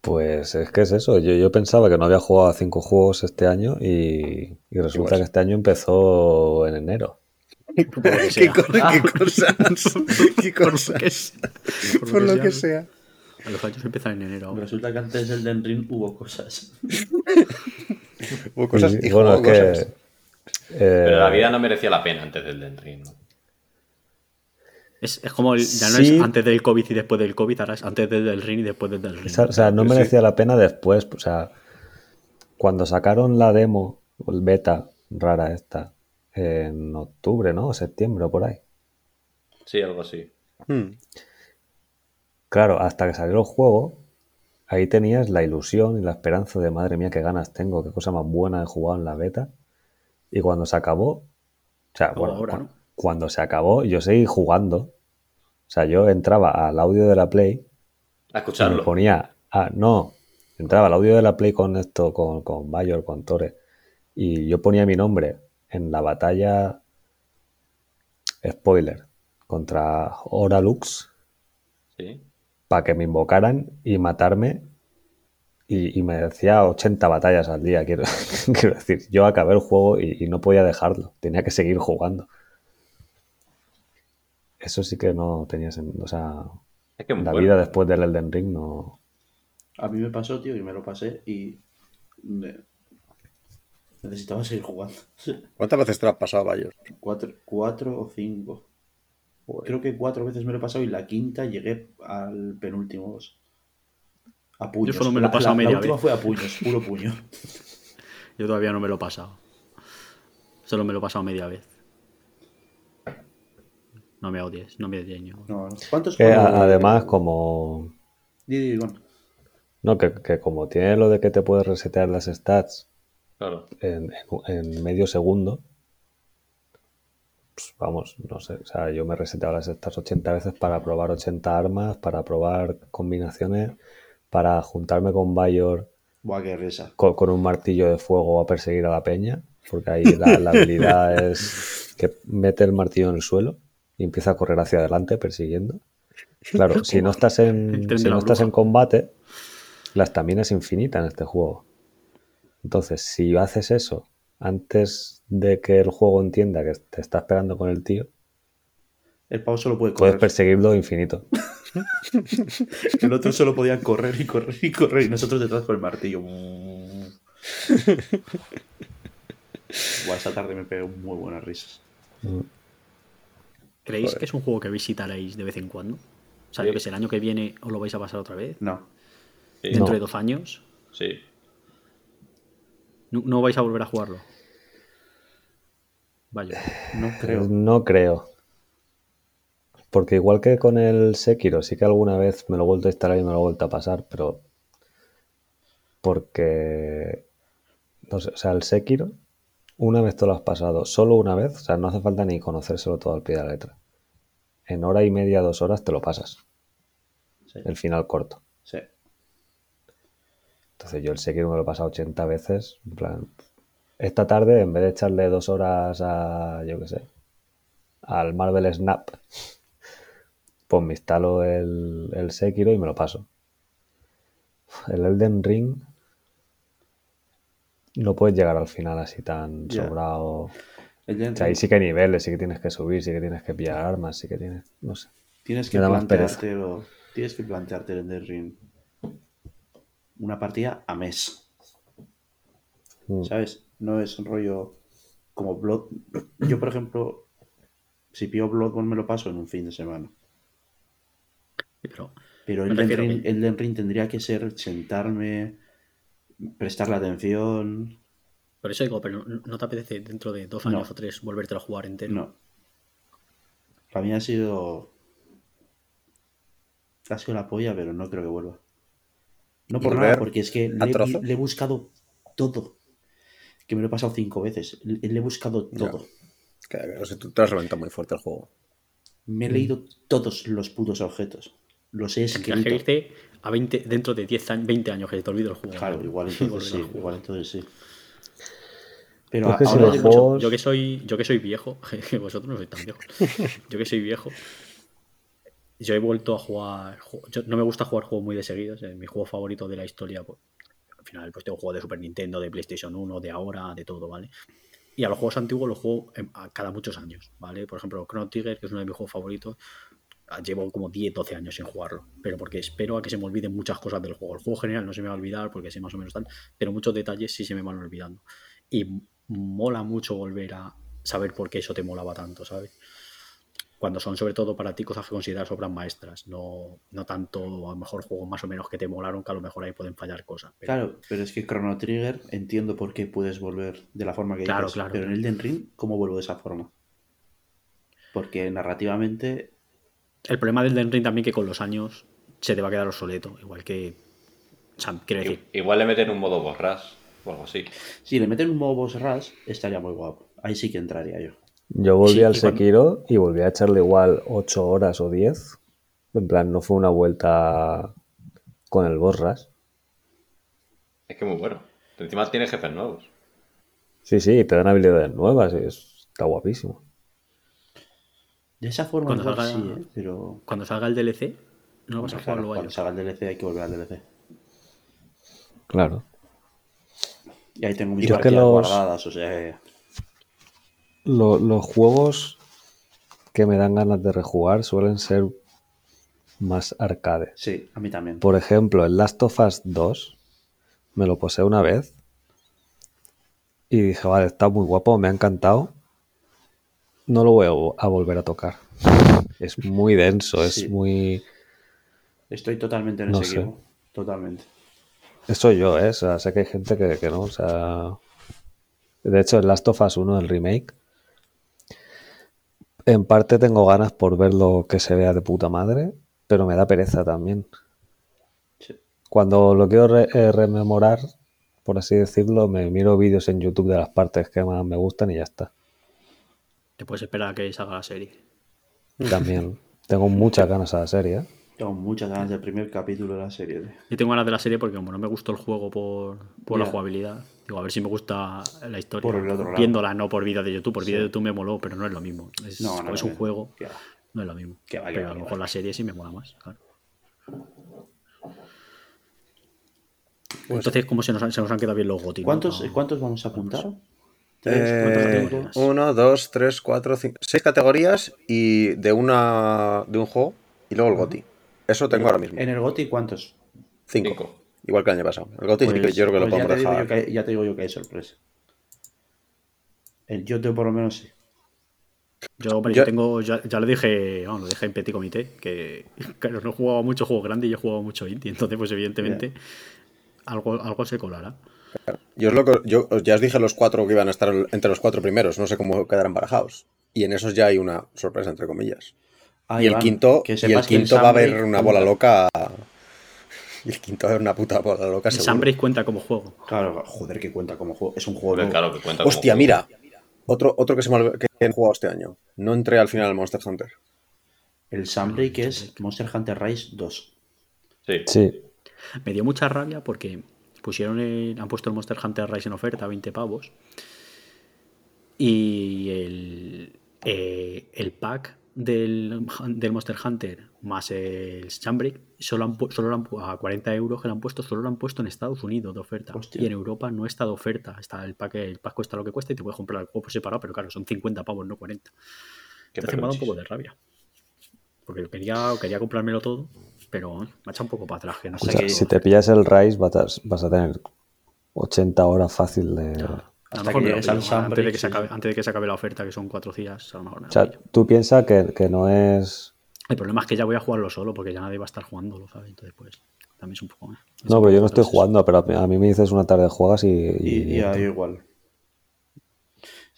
Pues es que es eso. Yo, yo pensaba que no había jugado a cinco juegos este año y, y resulta
Igual.
que este año empezó en enero.
por lo que
¿Qué,
sea
co- qué cosas? ¿Qué
Por lo
cosas?
que sea.
Por, lo que sea.
a los años empiezan en enero ahora.
Resulta que antes del Den Ring hubo cosas.
Hubo cosas
Y-
y
y bueno,
juego
es que,
cosas.
eh,
pero la vida no merecía la pena antes del Den Ring, ¿no?
es, es como el- ya no
Sí.
es antes del COVID y después del COVID ahora es antes del del ring y después del del ring
Esa- O sea, no merecía la pena después. O sea, cuando sacaron la demo, el beta rara esta, en octubre, ¿no? O septiembre o por ahí.
Sí, algo así.
Hmm.
Claro, hasta que salió el juego, ahí tenías la ilusión y la esperanza de madre mía, qué ganas tengo, qué cosa más buena he jugado en la beta. Y cuando se acabó, o sea,
Como
bueno,
ahora,
cu-
¿no?
cuando se acabó, yo seguí jugando. O sea, yo entraba al audio de la Play
A
y me
escucharlo.
ponía, ah, no, entraba al audio de la Play con esto, con, con Bayor, con Torres, y yo ponía mi nombre en la batalla, spoiler, contra Oralux
Sí.
para que me invocaran y matarme. y, y me decía 80 batallas al día, quiero, quiero decir. Yo acabé el juego y, y no podía dejarlo, tenía que seguir jugando. Eso sí que no tenía sentido. O sea,
Es que es muy
la
bueno.
vida después del Elden Ring no.
A mí me pasó, tío, que me lo pasé y. me- Necesitaba seguir jugando.
¿Cuántas veces te lo has pasado, Bayos?
cuatro, cuatro o cinco. Creo que cuatro veces me lo he pasado y la quinta llegué al penúltimo boss. A puños.
solo me lo he
La-
pasado
la,
media
La última
vez.
fue a puños, puro puño.
Yo todavía no me lo he pasado. Solo me lo he pasado media vez. No me odies, no me odies. Ñigo.
No, no. ¿Cuántos
Que Eh, a-
juegos-
además, como.
Di, di, Iván.
No, que, que como tiene lo de que te puedes resetear las stats
Claro.
en, en- en medio segundo. pues, vamos, no sé. O sea, yo me he reseteado las stats 80 veces para probar 80 armas, para probar combinaciones, para juntarme con Bayor
Buah, qué risa.
con, con un martillo de fuego a perseguir a la peña, porque ahí la, la habilidad es que mete el martillo en el suelo y empieza a correr hacia adelante persiguiendo. Claro, si no estás
El
en,
tren
si
de la
no estás
bruja.
en combate, la estamina es infinita en este juego. Entonces, si haces eso antes de que el juego entienda que te está esperando con el tío,
El pavo solo puede
puedes
correr.
perseguirlo infinito.
El otro solo podía correr y correr y correr y nosotros detrás con el martillo. Buah, esa tarde me pegó muy buenas risas.
¿Creéis que es un juego que visitaréis de vez en cuando? O sea, yo que sé, el año que viene os lo vais a pasar otra vez.
No.
Dentro
No.
de dos años.
Sí.
No, no vais a volver a jugarlo. Vaya.
No creo.
No creo. Porque igual que con el Sekiro, sí que alguna vez me lo he vuelto a instalar y me lo he vuelto a pasar, pero. Porque. No sé, o sea, el Sekiro, una vez te lo has pasado, solo una vez, o sea, no hace falta ni conocérselo todo al pie de la letra. En hora y media, dos horas te lo pasas.
Sí.
El final corto.
Sí.
Entonces yo el Sekiro me lo he pasado 80 veces. En plan, esta tarde, en vez de echarle dos horas a, yo qué sé, al Marvel Snap, pues me instalo el, el Sekiro y me lo paso. El Elden Ring no puedes llegar al final así tan
Ya.
sobrado.
El Elden
O sea, ahí
Ring,
sí que hay niveles, sí que tienes que subir, sí que tienes que pillar armas, sí que tienes, no sé.
Tienes que
me da más pereza.
planteártelo. Tienes que plantearte el Elden Ring. Una partida a mes.
Mm.
¿Sabes? No es un rollo como Blood. Yo, por ejemplo, si pido Bloodborne me lo paso en un fin de semana.
Pero
Pero
Me
el Elden
refiero
Ring,
que-
Elden Ring tendría que ser sentarme, prestarle atención.
Por eso digo, pero no, no te apetece dentro de dos
No.
años o tres volverte a jugar entero.
No. Para mí ha sido. Ha sido la polla, pero no creo que vuelva. No por nada,
¿Volver
porque es que
a
le,
trozo?
le he buscado todo. Que me lo he pasado cinco veces. Le, le he buscado todo.
Que, no sé, tú te has reventado muy fuerte el juego.
Me he leído todos los putos objetos. Los he
Tendrías que
escrito.
irte a 20, dentro de 10 años, 20 años que te olvido el juego.
Claro, igual
Y volver
entonces
a
sí.
jugar.
Igual entonces sí. Pero
Pues que si
ahora
los
yo-
Yo- yo,
juegos-
que soy, yo que soy viejo, que vosotros no sois tan viejos. Yo que soy viejo. Yo he vuelto a jugar. ju- yo- no me gusta jugar juegos muy de seguidos. eh, mi juego favorito de la historia, pues, al final, pues tengo juegos de Super Nintendo, de PlayStation 1, de ahora, de todo, ¿vale? Y a los juegos antiguos los juego en- a cada muchos años, ¿vale? Por ejemplo, Chrono Trigger, que es uno de mis juegos favoritos, ah, llevo como 10, 12 años sin jugarlo, pero porque espero a que se me olviden muchas cosas del juego. El juego general no se me va a olvidar porque sé más o menos tal, pero muchos detalles sí se me van olvidando. Y m- mola mucho volver a saber por qué eso te molaba tanto, ¿sabes? Cuando son sobre todo para ti cosas que consideras obras maestras, no, no tanto a lo mejor juegos más o menos que te molaron, que a lo mejor ahí pueden fallar cosas. pero-
Claro, pero es que Chrono Trigger entiendo por qué puedes volver de la forma que
Claro,
dices,
claro,
pero en Elden Ring, ¿cómo vuelvo de esa forma? Porque narrativamente,
El problema del Den Ring también que con los años se te va a quedar obsoleto, igual que. O sea, quiero decir,
Igual le meten un modo borras o algo así.
si le meten un modo boss rush, estaría muy guapo. Ahí sí que entraría yo.
Yo volví
Sí,
al
y cuando-
Sekiro y volví a echarle igual 8 horas o 10. En plan, no fue una vuelta con el Borras.
Es que muy bueno. Encima tiene jefes nuevos.
Pues
Sí, sí, te dan habilidades nuevas. y es- Está guapísimo.
De esa forma
Cuando
igual
salga-
sí, ¿eh? pero
cuando salga el DLC, no lo vas a
Claro,
jugarlo
cuando
vaya.
salga el DLC hay que volver al DLC.
Claro.
Y ahí tengo mis
Yo es que
partidas
los-
guardadas, o sea
eh,
que-
Lo- los juegos que me dan ganas de rejugar suelen ser más arcade.
Sí, a mí también.
Por ejemplo, el Last of Us 2 me lo posé una vez y dije, vale, está muy guapo, me ha encantado. No lo voy a, vo- a volver a tocar. Es muy denso, es
Sí.
muy...
Estoy totalmente en
No
ese
sé.
equipo. Totalmente.
Eso yo, ¿eh? O sea, sé que hay gente que, que no, o sea... De hecho, el Last of Us 1, el remake, en parte tengo ganas por ver lo que se vea de puta madre, pero me da pereza también.
Sí.
Cuando lo quiero re- eh, rememorar, por así decirlo, me miro vídeos en YouTube de las partes que más me gustan y ya está.
Te puedes esperar a que salga la serie.
También tengo muchas ganas a la serie. ¿eh?
Tengo muchas ganas del primer capítulo de la serie. tío.
Yo tengo ganas de la serie porque como no me gustó el juego por, por la
Ya.
jugabilidad, digo, a ver si me gusta la historia.
Por el otro lado.
Viéndola, no por vida de YouTube, por vida
Sí.
de YouTube me moló, pero no es lo mismo. Es,
No, no,
como
no,
es un
no.
juego,
Que va.
no es lo mismo.
Que va, que
pero
va,
a lo
que
mejor
va.
la serie sí me mola más, claro. Entonces, como se nos, han- se nos han quedado bien los gotis?
Pues ¿Cuántos, ¿Cuántos vamos a apuntar?
Eh,
categorías?
uno, dos, tres, cuatro, cinco. Seis categorías y de una de un juego y luego el GOTI. Eso tengo ahora mismo.
¿En el GOTI cuántos?
Cinco.
Cinco.
Igual que el año pasado. El GOTI sí que yo creo que lo
pues ya, te
podemos
digo yo
dejar. ¿eh?
que hay, ya te digo yo que hay sorpresa. El yo tengo por lo menos sí.
Yo, hombre,
Yo-
yo tengo, ya, ya lo dije, vamos, lo dije en Petit Comité, que claro, no he jugado mucho juego grande y yo he jugado mucho indie, entonces pues evidentemente algo, algo se colará.
Yo, os lo que- yo- ya os dije los cuatro que iban a estar el- entre los cuatro primeros. No sé cómo quedarán barajados. Y en esos ya hay una sorpresa, entre comillas.
Ah,
y el
Iván,
quinto,
que
y el
sepas que
quinto va a
Sunbreak
haber una
cuenta.
bola loca. Y el quinto va a haber una puta bola loca.
El
seguro.
Sunbreak cuenta como juego.
Claro, joder, que cuenta como juego. Es un juego.
Hombre,
nuevo.
claro, que cuenta como
Hostia,
juego.
mira. Otro, otro que se me ha olvid- que he jugado este año. No entré al final al Monster Hunter.
El Sunbreak es Monster Hunter Rise 2.
Sí.
Sí,
Me dio mucha rabia porque pusieron el- han puesto el Monster Hunter Rise en oferta, 20 pavos. Y el, eh, el pack del, del Monster Hunter más el Sunbreak solo, han, pu- solo lo han pu- a 40 euros que lo han puesto, solo lo han puesto en Estados Unidos de oferta.
Hostia.
Y en Europa no está de oferta. Está el pack, el pack cuesta lo que cuesta y te puedes comprar el juego por separado, pero claro, son 50 pavos, no 40.
Qué
Entonces Este me ha dado un
perrochis.
poco de rabia. Porque yo quería, quería comprármelo todo, pero me ha echado un poco para atrás. Que no sé
Escucha,
qué-
si te pillas el Rise vas a, vas a tener 80 horas fácil de...
A lo
Hasta
mejor
que
me lo
llegues
pillo,
al
antes,
Sunbreak,
de que se
sí,
acabe,
sí.
antes de que se acabe la oferta, que son cuatro días, a lo mejor me lo
O sea,
pillo.
tú piensas que, que no es...
El problema es que ya voy a jugarlo solo, porque ya nadie va a estar jugándolo, ¿sabes? Entonces, pues, también es un poco... eh, es
No,
un
pero
poco
yo no estoy
retraso.
jugando, pero a mí- a mí me dices una tarde juegas y... y-
Y, y a- yo igual.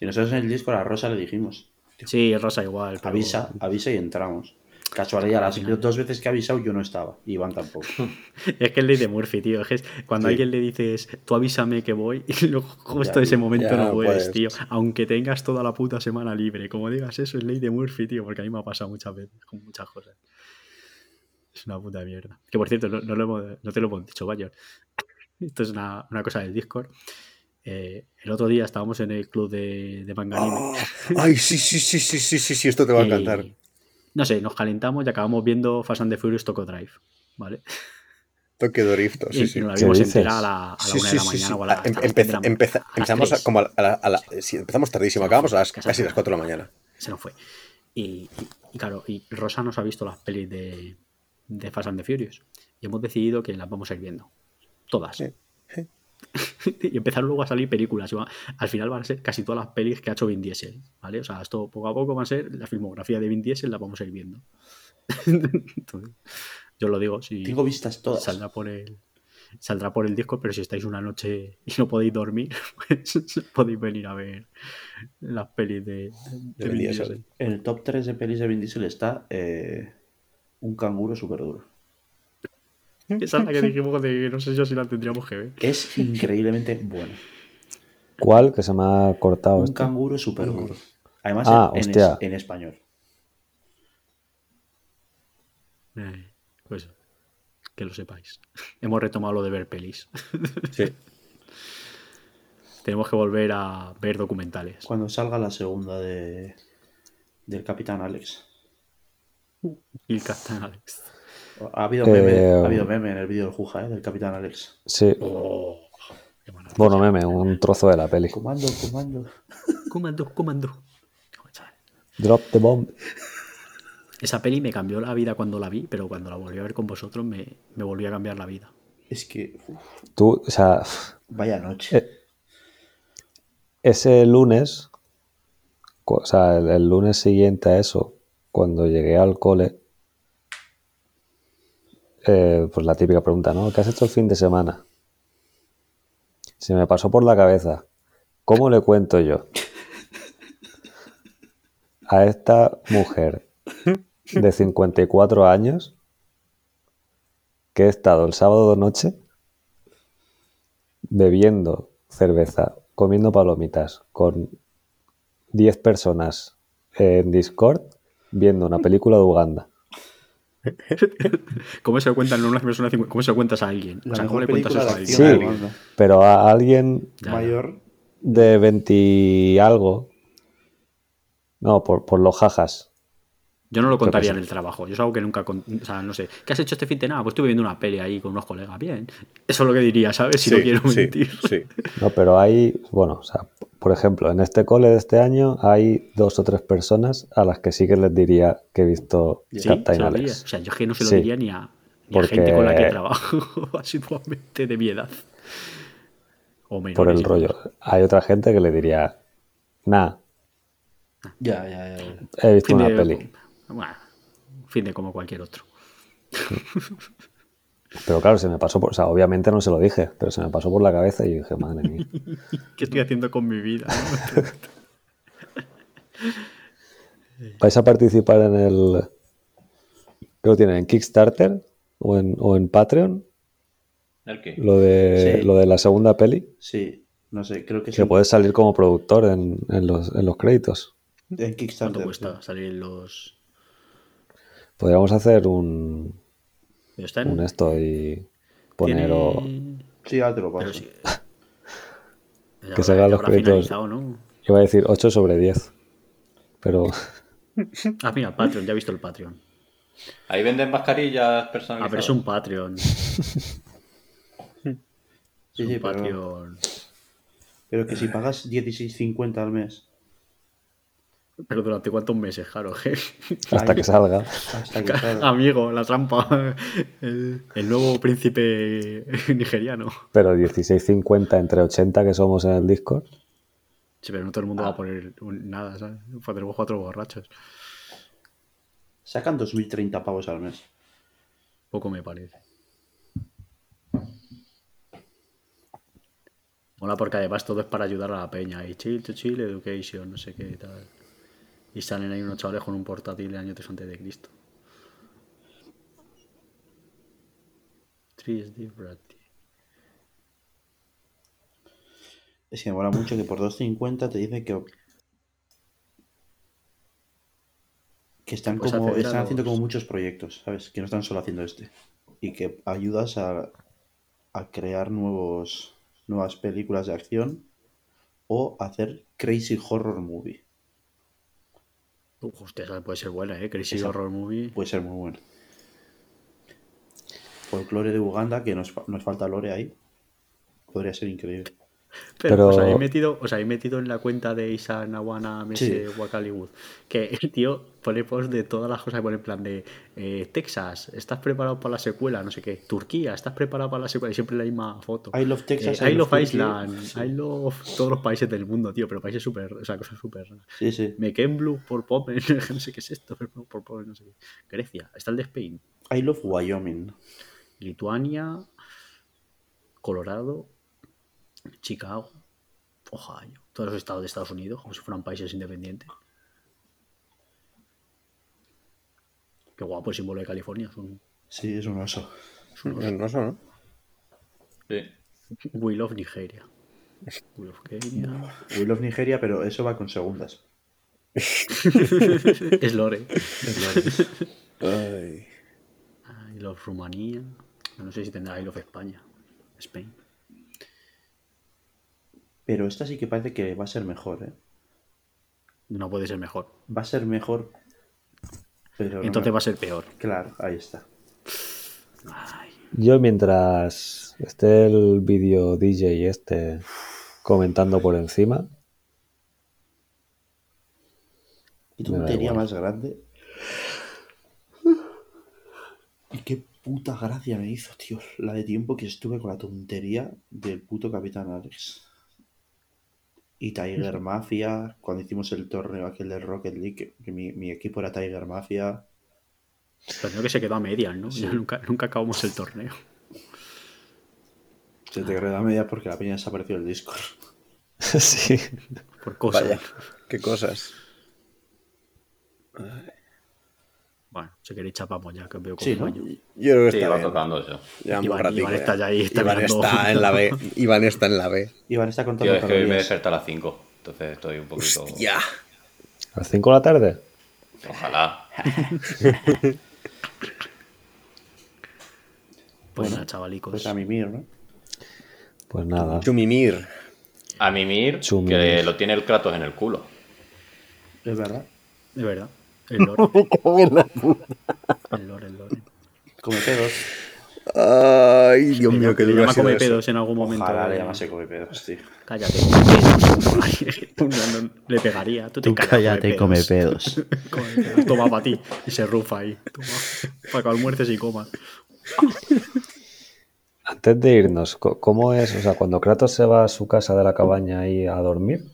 Si nosotros en el Discord a Rosa le dijimos,
Sí, Rosa igual. pero-
avisa, avisa y entramos. Casualidad, las dos veces que ha avisado yo no estaba. Iván tampoco.
Es que es ley de Murphy, tío. Es que es- cuando a alguien le dices, tú avísame que voy, y luego justo
Ya,
ese momento
ya
no
no
puedes,
puedes.
tío. Aunque tengas toda la puta semana libre. Como digas eso, es ley de Murphy, tío, porque a mí me ha pasado muchas veces con muchas cosas. Es una puta mierda. Que por cierto, no, no lo hemos- no te lo hemos dicho, Bayor. Esto es una, una cosa del Discord. Eh, el otro día estábamos en el club de, de manga anime.
Ah, ay, sí, sí, sí, sí, sí, sí, sí, esto te va a
Y,
encantar.
No sé, nos calentamos y acabamos viendo Fast and the Furious Toco Drive. ¿Vale?
Tokio Dorifto,
y,
sí, sí.
y nos la
¿Qué
vimos
dices?
entera a la, a la
Sí,
una de
sí,
la
sí, sí.
mañana o a
Ah,
la,
em-
hasta las
empe-
tres de la ma-
empe-
a las
empezamos a-
tres.
como a, la- a la- sí, empezamos tardísimo, acabamos a las, casi las 4 de la mañana.
Se nos fue. Y, y- y claro, y Rosa nos ha visto las pelis de, de Fast and the Furious. Y hemos decidido que las vamos a ir viendo. Todas.
Sí, sí.
y empezaron luego a salir películas. Y va- al final van a ser casi todas las pelis que ha hecho Vin Diesel. ¿Vale? O sea, esto poco a poco va a ser la filmografía de Vin Diesel, la vamos a ir viendo. Entonces, yo lo digo. Si,
Tengo vistas todas.
Saldrá por el saldrá por el Discord, pero si estáis una noche y no podéis dormir, pues podéis venir a ver las pelis de, de
Vin
Vin
Diesel.
Diesel.
El top 3 de pelis de Vin Diesel está eh, un canguro súper duro.
Esa es la que dijimos de que no sé yo si la tendríamos que ver.
Es increíblemente bueno.
¿Cuál? Que se me ha cortado
Un
esto.
canguro súper duro. Además,
Ah,
en, en es-
hostia.
en español.
Eh, pues que lo sepáis. Hemos retomado lo de ver pelis. Tenemos que volver a ver documentales.
Cuando salga la segunda de del Capitán Alex.
Y Captain Alex.
Ha habido meme,
Eh,
ha habido meme en el vídeo del Juja, ¿eh? del Capitán Alex.
Sí.
Oh,
Bueno, meme, un trozo de la peli.
Comando, comando.
Comando, comando.
Drop the bomb.
Esa peli me cambió la vida cuando la vi, pero cuando la volví a ver con vosotros me, me volvió a cambiar la vida.
Es que, uf,
Tú, o sea,
vaya noche.
Eh, ese lunes, cu- o sea, el, el lunes siguiente a eso, cuando llegué al cole, eh, pues la típica pregunta, ¿no? ¿Qué has hecho el fin de semana? Se me pasó por la cabeza, ¿cómo le cuento yo a esta mujer de 54 años que he estado el sábado noche bebiendo cerveza, comiendo palomitas con 10 personas en Discord viendo una película de Uganda.
¿Cómo se lo cuentan a una persona? cincu- ¿Cómo se lo cuentas a alguien?
La
o sea, ¿cómo
mejor
le cuentas
película
eso
de
a alguien?
Sí.
Sí,
acción. Uganda.
pero a alguien
Ya.
Mayor,
de 20 y algo. No, por, por los jajas.
Yo no lo contaría
que
en el trabajo. Yo es algo que nunca. con- O sea, no sé. ¿Qué has hecho este fin de nada? Pues estuve viendo una peli ahí con unos colegas. Bien. Eso es lo que diría, ¿sabes? Si no quiero
sí,
mentir.
Sí.
No, pero hay, bueno, o sea, por ejemplo, en este cole de este año hay dos o tres personas a las que sí que les diría que he visto
Sí, se
Captain
lo diría.
Alex.
O sea, yo es que no se lo
Sí.
diría ni a, ni a
Porque-
gente con la que trabajo asiduamente de mi edad. O menores,
por el
incluso.
rollo. Hay otra gente que le diría, nah,
ya, ya, ya. ya.
he visto
Fin
una
de-
peli.
Bueno, fin de como cualquier otro.
Pero claro, se me pasó por. O sea, obviamente no se lo dije, pero se me pasó por la cabeza y dije, madre mía.
¿Qué estoy haciendo con mi vida? no?
¿Vais a participar en el. ¿Qué lo tienen? ¿En Kickstarter? ¿O en, o en Patreon?
¿El qué?
Lo de,
Sí.
lo de la segunda peli.
Sí, no sé, creo que
Que
sí.
puedes salir como productor en, en los, en los créditos.
En
¿Cuánto
Kickstarter.
cuesta salir en los.
Podríamos hacer un,
Pero está en-
un esto y
tiene-
poner o-
Sí, ahora te lo paso.
Pero sí.
Que se hagan los
Habrá
créditos.
finalizado, ¿no?
Iba a decir 8 sobre 10. Pero.
Ah, mira, el Patreon, ya he visto el Patreon.
Ahí venden mascarillas
Ah,
personalizadas.
pero es un Patreon. Es
Sí,
un
sí, pero-
Patreon.
Pero que si pagas 16.50 al mes,
Pero durante cuántos meses, claro.
hasta que salga.
hasta que salga.
Amigo, la trampa. El, el nuevo príncipe nigeriano.
Pero 16.50 entre 80 que somos en el Discord.
Sí, pero no todo el mundo va a poner un- nada, ¿sabes? Tenemos cuatro borrachos.
Sacan 2.030 pavos al mes.
Poco me parece. Mola porque además todo es para ayudar a la peña. Y chill to chill, education, no sé qué y tal. Y salen ahí unos chavales con un portátil del año 3 antes de Cristo. Tris de Brati.
Es que me mola mucho que por 2.50 te dicen que. Que están
Pues
como.
acceder a
Están haciendo
los-
como muchos proyectos, ¿sabes? Que no están solo haciendo este. Y que ayudas a, a crear nuevos nuevas películas de acción o hacer Crazy Horror Movie.
Uh, hostia, esa puede ser buena, ¿eh? Crazy
Esa-
Horror Movie.
Puede ser muy bueno. Folklore de Uganda, que nos, fa- nos falta lore ahí. Podría ser increíble.
Pero,
Pero-
os, habéis metido, os habéis metido en la cuenta de Isa Nawana Mese Wakaliwood. Que el tío pone post de todas las cosas que pone en plan de eh, Texas, ¿estás preparado para la secuela? No sé qué. Turquía, ¿estás preparado para la secuela? Y siempre la misma foto.
I love Texas,
Eh, I
I love
love
Turkey.
Island. I love todos los países del mundo, tío. Pero países súper. O sea, cosas súper. raras.
Sí, sí.
Me quedé en Blue por Popen. No sé qué es esto. Por Popen, no sé qué. Grecia. Está el de Spain.
I love Wyoming.
Lituania, Colorado, Chicago, Ohio, todos los estados de Estados Unidos, como si fueran países independientes. Qué guapo el símbolo de California, es un
Sí, es un oso.
Pues
No, eso, ¿no?
Sí.
We Love Nigeria. We Love Kenya.
We Love Nigeria, pero eso va con segundas.
Es Lore.
Ay.
I Love Rumanía. No sé si tendrá I Love España. Spain.
Pero esta sí que parece que va a ser mejor, ¿eh?
No puede ser mejor.
Va a ser mejor. Pero no
Entonces
me-
va a ser peor.
Claro, ahí está.
Yo mientras esté el vídeo DJ este comentando por encima,
¿Qué
Me da
tontería
igual.
más grande? Y qué puta gracia me hizo, tío. La de tiempo que estuve con la tontería del puto Capitán Alex. Y Tiger Mafia, cuando hicimos el torneo aquel del Rocket League, que, que mi, mi equipo era Tiger Mafia.
Torneo que se quedó a medias, ¿no? Ya nunca, nunca acabamos el torneo.
Se te quedó a media porque la peña desapareció del Discord.
sí.
Por cosas.
Vaya, qué cosas.
Bueno, si queréis chapamos ya, que veo con
Sí, ¿no?
sueño.
Yo creo que
Sí,
está
va
bien.
tocando eso.
Ya
Iván-
un ratico,
Iván
ya.
está ya ahí, está
Iván
mirando.
está en la B. Iván está en la B.
Iván está contando
Tío, es que hoy me
calorías.
desperté a las 5. Entonces estoy un poquito.
Hostia.
¿A las 5 de la tarde?
Ojalá.
Pues nada, chavalicos.
Pues a mí mío, ¿no?
Pues nada.
Chumimir.
A mimir,
Chumir.
que lo tiene el Kratos en el culo.
Es verdad.
De verdad. El lore. el lore, el lore.
Come pedos.
Ay, Dios
Le
mío,
llama-
qué
le
duro ha
llama
sido
come
eso.
pedos en algún momento.
Ojalá le
eh.
llamase Come pedos, tío.
Cállate. Tú no- no- le pegaría. Tú te
Tú
callas,
cállate y come
pedos.
pedos.
Come pedos. Toma para ti. Y se rufa ahí. Toma. Para que almuerces y comas.
Antes de irnos, co- ¿cómo es? O sea, cuando Kratos se va a su casa de la cabaña ahí a dormir,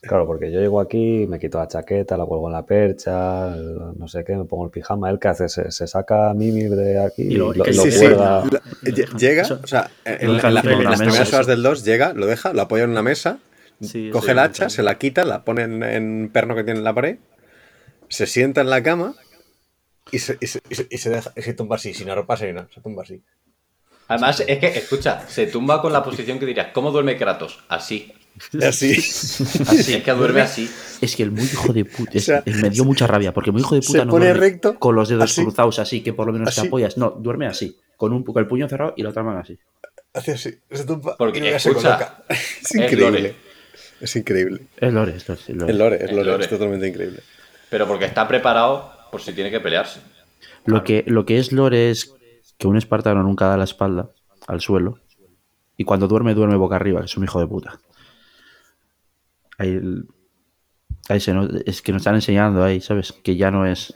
claro, porque yo llego aquí, me quito la chaqueta, la cuelgo en la percha, el- no sé qué, me pongo el pijama. ¿Él qué hace? ¿Se, se saca a Mimir de aquí
Y
y
lo-
lo,
que
lo
sí, sí.
cuelga?
La- lle- llega, o sea, en,
deja
en la-
en una
en las
mesa,
primeras
eso.
horas del 2 llega, lo deja, lo apoya en una mesa,
Sí,
coge
sí,
el
sí,
hacha,
sí.
se la quita, la pone en, en perno que tiene en la pared, se sienta en la cama y se, y se- y se- y se deja, y se tumba así, sin arroparse ni nada, se tumba así.
Además, es que, escucha, se tumba con la posición que dirías, ¿cómo duerme Kratos? Así.
Así.
Así. Es que duerme así.
Es que el muy hijo de puta. es-
O sea,
es- me dio mucha rabia porque el muy hijo de
se
puta no
pone
duerme
recto,
con los dedos
así,
cruzados así que por lo menos
así.
te apoyas. No, duerme así. Con un con el puño cerrado y la otra mano así.
Hace así, se tumba
Porque,
y luego ya
escucha,
se coloca. Es
es
increíble.
lore.
Es increíble.
Es lore, es lore, es lore.
El lore, es
El
lore,
lore.
es totalmente increíble.
Pero porque está preparado por si tiene que pelearse.
Lo, que, lo que es lore es que un espartano nunca da la espalda al suelo y cuando duerme, duerme boca arriba, que es un hijo de puta. Ahí, el- ahí se nos- es que nos están enseñando ahí, ¿sabes? Que ya no es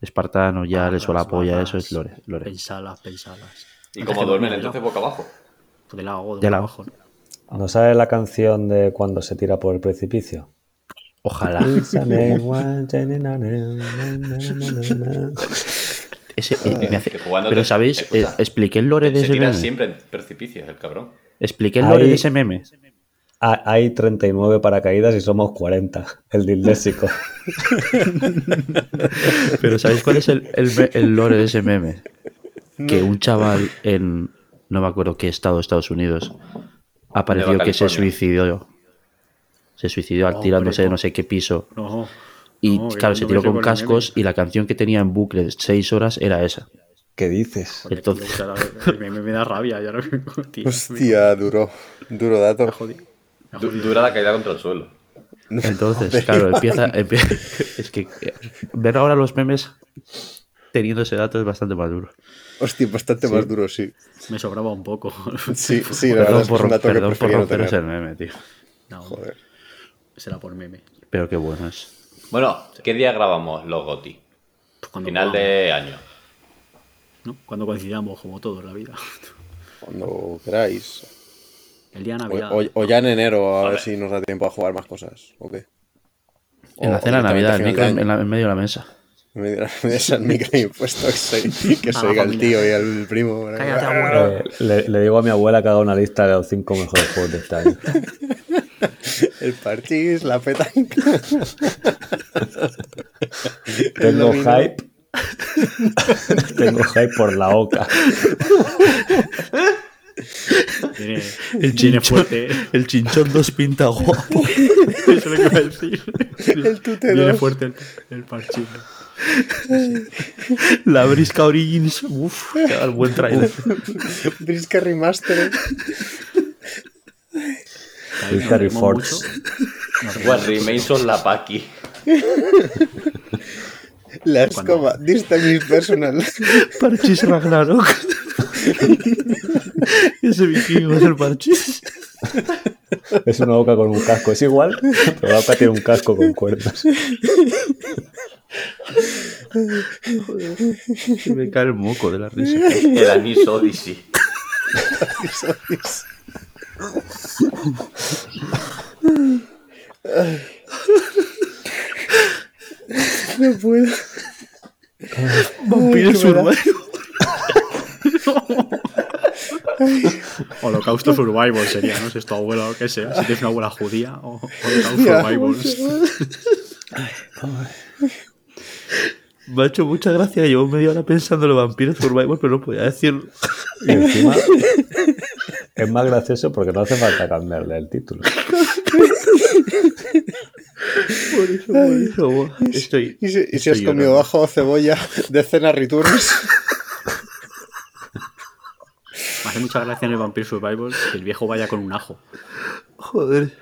espartano, ya le suele
Ah, Las
apoya,
barras,
eso es lore. lore.
Pensalas, pensalas.
Y
Antes
como
que
duermen
de
entonces
lado.
boca abajo.
De lado, de,
De lado.
abajo.
¿No sabe la canción de cuando se tira por el precipicio?
Ojalá. Ese- eh, me hace-
que jugando
pero
te-
sabéis, Eh,
escucha,
expliqué el lore de
Se
ese
tira
meme.
siempre en precipicios, el cabrón.
Expliqué el lore
Ahí-
de ese meme.
Ah, Hay 39 paracaídas y somos 40. El disléxico.
Pero ¿sabéis cuál es el, el me- el lore de ese meme? Que un chaval en no me acuerdo qué estado, Estados Unidos, apareció
Nueva
que se
California.
suicidó. Se suicidó al
Hombre,
tirándose de
no.
no sé qué piso.
No.
Y
no, que
claro,
no
se tiró
me
con
con el
cascos y la canción que tenía en bucle de seis horas era esa.
¿Qué dices?
Joder,
Entonces-
tío, o sea, me, me- me da rabia. Ya no me tío,
Hostia, duro. Duro dato.
me- joder.
Du- dura la caída contra el suelo.
Entonces, claro, empieza, empie- Es que eh, ver ahora los memes teniendo ese dato es bastante más duro.
Hostia, bastante más duro, sí.
Me sobraba un poco.
Sí, sí, la verdad
Perdón
es que es un
por,
dato que
perdón por
prefiero no
romper ese
tener.
meme, tío.
No,
Joder.
será por meme.
Pero qué bueno es.
Bueno, ¿qué día grabamos los GOTI?
Pues cuando
Final
podamos,
de año.
¿no? Cuando coincidamos, como todo en la vida.
Cuando queráis.
El día de
O,
Navidad.
o- o ya en enero, a,
A
ver,
ver.
si nos da tiempo a jugar más cosas. ¿O qué?
En
O-
la
o
cena de
directamente
Navidad,
a
el
final
micro
de
en,
año.
la- en medio de la mesa.
Me dirá- me dirás al micro y puesto que se, que se
A la
oiga el
familia.
tío y al primo. por ahí.
Cállate, abuelo.
Eh, le, le digo a mi abuela que haga una lista de los cinco mejores juegos de este año.
El parchís, la petanca. el
Tengo
dominó.
hype. Tengo hype por la oca.
Tiene, tiene fuerte.
el chinchón dos pinta guapo.
Eso es lo que iba a decir.
El tute
Tiene
dos.
fuerte el, el parchís.
La brisca Origins. Uf, el buen trailer.
Brisca Remastered.
Ahí nos
Harry
reímos
Ford.
mucho. Nos reímos
What
mucho.
remains of la Paki.
La
Cuando-
escoba. Dista mis personal.
Parchis Ragnarok.
Ese vikingo es el parchís.
Es una boca con un casco. Es igual, pero la boca tiene un casco con cuerdas.
Se me cae el moco de la risa.
El Anis Odyssey.
Vampiro Survivor. Holocausto Survivor sería, ¿no? Si es tu abuela o que sea. Si tienes una abuela judía o Holocausto Survivor. Me ha hecho mucha gracia. Llevo media hora pensando en los vampiros Survivor, pero no podía decirlo.
Y encima es más gracioso porque no hace falta cambiarle el título.
Por eso, por eso, buah. Estoy.
¿Y si, y si
estoy
has comido
llorando.
bajo cebolla de cena returns?
Me hace mucha gracia en el Vampire Survivor que el viejo vaya con un ajo.
Joder.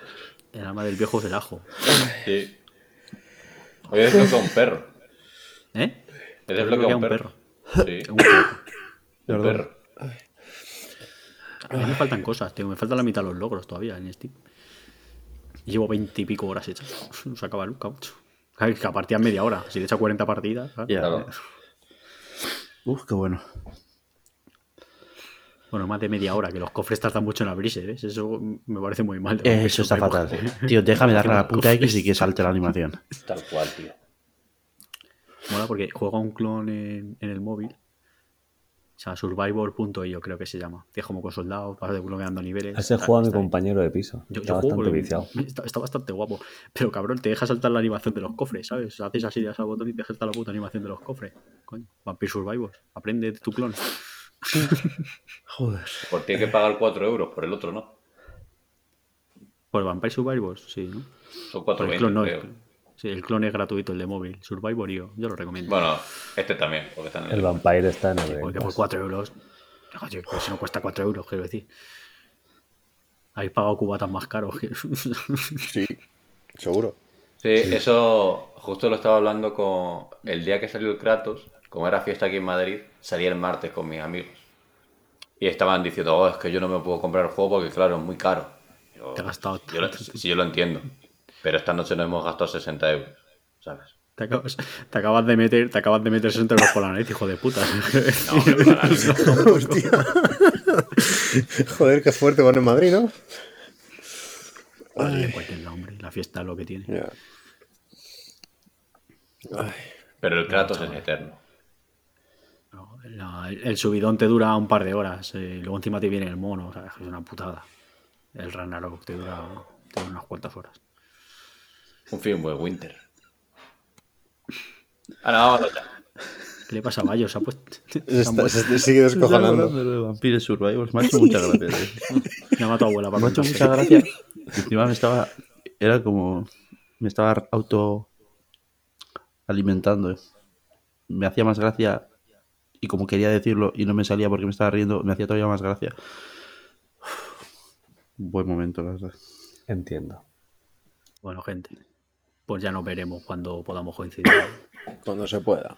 El alma del viejo es el ajo.
Sí. Hoy he desbloqueado un perro.
¿Eh?
He
Yo creo que
desbloqueado
era
un
un
perro. Sí,
Un perro.
un perro.
A mí me faltan cosas, tío. Me falta la mitad de los logros todavía en Steam. Llevo 20 y pico horas hechas. No se acaba nunca, macho. Claro, es Que a partida media hora. Si le echa 40 partidas. claro.
Ya.
Claro.
Uf, qué bueno.
Bueno, más de media hora, que los cofres tardan mucho en abrirse, ¿ves? Eso me parece muy mal.
Eh,
Eh,
¿eh?
Eso está fatal. Tío, déjame darle a la puta X y que salte la animación.
Tal cual, tío.
Mola porque juega un clon en, en el móvil. O sea, survivor.io creo que se llama. Que es como con soldados, vas desbloqueando niveles.
Ese
tal,
juega mi
está bien.
compañero de piso.
Yo,
Está
yo juego
bastante
porque
viciado.
Está, está bastante guapo. Pero cabrón, te deja saltar la animación de los cofres, ¿sabes? Haces así, de al botón y te deja saltar la puta animación de los cofres. Coño, Vampire Survivor. Aprende de tu clon.
Joder.
Por tiene que pagar 4 euros, por el otro no.
Por Pues Vampire Survivor, sí, ¿no?
Son
Por
4
el clon no. este.
euros.
el- Sí, el clon es gratuito, el de móvil. Survivor yo, yo lo recomiendo.
Bueno, este también, porque están en
El vampire está en el Game
Porque por
Pass.
4 euros. Oye, pues si no cuesta 4 euros, quiero decir. Habéis pagado cubatas más caros. que-
Sí, seguro.
Sí, eso justo lo estaba hablando con el día que salió el Kratos, como era fiesta aquí en Madrid, salí el martes con mis amigos. Y estaban diciendo, oh, es que yo no me puedo comprar el juego porque claro, es muy caro. Yo,
Te has gastado-
yo lo, sí, yo lo entiendo. Pero esta noche nos hemos gastado 60 euros, ¿sabes?
Te acabas, te acabas de meter, te acabas de meter 60 euros por la nariz, hijo de puta.
No, hombre, para nada.
Hostia. Joder, qué fuerte van en Madrid, ¿no?
Madre de cualquier lado, hombre. Pues La fiesta es lo que tiene.
Ya.
Pero el Kratos es eterno.
No, la- el subidón te dura un par de horas. eh, luego encima te viene el mono. o sea, es una putada. El Ragnarok te dura, te dura unas cuantas horas.
Un film de Winter. Ahora vamos allá.
¿Qué le pasa a Bayo? Se ha puesto. se
Se,
ha
está-
muerto.
se- se sigue
Se está
descojonando.
acordando.
Lo de Vampire Survivors me ha hecho mucha gracia. tío.
Llama a tu abuela para
Me ha hecho
contárselo.
mucha gracia. eh. Encima me estaba. Era como. Me estaba auto. alimentando. eh. Me hacía más gracia. Y como quería decirlo y no me salía porque me estaba riendo, me hacía todavía más gracia. Buen momento, la verdad.
Entiendo.
Bueno, gente. Pues ya nos veremos cuando podamos coincidir.
Cuando se pueda.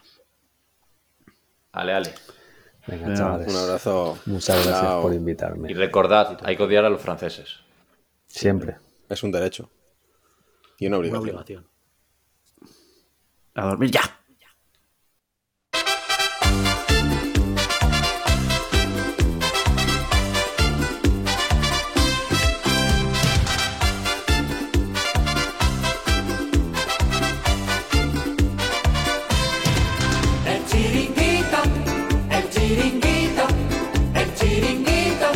Ale, ale.
Venga,
Venga,
chavales.
Un abrazo.
Muchas gracias
Chao.
por
Y
invitarme.
recordad, hay que odiar a los franceses.
Siempre.
Es un derecho. Y una
Una
obligación.
obligación.
A dormir ya.
El chiringuito, el chiringuito, el chiringuito,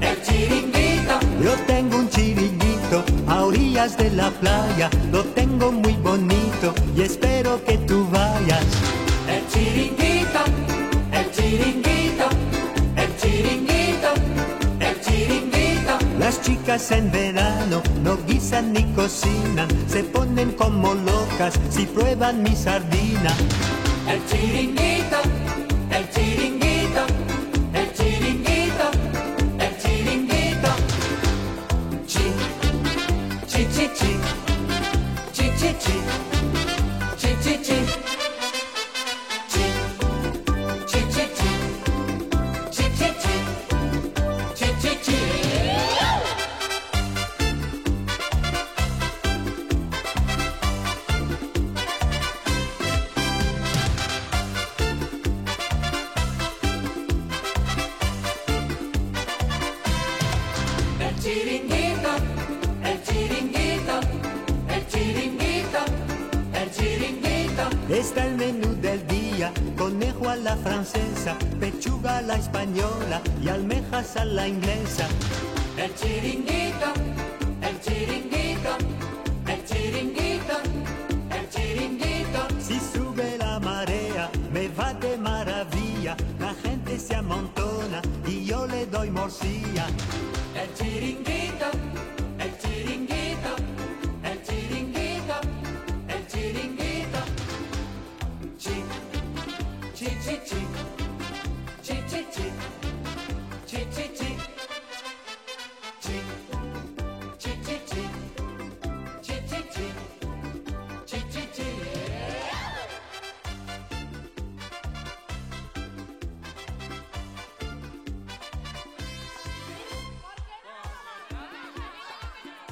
el chiringuito. Yo tengo un chiringuito a orillas de la playa, lo tengo muy bonito y espero que tú vayas. El chiringuito, el chiringuito, el chiringuito, el chiringuito. Las chicas en verano no guisan ni cocinan, se ponen como locas si prueban mi sardina. El chiringuito, el chiringuito, el chiringuito, el chiringuito. Chi, chi, chi, chi, chi, chi, chi, chi, chi, chi, chi, chi, chi, chi, chi, chi, chi. Está el menú del día, conejo a la francesa, pechuga a la española y almejas a la inglesa. El chiringuito, el chiringuito, el chiringuito, el chiringuito. Si sube la marea, me va de maravilla. La gente se amontona y yo le doy morcilla. El chiringuito, el chiringuito, el chiringuito, el chiringuito. Chi, chi, chi, chi, chi, chi, chi, chi, chi, chi. Chi, chi, chi, chi, chi, chi, chi, chi, chi, chi.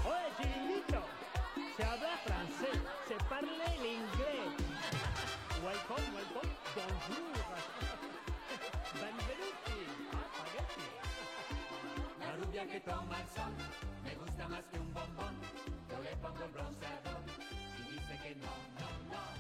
Oye, chiringuito, se habla francés, se parla el inglés. Welcome, welcome, bonjour. Benvenuti, ah, spaghetti. La rubia que toma el sol me gusta más que un bombón. Yo le pongo el bronceador y dice que no, no, no.